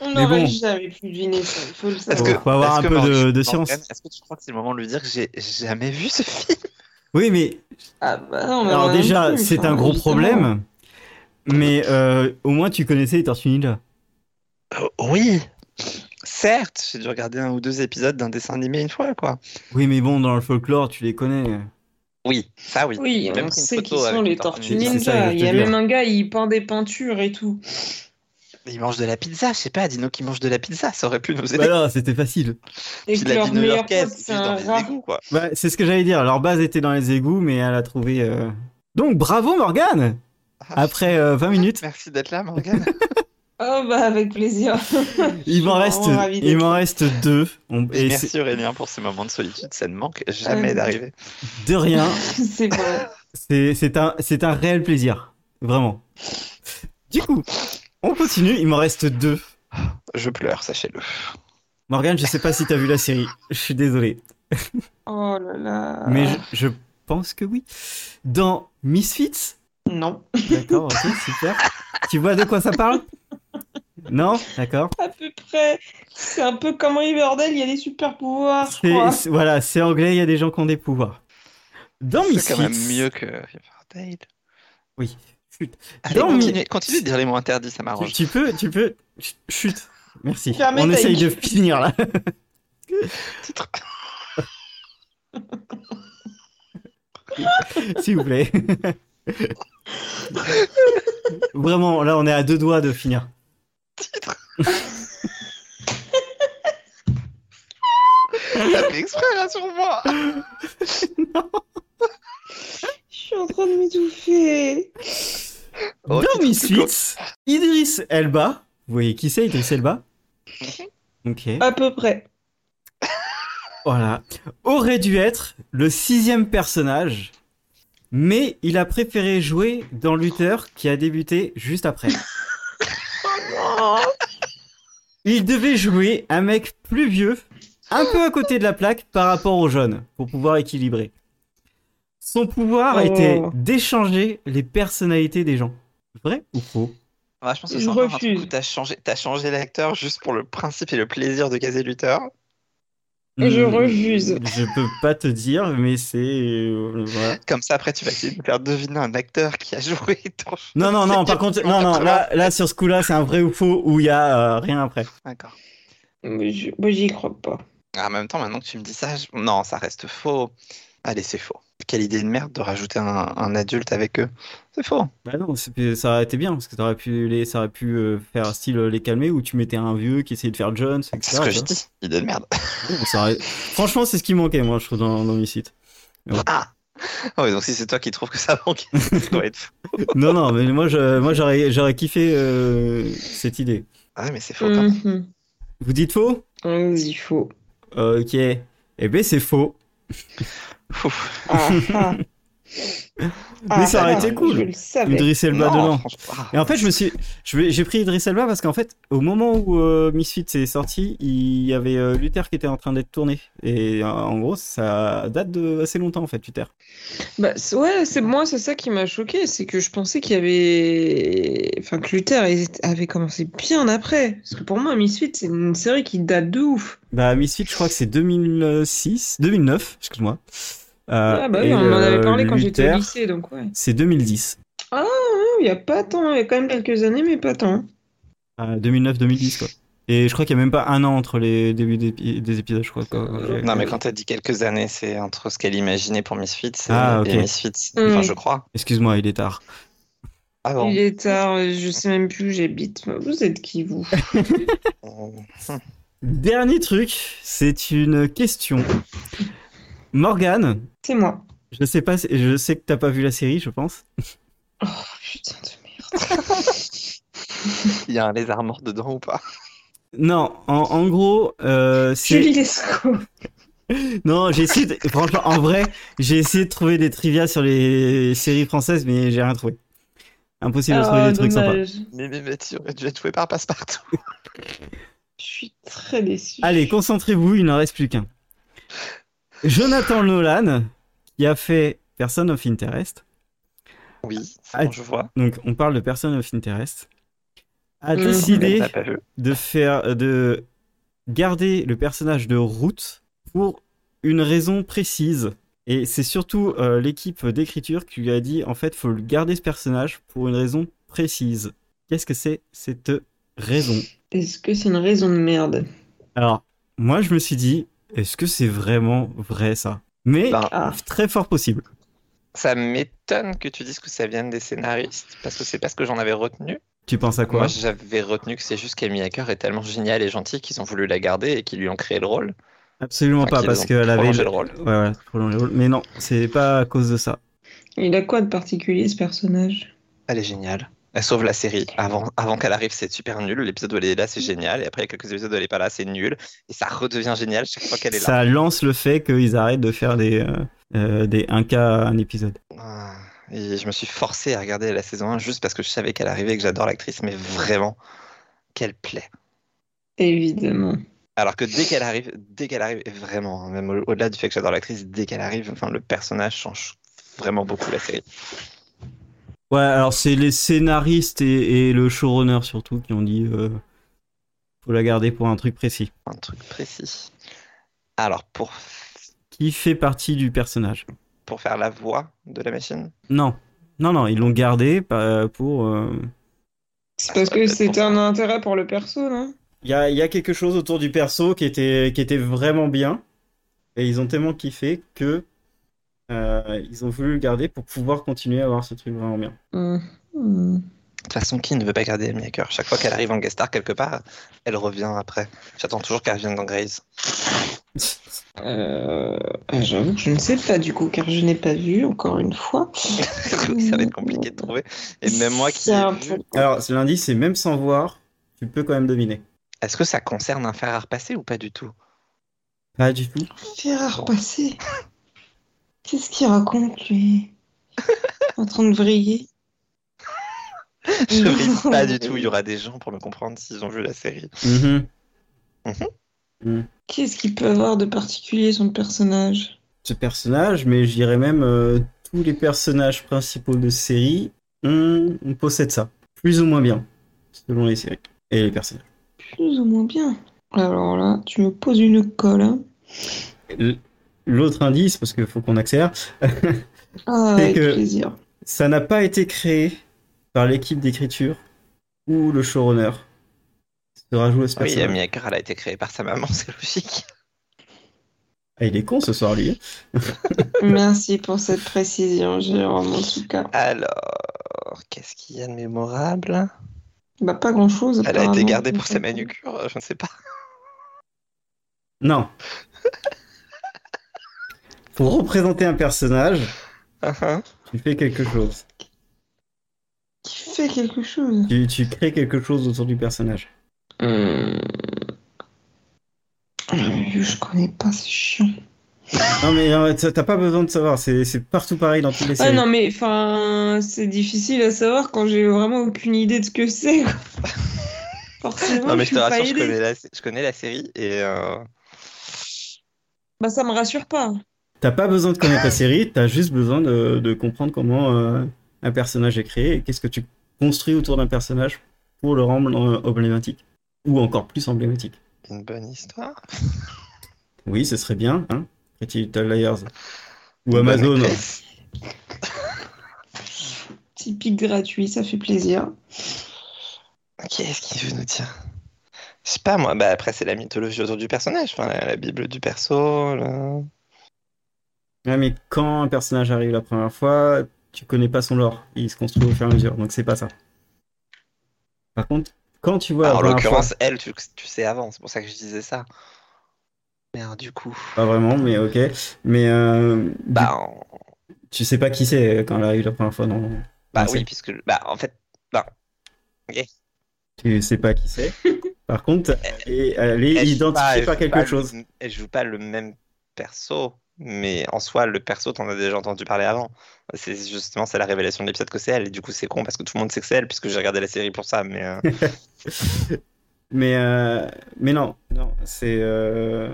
Speaker 2: On
Speaker 1: Mais
Speaker 2: n'aurait
Speaker 1: bon.
Speaker 2: jamais pu deviner ça, il faut le
Speaker 3: Est-ce
Speaker 2: savoir.
Speaker 3: que,
Speaker 1: Faut avoir
Speaker 3: est-ce
Speaker 1: un
Speaker 3: que
Speaker 1: peu de-
Speaker 3: Morgan-
Speaker 1: de science.
Speaker 3: Morgan, Est-ce que tu crois que c'est le moment de lui dire que j'ai jamais vu ce film
Speaker 1: Oui, mais
Speaker 2: Ah bah non, mais on
Speaker 1: Alors
Speaker 2: en a
Speaker 1: déjà,
Speaker 2: plus,
Speaker 1: c'est
Speaker 2: enfin,
Speaker 1: un gros
Speaker 2: évidemment.
Speaker 1: problème, mais euh, au moins tu connaissais les Tortues Ninja.
Speaker 3: Euh, Oui, certes, j'ai dû regarder un ou deux épisodes d'un dessin animé une fois, quoi.
Speaker 1: Oui, mais bon, dans le folklore, tu les connais.
Speaker 3: Oui, ça oui.
Speaker 2: Oui,
Speaker 3: Même
Speaker 2: on
Speaker 3: pris une
Speaker 2: sait qui
Speaker 3: photo
Speaker 2: sont
Speaker 3: avec
Speaker 2: les
Speaker 3: les
Speaker 2: tortues
Speaker 3: tortues
Speaker 1: ninja. C'est ça,
Speaker 2: ninja.
Speaker 1: je
Speaker 2: Il
Speaker 1: te
Speaker 2: y a
Speaker 1: dis.
Speaker 2: même un gars, il peint des peintures et tout.
Speaker 3: Il mange de la pizza, je sais pas, Dino qui mange de la pizza, ça aurait pu nous aider.
Speaker 1: Bah là, c'était facile.
Speaker 2: Et
Speaker 3: Puis
Speaker 2: que
Speaker 3: la
Speaker 2: leur
Speaker 3: vie
Speaker 2: meilleur
Speaker 3: new-yorkaise,
Speaker 2: pote,
Speaker 3: juste
Speaker 2: c'est
Speaker 3: dans
Speaker 2: un
Speaker 3: les
Speaker 2: rat.
Speaker 3: égouts, quoi.
Speaker 1: Bah, c'est ce que j'allais dire. Leur base était dans les égouts, mais elle a trouvé. euh, Donc bravo Morgane.
Speaker 3: Ah,
Speaker 1: Après euh, 20 minutes,
Speaker 3: Merci d'être là, Morgan.
Speaker 2: Oh bah avec plaisir.
Speaker 1: il m'en
Speaker 2: vraiment
Speaker 1: reste,
Speaker 2: ravie
Speaker 1: il
Speaker 2: d'être
Speaker 1: m'en reste deux. On-
Speaker 3: Et
Speaker 1: <laughs> Et c'est
Speaker 3: merci Aurélien pour ce moment de solitude, ça ne manque jamais
Speaker 2: Euh.
Speaker 3: d'arriver.
Speaker 1: de rien.
Speaker 2: <laughs> c'est vrai.
Speaker 1: C'est c'est un, c'est un réel plaisir, vraiment. Du coup, on continue. Il m'en reste deux.
Speaker 3: Je pleure, sachez-le.
Speaker 1: Morgane, je sais pas si t'as vu la série. Je suis désolé.
Speaker 2: Oh là là.
Speaker 1: Mais je, je pense que oui. Dans Misfits,
Speaker 2: Non,
Speaker 1: d'accord, ok, super. Tu vois de quoi ça parle Non D'accord.
Speaker 2: à peu près. C'est un peu comme Riverdale, il y a des super pouvoirs, je
Speaker 1: C'est-
Speaker 2: crois.
Speaker 1: c'est- Voilà, c'est anglais, il y a des gens qui ont des pouvoirs. Dans
Speaker 3: C'est quand même
Speaker 1: Misfits,
Speaker 3: mieux que Riverdale.
Speaker 1: Oui. Chut.
Speaker 3: Allez,
Speaker 1: Dans Mi-
Speaker 3: continuez, continuez de dire les mots interdits, ça
Speaker 1: tu,
Speaker 3: m'arrange.
Speaker 1: tu peux, tu peux. Chut, Chut, merci.
Speaker 2: Fermez
Speaker 1: On
Speaker 2: ta
Speaker 1: essaye de
Speaker 2: gueule.
Speaker 1: finir là. S'il vous plaît. Vraiment, là, on est à deux doigts de finir.
Speaker 3: <laughs> T'as fait exprès là sur moi
Speaker 2: Je suis en train de m'étouffer.
Speaker 1: Dans
Speaker 3: Oh, titre plus court.
Speaker 1: Misfits, Idris Elba. Vous voyez qui c'est, Idris Elba Ok.
Speaker 2: À peu près.
Speaker 1: Voilà. Aurait dû être le sixième personnage, mais il a préféré jouer dans Luther qui a débuté juste après. Il devait jouer un mec plus vieux, un peu à côté de la plaque par rapport aux jeunes, pour pouvoir équilibrer. Son pouvoir
Speaker 2: Oh.
Speaker 1: était d'échanger les personnalités des gens. Vrai ou faux
Speaker 3: Ouais, Bah, je pense que
Speaker 2: Je
Speaker 3: c'est encore un
Speaker 2: refuse.
Speaker 3: truc où t'as changé, t'as changé l'acteur juste pour le principe et le plaisir de caser Luther.
Speaker 2: Je
Speaker 1: Hmm.
Speaker 2: refuse.
Speaker 1: Je peux pas te dire, mais c'est. euh, voilà.
Speaker 3: Comme ça, après, tu vas essayer de me faire deviner un acteur qui a joué <laughs> dans.
Speaker 1: Non, non, non, par contre, non, non, là, là sur ce coup-là, c'est un vrai ou faux où il y a euh, rien après.
Speaker 3: D'accord.
Speaker 2: Mais je- moi, j'y crois pas.
Speaker 3: Ah, En même temps, maintenant que tu me dis ça, je- non, ça reste faux. Allez, c'est faux. Quelle idée de merde de rajouter un, un adulte avec eux. C'est faux.
Speaker 1: Bah non, c'est- ça aurait été bien, parce que t'aurais pu les, ça aurait pu euh, faire style euh, les calmer, ou tu mettais un vieux qui essayait de faire Jones, etc.
Speaker 3: C'est ce que
Speaker 1: tu
Speaker 3: je dis. Idée de merde.
Speaker 1: vois. Ça aurait- Franchement, c'est ce qui manquait, moi, je trouve, dans, dans Homicide.
Speaker 3: <laughs> Ah Ah oui, donc si c'est toi qui trouves que ça
Speaker 1: <laughs>
Speaker 3: manque, ça doit être faux.
Speaker 1: Non, non, mais moi, je, moi j'aurais, j'aurais kiffé euh, cette idée.
Speaker 3: Ah oui, mais c'est faux. quand
Speaker 1: Mm.
Speaker 3: même.
Speaker 2: Mhm.
Speaker 1: Vous dites faux
Speaker 2: Vas-y, faux.
Speaker 1: Ok. Eh ben, c'est faux.
Speaker 3: Ouf.
Speaker 1: <laughs>
Speaker 2: Ah, ah.
Speaker 3: Ah,
Speaker 1: Mais ça
Speaker 3: bah
Speaker 1: aurait été cool.
Speaker 2: Je le savais.
Speaker 1: Idriss Elba
Speaker 3: Non,
Speaker 1: dedans.
Speaker 3: franchement, ah.
Speaker 1: Et en fait, je me suis, je vais- j'ai pris Idriss Elba parce qu'en fait, au moment où euh, Misfits est sorti, il y avait euh, Luther qui était en train d'être tourné. Et euh, en gros, ça date de assez longtemps en fait, Luther.
Speaker 2: Bah, c'est- ouais, c'est moi, c'est ça qui m'a choqué, c'est que je pensais qu'il y avait, enfin, que Luther il était- avait commencé bien après, parce que pour moi, Misfits, c'est une série qui date de ouf.
Speaker 1: Bah Misfits, je crois que c'est 2006, 2009, excuse-moi. Euh,
Speaker 2: ah bah oui,
Speaker 1: et,
Speaker 2: on en avait
Speaker 1: euh,
Speaker 2: parlé quand j'étais au
Speaker 1: Luther,
Speaker 2: lycée, donc ouais.
Speaker 1: C'est 2010.
Speaker 2: Non, il y a pas tant, il y a quand même quelques années, mais pas tant.
Speaker 1: Euh, 2009-2010 quoi. Et je crois qu'il y a même pas un an entre les débuts des, épi- des épisodes, je crois. quoi.
Speaker 2: Euh,
Speaker 3: Non, mais quand t'as dit quelques années, c'est entre ce qu'elle imaginait pour Misfits et-
Speaker 1: Ah, ok.
Speaker 3: et Misfits. Enfin,
Speaker 2: Mm.
Speaker 3: je crois.
Speaker 1: Excuse-moi, il est tard.
Speaker 3: Ah bon.
Speaker 2: Il est tard, euh, je sais même plus où j'habite. Vous êtes qui vous?
Speaker 3: Euh,
Speaker 1: Dernier truc, c'est une question. Morgane,
Speaker 2: C'est moi.
Speaker 1: Je sais pas, si- je sais que t'as pas vu la série, je pense.
Speaker 2: Oh putain de merde.
Speaker 3: Il y a un lézard mort dedans ou pas <laughs>
Speaker 1: Non, en, en gros, euh, c'est.
Speaker 2: Julie Lescaut.
Speaker 1: Non, j'ai essayé. de- Franchement, en vrai, j'ai essayé de trouver des trivia sur les séries françaises, mais j'ai rien trouvé. Impossible de trouver
Speaker 2: Ah,
Speaker 1: des trucs sympas.
Speaker 2: dommage.
Speaker 3: Mais mais mais tu aurais dû être joué par Passepartout.
Speaker 2: Je suis très déçue.
Speaker 1: Allez, concentrez-vous, il n'en reste plus qu'un. Jonathan Nolan, qui a fait Person of Interest,
Speaker 3: Oui, c'est
Speaker 1: Ah,
Speaker 3: bon, je vois.
Speaker 1: donc on parle de Person of Interest, a
Speaker 2: Mhm.
Speaker 3: Mais
Speaker 1: décidé.
Speaker 3: t'as pas vu.
Speaker 1: de faire euh, de garder le personnage de Root pour une raison précise. Et c'est surtout euh, l'équipe d'écriture qui lui a dit en fait, faut le garder ce personnage pour une raison précise. Qu'est-ce que c'est cette raison
Speaker 2: Est-ce que c'est une raison de merde?
Speaker 1: Alors, moi je me suis dit, est-ce que c'est vraiment vrai ça Mais
Speaker 3: Ben,
Speaker 2: Ah.
Speaker 1: très fort possible.
Speaker 3: Ça m'étonne que tu dises que ça vienne des scénaristes, parce que c'est pas ce que j'en avais retenu.
Speaker 1: Tu penses à
Speaker 3: Moi,
Speaker 1: quoi
Speaker 3: j'avais retenu que c'est juste qu'Amy Hacker est tellement géniale et gentille qu'ils ont voulu la garder et qu'ils lui ont créé le rôle.
Speaker 1: Absolument pas,
Speaker 3: Enfin,
Speaker 1: parce
Speaker 3: qu'ils ont
Speaker 1: qu'elle avait.
Speaker 3: prolongé le rôle.
Speaker 1: Ouais, ouais, prolongé le rôle. Mais non, c'est pas à cause de ça.
Speaker 2: Il a quoi de particulier ce personnage?
Speaker 3: Elle est géniale. Elle sauve la série. Avant, avant qu'elle arrive, c'est super nul. L'épisode où elle est là, c'est génial. Et après, il y a quelques épisodes où elle est pas là, c'est nul. Et ça redevient génial chaque fois qu'elle est là.
Speaker 1: Ça lance le fait qu'ils arrêtent de faire des, euh, euh, des 1K à un épisode.
Speaker 3: Ah, Et je me suis forcé à regarder la saison 1 juste parce que je savais qu'elle arrivait et que j'adore l'actrice, mais vraiment, qu'elle plaît.
Speaker 2: Évidemment.
Speaker 3: Alors que dès qu'elle arrive, dès qu'elle arrive, et vraiment, hein, même au- au-delà du fait que j'adore l'actrice, dès qu'elle arrive, enfin, le personnage change vraiment beaucoup la série.
Speaker 1: Ouais, alors c'est les scénaristes et, et le showrunner surtout qui ont dit euh, faut la garder pour un truc précis.
Speaker 3: Un truc précis. Alors, pour,
Speaker 1: Qui fait partie du personnage
Speaker 3: pour faire la voix de la machine,
Speaker 1: Non, non, non, ils l'ont gardé pa- pour. euh,
Speaker 2: C'est parce que
Speaker 3: peut-être pour
Speaker 2: c'était
Speaker 3: ça.
Speaker 2: un intérêt pour le perso, non?
Speaker 1: Il y a, il y a quelque chose autour du perso qui était, qui était vraiment bien. Et ils ont tellement kiffé que euh, ils ont voulu le garder pour pouvoir continuer à avoir ce truc vraiment bien. <laughs>
Speaker 2: Mhm.
Speaker 3: de toute façon, qui ne veut pas garder Amy Hacker Chaque fois qu'elle arrive en guest star quelque part, elle revient après. J'attends toujours qu'elle revienne dans Grace.
Speaker 2: Euh, J'avoue que je ne sais pas du coup, car je n'ai pas vu encore une fois.
Speaker 3: <laughs> ça va être compliqué de trouver. Et même moi qui.
Speaker 2: C'est Mhm. un
Speaker 3: ai vu-
Speaker 2: peu-
Speaker 1: Alors, l'indice, c'est même sans voir, tu peux quand même deviner.
Speaker 3: Est-ce que ça concerne un fer à repasser ou pas
Speaker 2: <laughs>
Speaker 3: du tout
Speaker 1: Pas du tout.
Speaker 2: Faire à repasser. Qu'est-ce qu'il raconte,
Speaker 3: <laughs>
Speaker 2: lui? En train de vriller.
Speaker 3: Je ris pas du tout. Il y aura des gens pour me comprendre s'ils ont vu la série. Mhm.
Speaker 2: Qu'est-ce qu'il peut avoir de particulier, son personnage?
Speaker 1: Ce personnage, mais je dirais même euh, tous les personnages principaux de série, on, on possède ça. Plus ou moins bien, selon les séries et les personnages.
Speaker 2: Plus ou moins bien. Alors là, tu me poses une colle. hein.
Speaker 1: L'autre indice, parce qu'il faut qu'on accélère, <laughs>
Speaker 2: Ah,
Speaker 1: C'est
Speaker 2: avec
Speaker 1: que-
Speaker 2: plaisir.
Speaker 1: ça n'a pas été créé par l'équipe d'écriture ou le showrunner. Sera joué à ce
Speaker 3: Oui,
Speaker 1: personnage.
Speaker 3: Miyakura elle a été créée par sa maman, <laughs> c'est logique.
Speaker 1: Ah, il est con ce soir, lui.
Speaker 2: Merci pour cette précision, Jérôme, en tout cas.
Speaker 3: Alors, qu'est-ce qu'il y a de mémorable
Speaker 2: Bah, pas grand-chose.
Speaker 3: Elle a été
Speaker 2: apparemment.
Speaker 3: gardée pour sa manucure, euh, je ne sais pas. <laughs>
Speaker 1: Non. Pour représenter un personnage,
Speaker 3: Ah, ah.
Speaker 1: tu fais quelque chose.
Speaker 2: Qui fait quelque chose.
Speaker 1: Tu, tu crées quelque chose autour du personnage.
Speaker 3: Hmm.
Speaker 2: Euh, Je connais pas, c'est chiant.
Speaker 1: Non, mais euh, t'as t'as pas besoin de savoir, c'est c'est partout pareil dans tous les
Speaker 2: Ah
Speaker 1: séries.
Speaker 2: non, mais enfin, c'est difficile à savoir quand j'ai vraiment aucune idée de ce que c'est. quoi.
Speaker 1: <laughs>
Speaker 2: Forcément,
Speaker 3: Non, mais
Speaker 2: je
Speaker 3: je te
Speaker 2: suis pas
Speaker 3: rassure, je
Speaker 2: aidée.
Speaker 3: connais, la, je connais la série et. euh,
Speaker 2: Bah, ça me rassure pas.
Speaker 1: T'as pas besoin de connaître la série, t'as juste besoin de, de comprendre comment euh, un personnage est créé et qu'est-ce que tu construis autour d'un personnage pour le rendre euh, emblématique. Ou encore plus emblématique.
Speaker 3: Une bonne histoire.
Speaker 1: Oui, ce serait bien, hein Pretty Little Liars. Ou
Speaker 3: Une bonne
Speaker 1: Amazon. hein.
Speaker 3: actrice.
Speaker 2: Petit pic gratuit, ça fait plaisir.
Speaker 3: Qu'est-ce qu'il veut nous dire Je sais pas, moi. Bah, après, c'est la mythologie autour du personnage. Enfin, la, la Bible du perso. le-
Speaker 1: Ouais, Ah, mais quand un personnage arrive la première fois, tu connais pas son lore. Il se construit au fur et à mesure, donc c'est pas ça. Par contre, quand tu vois. la
Speaker 3: Ah, en
Speaker 1: première
Speaker 3: l'occurrence,
Speaker 1: fois-
Speaker 3: elle, tu, tu sais avant. C'est pour ça que je disais ça. Merde, du coup.
Speaker 1: Pas vraiment, mais ok. Mais euh,
Speaker 3: Bah, en-
Speaker 1: tu- tu sais pas qui c'est quand elle arrive la première fois. Non.
Speaker 3: bah
Speaker 1: Non,
Speaker 3: oui,
Speaker 1: c'est-
Speaker 3: puisque. Bah, en fait,
Speaker 1: Tu sais pas qui
Speaker 3: <laughs>
Speaker 1: c'est. Par contre, et elle est
Speaker 3: elle joue pas-
Speaker 1: identifiée
Speaker 3: elle
Speaker 1: par
Speaker 3: joue
Speaker 1: quelque
Speaker 3: pas le-
Speaker 1: chose.
Speaker 3: elle joue pas le même perso. Mais en soi, le perso, t'en as déjà entendu parler avant. C'est justement, c'est la révélation de l'épisode que c'est elle. Et du coup, c'est con parce que tout le monde sait que c'est elle, puisque j'ai regardé la série pour ça. Mais. euh,
Speaker 1: Mais, euh, mais non, non, c'est euh,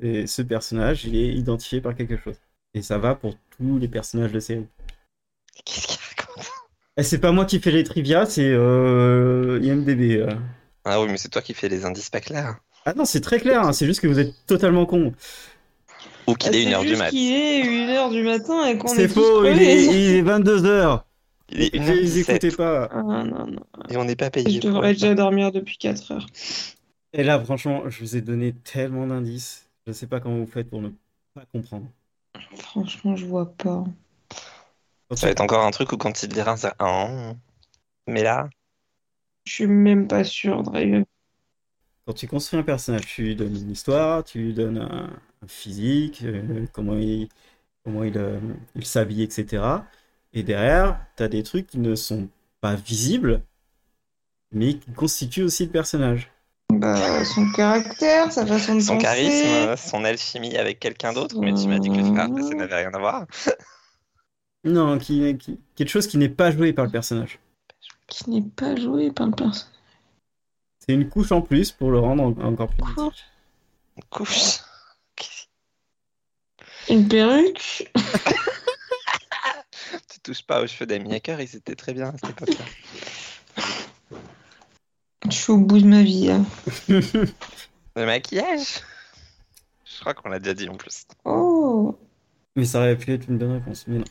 Speaker 1: c'est- ce personnage, il est identifié par quelque chose. Et ça va pour tous les personnages de série.
Speaker 3: <laughs> Qu'est-ce qu'il raconte
Speaker 1: Et c'est pas moi qui fais les trivia, c'est euh, IMDB. euh.
Speaker 3: Ah oui, mais c'est toi qui fais les indices pas clairs.
Speaker 1: Ah non, c'est très clair, hein, c'est juste que vous êtes totalement con.
Speaker 3: Ou qu'il
Speaker 2: Ah,
Speaker 3: est
Speaker 2: c'est
Speaker 3: 1h du
Speaker 2: juste
Speaker 3: mat.
Speaker 2: qu'il est 1h du matin et qu'on est
Speaker 1: C'est
Speaker 2: tous
Speaker 1: faux, il
Speaker 2: crevés.
Speaker 1: est, 22h.
Speaker 3: Il est
Speaker 1: Vous les
Speaker 3: 1h17
Speaker 1: écoutez pas.
Speaker 2: Ah, non, non.
Speaker 3: et on n'est pas
Speaker 2: Je
Speaker 3: payé. pour
Speaker 2: devrais
Speaker 3: le faire.
Speaker 2: déjà dormir depuis 4 heures.
Speaker 1: Et là, franchement, je vous ai donné tellement d'indices. Je sais pas comment vous faites pour ne pas comprendre.
Speaker 2: Franchement, je vois pas.
Speaker 3: Ça va être encore un truc où quand il dira ça. Ah, mais là,
Speaker 2: Je suis même pas sûre, Draven.
Speaker 1: Quand tu construis un personnage, tu lui donnes une histoire, tu lui donnes un, un physique, euh, comment il, comment il, euh, il s'habille, etc. Et derrière, tu as des trucs qui ne sont pas visibles, mais qui constituent aussi le personnage.
Speaker 2: Bah, son caractère, sa façon de
Speaker 3: son
Speaker 2: penser.
Speaker 3: charisme, euh, son alchimie avec quelqu'un d'autre, mais tu m'as dit que
Speaker 2: Mmh.
Speaker 3: le frère, ça n'avait rien à voir.
Speaker 1: Non, qui, qui- quelque chose qui n'est pas joué par le personnage.
Speaker 2: Qui n'est pas joué par le personnage.
Speaker 1: C'est une couche en plus pour le rendre en- encore plus
Speaker 2: Quoi
Speaker 1: mythique.
Speaker 3: Couche. <laughs> Qu'est-ce-
Speaker 2: Une perruque.
Speaker 3: Tu touches pas aux cheveux d'Amy Hacker, ils étaient très bien à cette époque-là.
Speaker 2: Je suis au bout de ma vie. hein.
Speaker 3: <laughs>
Speaker 1: <laughs>
Speaker 3: Le maquillage Je crois qu'on l'a déjà dit en plus.
Speaker 2: Oh.
Speaker 1: Mais ça aurait pu être une bonne réponse, mais non.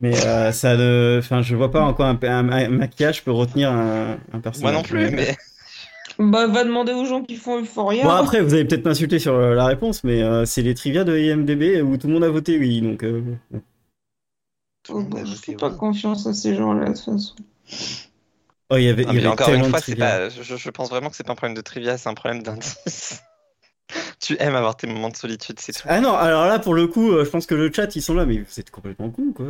Speaker 1: Mais euh, ça ne... Enfin, je vois pas encore un, un- un maquillage peut retenir un, un
Speaker 3: Moi
Speaker 1: personnage.
Speaker 3: non plus, mais
Speaker 2: Bah, va demander aux gens qui font Euphoria.
Speaker 1: Bon, après, vous allez peut-être m'insulter sur euh, la réponse, mais euh, c'est les trivia de IMDB où tout le monde a voté oui, donc... euh, bon.
Speaker 3: tout
Speaker 2: Oh,
Speaker 3: le monde
Speaker 2: bah,
Speaker 3: a
Speaker 2: je
Speaker 3: voté
Speaker 2: fais pas
Speaker 3: oui.
Speaker 2: confiance à ces gens-là, de toute façon.
Speaker 1: Oh, il y avait,
Speaker 3: Ah,
Speaker 1: il y
Speaker 3: mais
Speaker 1: avait
Speaker 3: encore
Speaker 1: tellement
Speaker 3: une fois,
Speaker 1: de
Speaker 3: c'est
Speaker 1: trivia.
Speaker 3: pas. Je, je pense vraiment que c'est pas un problème de trivia, c'est un problème d'indice. <laughs> tu aimes avoir tes moments de solitude, c'est tout.
Speaker 1: Ah non, alors là, pour le coup, euh, je pense que le chat, ils sont là, mais vous êtes complètement con, quoi.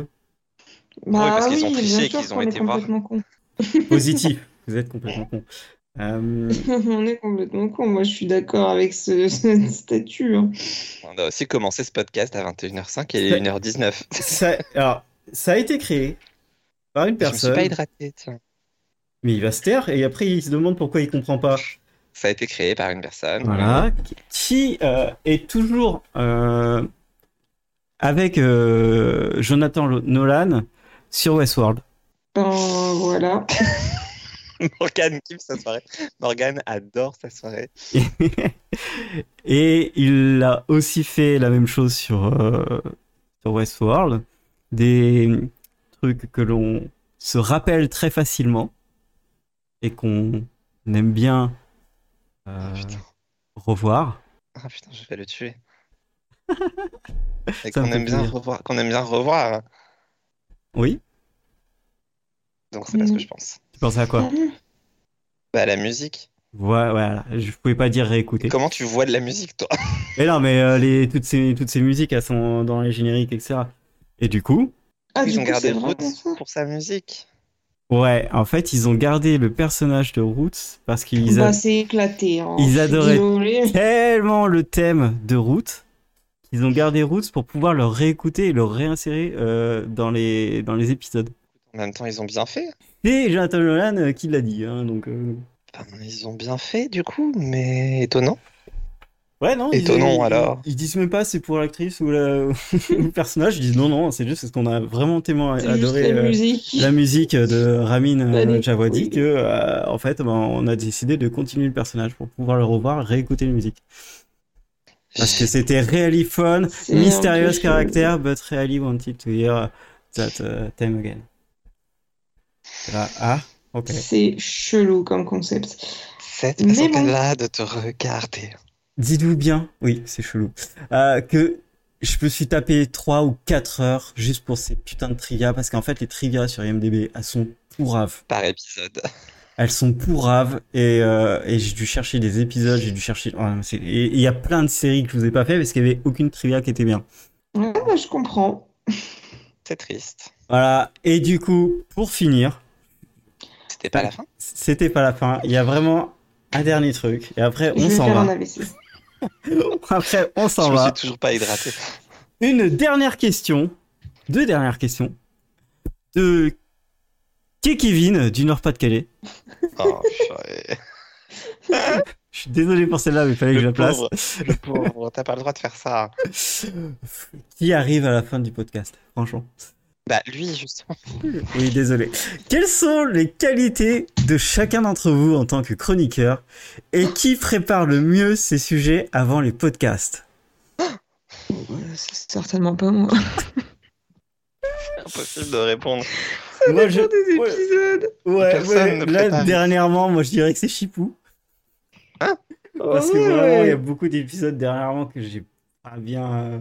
Speaker 2: Bah,
Speaker 3: parce qu'ils ont
Speaker 2: bien
Speaker 3: triché et
Speaker 2: sûr
Speaker 3: qu'ils ont
Speaker 2: qu'on est
Speaker 3: été voir.
Speaker 2: complètement cons.
Speaker 3: <laughs>
Speaker 1: Positif, vous êtes complètement con. Euh,
Speaker 2: <laughs> On est complètement cons. Moi, je suis d'accord avec ce, <laughs> ce statut. hein.
Speaker 3: On a aussi commencé ce podcast à 21h05 et il est 1h19.
Speaker 1: ça, alors, ça a été créé par une
Speaker 3: Je me suis
Speaker 1: personne,
Speaker 3: pas hydraté, tiens.
Speaker 1: mais il va se taire, et après, il se demande pourquoi il comprend pas.
Speaker 3: Ça a été créé par une personne.
Speaker 1: Voilà, qui euh, est toujours euh, avec euh, Jonathan Nolan sur Westworld.
Speaker 2: Ben, voilà.
Speaker 3: <laughs> Morgane kiffe sa soirée. Morgane adore sa soirée.
Speaker 1: <laughs> Et il a aussi fait la même chose sur, euh, sur Westworld. Des trucs que l'on se rappelle très facilement et qu'on aime bien euh,
Speaker 3: Ah, putain.
Speaker 1: revoir.
Speaker 3: Ah putain, je vais
Speaker 1: <laughs>
Speaker 3: le tuer. Et
Speaker 1: Ça me
Speaker 3: qu'on
Speaker 1: fait
Speaker 3: aime bien
Speaker 1: plaisir.
Speaker 3: revoir. Qu'on aime bien revoir.
Speaker 1: Oui
Speaker 3: Donc c'est pas ce
Speaker 2: Mhm.
Speaker 3: que je pense.
Speaker 1: Tu pensais à quoi
Speaker 3: Bah la musique.
Speaker 1: Ouais, Voilà, je pouvais pas dire réécouter.
Speaker 3: Comment tu vois de la musique toi
Speaker 1: Mais non, mais euh, les, toutes, ces, toutes ces musiques, elles sont dans les génériques, etc. Et du coup,
Speaker 2: Ah,
Speaker 3: Ils
Speaker 2: du
Speaker 3: ont
Speaker 2: coup,
Speaker 3: gardé
Speaker 2: c'est vraiment ça.
Speaker 3: Roots pour sa musique.
Speaker 1: ouais, en fait, ils ont gardé le personnage de Roots parce qu'ils
Speaker 2: Bah,
Speaker 1: a-
Speaker 2: c'est éclaté. hein.
Speaker 1: Ils
Speaker 2: Je suis
Speaker 1: adoraient.
Speaker 2: désolée.
Speaker 1: tellement le thème de Roots qu'ils ont gardé Roots pour pouvoir le réécouter et le réinsérer euh, dans, les, dans les épisodes.
Speaker 3: En même temps, ils ont bien fait.
Speaker 1: C'est Jonathan Nolan euh, qui l'a dit, hein, donc... euh,
Speaker 3: Enfin, ils ont bien fait du coup, mais étonnant.
Speaker 1: Ouais, non.
Speaker 3: Étonnant,
Speaker 1: ils,
Speaker 3: alors.
Speaker 1: Ils, ils disent même pas c'est pour l'actrice ou, la- <laughs> ou le personnage. Ils disent non, non, c'est juste parce qu'on a vraiment tellement
Speaker 2: C'est juste la
Speaker 1: adoré euh,
Speaker 2: musique.
Speaker 1: la musique de Ramin euh,
Speaker 2: Allez,
Speaker 1: Djawadi
Speaker 2: oui.
Speaker 1: que, euh, en fait, ben, on a décidé de continuer le personnage pour pouvoir le revoir, réécouter la musique. Parce que c'était really fun,
Speaker 2: C'est un peu
Speaker 1: mysterious
Speaker 2: chaud.
Speaker 1: character, but really wanted to hear that uh, time again. Ah, ah, ok.
Speaker 2: C'est chelou comme concept.
Speaker 3: Cette
Speaker 2: Mais
Speaker 3: façon-là de te regarder.
Speaker 1: Dis-nous bien, oui, c'est chelou, Euh, que je me suis tapé 3 ou 4 heures juste pour ces putains de trivia, parce qu'en fait, les trivia sur IMDb, elles sont pourraves.
Speaker 3: Par épisode.
Speaker 1: Elles sont pourraves, et, euh, et j'ai dû chercher des épisodes, j'ai dû chercher... oh, c'est- et il y a plein de séries que je vous ai pas fait, parce qu'il y avait aucune trivia qui était bien.
Speaker 2: Ouais, bah, je comprends.
Speaker 3: C'est triste.
Speaker 1: Voilà, et du coup, pour finir,
Speaker 3: C'était
Speaker 1: Bah,
Speaker 3: pas la fin.
Speaker 1: c'était pas la fin, il y a vraiment un dernier truc, et après,
Speaker 2: je
Speaker 1: on
Speaker 2: vais
Speaker 1: s'en
Speaker 2: faire un
Speaker 1: va.
Speaker 2: AVC.
Speaker 1: <laughs> Après, on
Speaker 3: Je
Speaker 1: s'en
Speaker 3: me
Speaker 1: va.
Speaker 3: suis toujours pas hydraté.
Speaker 1: Une dernière question. Deux dernières questions. De qui est Kevin du Nord-Pas-de-Calais
Speaker 3: Oh, purée.
Speaker 1: Je suis désolé pour celle-là, mais il fallait que je la
Speaker 3: le
Speaker 1: place.
Speaker 3: pauvre, le pauvre, t'as pas le droit de faire ça.
Speaker 1: Qui arrive à la fin du podcast, franchement.
Speaker 3: Bah lui, justement. <laughs>
Speaker 1: Oui, désolé. Quelles sont les qualités de chacun d'entre vous en tant que chroniqueur et qui prépare le mieux ces sujets avant les podcasts
Speaker 2: Euh, C'est certainement pas moi.
Speaker 3: Impossible de répondre.
Speaker 2: <laughs>
Speaker 1: Moi, je-
Speaker 2: Pour des
Speaker 1: ouais.
Speaker 2: épisodes.
Speaker 1: Ouais,
Speaker 3: Personne
Speaker 1: ouais,
Speaker 3: ne
Speaker 1: là,
Speaker 3: prépare.
Speaker 1: dernièrement, moi, je dirais que c'est Chipou.
Speaker 3: Hein
Speaker 1: Parce que
Speaker 2: Ouais.
Speaker 1: vraiment, il y a beaucoup d'épisodes dernièrement que j'ai pas bien. euh,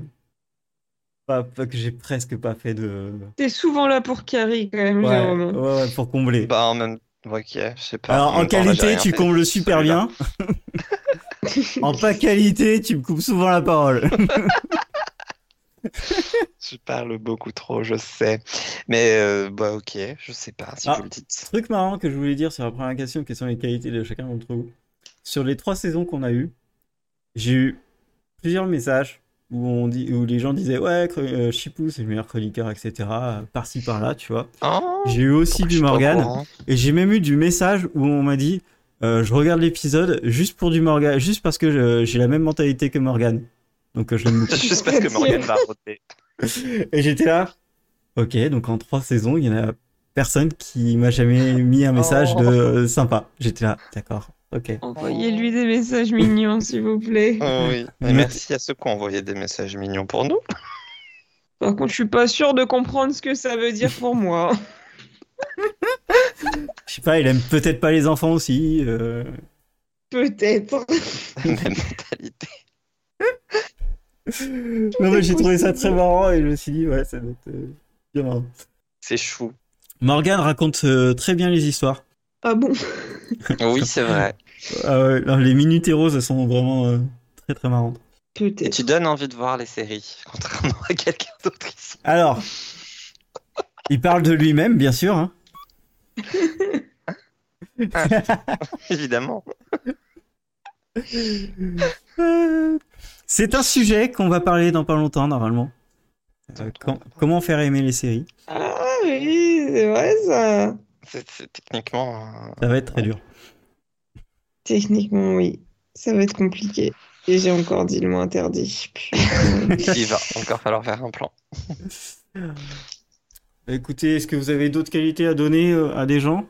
Speaker 1: Pas, pas- que j'ai presque pas fait de.
Speaker 2: T'es souvent là pour Carrie, quand même,
Speaker 1: Ouais,
Speaker 2: Jérôme.
Speaker 1: ouais, ouais, pour combler.
Speaker 3: Mmh. Bah en même Ok, je sais pas.
Speaker 1: Alors, en
Speaker 3: même temps, là, j'ai
Speaker 1: qualité,
Speaker 3: rien
Speaker 1: tu
Speaker 3: fait.
Speaker 1: combles super
Speaker 3: Celui-là.
Speaker 1: bien.
Speaker 3: <laughs>
Speaker 1: en pas qualité, tu me coupes souvent la parole.
Speaker 3: Je parle beaucoup trop, je sais. Mais euh, bah ok, je sais pas si
Speaker 1: Ah.
Speaker 3: vous le dites.
Speaker 1: Truc marrant que je voulais dire sur la première question, quelles sont les qualités de chacun d'entre vous. Sur les trois saisons qu'on a eues, j'ai eu plusieurs messages où, on dit, où les gens disaient Ouais, cro- euh, Chipou, c'est le meilleur chroniqueur, etc. euh, Par-ci, par-là, tu vois.
Speaker 3: Oh,
Speaker 1: J'ai eu aussi
Speaker 3: pourquoi je
Speaker 1: du
Speaker 3: suis pas au
Speaker 1: Morgan
Speaker 3: courant
Speaker 1: et j'ai même eu du message où on m'a dit euh, Je regarde l'épisode juste pour du Morgan, juste parce que je- j'ai la même mentalité que Morgan. Donc euh, je l'aime beaucoup.
Speaker 3: Juste parce que Morgan va roter.
Speaker 1: Et j'étais là. Ok, donc en trois saisons, il y en a personne qui m'a jamais mis un message de euh, sympa. J'étais là, d'accord, ok.
Speaker 2: Envoyez-lui des messages mignons, s'il vous plaît.
Speaker 3: Oh, oui.
Speaker 1: Mais-
Speaker 3: Et merci à ceux qui ont envoyé des messages mignons pour nous. <laughs>
Speaker 2: Par contre, je suis pas sûre de comprendre ce que ça veut dire pour moi. <laughs>
Speaker 1: Je sais pas, il aime peut-être pas les enfants aussi. euh.
Speaker 2: Peut-être.
Speaker 3: Même mentalité.
Speaker 1: Non, mais j'ai trouvé ça très marrant et je me suis dit, ouais, ça doit être euh, bien marrant.
Speaker 3: C'est chou.
Speaker 1: Morgane raconte euh, très bien les histoires.
Speaker 2: Ah bon
Speaker 3: Oui, c'est vrai.
Speaker 1: Ah ouais, non, les minutes héros, elles sont vraiment euh, très très marrantes.
Speaker 3: Et
Speaker 2: Peut-être.
Speaker 3: tu donnes envie de voir les séries, contrairement à quelqu'un d'autre ici.
Speaker 1: Alors, il parle de lui-même, bien sûr. hein.
Speaker 3: Évidemment.
Speaker 1: Euh, C'est un sujet qu'on va parler dans pas longtemps, normalement. Euh, quand- comment faire aimer les séries
Speaker 2: Ah oui, c'est vrai ça.
Speaker 3: C'est c'est techniquement. euh, <laughs>
Speaker 1: Ça va être très dur.
Speaker 2: Techniquement, oui. Ça va être compliqué. Et j'ai encore dit le mot interdit. Putain.
Speaker 3: Il va encore falloir faire un plan.
Speaker 1: Bah, Écoutez, est-ce que vous avez d'autres qualités à donner euh, à des gens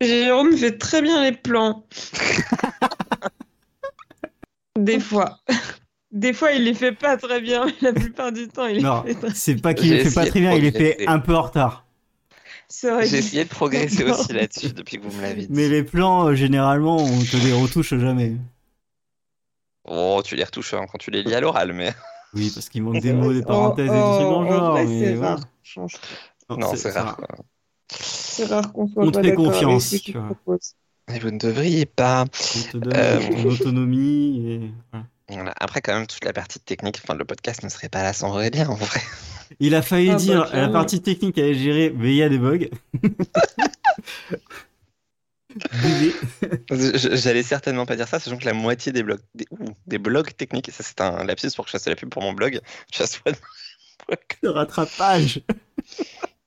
Speaker 2: Jérôme fait très bien les plans. <laughs> Des fois. Des fois, il les fait pas très bien, mais la plupart du temps, il les
Speaker 1: Non,
Speaker 2: fait très
Speaker 1: c'est pas qu'il les
Speaker 3: J'ai
Speaker 1: fait pas
Speaker 3: essayé
Speaker 1: très
Speaker 3: de
Speaker 1: bien, il les fait
Speaker 3: progresser.
Speaker 1: un peu en retard.
Speaker 2: C'est vrai
Speaker 3: J'ai
Speaker 2: que-
Speaker 3: essayé de <laughs> progresser
Speaker 2: D'accord.
Speaker 3: aussi là-dessus depuis que vous me l'avez dit.
Speaker 1: Mais les plans, euh, généralement, on te les retouche jamais.
Speaker 3: Oh, tu les retouches hein, quand tu les lis à l'oral, mais
Speaker 1: Oui, parce qu'il manque des mots, des
Speaker 2: Oh,
Speaker 1: parenthèses, et
Speaker 2: oh,
Speaker 1: des trucs dans le
Speaker 2: en
Speaker 1: genre.
Speaker 2: vrai,
Speaker 1: mais
Speaker 2: c'est
Speaker 1: voilà.
Speaker 2: rare. franchement,
Speaker 3: <laughs> non, c'est rare. quoi.
Speaker 2: C'est rare qu'on soit
Speaker 1: On te
Speaker 2: pas
Speaker 1: fait
Speaker 2: d'accord avec
Speaker 1: confiance,
Speaker 2: ce que tu
Speaker 1: tu vois.
Speaker 2: proposes.
Speaker 3: Mais vous ne devriez pas.
Speaker 1: On te donne
Speaker 3: Euh,
Speaker 1: ton autonomie. et voilà.
Speaker 3: Voilà. Après, quand même, toute la partie technique, enfin, le podcast ne serait pas là sans Aurélien, en vrai. <laughs>
Speaker 1: Il a failli
Speaker 2: Ah bah,
Speaker 1: dire la
Speaker 2: clairement.
Speaker 1: partie technique à gérer, mais il y a des
Speaker 3: <laughs>
Speaker 1: bugs. Bébé.
Speaker 3: Je- J'allais certainement pas dire ça, sachant que la moitié des blogs, des, ouh, des blogs techniques, ça c'est un lapsus pour que je fasse de la pub pour mon blog. <laughs> Just one blog.
Speaker 1: Le rattrapage.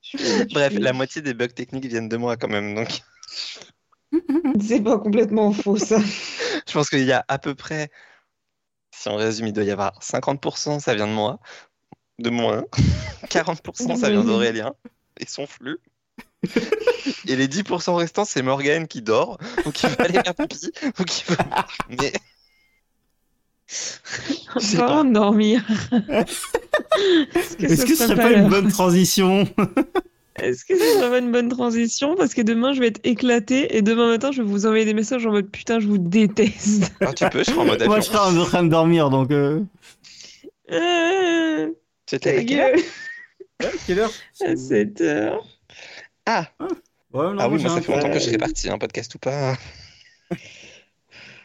Speaker 2: Je suis-
Speaker 3: Bref,
Speaker 2: je suis-
Speaker 3: la moitié des bugs techniques viennent de moi quand même, donc
Speaker 2: <laughs> C'est pas complètement faux, <laughs> ça.
Speaker 3: je pense qu'il y a à peu près, si on résume, il doit y avoir 50%, ça vient de moi, de moins,
Speaker 1: <laughs>
Speaker 3: 40% ça vient d'Aurélien et son flux. Et les 10% restants, c'est Morgane qui dort, ou qui va aller faire pipi, ou qui veut. Mais
Speaker 2: On
Speaker 3: C'est
Speaker 2: va
Speaker 3: pas-
Speaker 2: dormir.
Speaker 1: <laughs>
Speaker 2: Est-ce
Speaker 1: Est-ce
Speaker 2: ce
Speaker 1: que ce serait
Speaker 2: serait
Speaker 1: pas une
Speaker 2: la-
Speaker 1: bonne transition
Speaker 2: Est-ce que ce serait pas une bonne transition Parce que demain, je vais être éclatée et demain matin, je vais vous envoyer des messages en mode putain, je vous <laughs> déteste.
Speaker 3: Ah, tu peux, je suis en mode
Speaker 1: Moi,
Speaker 3: avion.
Speaker 1: je serais en train de dormir, donc. euh,
Speaker 2: Euh,
Speaker 3: C'était
Speaker 2: ta
Speaker 3: à quelle heure
Speaker 2: gueule
Speaker 1: Quelle heure
Speaker 2: à 7 heures.
Speaker 3: Ah,
Speaker 1: Ouais, non,
Speaker 3: ah oui,
Speaker 1: j'ai
Speaker 3: moi
Speaker 1: un
Speaker 3: ça fait longtemps que je
Speaker 1: peu-
Speaker 3: serais parti, un podcast ou pas.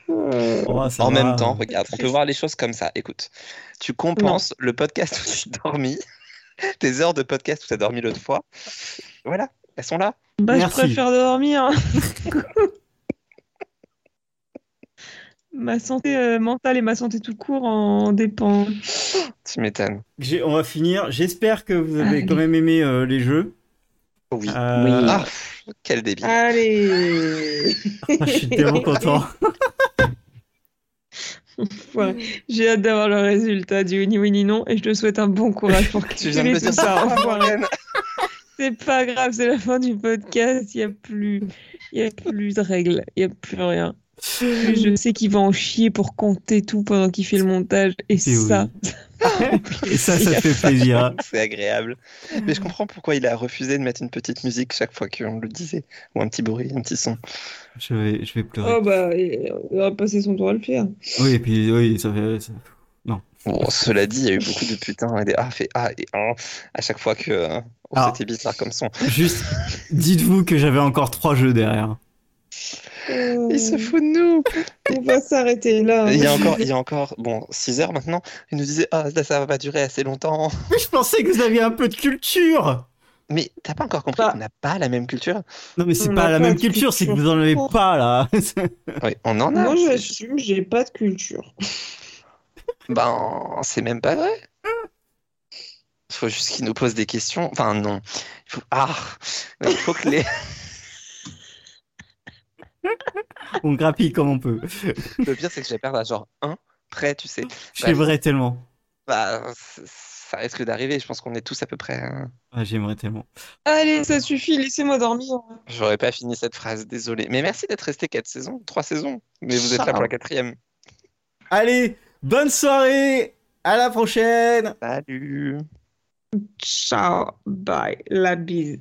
Speaker 2: Euh,
Speaker 1: Oh, ça
Speaker 3: en
Speaker 1: va.
Speaker 3: même temps, regarde, on peut voir les choses comme ça. Écoute, tu compenses le podcast où tu as dormi, <laughs> tes heures de podcast où tu as dormi l'autre fois. Voilà, elles sont là.
Speaker 2: Bah,
Speaker 1: Merci.
Speaker 2: je préfère dormir.
Speaker 3: <laughs>
Speaker 2: ma santé euh, mentale et ma santé tout court en dépend.
Speaker 3: Tu m'étonnes.
Speaker 1: J'ai- On va finir. J'espère que vous avez
Speaker 2: Allez.
Speaker 1: quand même aimé euh, les
Speaker 2: <laughs>
Speaker 1: jeux.
Speaker 3: Oui.
Speaker 1: Euh,
Speaker 3: Ah, pff, quel débit.
Speaker 2: Ah, Allez
Speaker 1: Ah, je suis tellement content.
Speaker 2: Ouais. J'ai hâte d'avoir le résultat du ni oui ni non et je te souhaite un bon courage pour
Speaker 3: <laughs> tu viens de
Speaker 2: calculer
Speaker 3: me
Speaker 2: tout
Speaker 3: dire
Speaker 2: ça.
Speaker 3: ça. <laughs>
Speaker 2: enfoiré. C'est pas grave, c'est la fin du podcast, il n'y a, plus- y a plus de règles, il n'y a plus rien. Je sais qu'il va en chier pour compter tout pendant qu'il fait le montage et
Speaker 1: Et oui.
Speaker 2: ça,
Speaker 1: Et ça, ça te fait plaisir. hein.
Speaker 3: <laughs> C'est agréable. Mais je comprends pourquoi il a refusé de mettre une petite musique chaque fois qu'on le disait. Ou un petit bruit, un petit son.
Speaker 1: Je vais, je vais pleurer.
Speaker 2: Oh bah, il va passer son tour à le faire.
Speaker 1: Oui, et puis oui, ça fait. ça-
Speaker 3: Bon, cela dit, il y a eu beaucoup de putains et des ah fait ah et un à chaque fois que. euh, Oh,
Speaker 1: Ah.
Speaker 3: c'était bizarre comme son.
Speaker 1: Juste, dites-vous que j'avais encore trois jeux derrière.
Speaker 3: Il se fout de nous.
Speaker 2: On va s'arrêter là. hein.
Speaker 3: Il y a encore, il y a encore, bon, 6 heures maintenant. Il nous disait, ah, ça, ça va pas durer assez longtemps.
Speaker 1: Mais je pensais que vous aviez un peu de culture.
Speaker 3: Mais t'as pas encore compris
Speaker 2: Bah.
Speaker 3: qu'on n'a pas la même culture
Speaker 1: Non, mais c'est
Speaker 2: On
Speaker 1: pas
Speaker 2: n'a
Speaker 1: la
Speaker 2: pas
Speaker 1: même
Speaker 2: de
Speaker 1: culture, c'est que
Speaker 2: culture. Oh.
Speaker 1: vous en avez pas là. <laughs>
Speaker 3: Oui, on en a.
Speaker 2: Moi,
Speaker 3: c'est-
Speaker 2: j'assume, j'ai pas de culture.
Speaker 3: Ben, c'est même pas vrai. Il faut juste qu'ils nous posent des questions. Enfin, non. Il faut, ah, il faut que les.
Speaker 1: on grappille comme on peut.
Speaker 3: Le pire, c'est que je vais perdre à genre 1 près, tu sais.
Speaker 1: J'aimerais tellement.
Speaker 3: Bah, c- ça risque d'arriver. Je pense qu'on est tous à peu près. hein.
Speaker 1: Ah, J'aimerais tellement.
Speaker 2: Allez, ça suffit, laissez-moi dormir.
Speaker 3: J'aurais pas fini cette phrase, désolé. Mais merci d'être resté 4 saisons, 3 saisons. Mais vous êtes là Ça. pour la quatrième.
Speaker 1: Allez, bonne soirée. À la prochaine.
Speaker 3: Salut!
Speaker 2: Ciao, bye, la bise.